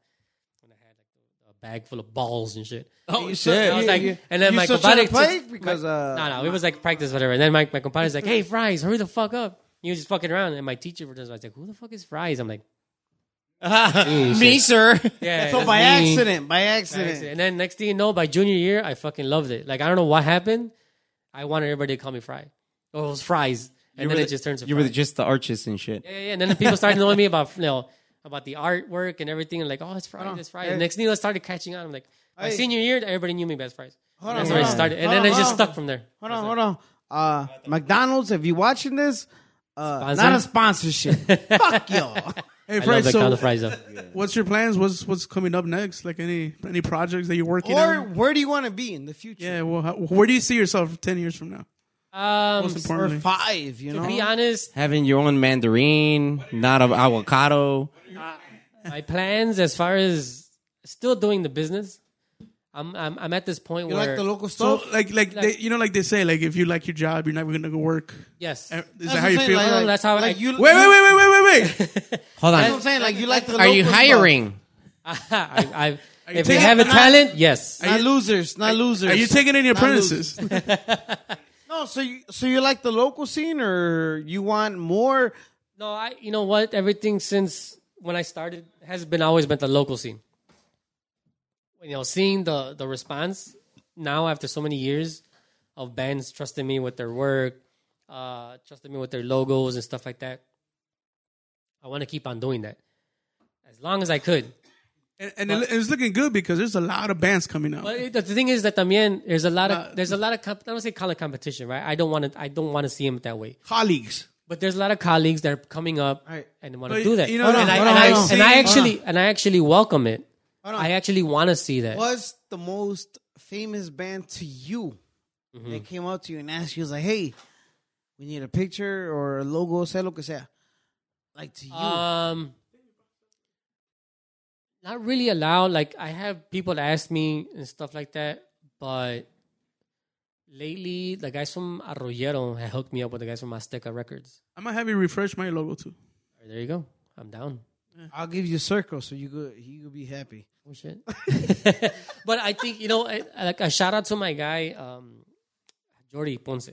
[SPEAKER 6] and I had like a bag full of balls and shit.
[SPEAKER 2] Oh
[SPEAKER 6] And I was like, and then
[SPEAKER 2] you
[SPEAKER 6] my
[SPEAKER 2] still trying
[SPEAKER 6] compadre
[SPEAKER 2] to play?
[SPEAKER 6] just-
[SPEAKER 2] Because,
[SPEAKER 6] my-
[SPEAKER 2] uh,
[SPEAKER 6] no, no, it was like practice, whatever. And then my, my compadre's like, "Hey, fries, hurry the fuck up!" He was just fucking around, and my teacher was like, "Who the fuck is fries?" I'm like,
[SPEAKER 9] me, sir.
[SPEAKER 6] "Yeah."
[SPEAKER 2] So
[SPEAKER 6] that's
[SPEAKER 2] by
[SPEAKER 6] me."
[SPEAKER 2] accident, by
[SPEAKER 6] By
[SPEAKER 2] accident.
[SPEAKER 6] accident. And then next thing you know, by junior year, I fucking loved it. Like I don't know what happened. I wanted everybody to call me Fry. Oh, it was fries, and then it just turns. to
[SPEAKER 9] You
[SPEAKER 6] fry.
[SPEAKER 9] were just the arches and shit.
[SPEAKER 6] Yeah, yeah, yeah. And then people started knowing me about you know about the artwork and everything, and like, oh, it's Friday, it's Friday.
[SPEAKER 2] Hey.
[SPEAKER 6] Next thing, I started catching on. I'm like, my
[SPEAKER 2] Hey.
[SPEAKER 6] senior year, everybody knew me best Fries.
[SPEAKER 2] Hold
[SPEAKER 6] That's
[SPEAKER 2] on,
[SPEAKER 6] where I
[SPEAKER 2] hold on.
[SPEAKER 6] started, and
[SPEAKER 2] Hold
[SPEAKER 6] then
[SPEAKER 2] on,
[SPEAKER 6] I just
[SPEAKER 2] hold on.
[SPEAKER 6] stuck from there.
[SPEAKER 2] Hold on, hold on. Uh, McDonald's, if you're watching this, uh,
[SPEAKER 6] Sponsor?
[SPEAKER 2] not a sponsorship. Fuck y'all.
[SPEAKER 4] Hey,
[SPEAKER 6] I love
[SPEAKER 4] Fred,
[SPEAKER 6] that kind
[SPEAKER 4] so
[SPEAKER 6] of fries though.
[SPEAKER 4] what's your plans? What's what's coming up next? Like any any projects that you're working
[SPEAKER 2] Or
[SPEAKER 4] on?
[SPEAKER 2] where do you want to be in the future?
[SPEAKER 4] Yeah, well, how, where do you see yourself 10 years from now?
[SPEAKER 6] Um,
[SPEAKER 4] Most
[SPEAKER 2] Or
[SPEAKER 4] importantly.
[SPEAKER 2] five, you
[SPEAKER 6] to
[SPEAKER 2] know?
[SPEAKER 6] be honest,
[SPEAKER 9] Having your own mandarin, not of avocado.
[SPEAKER 6] my plans as far as still doing the business, I'm I'm, I'm at this point
[SPEAKER 2] You
[SPEAKER 6] where
[SPEAKER 2] like the local
[SPEAKER 4] So,
[SPEAKER 2] stuff?
[SPEAKER 4] like, like, they, you know, like they say, like, if you like your job, you're never going to go work.
[SPEAKER 6] yes,
[SPEAKER 4] Eh, Is
[SPEAKER 2] That's
[SPEAKER 4] that how you
[SPEAKER 2] what I'm
[SPEAKER 4] feel?
[SPEAKER 2] saying,
[SPEAKER 6] No, that's how
[SPEAKER 2] like
[SPEAKER 6] I-
[SPEAKER 2] you,
[SPEAKER 4] wait, wait, wait, wait, wait, wait, wait.
[SPEAKER 2] That's
[SPEAKER 9] Hold
[SPEAKER 2] what I'm
[SPEAKER 9] on.
[SPEAKER 2] saying. Like you like the
[SPEAKER 9] Are you
[SPEAKER 2] local stuff.
[SPEAKER 9] hiring?
[SPEAKER 6] I, I, if they
[SPEAKER 4] taking-
[SPEAKER 6] have a
[SPEAKER 2] Not-
[SPEAKER 6] talent, yes.
[SPEAKER 2] Not losers, not losers.
[SPEAKER 4] Are you taking any
[SPEAKER 2] Not
[SPEAKER 4] apprentices?
[SPEAKER 2] No, so you so you like the local scene, or you want more?
[SPEAKER 6] No, I you know what? Everything since when I started has been always been the local scene. You know, seeing the the response now after so many years of bands trusting me with their work, uh, trusting me with their logos and stuff like that. I want to keep on doing that as long as I could.
[SPEAKER 4] and and it, it's looking good because there's a lot of bands coming out.
[SPEAKER 6] But it, the thing is that también there's a lot of
[SPEAKER 4] Uh,
[SPEAKER 6] there's a lot of comp- I don't say call it competition, right? I don't want to I don't want to see him that way.
[SPEAKER 5] Colleagues.
[SPEAKER 6] But there's a lot of colleagues that are coming up
[SPEAKER 2] Right.
[SPEAKER 6] and want to
[SPEAKER 4] But
[SPEAKER 6] do that.
[SPEAKER 4] you know,
[SPEAKER 6] and,
[SPEAKER 4] hold
[SPEAKER 6] I,
[SPEAKER 2] on,
[SPEAKER 6] and,
[SPEAKER 2] hold
[SPEAKER 6] I,
[SPEAKER 2] on.
[SPEAKER 6] and I
[SPEAKER 2] See,
[SPEAKER 6] actually and I actually welcome it.
[SPEAKER 2] Hold on.
[SPEAKER 6] I actually want to see that.
[SPEAKER 2] What's the most famous band to you?
[SPEAKER 6] Mm-hmm.
[SPEAKER 2] They came up to you and asked you, was like, "Hey, we need a picture or a logo, say lo que sea." Like to you,
[SPEAKER 6] Um, not really allowed. Like I have people ask me and stuff like that, but lately the guys from Arroyero had hooked me up with the guys from Azteca Records.
[SPEAKER 4] I'm going to have you refresh my logo too.
[SPEAKER 6] There you go. I'm down.
[SPEAKER 2] I'll give you a circle so you could you could be happy.
[SPEAKER 6] Oh, shit. but I think you know, I, like a shout out to my guy, um, Jordi Ponce.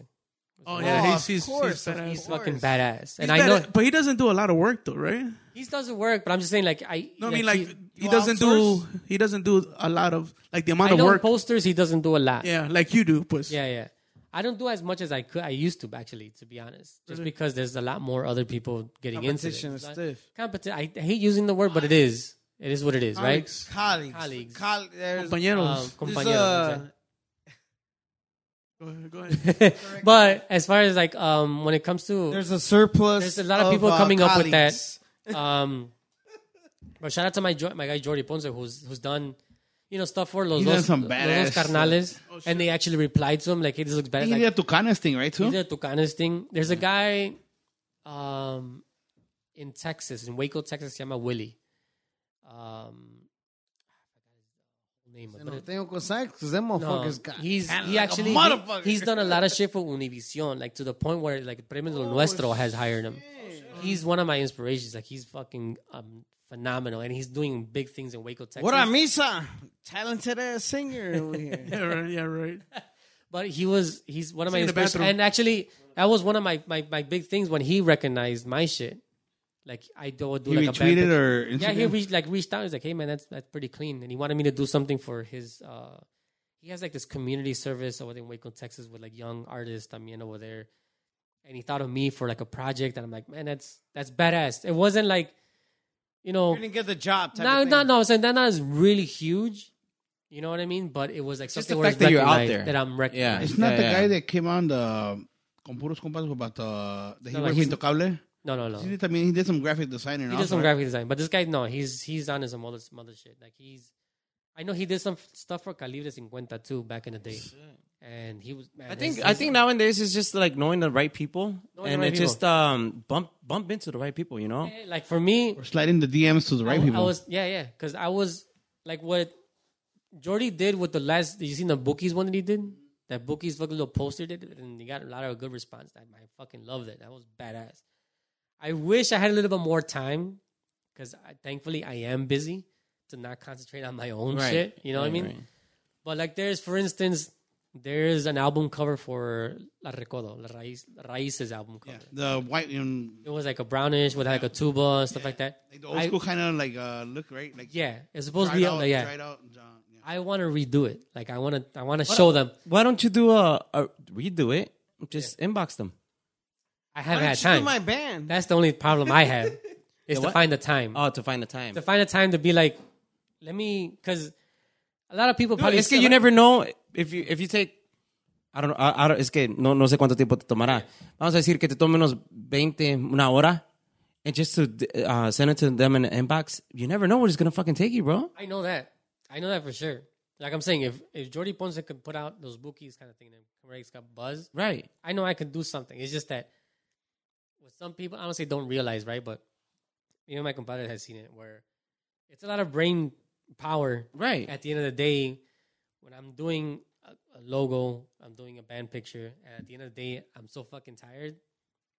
[SPEAKER 4] Oh, yeah, he's,
[SPEAKER 2] of
[SPEAKER 4] he's,
[SPEAKER 2] course,
[SPEAKER 4] he's
[SPEAKER 2] of
[SPEAKER 4] badass.
[SPEAKER 6] He's
[SPEAKER 2] course.
[SPEAKER 6] fucking badass, and
[SPEAKER 4] He's
[SPEAKER 6] I know
[SPEAKER 4] badass, but he doesn't do a lot of work though, right?
[SPEAKER 6] he doesn't work. But I'm just saying, like I,
[SPEAKER 4] No, I mean like
[SPEAKER 6] he-
[SPEAKER 4] he doesn't do he doesn't do a lot of like the amount
[SPEAKER 6] I
[SPEAKER 4] of
[SPEAKER 6] know
[SPEAKER 4] work.
[SPEAKER 6] posters. He doesn't do a lot.
[SPEAKER 4] yeah, like you do, pues.
[SPEAKER 6] yeah, yeah. I don't do as much as I could. I used to actually, to be honest, just because there's a lot more other people getting into it.
[SPEAKER 2] Competition is stiff.
[SPEAKER 6] Competition. I hate using the word, but it is. It is what it is, right?
[SPEAKER 2] Colleagues.
[SPEAKER 6] Colleagues.
[SPEAKER 2] Col- there's,
[SPEAKER 6] Um,
[SPEAKER 4] Compañeros.
[SPEAKER 2] there's,
[SPEAKER 6] compañeros,
[SPEAKER 2] uh,
[SPEAKER 6] exactly.
[SPEAKER 4] Go ahead, go ahead.
[SPEAKER 6] but as far as like um when it comes to
[SPEAKER 2] there's a surplus. uh,
[SPEAKER 6] There's a lot of people
[SPEAKER 5] uh,
[SPEAKER 6] coming up with that.
[SPEAKER 2] colleagues.
[SPEAKER 6] um but shout out to my jo- my guy Jordi Ponce who's who's done you know stuff for los
[SPEAKER 5] He's done
[SPEAKER 6] dos,
[SPEAKER 5] some
[SPEAKER 6] los dos
[SPEAKER 5] badass Oh,
[SPEAKER 6] carnales and they actually replied to him like hey this looks bad
[SPEAKER 5] He
[SPEAKER 6] like,
[SPEAKER 5] did a Tucanes thing, right? Too.
[SPEAKER 6] he did a Tucanes thing there's a guy um in Texas in Waco Texas se llama Willie um name of
[SPEAKER 2] No
[SPEAKER 6] it.
[SPEAKER 2] tengo cosas, because them motherfuckers got
[SPEAKER 6] he's
[SPEAKER 2] talent
[SPEAKER 6] he
[SPEAKER 2] like a
[SPEAKER 6] actually he,
[SPEAKER 2] motherfucker.
[SPEAKER 6] he's done a lot of shit for Univision, like to the point where like Premio Lo Nuestro has hired him. He's one of my inspirations. Like he's fucking um, phenomenal, and he's doing big things in Waco, Texas.
[SPEAKER 2] What a misa! Talented ass singer over here.
[SPEAKER 4] yeah, right. Yeah, right.
[SPEAKER 6] But he was he's one of my
[SPEAKER 4] in the
[SPEAKER 6] inspirations,
[SPEAKER 4] bathroom.
[SPEAKER 6] and actually that was one of my, my my big things when he recognized my shit. Like I do, do
[SPEAKER 5] He
[SPEAKER 6] like a band
[SPEAKER 5] retweeted
[SPEAKER 6] pic-
[SPEAKER 5] or
[SPEAKER 6] yeah, he
[SPEAKER 5] Instagram?
[SPEAKER 6] reached like reached out. He's like, hey man, that's that's pretty clean, and he wanted me to do something for his. uh He has like this community service over in Waco, Texas, with like young artists. I mean, over there, and he thought of me for like a project, and I'm like, man, that's that's badass. It wasn't like, you know,
[SPEAKER 2] You didn't get the job. Type
[SPEAKER 6] no,
[SPEAKER 2] of
[SPEAKER 6] no,
[SPEAKER 2] thing.
[SPEAKER 6] no. I'm saying that not is really huge. You know what I mean? But it was like
[SPEAKER 9] Just
[SPEAKER 6] something
[SPEAKER 9] the
[SPEAKER 6] where it's
[SPEAKER 9] fact that you're out
[SPEAKER 6] recognized,
[SPEAKER 9] there.
[SPEAKER 6] that I'm recognized.
[SPEAKER 5] It's not
[SPEAKER 9] Yeah,
[SPEAKER 5] the
[SPEAKER 9] yeah.
[SPEAKER 5] guy that came on the con puros compas about the the he
[SPEAKER 6] No,
[SPEAKER 5] worked
[SPEAKER 6] he's-
[SPEAKER 5] with Intocable.
[SPEAKER 6] No, no, no.
[SPEAKER 5] He did, I mean, he did some graphic design and
[SPEAKER 6] He
[SPEAKER 5] all
[SPEAKER 6] does some
[SPEAKER 5] right?
[SPEAKER 6] graphic design, but this guy, no, he's he's on his mother some other shit. Like he's, I know he did some stuff for Calibre 50 too back in the day, and he was. Man,
[SPEAKER 9] I think
[SPEAKER 6] his-
[SPEAKER 9] I think nowadays it's just like knowing the right people
[SPEAKER 6] Knowing the
[SPEAKER 9] and
[SPEAKER 6] right
[SPEAKER 9] it just um bump bump into the right people, you know.
[SPEAKER 6] Eh, like for me,
[SPEAKER 5] Sliding the DMs to the right
[SPEAKER 6] I,
[SPEAKER 5] people.
[SPEAKER 6] I was yeah yeah because I was like what Jordy did with the last. Did you seen the bookies one that he did? That bookies fucking little poster did, and he got a lot of good response. That I fucking loved it. That was badass. I wish I had a little bit more time because thankfully I am busy to not concentrate on my own
[SPEAKER 9] Right.
[SPEAKER 6] shit. You know what I
[SPEAKER 9] Right,
[SPEAKER 6] mean?
[SPEAKER 9] right.
[SPEAKER 6] But like there's for instance, there's an album cover for La Recodo, La Raiz, Raíces album cover.
[SPEAKER 5] the white, um,
[SPEAKER 6] It was like a brownish with like a tuba and stuff like that.
[SPEAKER 5] like the old
[SPEAKER 6] I-
[SPEAKER 5] school kind of like uh, look, right? Like
[SPEAKER 6] Yeah, it's supposed to
[SPEAKER 5] dried
[SPEAKER 6] be
[SPEAKER 5] out,
[SPEAKER 6] yeah.
[SPEAKER 5] dried out, uh, yeah.
[SPEAKER 6] I want to redo it. Like I want to, I want to show them.
[SPEAKER 9] Why don't you do a, a redo it? Just inbox them.
[SPEAKER 6] I haven't
[SPEAKER 2] Why
[SPEAKER 6] had
[SPEAKER 2] don't you do
[SPEAKER 6] time.
[SPEAKER 2] my band.
[SPEAKER 6] That's the only problem I have is to
[SPEAKER 9] what?
[SPEAKER 6] find the time.
[SPEAKER 9] Oh, to find the time.
[SPEAKER 6] to find the time to be like, let me, because a lot of people
[SPEAKER 9] No,
[SPEAKER 6] probably.
[SPEAKER 9] es que you never know if you if you take I don't know, I- I don't- es que no, no sé cuánto tiempo te tomará. Vamos a decir que te tome unos 20, una hora. And just to uh, send it to them in the inbox, you never know what it's gonna fucking take you, bro.
[SPEAKER 6] I know that. I know that for sure. Like I'm saying, if if Jordi Ponce could put out those bookies kind of thing, and Correa's got buzz,
[SPEAKER 9] Right.
[SPEAKER 6] I know I could do something. It's just that what some people I don't say don't realize, right? But even my compadre has seen it where it's a lot of brain power
[SPEAKER 9] Right.
[SPEAKER 6] at the end of the day, when I'm doing a, a logo, I'm doing a band picture, and at the end of the day, I'm so fucking tired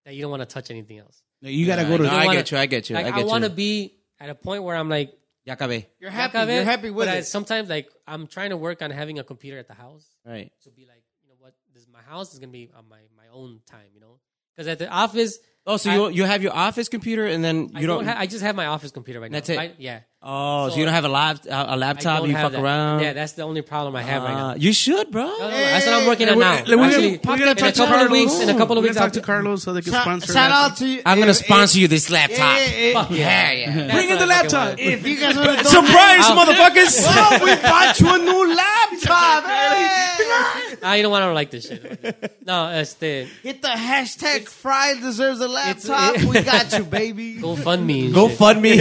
[SPEAKER 6] that you don't want to touch anything else.
[SPEAKER 5] No, you gotta go
[SPEAKER 9] No,
[SPEAKER 5] to.
[SPEAKER 9] I
[SPEAKER 6] wanna-
[SPEAKER 9] get you, I get you,
[SPEAKER 6] Like,
[SPEAKER 9] I
[SPEAKER 6] I,
[SPEAKER 9] get
[SPEAKER 6] want to
[SPEAKER 9] you.
[SPEAKER 6] be at a point where I'm like,
[SPEAKER 9] Ya acabé.
[SPEAKER 2] You're
[SPEAKER 6] "Fuck
[SPEAKER 2] happy.
[SPEAKER 6] of
[SPEAKER 2] You're
[SPEAKER 6] it,"
[SPEAKER 2] happy with
[SPEAKER 6] but I-
[SPEAKER 2] it.
[SPEAKER 6] sometimes, like, I'm trying to work on having a computer at the house
[SPEAKER 9] Right.
[SPEAKER 6] to be like, you know what, this is my house is gonna be on my my own time, you know, because at the office,
[SPEAKER 9] Oh, so
[SPEAKER 6] I-
[SPEAKER 9] you you have your office computer and then you
[SPEAKER 6] I don't.
[SPEAKER 9] don't.
[SPEAKER 6] ha- I just have my office computer right
[SPEAKER 9] That's
[SPEAKER 6] now.
[SPEAKER 9] it.
[SPEAKER 6] I- yeah.
[SPEAKER 9] oh, so,
[SPEAKER 6] so
[SPEAKER 9] you don't have a lap a, a
[SPEAKER 6] I
[SPEAKER 9] laptop.
[SPEAKER 6] don't
[SPEAKER 9] You
[SPEAKER 6] have
[SPEAKER 9] fuck
[SPEAKER 6] that.
[SPEAKER 9] around.
[SPEAKER 6] Yeah, that's the only problem I have right now.
[SPEAKER 9] Uh, you should, bro.
[SPEAKER 6] No, no, no, That's what I'm working on now.
[SPEAKER 4] We're,
[SPEAKER 6] Actually,
[SPEAKER 4] gonna, we're gonna
[SPEAKER 6] in a
[SPEAKER 4] talk to
[SPEAKER 6] couple
[SPEAKER 4] Carlos.
[SPEAKER 6] of weeks, in a couple of
[SPEAKER 4] We're
[SPEAKER 6] weeks,
[SPEAKER 4] gonna
[SPEAKER 6] I'll-
[SPEAKER 4] talk to Carlos so they can
[SPEAKER 2] Shout,
[SPEAKER 4] sponsor.
[SPEAKER 2] shout
[SPEAKER 4] us.
[SPEAKER 2] out to you.
[SPEAKER 9] I'm gonna
[SPEAKER 2] If-
[SPEAKER 9] sponsor you this
[SPEAKER 2] if-
[SPEAKER 9] laptop.
[SPEAKER 2] if-
[SPEAKER 6] Fuck yeah, yeah.
[SPEAKER 4] Bring in the laptop.
[SPEAKER 2] If, if you guys want to
[SPEAKER 9] Surprise, motherfuckers!
[SPEAKER 2] oh, we bought you a new laptop. hey!
[SPEAKER 6] Ah, you know what? I don't like this shit. No, este,
[SPEAKER 2] Hit the hashtag Fry deserves a laptop. we got you, baby.
[SPEAKER 6] go fund me.
[SPEAKER 9] Go fund me.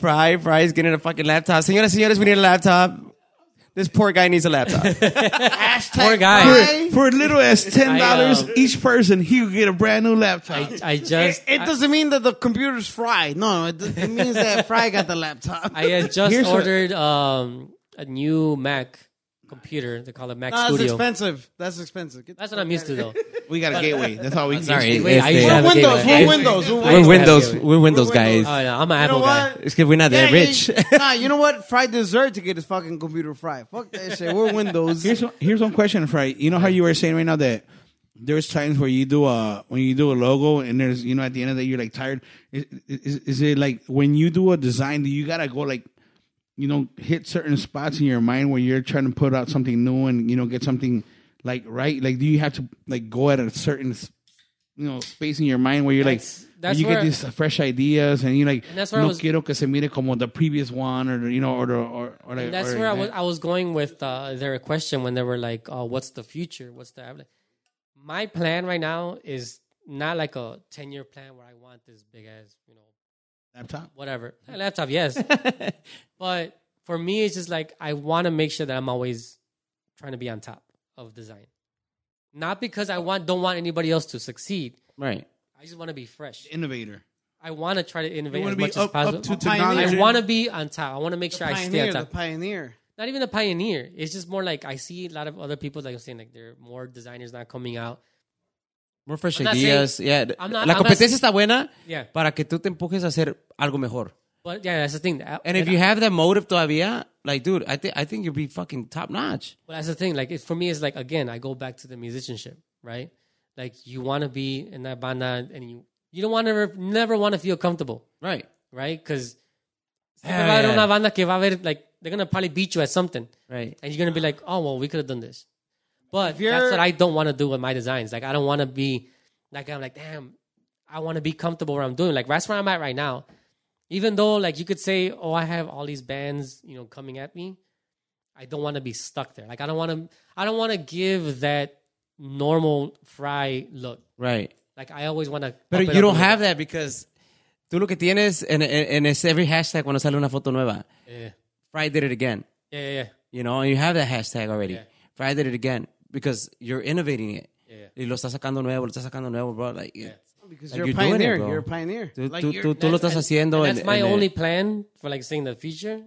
[SPEAKER 9] Fry, Fry's getting a fucking laptop. Señoras, señores, we need a laptop. This poor guy needs a laptop.
[SPEAKER 2] Hashtag
[SPEAKER 6] Poor guy.
[SPEAKER 2] Fry.
[SPEAKER 5] For as little as ten dollars
[SPEAKER 6] I, um,
[SPEAKER 5] each person, he could get a brand new laptop.
[SPEAKER 6] I, I just,
[SPEAKER 2] It doesn't mean that the computer's fried. No, it, it means that Fry got the laptop.
[SPEAKER 6] I, I had just
[SPEAKER 5] Here's what-
[SPEAKER 6] ordered um a new Mac computer. They call it Mac
[SPEAKER 2] no, that's
[SPEAKER 6] Studio.
[SPEAKER 2] Ah, expensive. That's expensive. Get
[SPEAKER 6] That's what I'm used to though.
[SPEAKER 5] we got a gateway. That's all we can.
[SPEAKER 9] Sorry,
[SPEAKER 6] Wait, I
[SPEAKER 9] este,
[SPEAKER 6] used to
[SPEAKER 2] We're
[SPEAKER 6] have a
[SPEAKER 2] Windows.
[SPEAKER 6] gateway.
[SPEAKER 2] We're Windows. We're Windows.
[SPEAKER 9] we're Windows.
[SPEAKER 6] We're
[SPEAKER 9] We're Windows
[SPEAKER 2] Windows.
[SPEAKER 9] guys.
[SPEAKER 6] Oh yeah, I'm an
[SPEAKER 2] You know
[SPEAKER 6] Apple guy.
[SPEAKER 2] what?
[SPEAKER 9] It's because we're not that
[SPEAKER 2] Yeah,
[SPEAKER 9] rich.
[SPEAKER 2] you- nah, you know what? Fry deserved to get his fucking computer fried. Fuck that shit. We're Windows.
[SPEAKER 5] Here's one, here's one question, Fry. You know how you were saying right now that there's times where you do a when you do a logo and there's you know at the end of the day you're like tired. Is, is, is it like when you do a design, do you gotta go like you know hit certain spots in your mind where you're trying to put out something new and you know get something like right like do you have to like go at a certain you know space in your mind where you're
[SPEAKER 6] That's-
[SPEAKER 5] like
[SPEAKER 6] that's
[SPEAKER 5] you
[SPEAKER 6] where-
[SPEAKER 5] get these fresh ideas and you're like
[SPEAKER 6] And that's where I
[SPEAKER 5] no
[SPEAKER 6] was-
[SPEAKER 5] quiero que se mire como the previous one or you know or the- or, or like,
[SPEAKER 6] And that's
[SPEAKER 5] or
[SPEAKER 6] where I was,
[SPEAKER 5] that.
[SPEAKER 6] I was going with uh, their question when they were like, oh, what's the future? What's the. I'm like, My plan right now is not like a 10 year plan where I want this big ass, you know,
[SPEAKER 5] laptop
[SPEAKER 6] whatever. A laptop, yes. but for me, it's just like I want to make sure that I'm always trying to be on top of design. Not because I want don't want anybody else to succeed.
[SPEAKER 9] Right.
[SPEAKER 6] I just want to be fresh.
[SPEAKER 5] innovator
[SPEAKER 6] I want to try to innovate
[SPEAKER 4] wanna
[SPEAKER 6] as
[SPEAKER 4] be
[SPEAKER 6] much as
[SPEAKER 4] up- up
[SPEAKER 6] possible.
[SPEAKER 4] to
[SPEAKER 6] I
[SPEAKER 2] technology.
[SPEAKER 6] want to be on top. I want to make sure I stay on
[SPEAKER 2] Pioneer, the
[SPEAKER 6] top.
[SPEAKER 2] pioneer.
[SPEAKER 6] Not even a pioneer. It's just more like I see a lot of other people like I'm saying like there are more designers not coming out.
[SPEAKER 9] More fresh
[SPEAKER 6] I'm not
[SPEAKER 9] ideas. yeah.
[SPEAKER 6] I'm not-
[SPEAKER 9] la
[SPEAKER 6] I'm not
[SPEAKER 9] competencia
[SPEAKER 6] saying-
[SPEAKER 9] está buena
[SPEAKER 6] Yeah.
[SPEAKER 9] para que tú te empujes a hacer algo mejor.
[SPEAKER 6] But yeah, that's the thing. I-
[SPEAKER 9] And if
[SPEAKER 6] I-
[SPEAKER 9] you have that motive todavía, like, dude, I think I think you'll be fucking top notch.
[SPEAKER 6] Well, that's the thing. Like, it, for me, it's like again, I go back to the musicianship, right? Like, you want to be in that banda, and you you don't want to never want to feel comfortable,
[SPEAKER 9] Right.
[SPEAKER 6] right? Because
[SPEAKER 9] Hell yeah.
[SPEAKER 6] una banda que va a haber like they're gonna probably beat you at something,
[SPEAKER 9] Right.
[SPEAKER 6] and you're gonna be like, oh well, we could have done this, but
[SPEAKER 2] you're-
[SPEAKER 6] that's what I don't want to do with my designs. Like, I don't want to be like I'm like, damn, I want to be comfortable where I'm doing. Like, that's where I'm at right now. Even though, like, you could say, oh, I have all these bands, you know, coming at me. I don't want to be stuck there. Like I don't want to. I don't want to give that normal fry look.
[SPEAKER 9] Right.
[SPEAKER 6] Like I always want to.
[SPEAKER 9] Pero you don't have that because tú lo que tienes en, en, en es every hashtag cuando sale una foto nueva.
[SPEAKER 6] Yeah,
[SPEAKER 9] Fry did it again.
[SPEAKER 6] yeah, yeah. yeah.
[SPEAKER 9] You know, and you have that hashtag already.
[SPEAKER 6] Yeah.
[SPEAKER 9] Fry did it again because you're innovating it.
[SPEAKER 6] Yeah.
[SPEAKER 9] Y lo estás sacando nuevo, lo estás sacando nuevo, bro. Like,
[SPEAKER 2] Because
[SPEAKER 9] Like,
[SPEAKER 2] you're, a
[SPEAKER 9] you're doing it,
[SPEAKER 2] pioneer.
[SPEAKER 9] bro.
[SPEAKER 2] you're a pioneer.
[SPEAKER 9] tú,
[SPEAKER 2] Like,
[SPEAKER 9] tú,
[SPEAKER 2] you're-
[SPEAKER 9] tú, tú lo estás
[SPEAKER 6] and- and
[SPEAKER 9] haciendo.
[SPEAKER 6] that's
[SPEAKER 9] en-
[SPEAKER 6] my
[SPEAKER 9] en el-
[SPEAKER 6] only plan for like seeing the future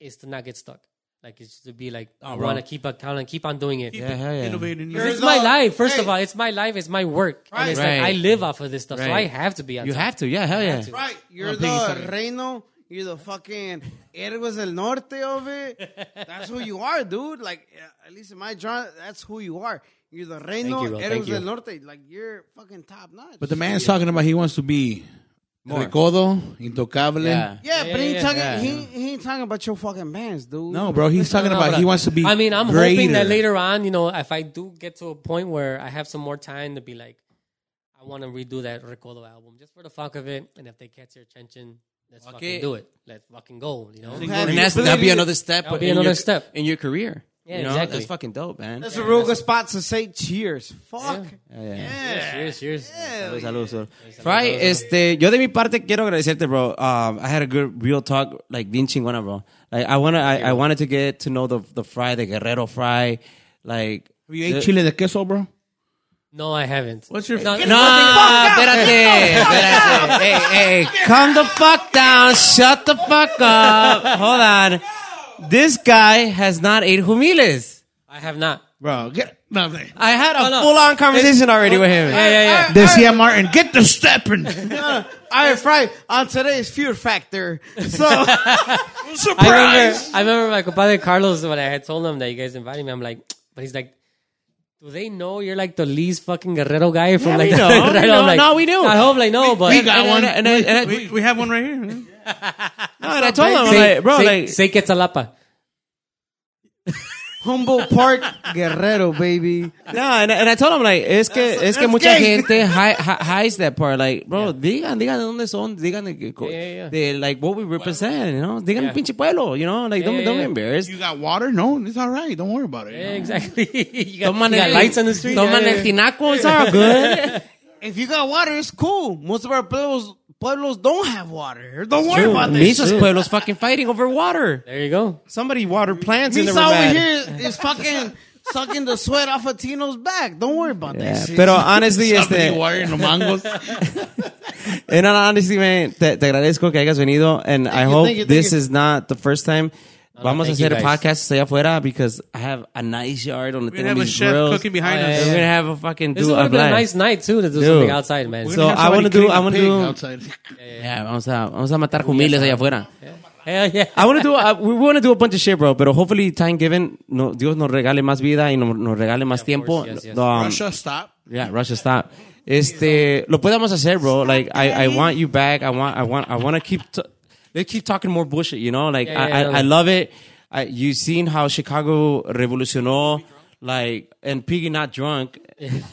[SPEAKER 6] is to not get stuck. Like it's to be like I
[SPEAKER 9] bro.
[SPEAKER 6] want to keep on counting, keep on doing it.
[SPEAKER 9] Yeah, hell yeah.
[SPEAKER 4] Innovating.
[SPEAKER 2] You're-
[SPEAKER 6] It's my
[SPEAKER 2] Result.
[SPEAKER 6] life. First of
[SPEAKER 2] Hey.
[SPEAKER 6] all, it's my life. It's my work. And it's
[SPEAKER 9] Right.
[SPEAKER 6] like I live off of this stuff, so I
[SPEAKER 9] Right.
[SPEAKER 6] have to be on
[SPEAKER 9] You
[SPEAKER 6] top.
[SPEAKER 9] have to, yeah, hell yeah.
[SPEAKER 6] to.
[SPEAKER 2] Right. You're
[SPEAKER 4] I'm
[SPEAKER 2] the
[SPEAKER 4] picking something.
[SPEAKER 2] Reino. You're the fucking Ergues del Norte of it. That's who you are, dude. Like, uh, at least in my genre, that's who you are. You're the Reino,
[SPEAKER 6] you, bro. Thank
[SPEAKER 2] Ergues
[SPEAKER 6] you.
[SPEAKER 2] del Norte. Like, you're fucking top notch.
[SPEAKER 5] but the man's talking about he wants to be recodo intocable
[SPEAKER 9] Yeah.
[SPEAKER 2] yeah,
[SPEAKER 6] Yeah,
[SPEAKER 2] but he,
[SPEAKER 6] yeah,
[SPEAKER 2] ain't talking,
[SPEAKER 9] yeah.
[SPEAKER 2] he, he ain't talking about your fucking bands, dude.
[SPEAKER 5] no bro he's talking
[SPEAKER 6] No,
[SPEAKER 5] about
[SPEAKER 6] but
[SPEAKER 5] he wants to be
[SPEAKER 6] I mean, I'm hoping that
[SPEAKER 5] greater.
[SPEAKER 6] later on, you know, if I do get to a point where I have some more time to be like, I want to redo that Recodo album just for the fuck of it, and if they catch your attention, let's fucking do it. Let's fucking go, you know.
[SPEAKER 2] Have
[SPEAKER 9] And
[SPEAKER 2] you
[SPEAKER 9] that's, that'd be
[SPEAKER 2] believe-
[SPEAKER 9] another step.
[SPEAKER 6] That'd be
[SPEAKER 9] in
[SPEAKER 6] another
[SPEAKER 9] your,
[SPEAKER 6] step.
[SPEAKER 9] in your career.
[SPEAKER 6] Yeah,
[SPEAKER 9] you know?
[SPEAKER 6] exactly.
[SPEAKER 9] That's fucking dope, man.
[SPEAKER 2] That's a real good spot to say cheers. Fuck.
[SPEAKER 9] Yeah, yeah.
[SPEAKER 6] Cheers, cheers.
[SPEAKER 9] Saludos, saludos, saludos. Fry, este, yo de mi parte quiero agradecerte, bro. Um, I had a good real talk, like bien chingona, bro. Like I wanna, I, I wanted to get to know the the Fry, the Guerrero Fry, like.
[SPEAKER 5] you ate
[SPEAKER 9] the-
[SPEAKER 5] chile de queso bro
[SPEAKER 6] No, I haven't.
[SPEAKER 4] What's your
[SPEAKER 6] no,
[SPEAKER 4] favorite-
[SPEAKER 9] No, espérate, espérate. Hey, hey, calm the fuck down. Shut the fuck up. Hold on. This guy has not ate humiles.
[SPEAKER 6] I have not.
[SPEAKER 5] bro get no, I'm like-
[SPEAKER 9] I had a
[SPEAKER 6] no.
[SPEAKER 9] full on conversation already with him.
[SPEAKER 6] Yeah, yeah, yeah.
[SPEAKER 5] decía Martin get the stepping
[SPEAKER 2] All right, Fry, on today's Fear Factor. So,
[SPEAKER 6] I remember, I remember my compadre Carlos when I had told him that you guys invited me. I'm like, but he's like, do they know you're like the least fucking Guerrero guy from
[SPEAKER 9] Yeah,
[SPEAKER 6] like the
[SPEAKER 9] we know, we
[SPEAKER 6] Guerrero?
[SPEAKER 9] know.
[SPEAKER 6] I'm like,
[SPEAKER 9] No, we do.
[SPEAKER 6] I hope they know, but
[SPEAKER 9] We got one. And, I- and, I-
[SPEAKER 4] We, we have one right here.
[SPEAKER 9] no, and I told him, I'm
[SPEAKER 6] Say-
[SPEAKER 9] like, bro,
[SPEAKER 6] say,
[SPEAKER 9] like,
[SPEAKER 6] say Quetzalapa.
[SPEAKER 2] Humboldt Park, Guerrero, baby.
[SPEAKER 9] No, and, and I told him like es que es que mucha gente hi, hi, hides that part like bro digan digan de dónde son digan de, que co-
[SPEAKER 6] Yeah, yeah, yeah.
[SPEAKER 9] de like what we represent you know digan pinche pueblo you know like
[SPEAKER 6] Yeah,
[SPEAKER 9] don't
[SPEAKER 6] yeah,
[SPEAKER 9] don't
[SPEAKER 6] yeah.
[SPEAKER 9] be embarrassed
[SPEAKER 5] you got water no it's all right don't worry about it you
[SPEAKER 6] Yeah,
[SPEAKER 5] know?
[SPEAKER 6] exactly. you got,
[SPEAKER 9] toman
[SPEAKER 6] you got
[SPEAKER 9] el
[SPEAKER 6] lights on the street.
[SPEAKER 9] toman
[SPEAKER 6] yeah,
[SPEAKER 9] el tinaco it's all good
[SPEAKER 2] If you got water, it's cool. Most of our pueblos, pueblos don't have water. Don't worry about this.
[SPEAKER 9] Misa's pueblos fucking fighting over water
[SPEAKER 6] There you go.
[SPEAKER 9] somebody water plants in the
[SPEAKER 2] Misa over
[SPEAKER 9] river
[SPEAKER 2] here is fucking sucking the sweat off of Tino's back. Don't worry about that shit.
[SPEAKER 9] pero honestly
[SPEAKER 5] Somebody
[SPEAKER 9] este
[SPEAKER 5] watering the mangoes
[SPEAKER 9] And on- honestly, man, te, te agradezco que hayas venido. And I
[SPEAKER 2] you,
[SPEAKER 9] hope
[SPEAKER 2] thank you, thank
[SPEAKER 9] this
[SPEAKER 2] you.
[SPEAKER 9] is not the first time. Vamos a
[SPEAKER 6] thank you,
[SPEAKER 9] hacer
[SPEAKER 6] guys.
[SPEAKER 9] podcasts allá afuera because I have a nice yard on the
[SPEAKER 4] We have a chef cooking behind
[SPEAKER 6] Oh, yeah,
[SPEAKER 9] We're
[SPEAKER 4] us.
[SPEAKER 9] gonna have a fucking
[SPEAKER 6] This
[SPEAKER 9] do
[SPEAKER 6] would
[SPEAKER 9] a
[SPEAKER 6] have been a
[SPEAKER 9] blast.
[SPEAKER 6] nice night too to do
[SPEAKER 9] Dude.
[SPEAKER 6] something outside, man.
[SPEAKER 9] So
[SPEAKER 5] Have
[SPEAKER 9] I
[SPEAKER 5] somebody
[SPEAKER 9] wanna do-
[SPEAKER 5] clean
[SPEAKER 9] I
[SPEAKER 5] the
[SPEAKER 9] wanna
[SPEAKER 5] pig
[SPEAKER 9] do-
[SPEAKER 5] outside.
[SPEAKER 9] Yeah, vamos a vamos a matar jumiles allá afuera.
[SPEAKER 6] Hell yeah.
[SPEAKER 9] I want to do a, we want to do a bunch of shit, bro. Pero hopefully, time given, no, Dios nos regale más vida y no- nos regale más tiempo.
[SPEAKER 6] course, yes, yes.
[SPEAKER 9] Um,
[SPEAKER 5] Russia, stop.
[SPEAKER 9] Yeah, Russia, stop. Este, lo podemos hacer, bro. Like, I, I want you back. I want, I want, I want to keep, t- let's keep talking more bullshit, you know? Like,
[SPEAKER 6] Yeah, yeah,
[SPEAKER 9] I,
[SPEAKER 6] yeah.
[SPEAKER 9] I, I love it. I, you've seen how Chicago revolucionó like and Piggy not drunk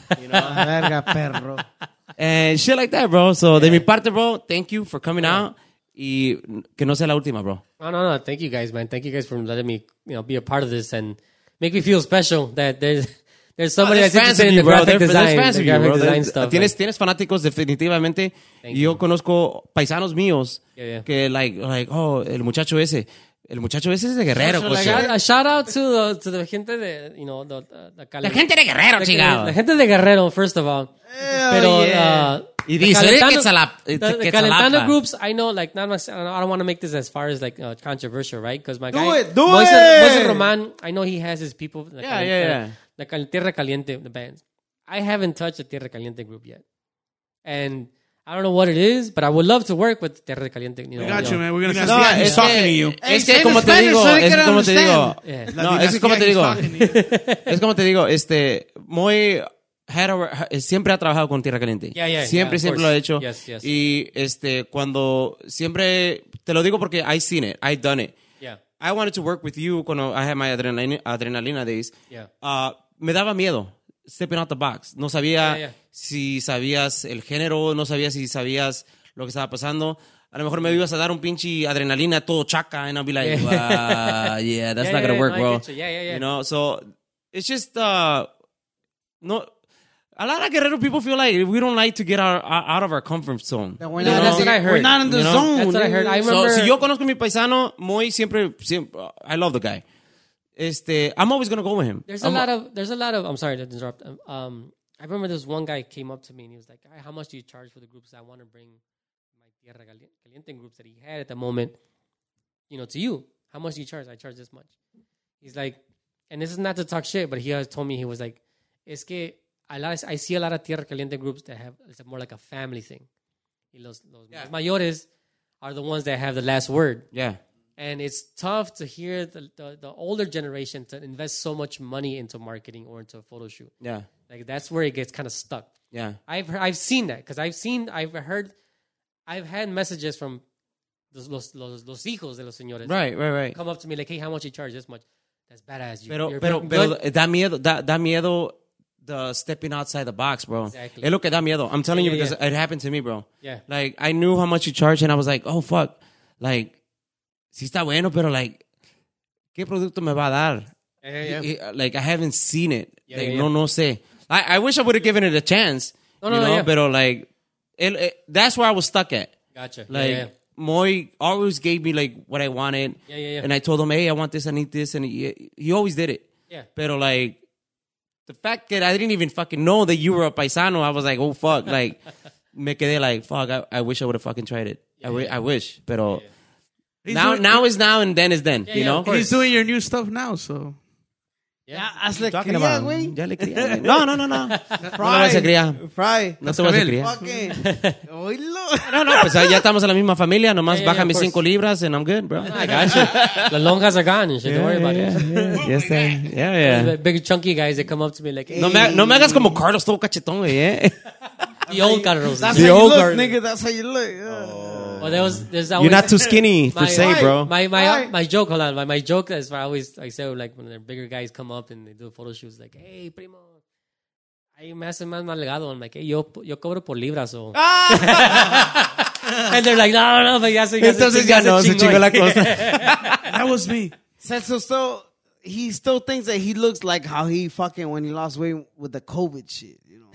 [SPEAKER 2] Verga, perro.
[SPEAKER 9] and shit like that, bro. So de mi parte, bro, thank you for coming out y que no sea la última, bro.
[SPEAKER 6] No, no, no. Thank you guys, man. Thank you guys for letting me, you know, be a part of this and make me feel special that there's there's somebody
[SPEAKER 9] There's
[SPEAKER 6] that's interested in the
[SPEAKER 9] bro.
[SPEAKER 6] graphic
[SPEAKER 9] There's- there's
[SPEAKER 6] design,
[SPEAKER 9] fans
[SPEAKER 6] the
[SPEAKER 9] of you,
[SPEAKER 6] graphic
[SPEAKER 9] bro.
[SPEAKER 6] design
[SPEAKER 9] There's-
[SPEAKER 6] stuff.
[SPEAKER 9] Tienes, tienes fanáticos definitivamente.
[SPEAKER 6] Thank
[SPEAKER 9] Y yo conozco paisanos míos
[SPEAKER 6] Yeah, yeah.
[SPEAKER 9] que like, like, oh, el muchacho ese, el muchacho ese es de
[SPEAKER 6] man.
[SPEAKER 9] Guerrero.
[SPEAKER 6] So,
[SPEAKER 9] coche.
[SPEAKER 6] like, a, a shout out to the to the gente de you know the, the, the
[SPEAKER 9] la
[SPEAKER 6] calen-
[SPEAKER 9] gente de Guerrero,
[SPEAKER 6] la-
[SPEAKER 9] chingado.
[SPEAKER 6] la gente de Guerrero first of all. Pero
[SPEAKER 9] yeah.
[SPEAKER 6] uh,
[SPEAKER 9] Y
[SPEAKER 6] the
[SPEAKER 9] dice,
[SPEAKER 6] Calentano-
[SPEAKER 9] que Tzalap-
[SPEAKER 6] the,
[SPEAKER 9] que
[SPEAKER 6] the
[SPEAKER 9] Tzalapa.
[SPEAKER 6] Calentano groups. I know, like, not much, I don't, want to make this as far as like uh, controversial, right? Because my do guy,
[SPEAKER 2] it, do
[SPEAKER 6] Moise,
[SPEAKER 2] it!
[SPEAKER 6] Moise Roman, I know he has his people. The
[SPEAKER 9] Yeah, yeah, yeah.
[SPEAKER 6] The Cal- Tierra Caliente, the bands. I haven't touched the Tierra Caliente group yet, and I don't know what it is, but I would love to work with Tierra Caliente. You know,
[SPEAKER 4] I got you, man. We're gonna see
[SPEAKER 9] No,
[SPEAKER 5] Ah,
[SPEAKER 4] that.
[SPEAKER 9] es que, es que
[SPEAKER 2] say
[SPEAKER 9] como
[SPEAKER 2] the
[SPEAKER 9] te
[SPEAKER 2] Spanish
[SPEAKER 9] digo,
[SPEAKER 2] so they
[SPEAKER 9] es
[SPEAKER 2] can
[SPEAKER 9] como te digo,
[SPEAKER 6] Yeah.
[SPEAKER 9] no, es como te digo, es como te digo, este, muy, had our- siempre ha trabajado con Tierra Caliente,
[SPEAKER 6] Yeah, yeah,
[SPEAKER 9] siempre,
[SPEAKER 6] yeah, of course.
[SPEAKER 9] siempre lo ha hecho,
[SPEAKER 6] Yes, yes.
[SPEAKER 9] y este, cuando, siempre, te lo digo porque I've seen it, I've done it,
[SPEAKER 6] Yeah.
[SPEAKER 9] I wanted to work with you cuando I had my adrenalina, adrenalina days.
[SPEAKER 6] Yeah.
[SPEAKER 9] Ah, me daba miedo. Stepping out the box. No sabía
[SPEAKER 6] Yeah, yeah.
[SPEAKER 9] si sabías el género, no sabía si sabías lo que estaba pasando. A lo mejor me ibas a dar un pinche adrenalina todo chaca and I'll be like, "Wow, yeah, that's
[SPEAKER 6] Yeah,
[SPEAKER 9] not
[SPEAKER 6] yeah,
[SPEAKER 9] gonna
[SPEAKER 6] yeah,
[SPEAKER 9] work,
[SPEAKER 6] no, I
[SPEAKER 9] bro."
[SPEAKER 6] get you. Yeah, yeah, yeah.
[SPEAKER 9] You know, so it's just uh no a lot of Guerrero people feel like we don't like to get our, our- out of our comfort zone.
[SPEAKER 2] That we're
[SPEAKER 9] You
[SPEAKER 2] not-
[SPEAKER 9] know?
[SPEAKER 6] that's what I heard.
[SPEAKER 2] We're not in the
[SPEAKER 9] You know?
[SPEAKER 2] zone.
[SPEAKER 6] That's what I heard. I
[SPEAKER 9] So,
[SPEAKER 6] remember.
[SPEAKER 9] si yo conozco a mi paisano, Moy siempre, siempre, I love the guy. Este, I'm always gonna go with him.
[SPEAKER 6] There's a lot of there's a lot of I'm sorry to interrupt. Um, Um, I remember this one guy came up to me and he was like, "Hi, "How much do you charge for the groups I want to bring my Tierra Cali- Caliente groups that he had at the moment? You know, to you, how much do you charge? I charge this much." He's like, and this is not to talk shit, but he has told me he was like, "Es que a lot I see a lot of Tierra Caliente groups that have it's more like a family thing. Y los, los más mayores are the ones that have the last word."
[SPEAKER 9] yeah.
[SPEAKER 6] and it's tough to hear the, the, the older generation to invest so much money into marketing or into a photo shoot.
[SPEAKER 9] Yeah.
[SPEAKER 6] Like that's where it gets kind of stuck.
[SPEAKER 9] Yeah.
[SPEAKER 6] I've he- I've seen that because I've seen I've heard I've had messages from los los, los, los hijos de los señores
[SPEAKER 9] Right, right, right.
[SPEAKER 6] come up to me like, hey, how much you charge this much? That's badass. You,
[SPEAKER 9] Pero,
[SPEAKER 6] you're
[SPEAKER 9] pero,
[SPEAKER 6] fucking
[SPEAKER 9] pero, eh,
[SPEAKER 6] good."
[SPEAKER 9] da miedo, da, da miedo the stepping outside the box, bro.
[SPEAKER 6] Exactly.
[SPEAKER 9] Es lo que da miedo. I'm telling
[SPEAKER 6] Yeah,
[SPEAKER 9] you
[SPEAKER 6] yeah,
[SPEAKER 9] because it happened to me, bro.
[SPEAKER 6] Yeah.
[SPEAKER 9] Like, I knew how much you charge and I was like, oh, fuck. Like, si está bueno, pero like, ¿qué producto me va a dar?
[SPEAKER 6] Yeah, yeah, yeah.
[SPEAKER 9] Y- y- like I haven't seen it.
[SPEAKER 6] Yeah,
[SPEAKER 9] like
[SPEAKER 6] yeah,
[SPEAKER 9] no,
[SPEAKER 6] yeah.
[SPEAKER 9] no sé. I, I wish I would have given it a chance.
[SPEAKER 6] No,
[SPEAKER 9] you
[SPEAKER 6] no, no,
[SPEAKER 9] know,
[SPEAKER 6] yeah.
[SPEAKER 9] but like, it, it- that's where I was stuck at.
[SPEAKER 6] Gotcha. Yeah,
[SPEAKER 9] Like
[SPEAKER 6] yeah, yeah.
[SPEAKER 9] Moy always gave me like what I wanted.
[SPEAKER 6] Yeah, yeah, yeah.
[SPEAKER 9] And I told him, hey, I want this, I need this, and he, he always did it.
[SPEAKER 6] Yeah.
[SPEAKER 9] But like, the fact that I didn't even fucking know that you were a paisano, I was like, oh fuck, like, me quedé like, fuck, I, I wish I would have fucking tried it. I, wi- I wish, but now,
[SPEAKER 4] doing-
[SPEAKER 9] now is now and then is then. you
[SPEAKER 6] yeah,
[SPEAKER 9] know.
[SPEAKER 6] of course.
[SPEAKER 4] He's doing your new stuff now, so
[SPEAKER 2] Hazle
[SPEAKER 9] Talking
[SPEAKER 2] cría,
[SPEAKER 9] about-
[SPEAKER 2] güey.
[SPEAKER 9] Ya le cría, güey. No, no, no, no. No le vas a criar.
[SPEAKER 2] Fry.
[SPEAKER 9] No te vas a criar.
[SPEAKER 2] Fucking. Oílo.
[SPEAKER 9] No, no, pues ya estamos en la misma familia. Nomás
[SPEAKER 6] Yeah, yeah,
[SPEAKER 9] baja
[SPEAKER 6] yeah,
[SPEAKER 9] mis
[SPEAKER 6] of course.
[SPEAKER 9] cinco libras and I'm good, bro.
[SPEAKER 6] I gotcha. the long guys are gone and shit. Don't worry about it.
[SPEAKER 9] Ya está. Yeah, yeah.
[SPEAKER 6] The big chunky guys that come up to me like
[SPEAKER 9] No me, no me hagas como Carlos todo cachetón, güey, eh.
[SPEAKER 6] the old Carlos.
[SPEAKER 2] That's
[SPEAKER 9] The
[SPEAKER 2] how you
[SPEAKER 9] old
[SPEAKER 2] look,
[SPEAKER 9] guard.
[SPEAKER 2] nigga. That's how you look. Yeah.
[SPEAKER 6] Oh, there was there's
[SPEAKER 9] You're
[SPEAKER 6] always
[SPEAKER 9] not too skinny per
[SPEAKER 6] my,
[SPEAKER 9] se, bro.
[SPEAKER 6] My my
[SPEAKER 2] Why?
[SPEAKER 6] my joke. Hold on, my, my joke is I always I say like when the bigger guys come up and they do photo shoots, like, hey primo, ahí me hacen más mal legado. I'm like, hey, yo yo cobro por libras o. and they're like, no, no, no, but ya se, ya se-
[SPEAKER 9] Entonces ya
[SPEAKER 6] se
[SPEAKER 9] no, se chingó la cosa.
[SPEAKER 4] that was me.
[SPEAKER 2] Said so still he still thinks that he looks like how he fucking when he lost weight with the COVID shit. You know.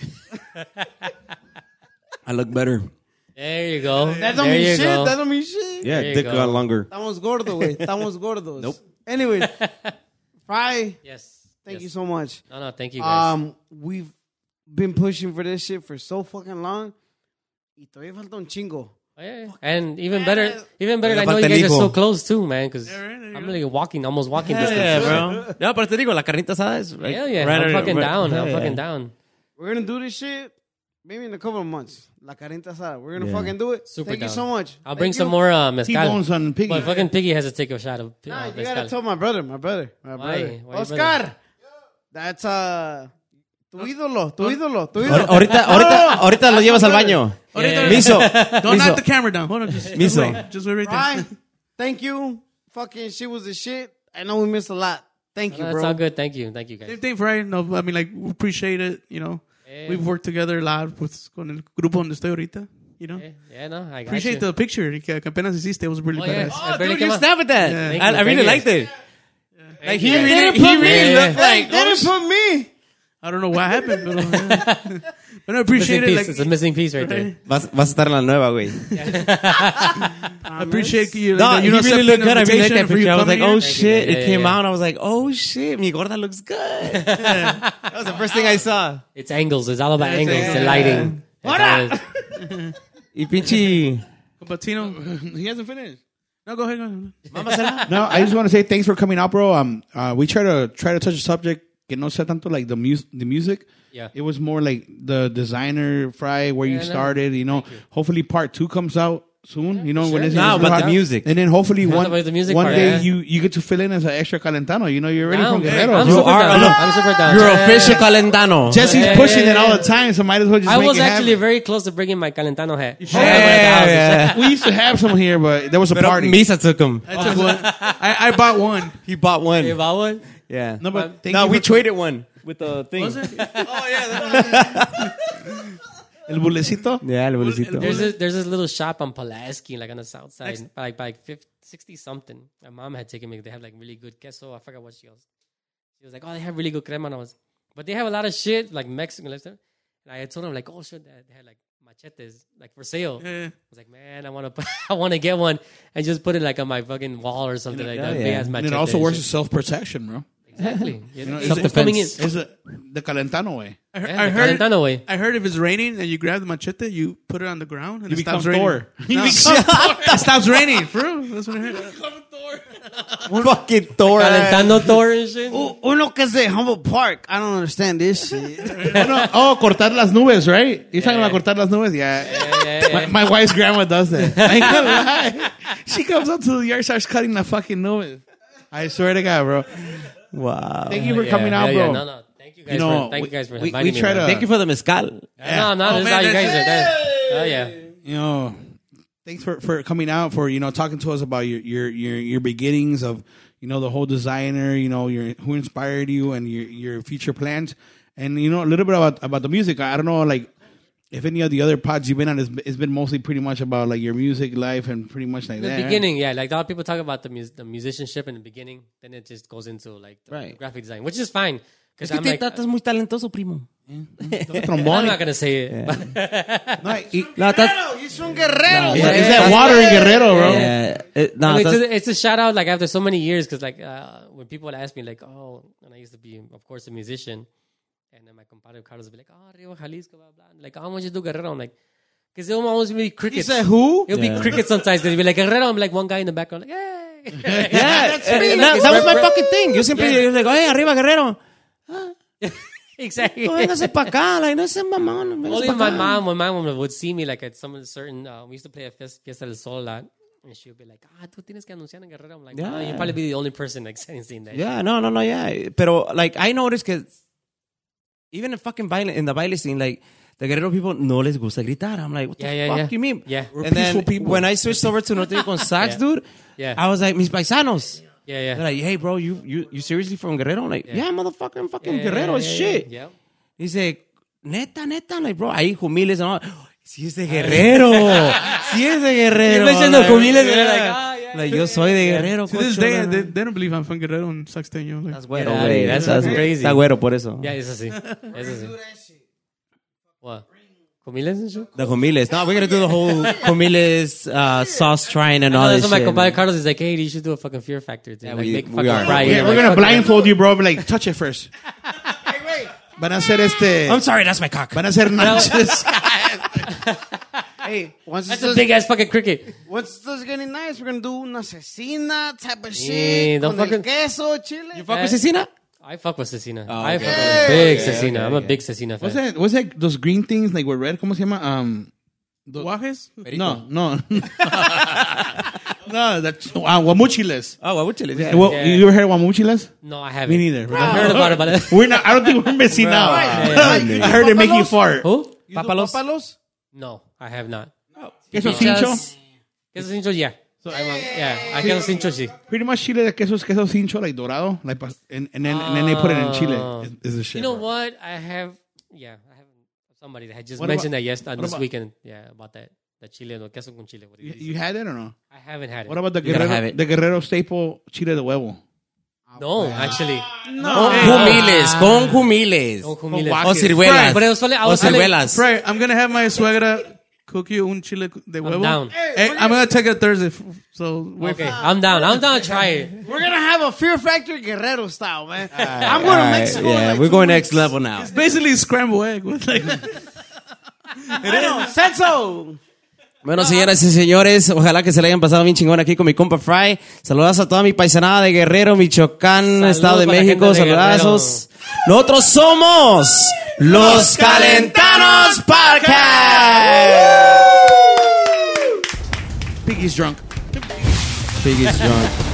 [SPEAKER 9] I look better.
[SPEAKER 6] There you go.
[SPEAKER 2] That don't
[SPEAKER 6] there
[SPEAKER 2] mean
[SPEAKER 6] you
[SPEAKER 2] shit.
[SPEAKER 6] go.
[SPEAKER 2] That don't mean shit.
[SPEAKER 9] Yeah,
[SPEAKER 6] There you
[SPEAKER 9] dick
[SPEAKER 6] go.
[SPEAKER 9] got longer.
[SPEAKER 2] Estamos gordo, güey. Estamos gordos. Nope. Anyways, Fry,
[SPEAKER 6] yes.
[SPEAKER 2] thank
[SPEAKER 6] yes.
[SPEAKER 2] you so much.
[SPEAKER 6] No, no, thank you guys.
[SPEAKER 2] Um, we've been pushing for this shit for so fucking long. Y todavía falta un chingo.
[SPEAKER 6] Oh, yeah, yeah. And even better, even better.
[SPEAKER 9] Oiga,
[SPEAKER 6] I know
[SPEAKER 9] falta
[SPEAKER 6] you guys
[SPEAKER 9] el
[SPEAKER 6] are
[SPEAKER 9] hijo.
[SPEAKER 6] so close too, man. Because
[SPEAKER 4] right, there you
[SPEAKER 6] I'm really walking, almost walking distance.
[SPEAKER 9] Yeah, bro. No, pero te digo, la carnita asada es...
[SPEAKER 6] Hell yeah, I'm fucking down. I'm fucking down.
[SPEAKER 2] We're gonna do this shit maybe in a couple of months. La carnita asada. We're gonna fucking do it.
[SPEAKER 6] Super
[SPEAKER 2] Thank
[SPEAKER 6] down.
[SPEAKER 2] you so much.
[SPEAKER 6] I'll
[SPEAKER 2] Thank
[SPEAKER 6] bring some
[SPEAKER 2] you.
[SPEAKER 6] more uh, mezcal.
[SPEAKER 5] T-Bones on Piggy.
[SPEAKER 6] But fucking Piggy has to take a shot of uh,
[SPEAKER 2] Nah, Ah, you
[SPEAKER 6] mezcal.
[SPEAKER 2] gotta tell my brother, my brother, my
[SPEAKER 6] Why?
[SPEAKER 2] brother.
[SPEAKER 6] Why your
[SPEAKER 2] Oscar,
[SPEAKER 6] brother?
[SPEAKER 2] that's uh, tu ídolo, tu ídolo, tu
[SPEAKER 9] Ahor-
[SPEAKER 2] ídolo.
[SPEAKER 9] Ahorita, ahorita, ahorita lo llevas al baño.
[SPEAKER 6] Yeah.
[SPEAKER 9] Miso.
[SPEAKER 4] Don't knock
[SPEAKER 9] Miso.
[SPEAKER 4] the camera down. Hold on, just, just
[SPEAKER 9] Miso.
[SPEAKER 4] wait. Just wait right there.
[SPEAKER 2] Brian, thank you. Fucking shit was the shit. I know we missed a lot. Thank you,
[SPEAKER 6] No,
[SPEAKER 2] bro.
[SPEAKER 6] That's all good. Thank you. Thank you, guys.
[SPEAKER 4] Same thing for Ryan. No, I mean, like, we appreciate it, you know.
[SPEAKER 6] Yeah.
[SPEAKER 4] We've worked together a lot with, con el grupo donde estoy ahorita, you know.
[SPEAKER 6] Yeah, yeah, no, I got
[SPEAKER 4] Appreciate
[SPEAKER 6] you.
[SPEAKER 4] the picture que que apenas hiciste. It was really
[SPEAKER 6] Oh, yeah.
[SPEAKER 4] badass.
[SPEAKER 6] I
[SPEAKER 9] Oh,
[SPEAKER 6] barely
[SPEAKER 9] dude,
[SPEAKER 6] came
[SPEAKER 9] you
[SPEAKER 6] out.
[SPEAKER 9] snap at that.
[SPEAKER 4] Yeah.
[SPEAKER 6] Thank
[SPEAKER 9] I,
[SPEAKER 6] you,
[SPEAKER 9] I really
[SPEAKER 6] thank you.
[SPEAKER 9] liked it. Like he
[SPEAKER 6] you.
[SPEAKER 9] really,
[SPEAKER 2] Didn't
[SPEAKER 9] he
[SPEAKER 2] put me-
[SPEAKER 9] really
[SPEAKER 6] Yeah.
[SPEAKER 9] looked like.
[SPEAKER 2] They didn't put me.
[SPEAKER 4] I don't know what happened, but, uh, but I appreciate
[SPEAKER 6] Missing
[SPEAKER 4] it.
[SPEAKER 6] piece.
[SPEAKER 4] Like,
[SPEAKER 6] it's a missing piece right
[SPEAKER 4] right?
[SPEAKER 6] there.
[SPEAKER 3] Vas, vas a estar en la nueva, güey.
[SPEAKER 4] I appreciate you.
[SPEAKER 3] No,
[SPEAKER 4] Ah, you
[SPEAKER 3] you
[SPEAKER 4] know,
[SPEAKER 3] really look
[SPEAKER 4] accepting
[SPEAKER 3] good. I really
[SPEAKER 4] invitation
[SPEAKER 3] like that
[SPEAKER 4] for you
[SPEAKER 3] picture. I was like,
[SPEAKER 4] coming
[SPEAKER 3] oh
[SPEAKER 4] here.
[SPEAKER 3] shit.
[SPEAKER 6] Yeah,
[SPEAKER 3] it
[SPEAKER 6] yeah,
[SPEAKER 3] came
[SPEAKER 6] yeah.
[SPEAKER 3] out. I was like, oh shit. Mi gorda looks good. that was the first thing I saw.
[SPEAKER 6] It's angles. It's all about angles
[SPEAKER 4] yeah.
[SPEAKER 6] and lighting. What up?
[SPEAKER 3] Y pinche.
[SPEAKER 4] Patino.
[SPEAKER 5] He hasn't finished.
[SPEAKER 4] No, go ahead. Go ahead.
[SPEAKER 5] No, I just want to say thanks for coming out, bro. Um, uh, we try to try to touch a subject. Que no sea tanto like the music. The music.
[SPEAKER 6] Yeah.
[SPEAKER 5] It was more like the designer fry where you
[SPEAKER 6] no.
[SPEAKER 5] started. You know, hopefully part two comes out soon. you know, when it's
[SPEAKER 3] No,
[SPEAKER 5] it's
[SPEAKER 3] but the
[SPEAKER 5] hot.
[SPEAKER 3] music.
[SPEAKER 5] And then hopefully one
[SPEAKER 6] about the music
[SPEAKER 5] one
[SPEAKER 6] part,
[SPEAKER 5] day
[SPEAKER 6] yeah.
[SPEAKER 5] you you get to fill in as an extra calentano. You know, you're already
[SPEAKER 6] Down.
[SPEAKER 5] from Guerrero.
[SPEAKER 6] I'm
[SPEAKER 5] You
[SPEAKER 6] super
[SPEAKER 5] are-
[SPEAKER 6] down.
[SPEAKER 5] Look,
[SPEAKER 6] I'm super down.
[SPEAKER 9] You're
[SPEAKER 6] Yeah.
[SPEAKER 9] official Calentano.
[SPEAKER 5] Jesse's
[SPEAKER 6] Yeah,
[SPEAKER 5] pushing
[SPEAKER 6] yeah,
[SPEAKER 5] it all
[SPEAKER 6] yeah.
[SPEAKER 5] the time, so might as well just.
[SPEAKER 6] I
[SPEAKER 5] make
[SPEAKER 6] was
[SPEAKER 5] it happen.
[SPEAKER 6] actually very close to bringing my calentano hat.
[SPEAKER 9] Yeah, yeah.
[SPEAKER 5] We used to have some here, but there was a
[SPEAKER 9] But
[SPEAKER 5] party.
[SPEAKER 9] Misa took him.
[SPEAKER 4] I took one. I, I bought one.
[SPEAKER 9] He bought
[SPEAKER 6] If
[SPEAKER 9] one.
[SPEAKER 6] I would,
[SPEAKER 9] Yeah.
[SPEAKER 5] no, but thank
[SPEAKER 9] No,
[SPEAKER 5] you
[SPEAKER 9] we
[SPEAKER 5] for- Oh,
[SPEAKER 9] traded one with the thing.
[SPEAKER 5] El bulecito.
[SPEAKER 9] Yeah, el
[SPEAKER 6] there's
[SPEAKER 9] bolecito.
[SPEAKER 6] this, there's this little shop on Pulaski, like on the south side, by like by like 50, 60 something. My mom had taken me. They have like really good queso. I forgot what she was. She was like, oh, they have really good crema. And I was, but they have a lot of shit like Mexican and stuff. And I had told them like, oh shit, they had like machetes like for sale. I was like, man, I want to, I want to get one and just put it like on my fucking wall or something like that.
[SPEAKER 9] yeah.
[SPEAKER 6] big ass
[SPEAKER 5] And it
[SPEAKER 6] machete
[SPEAKER 5] also works
[SPEAKER 6] shit.
[SPEAKER 5] as self protection, bro.
[SPEAKER 6] exactly. Yeah,
[SPEAKER 5] know,
[SPEAKER 6] it's
[SPEAKER 5] it's-
[SPEAKER 6] it's coming in.
[SPEAKER 5] It's a, the Calentano way.
[SPEAKER 4] I, heard-
[SPEAKER 6] Yeah,
[SPEAKER 4] I
[SPEAKER 6] the
[SPEAKER 4] heard.
[SPEAKER 6] Calentano way.
[SPEAKER 4] I heard if it's raining and you grab the machete, you put it on the ground and it
[SPEAKER 5] become
[SPEAKER 4] stops raining.
[SPEAKER 5] Thor.
[SPEAKER 4] No. it stops raining, for real. That's what I heard.
[SPEAKER 3] Fucking Thor.
[SPEAKER 6] Calentano Thor and shit.
[SPEAKER 2] Uno que se humble park. I don't understand this shit.
[SPEAKER 5] oh, no. Oh, cortar las nubes, right? You're talking about cortar las nubes? Yeah.
[SPEAKER 6] yeah, yeah.
[SPEAKER 5] My, my wife's grandma does that. I ain't gonna lie. She comes up to the yard, starts cutting the fucking nubes. I swear to God, bro.
[SPEAKER 3] Wow.
[SPEAKER 5] Thank you for
[SPEAKER 6] Yeah,
[SPEAKER 5] coming out,
[SPEAKER 6] yeah,
[SPEAKER 5] bro.
[SPEAKER 6] yeah. No, no. Thank you guys.
[SPEAKER 5] You know,
[SPEAKER 6] for, thank
[SPEAKER 5] we-
[SPEAKER 6] you guys for
[SPEAKER 5] we- we
[SPEAKER 6] inviting me.
[SPEAKER 5] try
[SPEAKER 6] man.
[SPEAKER 5] to-
[SPEAKER 3] Thank you for the mezcal.
[SPEAKER 6] No, no, this is
[SPEAKER 4] man,
[SPEAKER 6] how you guys
[SPEAKER 4] that's-
[SPEAKER 6] are. That, oh yeah.
[SPEAKER 5] you know, thanks for, for coming out for you know talking to us about your your your your beginnings of you know the whole designer, you know your who inspired you and your your future plans, and you know a little bit about about the music. I don't know like if any of the other pods you've been on, it's, it's been mostly pretty much about like your music life and pretty much like
[SPEAKER 6] In the
[SPEAKER 5] that. right?
[SPEAKER 6] beginning, yeah, like a lot of people talk about the mus- the musicianship in the beginning, then it just goes into like the,
[SPEAKER 9] Right.
[SPEAKER 6] graphic design, which is fine. Because
[SPEAKER 9] Es que
[SPEAKER 6] I'm,
[SPEAKER 9] te
[SPEAKER 6] like, uh,
[SPEAKER 9] tratas muy talentoso, primo.
[SPEAKER 6] I'm
[SPEAKER 5] Trombone.
[SPEAKER 6] not gonna say it. but-
[SPEAKER 5] No, I- it-
[SPEAKER 3] No, that's.
[SPEAKER 5] it's like- it's that water in Guerrero, bro.
[SPEAKER 3] Yeah. It- no,
[SPEAKER 6] I mean, it's,
[SPEAKER 3] that's-
[SPEAKER 6] a, it's a shout out. Like after so many years, because like uh, when people ask me, like, oh, and I used to be, of course, a musician, and then my compadre Carlos would be like, oh, Rio Jalisco, blah blah. Like, how much you do Guerrero? I'm like, because it'll always be crickets. He said who? It'll be crickets sometimes. They'll be like Guerrero. I'm like one guy in the background, like, hey.
[SPEAKER 3] yeah, eh, eh, that, that was my fucking thing. Yo siempre yo digo, hey, arriba, guerrero.
[SPEAKER 6] exactly.
[SPEAKER 3] No, véngase pa' acá. Like, no seas mamón. véngase
[SPEAKER 6] Only
[SPEAKER 3] pa'
[SPEAKER 6] my
[SPEAKER 3] acá.
[SPEAKER 6] mom, when my mom would see me like at some certain, uh, we used to play a fiesta, fiesta del Sol a lot, and she would be like, "Ah, tú tienes que anunciar en Guerrero." I'm like, "No,
[SPEAKER 3] Yeah.
[SPEAKER 6] you'd probably be the only person like saying saying that."
[SPEAKER 3] Yeah, no, no, no, yeah. Pero, like, I noticed que even in fucking baile, in the baile scene, like, the Guerrero people no les gusta gritar. I'm like, what the
[SPEAKER 6] Yeah, yeah,
[SPEAKER 3] fuck
[SPEAKER 6] yeah.
[SPEAKER 3] you mean?
[SPEAKER 6] Yeah. We're
[SPEAKER 3] and then
[SPEAKER 5] peaceful people.
[SPEAKER 3] when I switched over to Norte con Sax,
[SPEAKER 6] Yeah.
[SPEAKER 3] dude,
[SPEAKER 6] Yeah.
[SPEAKER 3] I was like, mis paisanos.
[SPEAKER 6] yeah, yeah.
[SPEAKER 3] They're like, hey, bro, you, you, you seriously from Guerrero? I'm like, yeah, motherfucker, I'm fucking Guerrero as shit.
[SPEAKER 6] Yeah.
[SPEAKER 3] He's like, neta, neta. I'm like, bro, ahí Jumiles and all. Si es de Guerrero. si es de Guerrero.
[SPEAKER 6] You're mentioning
[SPEAKER 3] Like,
[SPEAKER 6] Jumiles,
[SPEAKER 3] yeah.
[SPEAKER 6] and they're like, ah, yeah,
[SPEAKER 3] Like, yo soy de Guerrero,
[SPEAKER 4] To this
[SPEAKER 3] cocho,
[SPEAKER 4] day,
[SPEAKER 3] la-
[SPEAKER 4] they, they don't believe I'm from Guerrero and Saxteño. Like,
[SPEAKER 3] Estás güero,
[SPEAKER 6] Yeah,
[SPEAKER 3] güey.
[SPEAKER 6] that's
[SPEAKER 3] Estás-
[SPEAKER 6] crazy.
[SPEAKER 3] Está güero, por eso.
[SPEAKER 6] Yeah, eso sí. Eso sí. What? Comiles and shit?
[SPEAKER 3] The Jumiles. No, we're going to do the whole Jumiles uh, sauce trying and
[SPEAKER 6] No,
[SPEAKER 3] all
[SPEAKER 6] that's
[SPEAKER 3] this
[SPEAKER 6] what my
[SPEAKER 3] shit.
[SPEAKER 6] compadre Carlos is like, hey, you should do a fucking Fear Factor thing.
[SPEAKER 3] Yeah,
[SPEAKER 6] like,
[SPEAKER 3] we-
[SPEAKER 6] make
[SPEAKER 3] we
[SPEAKER 6] fucking
[SPEAKER 3] are.
[SPEAKER 6] fry.
[SPEAKER 3] We
[SPEAKER 5] Yeah,
[SPEAKER 6] it.
[SPEAKER 5] we're
[SPEAKER 6] Like,
[SPEAKER 5] gonna
[SPEAKER 6] fuck it.
[SPEAKER 5] blindfold you, bro. But like, touch it first. Van a hacer este.
[SPEAKER 3] I'm sorry, that's my cock.
[SPEAKER 5] Van a hacer nachos.
[SPEAKER 2] hey, once
[SPEAKER 6] That's
[SPEAKER 2] this
[SPEAKER 6] a big ass fucking cricket.
[SPEAKER 2] once this is getting nice, we're gonna do una cecina type of
[SPEAKER 6] Yeah,
[SPEAKER 2] shit.
[SPEAKER 6] don't
[SPEAKER 2] Con el
[SPEAKER 6] fucking-
[SPEAKER 2] queso, chile.
[SPEAKER 3] You fuck with Cecina?
[SPEAKER 6] Eh? I fuck with Cecina.
[SPEAKER 5] Oh,
[SPEAKER 6] I fuck with big Cecina. I'm a big Cecina fan.
[SPEAKER 5] What's that? What's that? Those green things like were red. ¿Cómo se llama? Um,
[SPEAKER 4] Guajes?
[SPEAKER 5] no, no, no. That's uh, guamuchiles.
[SPEAKER 9] Ah,
[SPEAKER 3] Oh, what would you
[SPEAKER 5] Uh, well,
[SPEAKER 6] Yeah.
[SPEAKER 5] You ever heard of guamuchiles?
[SPEAKER 6] No, I haven't.
[SPEAKER 5] Me neither.
[SPEAKER 6] I heard about it, but
[SPEAKER 5] We're not. I don't think we're missing out. I heard it make you fart.
[SPEAKER 6] who?
[SPEAKER 2] Papalos?
[SPEAKER 6] No, I have not.
[SPEAKER 5] Queso
[SPEAKER 6] Pichas.
[SPEAKER 5] cincho.
[SPEAKER 6] Queso cincho, yeah.
[SPEAKER 5] So,
[SPEAKER 6] Yeah, I can cincho sí.
[SPEAKER 5] pretty much chile de queso es queso cincho, like dorado, like pas- and, and then and then they put it in
[SPEAKER 6] Oh.
[SPEAKER 9] Ah.
[SPEAKER 5] chile. Is- Is the shit?
[SPEAKER 6] You know
[SPEAKER 5] bro.
[SPEAKER 6] what? I have yeah, I have somebody that had just
[SPEAKER 5] What
[SPEAKER 6] mentioned
[SPEAKER 5] about-
[SPEAKER 6] that yes uh,
[SPEAKER 5] what
[SPEAKER 6] this
[SPEAKER 5] about-
[SPEAKER 6] weekend. Yeah, about that that chile no queso con chile. What do
[SPEAKER 5] You,
[SPEAKER 6] you
[SPEAKER 5] you had it or no?
[SPEAKER 6] I haven't had it.
[SPEAKER 5] What about the
[SPEAKER 9] You gotta have
[SPEAKER 5] Guerrero,
[SPEAKER 9] it.
[SPEAKER 5] the Guerrero staple chile de huevo?
[SPEAKER 6] no, actually.
[SPEAKER 5] Ah.
[SPEAKER 9] Con jumiles, con jumiles.
[SPEAKER 6] Con
[SPEAKER 9] O
[SPEAKER 6] jumiles.
[SPEAKER 9] ciruelas.
[SPEAKER 6] But it was only- I
[SPEAKER 9] O
[SPEAKER 6] was only-
[SPEAKER 9] ciruelas.
[SPEAKER 4] Right, I'm gonna have my suegra cook you un chile de huevo.
[SPEAKER 6] down.
[SPEAKER 4] Hey, I'm gonna take it Thursday. f- So wait
[SPEAKER 6] Okay, I'm down. I'm down to try it.
[SPEAKER 2] We're gonna have a Fear Factory Guerrero style, man. I'm going to
[SPEAKER 9] Alright,
[SPEAKER 2] Mexico. in,
[SPEAKER 9] yeah,
[SPEAKER 2] like,
[SPEAKER 9] we're
[SPEAKER 2] two
[SPEAKER 9] going
[SPEAKER 2] weeks.
[SPEAKER 9] next level now.
[SPEAKER 4] It's basically scrambled egg with like
[SPEAKER 2] I know, said so.
[SPEAKER 9] Bueno, señoras y señores, ojalá que se le hayan pasado bien chingón aquí con mi compa Fry. Saludas a toda mi paisanada de Guerrero, Michoacán, Estado de
[SPEAKER 6] para la gente
[SPEAKER 9] México.
[SPEAKER 6] de
[SPEAKER 9] Saludazos. Nosotros somos los Calentanos Podcast.
[SPEAKER 5] Piggy's drunk.
[SPEAKER 9] Biggest drunk.